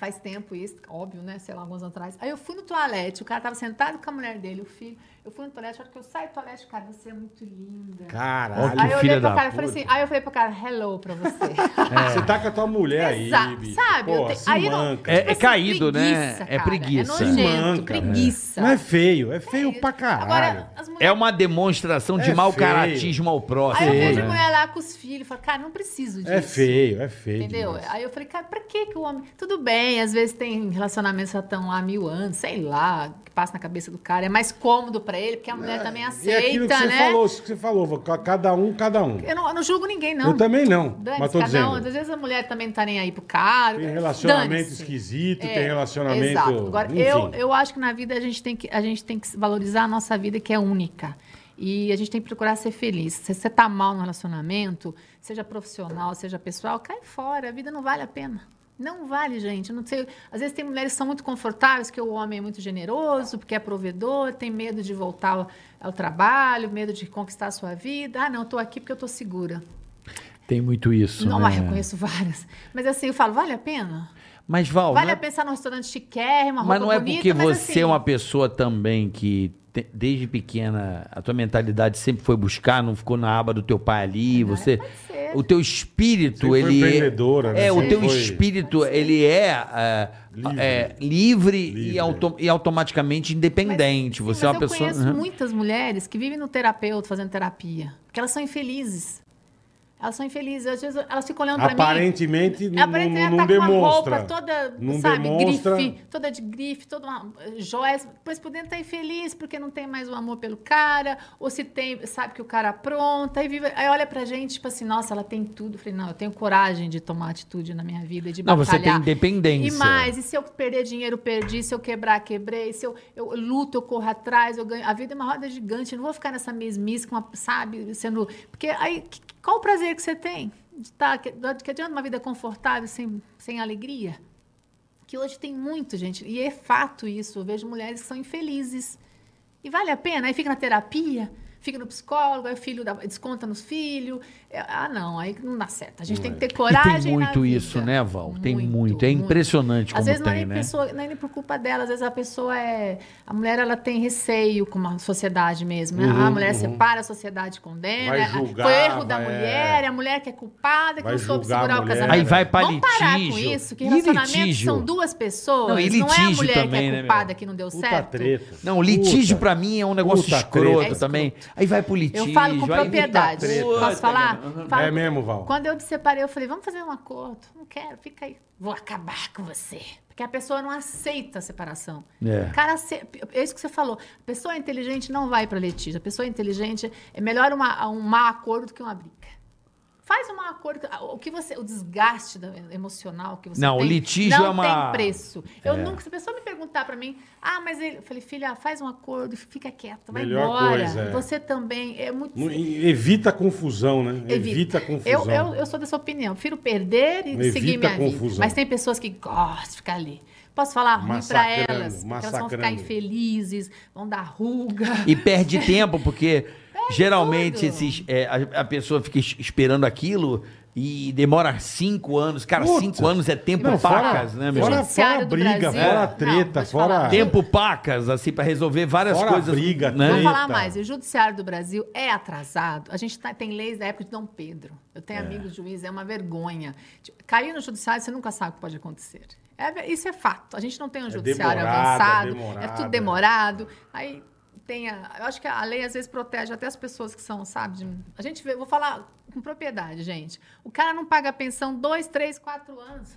S1: Faz tempo isso, óbvio, né? Sei lá, alguns anos atrás. Aí eu fui no toalete, o cara tava sentado com a mulher dele, o filho. Eu fui no toalete, a hora que eu saio do toalete, cara, você é muito linda.
S3: Caralho.
S1: aí eu
S4: filha
S1: olhei pro
S4: da
S1: cara e falei assim, aí eu falei pro cara, hello pra você.
S3: Você tá com a tua mulher aí,
S1: Exato,
S3: bicho.
S1: sabe? Eu
S3: Pô,
S1: te-
S3: se
S1: aí eu não-
S3: manca.
S4: É, é
S1: Assim,
S4: caído, né?
S1: preguiça,
S4: É
S1: cara.
S4: preguiça.
S1: É nojento,
S3: Manca, né?
S1: preguiça.
S3: Não é feio, é feio pra caralho.
S1: Agora, as mulheres
S4: É uma demonstração de
S3: É
S4: mau
S3: feio.
S4: caratismo ao
S1: Aí
S4: próximo.
S1: eu vejo a
S4: né?
S1: mulher lá com os filhos, falo, cara, não preciso disso.
S3: É feio, é feio.
S1: Entendeu?
S3: demais.
S1: Aí eu falei, cara, pra que que o homem. Tudo bem, às vezes tem relacionamentos que já estão lá há mil anos, sei lá, que passa na cabeça do cara. É mais cômodo pra ele, porque a mulher também
S3: É, E
S1: aceita,
S3: aquilo que você
S1: né?
S3: falou, isso que você falou, cada um, cada um.
S1: Eu, não, eu não julgo ninguém, não.
S3: Eu também não, mas
S1: Dane-se,
S3: tô
S1: cada
S3: dizendo.
S1: um. Às vezes a mulher também não tá nem aí pro cara.
S3: Tem relacionamento
S1: Dane-se.
S3: esquisito,
S1: É,
S3: tem relacionamento.
S1: Exato. Agora,
S3: enfim.
S1: eu, eu acho que na vida a gente, tem que, a gente tem que valorizar a nossa vida, que é única. E a gente tem que procurar ser feliz. Se você tá mal no relacionamento, seja profissional, seja pessoal, cai fora. A vida não vale a pena. Não vale, gente. Eu não sei. Às vezes tem mulheres que são muito confortáveis, que o homem é muito generoso, porque é provedor, tem medo de voltar ao, ao trabalho, medo de conquistar a sua vida. Ah, não, eu tô aqui porque eu tô segura.
S4: Tem muito isso.
S1: não,
S4: né?
S1: ah, eu conheço várias. Mas assim, eu falo, vale a pena?
S4: Mas, Val,
S1: Vale
S4: não é-
S1: a pensar num restaurante chiquérrimo, uma roupa
S4: mas não é
S1: bonita,
S4: porque
S1: mas
S4: você
S1: assim,
S4: é uma pessoa também que te- desde pequena a tua mentalidade sempre foi buscar, não ficou na aba do teu pai ali, você
S1: é, pode ser.
S4: o teu espírito
S3: Sempre foi
S4: ele é-
S3: empreendedora, né?
S4: é o
S3: Sempre
S4: teu
S3: foi-
S4: espírito
S1: Assim.
S4: ele é, ah,
S3: Livre.
S4: é, livre,
S3: Livre.
S4: e, auto- e automaticamente
S1: Mas,
S4: independente.
S1: sim, mas
S4: você é uma
S1: eu
S4: pessoa
S1: conheço
S4: Uhum.
S1: muitas mulheres que vivem no terapeuta fazendo terapia, porque elas são infelizes. Elas são infelizes. Às vezes elas ficam olhando pra mim.
S3: Aparentemente, não,
S1: Aparentemente,
S3: não-
S1: ela tá
S3: não demonstra.
S1: com uma roupa toda,
S3: Não
S1: sabe,
S3: demonstra.
S1: grife, toda de grife, toda uma eh, joias, pois por dentro tá infeliz porque não tem mais o amor pelo cara, ou se tem, sabe que o cara apronta, aí, vive, aí olha pra gente, tipo assim, nossa, ela tem tudo. Eu falei, não, eu tenho coragem de tomar atitude na minha vida, de
S4: Não, você tem
S1: batalhar.
S4: independência.
S1: E mais, e se eu perder dinheiro, perdi, se eu quebrar, quebrei, se eu, eu luto, eu corro atrás, eu ganho. A vida é uma roda gigante, eu não vou ficar nessa mesmice, com uma, sabe, sendo. Porque aí, que, Qual o prazer que você tem? De tá, que, que adianta uma vida confortável sem, sem alegria? Que hoje tem muito, gente. E é fato isso. Eu vejo mulheres que são infelizes. E vale a pena? Aí fica na terapia, fica no psicólogo, aí o filho dá- desconta nos filhos. É, Ah, não, aí não dá certo. A gente tem que ter
S4: é. E
S1: coragem.
S4: tem
S1: na
S4: muito
S1: vida.
S4: isso, né, Val? tem muito. É impressionante como
S1: Às vezes não é
S4: tem,
S1: nem
S4: né?
S1: pessoa, não é nem por culpa dela, às vezes a pessoa é. A mulher ela tem receio com a sociedade mesmo. Né?
S4: Uhum,
S1: Ah, a mulher separa, a sociedade condena.
S3: Vai
S1: ah,
S3: julgar,
S1: foi erro da
S3: vai-
S1: mulher, é a mulher que é culpada, que
S3: Vai
S1: não soube
S3: julgar a
S1: segurar o
S3: mulher.
S1: casamento.
S4: Aí vai pra
S1: Vamos parar com
S4: litígio.
S1: isso, que
S4: E
S1: relacionamentos
S4: litígio?
S1: são duas pessoas.
S4: Não,
S1: Não,
S4: e
S1: é a
S4: litígio
S1: mulher
S4: também,
S1: que
S4: né,
S1: é
S4: meu?
S1: culpada que não deu
S3: Puta
S1: certo.
S3: treta.
S4: Não, litígio
S3: Puta.
S4: pra mim é um negócio
S3: Puta
S4: escroto
S3: treta.
S4: também. Aí vai pro
S1: É Eu
S4: litígio.
S1: falo com
S4: aí-
S1: propriedade.
S3: treta.
S1: Posso falar? Falo-
S3: É mesmo, Val?
S1: Quando eu me separei, eu falei, vamos fazer um acordo. Não quero, fica aí. Vou acabar com você. Porque a pessoa não aceita a separação.
S4: É.
S1: Cara, se- é isso que você falou. A pessoa inteligente não vai para litígio. A pessoa inteligente é melhor uma, um mau acordo do que uma briga. Faz um mau acordo. O que você, o desgaste da- emocional que você
S4: Não, o
S1: tem,
S4: litígio
S1: não
S4: é
S1: tem
S4: uma-
S1: preço. Eu
S4: É.
S1: nunca, se a pessoa me perguntar para mim, ah, mas ele, eu falei, filha, faz um acordo, e fica quieta, vai
S3: Melhor
S1: embora.
S3: coisa, é.
S1: Você também é muito
S3: Não- e- Evita a confusão, né? Evita, a confusão.
S1: eu, eu, eu sou dessa opinião. Prefiro perder e
S3: Evita
S1: seguir minha
S3: confusão.
S1: vida. Mas tem pessoas que gostam de ficar ali. Posso falar ruim pra
S3: Massacrando,
S1: elas? porque Elas vão ficar
S3: massacrando.
S1: infelizes, vão dar ruga.
S4: E perde tempo, porque geralmente
S1: tudo.
S4: esses, é, a, a pessoa fica es- esperando aquilo e demora cinco anos. Cara,
S3: Puta.
S4: cinco anos é tempo
S3: Não, Então, fora-
S4: pacas, né, meu?
S3: fora-
S1: O judiciário do
S3: briga,
S1: Brasil-
S3: fora
S1: Não,
S3: treta,
S1: vou te
S3: fora-
S1: falar.
S4: Tempo pacas, assim, pra resolver várias
S3: Fora
S4: coisas.
S3: briga,
S1: Vou
S4: né?
S3: treta.
S1: falar mais. O judiciário do Brasil é atrasado. A gente tá- tem leis da época de Dom Pedro. Eu tenho amigos juízes, é uma vergonha. Tipo, Cair no judiciário, você nunca sabe o que pode acontecer. É ve- isso é fato. A gente não tem um judiciário
S3: demorado, é
S1: avançado, é
S3: demorado, é.
S1: tudo demorado. Aí tem a, Eu acho que a lei às vezes protege até as pessoas que são, sabe? de- a gente vê, vou falar com propriedade, gente. O cara não paga pensão dois, três, quatro anos.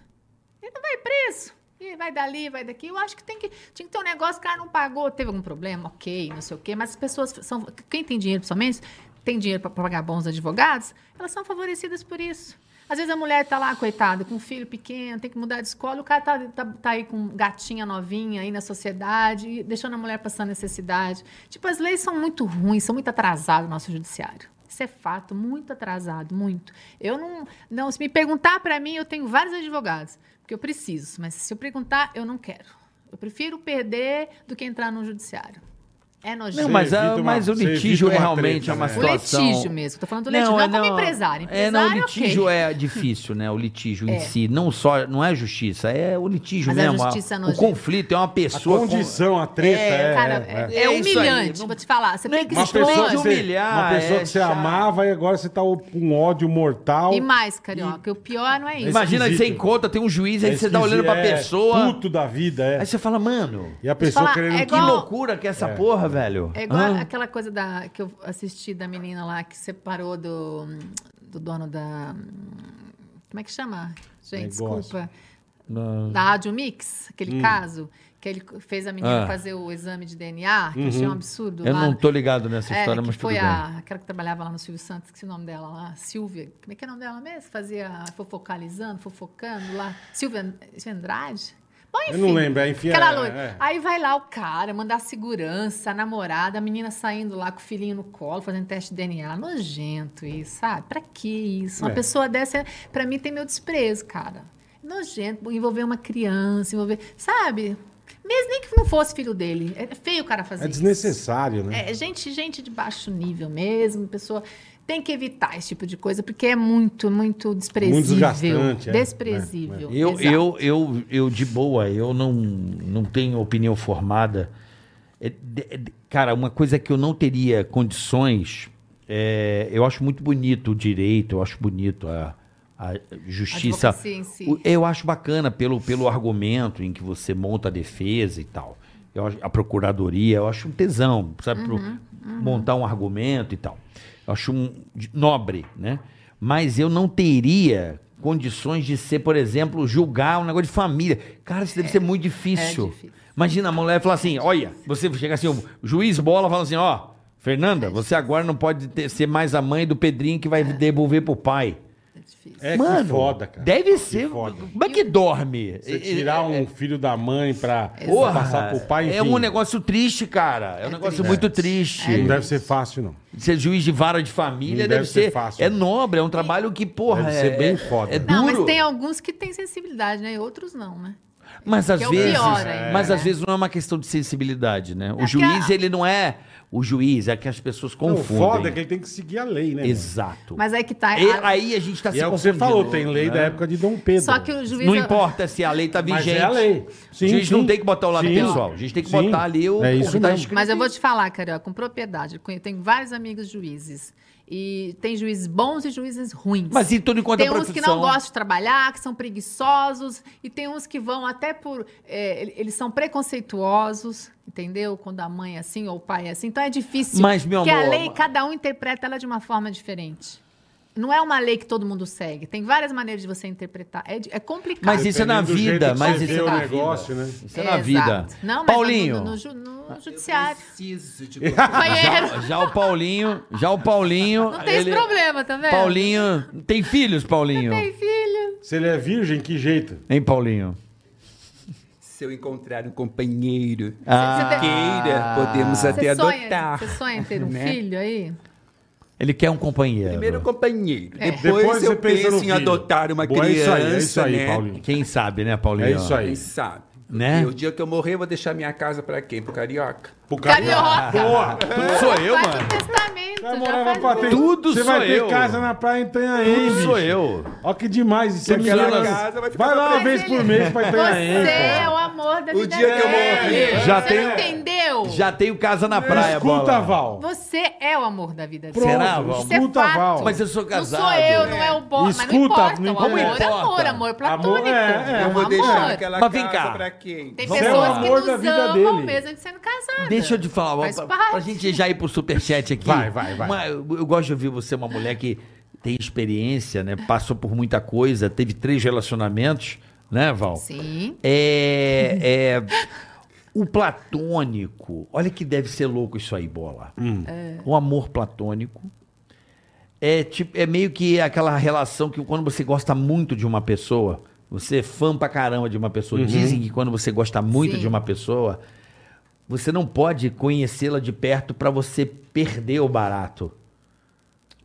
S1: Ele não Então vai preso. E vai dali, vai daqui. Eu acho que tem que. Tinha que ter um negócio, o cara não pagou, teve algum problema, ok, não sei o quê. Mas as pessoas são. Quem tem dinheiro, principalmente, tem dinheiro para pagar bons advogados, elas são favorecidas por isso. Às vezes a mulher tá lá, coitada, com um filho pequeno, tem que mudar de escola, o cara tá, tá, tá aí com gatinha novinha aí na sociedade, e deixando a mulher passar necessidade. Tipo, as leis são muito ruins, são muito atrasadas no nosso judiciário. Isso é fato, muito atrasado, muito. Eu não, não, se me perguntar para mim, eu tenho vários advogados, porque eu preciso, mas se eu perguntar, eu não quero. Eu prefiro perder do que entrar no judiciário. É nojento.
S4: Não, mas,
S3: Você
S4: a-
S3: evita uma-
S4: mas o
S3: você evita
S4: litígio
S3: uma
S4: é realmente
S3: treta,
S4: é uma
S3: né?
S1: o
S4: situação...
S1: litígio mesmo, tô falando do litígio, não, é como empresário.
S4: É, não, o
S1: Empresário, ok.
S4: litígio é difícil, né? O litígio em
S1: É.
S4: si. Não só, não é a justiça, é o litígio
S1: Mas a
S4: mesmo.
S1: justiça é
S4: o
S1: nojenta.
S4: conflito é uma
S3: A
S4: pessoa. com-
S3: condição, a treta. É,
S1: Cara,
S3: é, é.
S1: é,
S4: É isso aí,
S1: humilhante,
S4: não-
S1: vou te falar. Você
S4: não
S1: tem que
S4: é
S3: Uma
S1: se
S4: gostoso
S3: pessoa que
S4: de
S1: expor.
S3: você,
S4: humilhar,
S3: uma pessoa
S4: é
S3: que você
S4: chato.
S3: amava e agora você tá com um ódio mortal.
S1: E mais, Carioca, o pior não é isso.
S4: Imagina aí, você
S3: esquisito.
S4: encontra, tem um juiz, aí
S3: É
S4: você tá olhando pra
S3: esquisito, é
S4: pessoa.
S3: Puto da vida, é.
S4: Aí você fala, mano,
S3: E a pessoa
S1: falar,
S3: querendo.
S1: é
S4: que
S1: igual-
S4: loucura que é essa porra, velho.
S1: É igual
S4: Hã?
S1: aquela coisa da, que eu assisti da menina lá que separou do, do dono da. Como é que chama? Gente,
S3: Negócio.
S1: desculpa. Da Rádio Mix, aquele caso, que ele fez a menina
S4: Hum. Ah. Uhum.
S1: fazer o exame de DNA, que eu achei um absurdo.
S4: Eu
S1: lá
S4: não
S1: no-
S4: tô ligado nessa
S1: É,
S4: história,
S1: que
S4: mas tudo
S1: foi
S4: bem.
S1: a, aquela que trabalhava lá no Silvio Santos, que o nome dela lá, Silvia. Como é que é o nome dela mesmo? Fazia fofocalizando, fofocando lá. Silvia, And- Silvia Andrade? Bom,
S3: Eu
S1: enfim.
S3: não lembro, é, enfim,
S1: Aquela
S3: é,
S1: loira.
S3: é.
S1: Aí vai lá o cara, mandar a segurança, a namorada, a menina saindo lá com o filhinho no colo, fazendo teste de DNA. Nojento isso, sabe? Pra que isso? Uma
S3: É.
S1: pessoa dessa, pra mim, tem meu desprezo, cara. Nojento, envolver uma criança, envolver. Sabe? Mesmo nem que não fosse filho dele. É feio o cara fazer
S3: É
S1: isso.
S3: desnecessário, né?
S1: É, gente, gente de baixo nível mesmo, pessoa tem que evitar esse tipo de coisa, porque é muito, muito desprezível.
S3: Muito desgastante, é,
S1: desprezível.
S4: Eu,
S1: exato.
S4: eu, eu, eu, de boa, eu não, não tenho opinião formada. É, de- é, de- cara, uma coisa que eu não teria condições, é, eu acho muito bonito o direito, eu acho bonito a, a justiça.
S1: Advocacia em si.
S4: O- Eu acho bacana pelo, pelo argumento em que você monta a defesa e tal. Eu acho- a procuradoria, eu acho um tesão, sabe? pro-
S1: Uhum,
S4: Montar um argumento e tal. Eu acho um de- nobre, né? Mas eu não teria condições de ser, por exemplo, julgar um negócio de família. Cara, isso deve ser muito difícil.
S1: é difícil.
S4: Imagina a mulher falar assim, olha, você chega assim, o juiz bola fala assim, ó,
S1: É
S4: Fernanda, você agora não pode ter- ser mais a mãe do Pedrinho que vai devolver pro pai.
S1: difícil.
S3: É que
S4: Mano,
S3: foda, cara.
S4: Deve
S3: Que
S4: ser.
S3: foda.
S4: Como é que dorme?
S3: Você tirar um filho da mãe pra pra
S4: Porra,
S3: passar pro pai,
S4: é
S3: enfim,
S4: um negócio triste, cara. É um negócio
S1: triste.
S4: muito
S3: Não
S4: triste.
S3: É, deve ser fácil, não.
S4: Ser juiz de vara de família
S3: Não
S4: deve,
S3: deve ser
S4: ser,
S3: fácil.
S4: É nobre, é um trabalho que, porra.
S3: Deve
S4: é,
S3: ser bem
S4: é-
S3: foda.
S4: É
S1: Não, mas
S4: duro.
S1: tem alguns que têm sensibilidade, né? E outros não, né?
S4: Mas às
S1: é o
S4: vezes,
S1: pior ainda,
S4: mas
S1: né?
S4: às vezes não é uma questão de sensibilidade, né? O
S1: É que
S4: juiz
S1: a-
S4: ele não é o juiz, é que as pessoas
S3: O
S4: confundem.
S3: foda é que ele tem que seguir a lei, né? mano?
S4: Exato.
S1: Mas é que tá.
S4: E
S1: a-
S4: aí a gente tá
S3: E
S4: se
S3: é o que você
S4: confundindo,
S3: falou, tem lei
S4: né?
S3: da época de Dom Pedro.
S1: Só que o juiz. é-
S4: Não importa se a lei tá
S3: Mas
S4: vigente.
S3: é a lei.
S4: a gente não tem que botar o lado
S3: Sim.
S4: pessoal. A gente tem que
S3: Sim.
S4: botar ali o
S3: É
S4: o
S3: isso
S4: que tá
S3: mesmo.
S4: escrito.
S1: Mas eu vou te falar, cara, com propriedade. Eu tenho vários amigos juízes. E tem juízes bons e juízes ruins.
S4: Mas e tudo enquanto
S1: Tem
S4: a
S1: uns
S4: é profissão...
S1: que não gostam de trabalhar, que são preguiçosos, e tem uns que vão até por. é, ele- eles são preconceituosos, entendeu? Quando a mãe é assim ou o pai é assim. Então é difícil.
S4: Mas, meu
S1: porque
S4: amor,
S1: a lei,
S4: mas-
S1: cada um interpreta ela de uma forma diferente. Não é uma lei que todo mundo segue. Tem várias maneiras de você interpretar. É, di- é complicado.
S4: Mas isso é na
S3: Dependendo do jeito
S4: vida,
S3: que
S4: mas
S3: você
S4: isso
S3: vê
S4: é
S3: o
S4: na
S3: negócio, né?
S4: Isso é
S1: Exato.
S4: na vida.
S1: Não, mas
S4: Paulinho. Ah,
S1: no, no, ju- no judiciário.
S5: Preciso de
S1: Banheiro.
S4: Já o Paulinho, já o Paulinho.
S1: Não tem esse
S4: ele-
S1: problema, tá vendo?
S4: Paulinho. Tem filhos, Paulinho?
S1: Tem filho.
S3: Se ele é virgem, que jeito?
S4: Hein, Paulinho?
S5: Se eu encontrar um companheiro
S1: Ah.
S5: queira, podemos até
S1: Você sonha,
S5: adotar.
S1: você sonha em ter um
S5: né?
S1: filho aí?
S4: Ele quer um companheiro.
S5: Primeiro companheiro.
S1: É.
S5: Depois,
S3: Depois você
S5: eu
S3: pensa
S5: penso
S3: no
S5: em
S3: filho.
S5: adotar uma
S3: Boa, é isso
S5: criança,
S3: aí, é isso aí,
S5: né?
S3: Paulinho.
S4: Quem sabe, né, Paulinho?
S3: É isso aí.
S5: Quem sabe?
S4: Né?
S5: E o dia que eu morrer, eu vou deixar minha casa pra quem? Pro carioca.
S3: Pro
S1: Carioca.
S3: Boa!
S4: Tudo sou eu,
S1: faz
S4: mano.
S1: um testamento.
S3: Vai
S1: já
S3: morar na
S1: faz
S3: Patente.
S1: tudo.
S4: Tudo
S3: Você
S4: sou
S3: vai ter
S4: eu.
S3: casa na praia em Itanhaém,
S4: Tudo
S3: bicho.
S4: sou eu.
S3: Ó que demais. Você
S5: Porque
S3: menina-
S5: lá em casa vai ficar
S3: vai lá
S5: pra
S3: uma vez por mês pra Itanhaém.
S1: Você é
S3: pô. É.
S1: o amor da
S5: O
S1: vida
S5: dia que eu morrer.
S1: dele.
S4: Já
S1: Você
S4: tenho-
S1: não entendeu?
S4: Já tenho casa na praia,
S3: Escuta,
S4: bola.
S3: Val.
S1: Você é o amor da vida dele.
S3: Pronto,
S4: Será, Val?
S1: Isso é
S3: Escuta,
S1: fato.
S3: Val.
S4: Mas eu sou
S1: Não
S4: casado.
S1: sou eu, não é o Bob. Mas não
S3: Escuta,
S1: importa.
S3: não
S1: O amor
S3: importa.
S1: é amor, amor platônico.
S3: Amor, é, é.
S1: um
S5: Eu vou deixar
S1: amor.
S5: aquela
S4: Mas vem
S5: casa
S4: cá.
S5: pra quem?
S1: Tem
S4: Você é o
S1: pessoas
S3: amor
S1: que
S3: da
S1: nos
S3: vida
S1: amam
S3: dele.
S1: mesmo de sendo casadas.
S4: Deixa eu te falar,
S1: Faz
S4: pra,
S1: parte.
S4: pra gente já ir pro superchat aqui.
S3: Vai, vai, vai.
S4: Uma- eu, eu gosto de ouvir você, uma mulher que tem experiência, né? Passou por muita coisa, teve três relacionamentos, né, Val?
S1: Sim.
S4: É, é, o platônico. Olha que deve ser louco isso aí, bola. O amor platônico. É, tipo, é meio que aquela relação que quando você gosta muito de uma pessoa, você é fã pra caramba de uma pessoa. Dizem que quando você gosta muito
S1: Sim.
S4: de uma pessoa, você não pode conhecê-la de perto pra você perder o barato.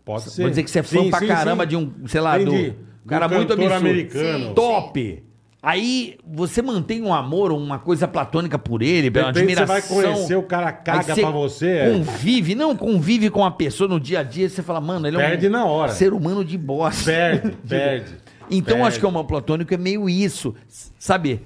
S3: Pode
S4: Vou dizer que você é fã
S3: Sim,
S4: pra
S3: sim,
S4: caramba
S3: sim.
S4: de um, sei lá,
S3: Entendi.
S4: do. Um cara
S3: Do
S4: muito
S3: cantor
S4: absurdo.
S3: americano.
S1: Sim.
S4: Top! Aí você mantém um amor, uma coisa platônica por ele,
S3: De
S4: pela
S3: repente você
S4: admiração.
S3: vai conhecer, o cara
S4: Aí
S3: caga pra você. é.
S4: Convive, não, convive com a pessoa no dia a dia, você fala, mano, ele
S3: Perde
S4: é um
S3: na hora.
S4: ser humano de bosta.
S3: Perde, perde.
S4: Então
S3: Perde.
S4: acho que o amor platônico é meio isso, s- sabe?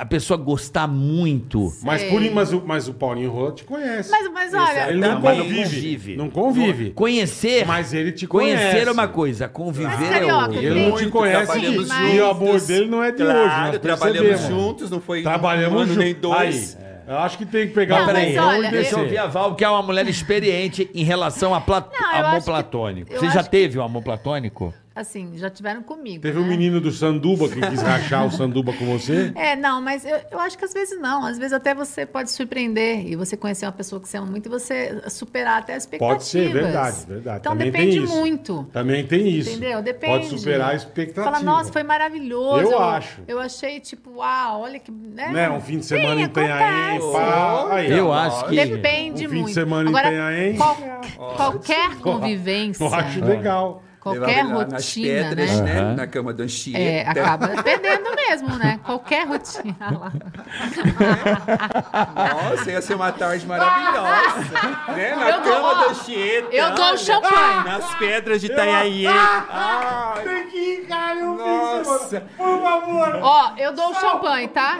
S4: A pessoa gostar muito.
S3: Mas, por, mas, o- mas o Paulinho Rola te conhece.
S1: Mas, mas olha,
S3: Ele É, não
S4: Não, mas não
S3: convive.
S4: convive.
S3: Não convive.
S4: Conhecer,
S3: Mas ele te
S4: conhecer
S3: conhece.
S4: é uma coisa, conviver é
S1: Carioca,
S4: outra.
S3: Ele não
S5: Muito,
S3: te conhece
S5: trabalhamos
S3: disso.
S1: juntos.
S3: E o amor dele não é de hoje.
S5: Claro,
S3: nós
S5: trabalhamos
S3: percebemos.
S5: juntos, não foi um
S3: Trabalhamos
S5: ano
S3: juntos.
S5: nem dois.
S3: Aí, É. eu acho que tem que pegar
S1: Não,
S3: o
S1: mas
S3: Paulinho
S1: olha,
S3: e
S1: eu-
S4: Deixa eu ouvir
S3: descer.
S4: a Val, que é uma mulher experiente em relação a plat-
S1: Não, eu
S4: amor
S1: acho que-
S4: platônico.
S1: eu
S4: Você já
S1: acho que-
S4: teve o amor platônico?
S1: assim, já tiveram comigo.
S3: Teve um
S1: né?
S3: menino do Sanduba que quis rachar o Sanduba com você.
S1: É, não, mas eu, eu acho que às vezes não. Às vezes até você pode surpreender e você conhecer uma pessoa que você ama muito e você superar até as expectativas.
S3: Pode ser, verdade, verdade.
S1: Então
S3: Também
S1: depende
S3: tem isso.
S1: muito.
S3: Também tem isso.
S1: Entendeu? Depende.
S3: Pode superar a expectativa.
S1: Fala, nossa, foi maravilhoso.
S3: Eu acho.
S1: Eu achei, tipo, uau, olha que. Né?
S3: Né? Um fim de semana
S1: Sim,
S3: em Itanhaém,
S1: acontece.
S3: pá. Aí,
S4: Eu
S3: ó.
S4: acho que.
S1: Depende
S3: Um fim de
S1: muito.
S3: semana em
S1: Agora,
S3: Itanhaém.
S1: qual- qualquer convivência,
S3: Eu acho legal.
S1: qualquer
S5: Levava ele lá nas
S1: rotina, né?
S5: pedras, né?
S4: Aham.
S5: Na cama do Anchieta.
S1: É, acaba perdendo mesmo, né? Qualquer rotina. Ah lá.
S5: Nossa, ia ser uma tarde maravilhosa. né? Na
S1: Eu dou-
S5: cama
S1: ó,
S5: do Anchieta.
S1: eu dou o champanhe.
S5: Nas pedras de Itanhaém.
S3: Ah, Tem que ir, cara, um
S5: Nossa.
S3: Por favor.
S1: Ó, eu dou o champanhe, tá?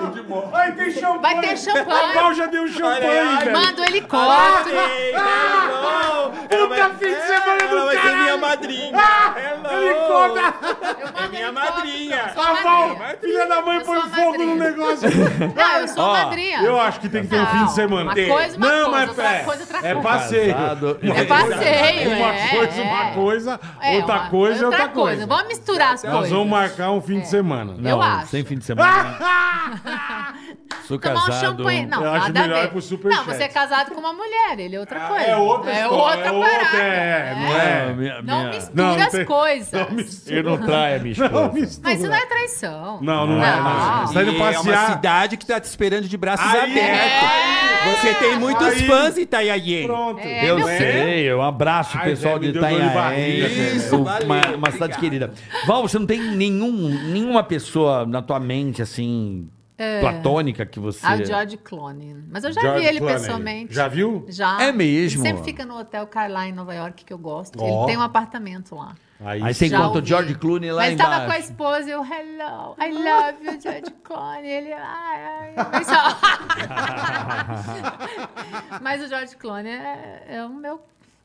S3: Vai ter champanhe.
S1: Vai ter champanhe.
S3: O Val já deu champanhe,
S5: Olha aí,
S3: velho.
S1: Manda o helicóptero.
S3: é Ah,
S5: Puta
S3: fim de semana do
S5: Ela vai ser
S3: caralho. Ah,
S5: minha madrinha. Hello.
S3: Helicóptero.
S1: Eu um mando
S5: minha
S1: helicóptero,
S5: madrinha.
S1: eu sou
S3: A
S1: madrinha.
S3: Val, filha da mãe,
S1: Eu sou
S3: põe
S1: a
S3: fogo no
S1: madrinha.
S3: negócio.
S1: Não, eu sou
S4: Ó,
S1: madrinha.
S3: Eu acho que tem que ter um
S1: Não,
S3: fim de semana.
S1: Uma coisa, uma
S3: Não,
S1: coisa,
S3: mas
S1: outra
S3: é-
S1: coisa, outra
S3: É
S1: coisa.
S3: passeio.
S4: Casado.
S1: É passeio,
S3: Uma
S1: é,
S3: coisa,
S1: é.
S3: uma coisa,
S1: É,
S3: outra
S1: uma-
S3: coisa, outra coisa.
S1: Vamos misturar as
S3: Nós
S1: coisas.
S3: né? vamos marcar um fim de semana.
S1: Eu acho.
S4: sem fim de semana. né? Sou
S1: tomar
S4: casado.
S1: um champanhe. Não,
S3: Eu acho
S1: nada
S3: melhor
S1: a
S3: ir
S1: ver.
S3: pro superchat.
S1: não, você é casado com uma mulher, ele é outra coisa.
S3: É outra história, é outra,
S1: parada.
S3: é, não
S1: né?
S3: é?
S4: minha-
S1: Não
S4: minha-
S1: mistura
S3: Não, não
S1: as
S3: tem-
S1: coisas.
S3: não mistura.
S4: Eu não traio a minha esposa.
S3: Não, né? mistura.
S1: Mas isso não é traição. Ah,
S3: Não, não é. Não. Você tá indo
S6: E É uma
S3: passear.
S6: cidade que tá te esperando de braços
S3: Aí, é.
S6: abertos. Você tem muitos
S3: Aí.
S6: fãs, então. Itaiaien.
S3: Pronto.
S1: É,
S4: Eu
S1: meu
S4: sei, eu abraço o
S3: Ai,
S4: pessoal
S3: Zé,
S4: de
S3: me deu dor de
S4: Itanhaém. né,
S3: barriga,
S6: Zé.
S4: Uma,
S6: Valeu,
S4: uma cidade querida. Val, você não tem nenhum, nenhuma pessoa na tua mente, assim,
S1: É.
S4: platônica que você...
S1: Ah, o George Clooney. Mas eu já
S3: é George
S1: vi ele
S3: Clooney.
S1: pessoalmente.
S3: Já viu?
S1: Já.
S4: É mesmo?
S1: Ele sempre fica no hotel Carlyle em Nova York, que eu gosto.
S3: Ó.
S1: Ele tem um apartamento lá.
S4: Aí você
S1: Já
S4: encontra o
S1: ouvi.
S4: George Clooney lá
S1: Mas
S4: embaixo.
S1: tava com a esposa e eu, hello, I love you, George Clooney. Ele, ai, ai, ai. Só... Mas o George Clooney é, é o meu,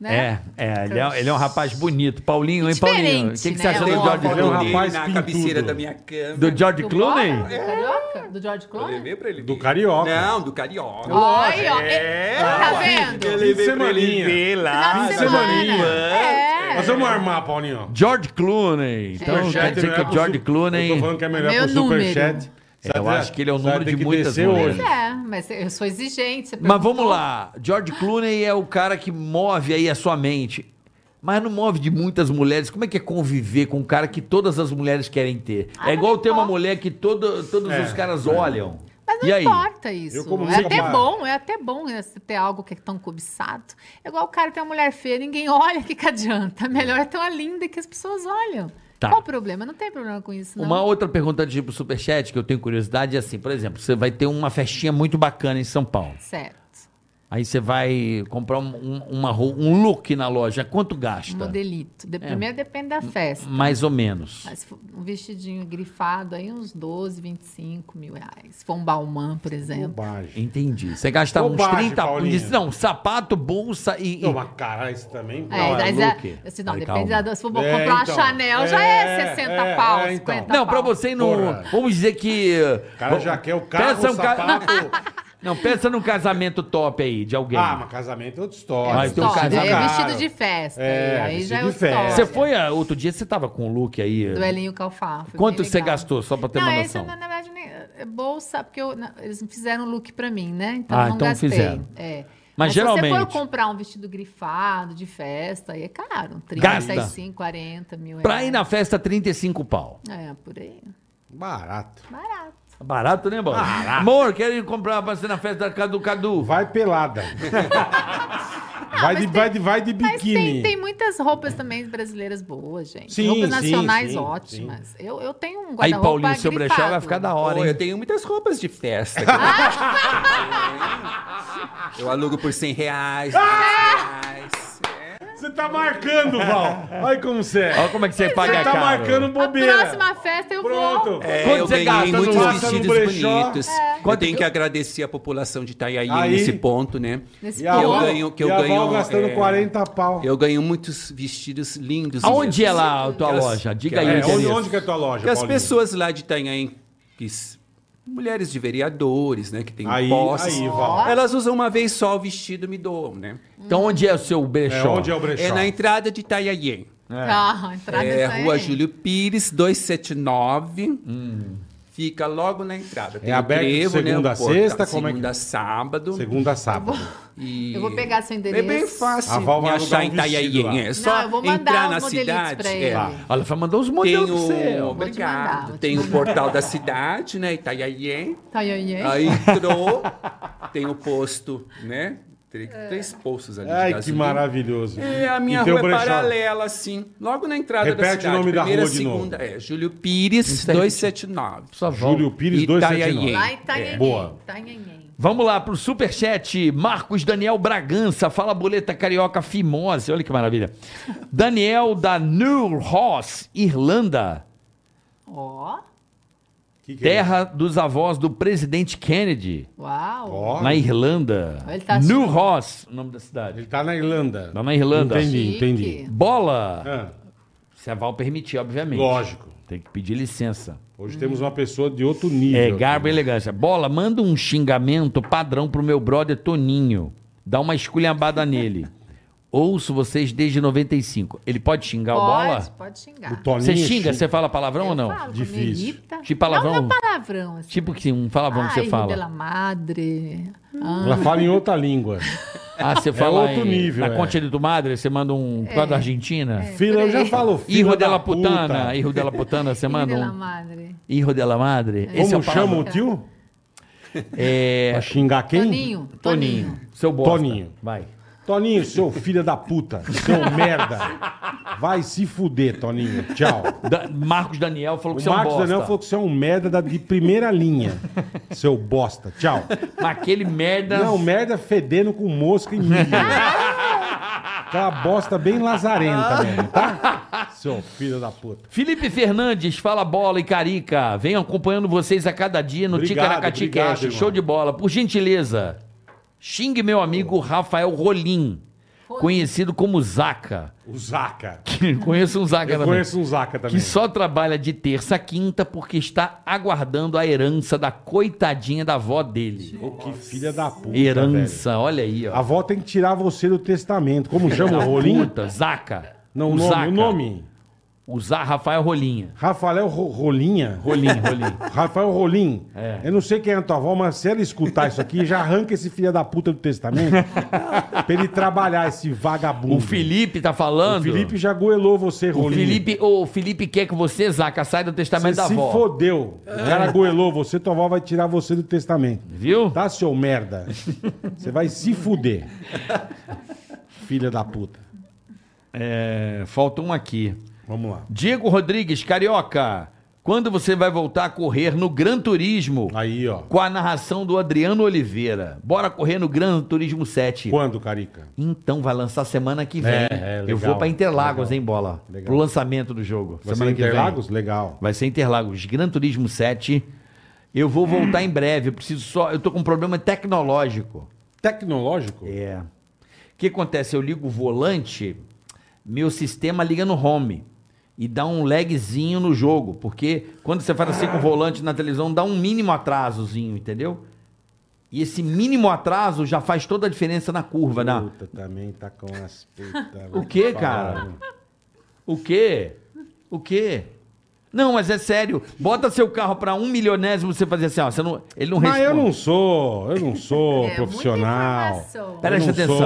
S4: É,
S1: né?
S4: é ele, é ele é um rapaz bonito. Paulinho, hein,
S1: Diferente,
S4: Paulinho? O que, que você
S1: né?
S4: achou do
S1: Eu
S4: George
S3: Ele é um
S4: Clooney?
S3: rapaz
S5: na
S3: pintudo.
S5: cabeceira da minha cama.
S4: Do George
S1: Do
S4: Clooney?
S1: Bola? Do É. Carioca? Do George
S5: Eu
S1: Clooney?
S5: levei pra ele.
S3: Do
S5: ver.
S3: Carioca.
S5: Não, do Carioca.
S1: Ai, ó. É, tá vendo? Final
S5: Eu levei pra ele
S3: Semaninha.
S5: ver lá.
S1: de
S3: fim de
S1: semana.
S3: semaninha.
S1: É.
S3: Nós vamos armar, Paulinho.
S4: George Clooney. Então,
S3: Superchat
S4: quer
S3: é
S4: dizer que
S3: melhor
S4: o
S3: pro
S4: George
S3: su- Eu tô
S4: Clooney...
S3: falando que é melhor
S1: Meu
S3: pro Superchat.
S4: É, eu acho que ele é o
S3: Você
S4: número
S3: vai ter
S4: de
S3: que
S4: muitas
S3: descer
S4: mulheres.
S3: hoje.
S1: É, mas eu sou exigente. você
S4: Mas vamos
S1: perguntou.
S4: lá. George Clooney é o cara que move aí a sua mente. Mas não move de muitas mulheres. Como é que é conviver com um cara que todas as mulheres querem ter?
S1: Ah,
S4: é igual ter uma mulher que todo, todos
S3: É,
S4: os caras olham.
S1: Mas não
S4: e aí?
S1: importa isso.
S3: Eu como
S1: é
S3: nunca
S1: até
S3: mais.
S1: bom, é até bom né, você ter algo que é tão cobiçado. É igual o cara ter uma mulher feia, ninguém olha, o que, que adianta? Melhor é ter uma linda que as pessoas olham.
S4: Tá.
S1: Qual o problema? Não tem problema com isso, não.
S4: Uma outra pergunta antes de ir pro Superchat que eu tenho curiosidade é assim, por exemplo, você vai ter uma festinha muito bacana em São Paulo.
S1: Certo.
S4: Aí você vai comprar um, um- uma ro- um look na loja. Quanto
S1: Um
S4: gasta?
S1: modelito.
S4: É.
S1: De- Primeiro depende
S4: Hum,
S1: da festa.
S4: Mais ou menos.
S1: Mas se for um vestidinho grifado aí, uns 12, 25 mil reais. Se for um Balmain, por exemplo.
S3: Bobagem.
S4: Entendi. Você gasta uns
S3: Bobagem,
S4: 30...
S3: Paulinho.
S4: Não, sapato, bolsa e...
S3: Não,
S4: e-
S3: mas caralho, isso também.
S1: É,
S4: Não, é
S1: mas é-
S4: look.
S1: assim, não,
S4: Aí,
S1: depende
S4: calma.
S1: da. Se for comprar
S3: É,
S1: uma
S3: então.
S1: Chanel, já
S3: É,
S1: é 60
S3: é,
S1: pau,
S3: é, então.
S1: 50
S4: Não, pra
S1: pau.
S4: você ir no.
S3: Porra.
S4: Vamos dizer que.
S3: O cara já quer o carro,
S4: Peça
S3: o
S4: um ca-
S3: sapato.
S4: Não, pensa num casamento top aí de alguém.
S3: ah, mas casamento é outra história.
S4: Mas tem um
S1: História,
S4: casamento.
S1: é vestido de festa.
S3: É,
S1: e aí
S3: vestido
S1: já é
S3: de
S1: outra
S3: festa.
S4: Você
S1: história.
S4: foi ah, outro dia, você tava com o look aí.
S1: Do Elinho Calfá. foi
S4: Quanto
S1: bem
S4: você
S1: é legal.
S4: gastou, só pra ter
S1: não,
S4: uma
S1: esse,
S4: noção?
S1: na, na verdade, nem- é bolsa, porque eu- na- eles fizeram look pra mim, né? Então
S4: Ah,
S1: eu não
S4: então
S1: gastei.
S4: fizeram.
S1: É.
S4: Mas
S1: se
S4: geralmente-
S1: você for comprar um vestido grifado de festa, aí é caro. 35,
S4: Gasta.
S1: 40 mil reais.
S4: Pra ir na festa, 35 pau.
S1: É, por aí.
S3: Barato.
S1: Barato.
S4: Barato, né, Bob? Amor, quero ir comprar pra ser na festa da- do Cadu.
S3: Vai pelada. vai,
S1: mas
S3: de,
S1: tem-
S3: vai, de, vai de
S1: Mas tem,
S3: biquíni.
S1: tem muitas roupas também brasileiras boas, gente.
S3: Sim,
S1: roupas
S3: sim,
S1: nacionais
S3: sim,
S1: ótimas. Eu, eu tenho um
S4: Aí,
S1: guarda-roupa
S4: Paulinho, seu brechó vai
S1: grifado.
S4: ficar da
S6: Pô,
S4: hora,
S6: eu
S4: hein?
S6: tenho muitas roupas de festa.
S5: Eu alugo por 100 reais,
S3: Ah!
S5: 200 reais.
S3: Você tá marcando, Val. Olha como você é.
S4: Olha como é que você paga
S3: Você tá
S4: caro.
S3: marcando
S1: A
S3: bobeira.
S1: próxima festa eu vou.
S3: Pronto.
S6: É,
S4: Quanto
S6: eu ganhei
S4: você gasta no-
S6: muitos
S3: gasta no
S6: vestidos
S3: brechó? É.
S6: bonitos. Eu
S4: Quanto
S6: tenho que agradecer a população de Itaiaí
S3: Aí.
S6: nesse ponto, né?
S1: Nesse
S3: E
S1: E
S3: a
S1: a
S6: eu
S1: Val-
S6: ganho, que eu
S3: a Val
S6: ganho,
S3: gastando
S6: é,
S3: 40 pau.
S6: Eu ganho muitos vestidos lindos.
S4: Aonde é lá a tua
S6: Aquelas-
S4: loja? Diga aí,
S3: É,
S4: Denise.
S3: onde, onde que é a tua loja,
S6: E as
S3: Paulinho?
S6: pessoas lá de Itanhaém, que s- mulheres de vereadores, né, que têm
S3: Aí,
S6: posses,
S3: aí, Val.
S6: elas usam uma vez só o vestido e me doam, né?
S4: Então, onde é o seu
S3: É,
S4: brechó?
S3: onde é o brechó?
S6: É na entrada de Itanhaém.
S1: Ah, entrada
S6: É,
S1: essa aí.
S6: Rua Júlio Pires, 279.
S4: Hum.
S6: Fica logo na entrada. Tem o
S3: É aberto de
S6: trevo, né, o
S3: segunda a
S6: portal-
S3: sexta, como é que-
S6: Segunda a sábado.
S3: Segunda a
S6: Tá
S3: sábado.
S6: E-
S1: Eu vou pegar seu
S6: É
S1: endereço.
S6: bem fácil
S3: A Val
S6: me
S3: vai
S6: achar
S3: alugar um
S6: em
S3: vestido lá.
S6: Itanhaém. É só
S1: eu vou mandar
S6: entrar
S1: os
S6: na
S1: modelitos
S6: cidade.
S1: pra
S6: é.
S1: ele.
S4: Olha, vai mandar os
S6: Tem
S4: modelos pro
S6: o...
S4: seu.
S1: te mandar, vou
S6: Obrigado.
S1: te
S6: Tem o
S1: mandar.
S6: portal da cidade, né? Itanhaém.
S1: Tá, aí, aí, aí.
S6: Aí entrou, tem o posto, né? Tre- Três postos ali. de
S3: Ai, que
S6: gasolina.
S3: maravilhoso.
S6: E a minha
S3: E teu
S6: rua é
S3: Tá assim? Então, brechó?
S6: paralela, assim. Logo na entrada da
S3: Repete o
S6: cidade.
S3: nome da
S6: Primeira,
S3: rua de novo.
S6: segunda. É, Júlio Pires, 279.
S4: Sua avó.
S3: Júlio Pires,
S6: Itanhaém.
S3: 279.
S1: Lá em
S4: É.
S1: Itanhaém.
S3: É. Boa.
S1: Itanhaém.
S4: Vamos lá pro superchat. Marcos Daniel Bragança. Fala boleta carioca fimose. Olha que maravilha. Daniel da New Ross, Irlanda.
S1: Ó,
S3: Que que é isso?
S4: Terra dos avós do presidente Kennedy.
S1: uau.
S3: Ó,
S4: Na Irlanda.
S1: Ele tá
S4: New
S1: chique.
S4: Ross, o nome da cidade.
S3: ele tá na Irlanda.
S4: Lá na Irlanda.
S3: Entendi,
S1: Chique.
S3: entendi.
S4: Bola.
S3: Ah,
S4: Se a Val permitir, obviamente.
S3: lógico.
S4: Tem que pedir licença.
S3: Hoje temos uma pessoa de outro nível.
S4: É,
S3: aqui.
S4: garbo e elegância. Bola, manda um xingamento padrão pro meu brother Toninho. Dá uma esculhambada nele. Ouço vocês desde 95. Ele pode xingar o
S1: Pode,
S4: bola?
S1: pode
S3: O
S1: xingar.
S3: Toninho
S4: Você xinga,
S3: xinga.
S4: você fala palavrão ou não?
S1: Eu falo, quando
S3: Difícil.
S1: me irrita.
S4: Tipo palavrão?
S1: Não, não é palavrão. Assim.
S4: Tipo que um palavrão que você
S1: Ai, Ah,
S4: fala. Hum.
S1: Dela madre.
S3: Ela fala em outra língua.
S4: Ah, você fala
S3: É outro
S4: em-
S3: nível,
S4: na
S3: é.
S4: Concha do Madre, você manda
S1: É.
S4: um quadro da Argentina.
S3: Filha, eu já falo.
S4: Irro
S3: filha
S4: dela
S3: da
S4: putana,
S3: puta.
S4: irro dela putana, você manda
S1: Dela
S4: um
S1: madre.
S4: irro dela madre. Esse
S3: Como
S4: é o
S3: chama
S4: palavrão.
S3: o tio?
S4: É,
S3: Pra xingar quem?
S1: Toninho. Toninho.
S4: Toninho, seu bosta.
S3: Toninho.
S4: Vai.
S3: Toninho, seu filho da puta. Seu merda. Vai se fuder, Toninho. Tchau.
S4: Da- Marcos Daniel falou que
S3: O
S4: você é um
S3: Marcos
S4: bosta.
S3: Daniel falou que você é um merda da- de primeira linha. Seu bosta. Tchau.
S4: Mas aquele merda...
S3: Não, merda fedendo com mosca e milho. Aquela bosta bem lazarenta mesmo, tá? Seu filho da puta.
S4: Felipe Fernandes, fala bola e carica. Venho acompanhando vocês a cada dia no
S3: Obrigado,
S4: Ticaracati
S3: obrigado,
S4: Cash.
S3: irmão.
S4: Show de bola. Por gentileza, xingue meu amigo Rafael Rolim, conhecido como Zaca.
S3: O Zaca.
S4: Conheço um Zaca
S3: Eu
S4: também.
S3: conheço um Zaca também.
S4: Que só trabalha de terça a quinta porque está aguardando a herança da coitadinha da avó dele.
S3: Ô, que filha da puta.
S4: herança, olha aí,
S3: velho. A
S4: ó. Tá
S3: avó tem que tirar você do testamento. Como chama o Rolinho?
S4: Puta, Zaca.
S3: Não, o
S4: o
S3: nome,
S4: Zaca.
S3: o nome.
S4: O Za- Rafael Rolinha.
S3: Rafael Ro- Rolinha.
S4: Rolinho, Rolinho.
S3: Rafael Rolim.
S4: É.
S3: Eu não sei quem é a tua avó, mas se ela escutar isso aqui, já arranca esse filho da puta do testamento pra ele trabalhar esse vagabundo.
S4: O Felipe tá falando.
S3: O Felipe já goelou você,
S4: O
S3: Rolim.
S4: Felipe, o Felipe quer que você, Zaca, saia do testamento
S3: Você
S4: da
S3: se
S4: avó. É.
S3: fodeu. O cara goelou você, tua avó vai tirar você do testamento.
S4: Viu?
S3: Tá, seu merda? Você vai se fuder. Filha da puta.
S4: É, falta um aqui.
S3: Vamos lá.
S4: Diego Rodrigues, carioca. Quando você vai voltar a correr no Gran Turismo?
S3: Aí, ó.
S4: Com a narração do Adriano Oliveira. Bora correr no Gran Turismo 7.
S3: Quando, Carica?
S4: Então vai lançar semana que vem.
S3: É, é, legal,
S4: Eu vou pra Interlagos,
S3: legal.
S4: hein, bola?
S3: Legal.
S4: Pro lançamento do jogo.
S3: Vai
S4: semana
S3: ser Interlagos? Legal.
S4: Que vem. Vai ser Interlagos, Gran Turismo 7. Eu vou voltar em breve. Eu preciso só. Eu tô com um problema tecnológico.
S3: Tecnológico?
S4: É. O que acontece? Eu ligo o volante, meu sistema liga no home e dá um lagzinho no jogo, porque quando você faz assim com o volante na televisão, dá um mínimo atrasozinho, entendeu? E esse mínimo atraso já faz toda a diferença na curva, né?
S3: Puta, também tá com as putas.
S4: O quê, cara? O quê? O quê? Não, mas é sério. Bota seu carro pra um milionésimo você fazer assim, ó. Você não, ele não
S3: Mas
S4: responde.
S3: eu não sou, eu não sou
S1: É,
S3: profissional.
S1: muita informação.
S4: Pera-
S3: Eu
S4: Preste
S3: não
S4: atenção.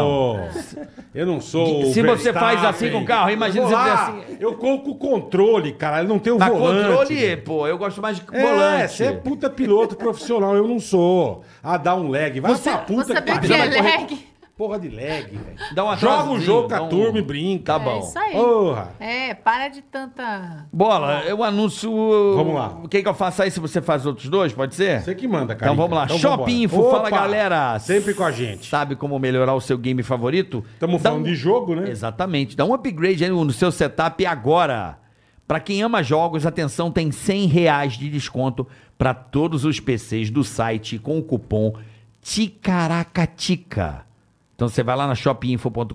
S3: sou- eu não sou.
S4: Se
S3: o
S4: você faz
S3: Verstappen.
S4: assim com o carro, imagina
S3: eu
S4: se
S3: vou
S4: você
S3: lá,
S4: assim-
S3: Eu coloco o controle, cara. Eu não tenho
S4: Mas
S3: volante.
S4: Tá controle, pô. Eu gosto mais de
S3: É,
S4: volante.
S3: você é puta piloto profissional, eu não sou. Ah, dá um lag. Vai
S4: Você-
S3: pra puta
S1: Você
S3: que
S1: sabia o que
S3: pariu.
S1: é
S4: vai correr-
S1: lag?
S3: Porra de lag, velho.
S4: Dá uma
S3: Joga um jogo com a
S4: dá um-
S3: turma e brinca.
S4: Tá
S1: É
S4: bom.
S1: isso aí.
S3: Porra.
S1: É, para de tanta.
S4: Bola, eu anuncio.
S3: Vamos lá.
S4: O que, que eu faço aí se você faz outros dois? Pode ser?
S3: Você que manda, cara.
S4: Então vamos lá. Shopping Info, fala galera.
S3: Sempre com a gente.
S4: Sabe como melhorar o seu game favorito?
S3: Estamos
S4: Dá
S3: falando
S4: um-
S3: de jogo, né?
S4: Exatamente. Dá um upgrade aí no seu setup agora. Pra quem ama jogos, atenção, tem 100 reais de desconto pra todos os PCs do site com o cupom TICARACATICA. Então você vai lá na shopinfo.com.br,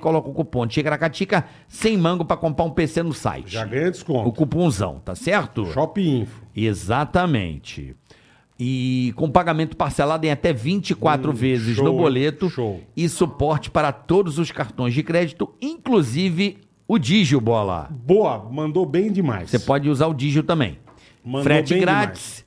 S4: coloca o cupom TICARACATICA, sem mango pra comprar um PC no site.
S3: Já ganha
S4: O
S3: desconto.
S4: cupomzão, tá certo?
S3: Shopping Info.
S4: Exatamente. E com pagamento parcelado em até 24 vezes
S3: Hum, show,
S4: no boleto
S3: show.
S4: e suporte para todos os cartões de crédito, inclusive o Digio Bola.
S3: Boa, mandou bem demais.
S4: Você pode usar o Digio também.
S3: Mandou
S4: Frete
S3: bem
S4: grátis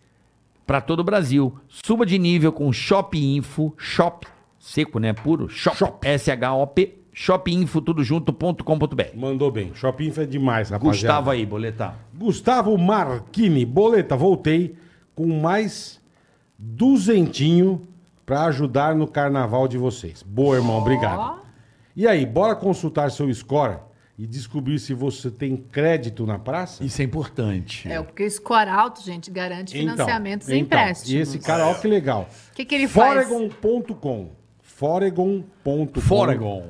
S4: para todo o Brasil. Suba de nível com Shop Info, Shop, seco, né? Puro, Shop,
S3: Shop.
S4: S-H-O-P, shopinfo, tudo junto.com.br.
S3: Mandou bem. Shopping Info é demais, rapaziada.
S4: Gustavo aí, boletar.
S3: Gustavo Marquini, boleta, voltei com mais duzentinho pra ajudar no carnaval de vocês. Boa, irmão, obrigado. E aí, bora consultar seu score e descobrir se você tem crédito na praça?
S4: Isso é importante.
S1: É, porque o score alto, gente, garante financiamentos e
S3: então,
S1: empréstimos.
S3: E esse cara, ó que legal.
S1: O que, que ele faz?
S3: Foregon.com. Foregon.com.
S4: Foregon.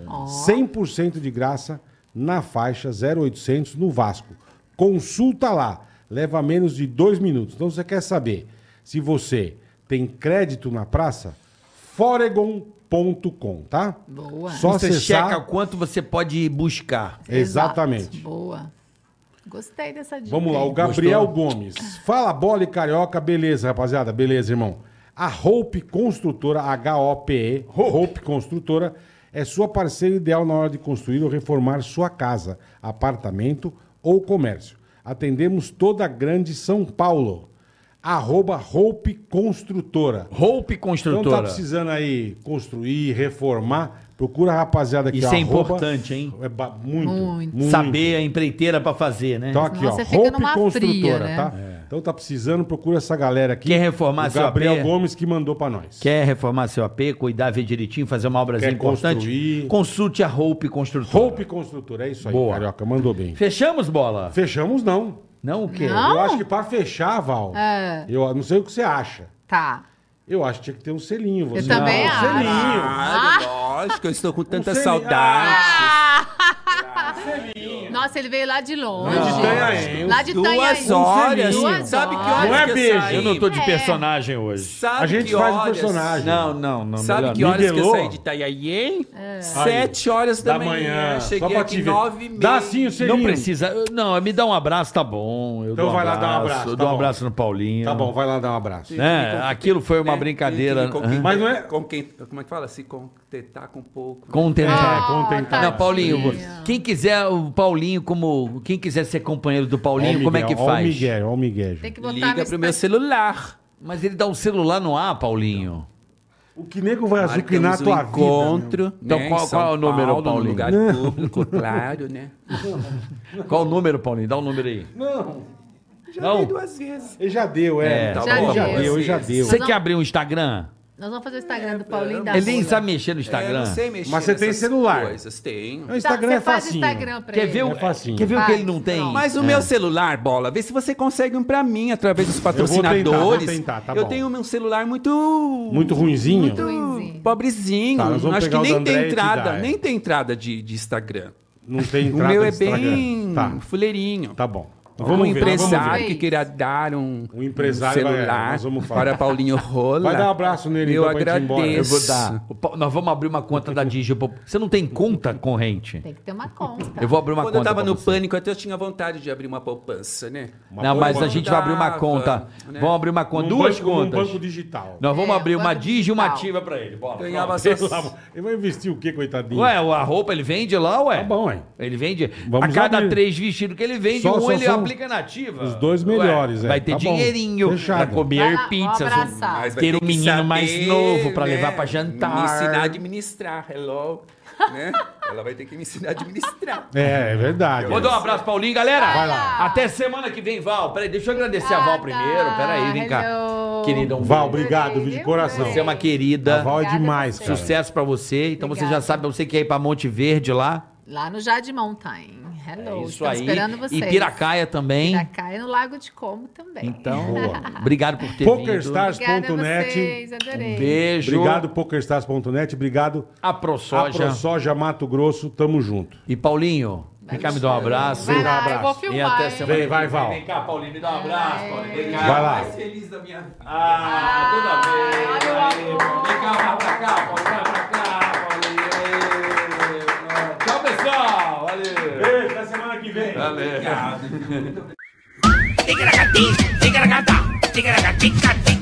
S3: 100% de graça na faixa 0800 no Vasco. Consulta lá. Leva menos de dois minutos. Então, se você quer saber se você tem crédito na praça? Foregon.com, tá?
S1: Boa.
S3: Só
S4: você
S3: acessar.
S4: checa quanto você pode buscar.
S3: Exatamente.
S1: Exato. Boa. Gostei dessa dica.
S3: Vamos lá,
S1: aí.
S3: o Gabriel Gomes. Fala bola e carioca, beleza, rapaziada, beleza, irmão. A Hope Construtora, H-O-P-E, Hope Construtora, é sua parceira ideal na hora de construir ou reformar sua casa, apartamento ou comércio. Atendemos toda a grande São Paulo. Arroba Hope Construtora.
S4: Roupe
S3: Então
S4: construtora.
S3: tá precisando aí construir, reformar, procura a rapaziada aqui.
S4: Isso é
S3: arroba-
S4: importante, hein?
S3: É ba- muito,
S1: Muito.
S3: muito.
S4: Saber a empreiteira pra fazer, né?
S3: Então aqui,
S1: Senão
S3: ó,
S1: você fica
S3: Hope
S1: numa
S3: Construtora,
S1: fria, né?
S3: tá? Então tá precisando, procura essa galera aqui.
S4: É. Quer reformar
S3: o
S4: seu
S3: Gabriel
S4: AP?
S3: Gomes que mandou pra nós.
S4: Quer reformar seu AP, cuidar, ver direitinho, fazer uma obra
S3: Quer
S4: importante?
S3: construir.
S4: Consulte a Roupe Construtora.
S3: Hope Construtora, é isso aí,
S4: Boa.
S3: Carioca, mandou bem.
S4: Fechamos, bola?
S3: Fechamos não.
S4: Não o quê?
S1: Não?
S3: Eu acho que pra fechar, Val,
S1: É.
S3: eu não sei o que você acha.
S1: Tá.
S3: Eu acho que tinha que ter um selinho. Você
S1: Eu também
S3: um Ah,
S1: acho.
S3: Selinho.
S4: Ah,
S5: Claro,
S1: Ah!
S5: lógico, eu estou com tanta
S3: sei.
S5: saudade.
S1: Nossa, ele veio lá de longe.
S3: Não, Itanhaém,
S1: lá de Um
S5: Duas
S1: Itanhaém.
S5: horas.
S4: assim.
S1: Duas
S5: Sabe que
S1: horas.
S5: horas
S3: Não é
S5: que eu
S3: beijo,
S5: saí?
S3: eu não
S4: tô de personagem hoje.
S5: Sabe
S3: A gente
S5: que
S3: faz o
S5: horas?
S3: personagem.
S4: Não, não, não.
S5: Sabe
S4: melhor
S5: que
S4: não.
S5: horas que eu
S3: Nivelou?
S5: saí de Itaiaien?
S1: É.
S5: Sete horas da, manhã. Cheguei aqui nove e meia.
S3: Dá sim o selinho.
S4: Não precisa. eu- Não, me dá um abraço, tá bom. Eu
S3: Então
S4: dou um
S3: vai lá
S4: abraço,
S3: dar um abraço, tá
S4: Eu dou um
S3: bom.
S4: abraço no Paulinho.
S3: Tá bom, vai lá dar um abraço.
S4: Né? Aquilo foi uma
S5: né?
S4: brincadeira.
S5: Tem que com-
S4: Hã?
S3: Mas não é-
S5: com quem- como é que fala? Se contentar com pouco.
S4: Contentar.
S3: É,
S1: Ah,
S3: contentar.
S1: tadinho.
S4: um Não, Paulinho, quem quiser o Paulinho como. Quem quiser ser companheiro do Paulinho,
S3: Ó o
S4: como é
S3: Miguel,
S4: que
S3: ó
S4: faz?
S3: o Miguel, ó o Miguel.
S1: Tem que botar
S5: Liga
S1: no
S5: pro meu
S1: Instagram.
S5: celular.
S4: Mas ele dá o celular no ar, Paulinho.
S3: O que nego vai azucrinar a
S5: Marcamos
S3: tua
S5: um encontro.
S3: vida.
S5: né,
S4: Então,
S5: em
S4: qual-
S5: São
S4: qual é o número,
S5: Paulo,
S4: Paulinho?
S5: Num lugar público, claro, né?
S4: Qual o número, Paulinho? Dá o número aí.
S3: meu. Não,
S5: Já
S4: Não.
S5: dei duas vezes.
S3: ele já deu, é.
S4: É,
S5: tá
S3: já,
S1: bom.
S3: deu, ele já
S5: Vocês.
S3: deu.
S4: Você quer abrir um Instagram?
S1: Nós vamos fazer o Instagram
S4: É,
S1: do Paulinho da
S4: Ele nem
S1: Rola.
S4: sabe mexer no
S5: É,
S4: Instagram.
S5: não sei mexer
S3: Mas você tem
S5: nessas
S3: celular.
S5: Coisas, tenho.
S3: O
S1: Tá,
S3: Instagram
S1: você
S3: é
S1: faz
S3: facinho.
S1: Instagram pra
S4: Quer
S1: ele.
S4: ver, o,
S3: É facinho.
S4: quer ver o que
S1: Vai,
S4: ele não tem?
S1: pronto.
S3: É.
S5: Mas o meu celular, bola, vê se você consegue um pra mim através dos
S3: vou tentar,
S5: patrocinadores.
S3: vou tentar, tá
S5: eu
S3: bom.
S5: tenho um celular muito
S3: Muito ruinzinho.
S1: Ruinzinho.
S5: pobrezinho.
S3: Tá, nós vamos
S5: Acho que
S3: pegar o
S5: nem
S3: do André
S5: tem
S3: e te
S5: entrada,
S3: dar, é.
S5: nem tem entrada de, de Instagram.
S3: Não tem
S5: O
S3: entrada
S5: meu é
S3: de Instagram.
S5: bem
S3: Tá,
S5: fuleirinho.
S3: tá bom. Então
S5: um
S3: Vamos ver, nós
S5: empresário
S3: vamos ver.
S1: ver.
S5: que queria dar um,
S3: Um empresário vai-
S5: celular
S3: nós vamos falar.
S5: para Paulinho Rola.
S3: Vai dar um abraço nele,
S5: Eu
S3: então, pra gente ir embora.
S5: agradeço.
S4: Eu vou dar. O Pau- Nós vamos abrir uma conta da Digipop. Você não tem conta corrente?
S1: Tem que ter uma conta.
S4: Eu vou abrir uma
S5: Quando eu
S4: conta.
S5: tava
S4: pra
S5: no
S4: você.
S5: pânico, até eu tinha vontade de abrir uma poupança, né?
S3: Uma
S4: não, mas a
S3: poupança.
S4: gente vai abrir uma
S5: Dava,
S4: conta.
S5: né?
S4: Vamos abrir uma
S3: Num
S4: conta. Duas
S3: Um banco, num
S4: contas.
S3: banco digital.
S4: Nós vamos
S1: É,
S4: abrir uma
S1: banco
S4: Digi e uma
S1: digital.
S4: ativa pra ele. Bora.
S5: Ganhava só...
S3: Pelo amor- Tá Ele vai investir o quê, coitadinho?
S4: Ué, a roupa ele vende lá, ué?
S3: Tá bom, hein?
S4: Ele vende.
S3: Vamos
S4: a cada
S3: abrir.
S4: três vestidos que ele vende,
S3: Só-
S4: um
S3: só
S4: ele
S3: são
S4: aplica na ativa.
S3: os dois melhores, é.
S4: Vai ter
S3: Tá bom.
S4: dinheirinho
S3: Fechado.
S4: pra
S1: Vai
S4: comer
S1: lá,
S4: pizza.
S1: vou abraçar.
S5: Mas vai
S4: Ter
S5: ter
S4: um
S5: que
S4: menino
S5: saber,
S4: mais novo pra
S5: né?
S4: levar pra jantar.
S5: Me ensinar a administrar, hello. né? Ela vai ter que me ensinar a administrar.
S3: É, é verdade.
S4: Vou dar um abraço, Paulinho, galera.
S1: Vai lá.
S4: Até semana que vem, Val. Peraí, deixa eu agradecer a Val
S1: Obrigada.
S4: primeiro. Peraí, vem cá.
S1: Hello.
S4: Querida, um
S3: Val,
S4: beijo.
S3: obrigado, vídeo de coração.
S4: Você é uma
S3: A
S4: querida.
S3: Val é
S1: Obrigada
S3: demais,
S1: a
S3: cara.
S1: vocês.
S4: Sucesso pra você. Então você já
S1: Obrigada.
S4: sabe, você quer ir pra Monte Verde lá. é
S1: Lá no Jardim Mountain. Hello.
S4: Isso
S1: Estamos
S4: aí.
S1: esperando vocês.
S4: E Piracaia também.
S1: Piracaia e no Lago de Como também.
S4: Então,
S3: Boa.
S4: obrigado por ter vindo.
S1: Obrigada a
S3: Pokerstars.net.
S1: vocês. Adorei.
S4: Um Beijo.
S3: Obrigado, pokerstars.net. Obrigado,
S4: A
S3: a
S4: ProSoja.
S3: ProSoja Mato Grosso. Tamo junto.
S4: E Paulinho, vem cá me dar um abraço.
S1: Vai
S3: Dá um
S1: lá, eu
S3: abraço.
S1: vou
S4: E
S1: filmar.
S4: até
S1: hein? É.
S4: semana
S3: Vem,
S4: que
S3: vai,
S4: vem.
S3: Val.
S4: Vem cá, Paulinho, me dá um abraço, Paulinho. Vem cá.
S3: Vai lá.
S5: Mais feliz da minha vida.
S4: Ah, toda vez.
S1: Olha o amor.
S4: Vem cá, vai pra cá, Paulinho, vai pra cá, Paulinho. Tchau, pessoal. Valeu.
S3: Beijo, até semana que vem.
S2: Tigra-ga-ti, tigra-ga-ta, tigra-ga-ti-ga-ti.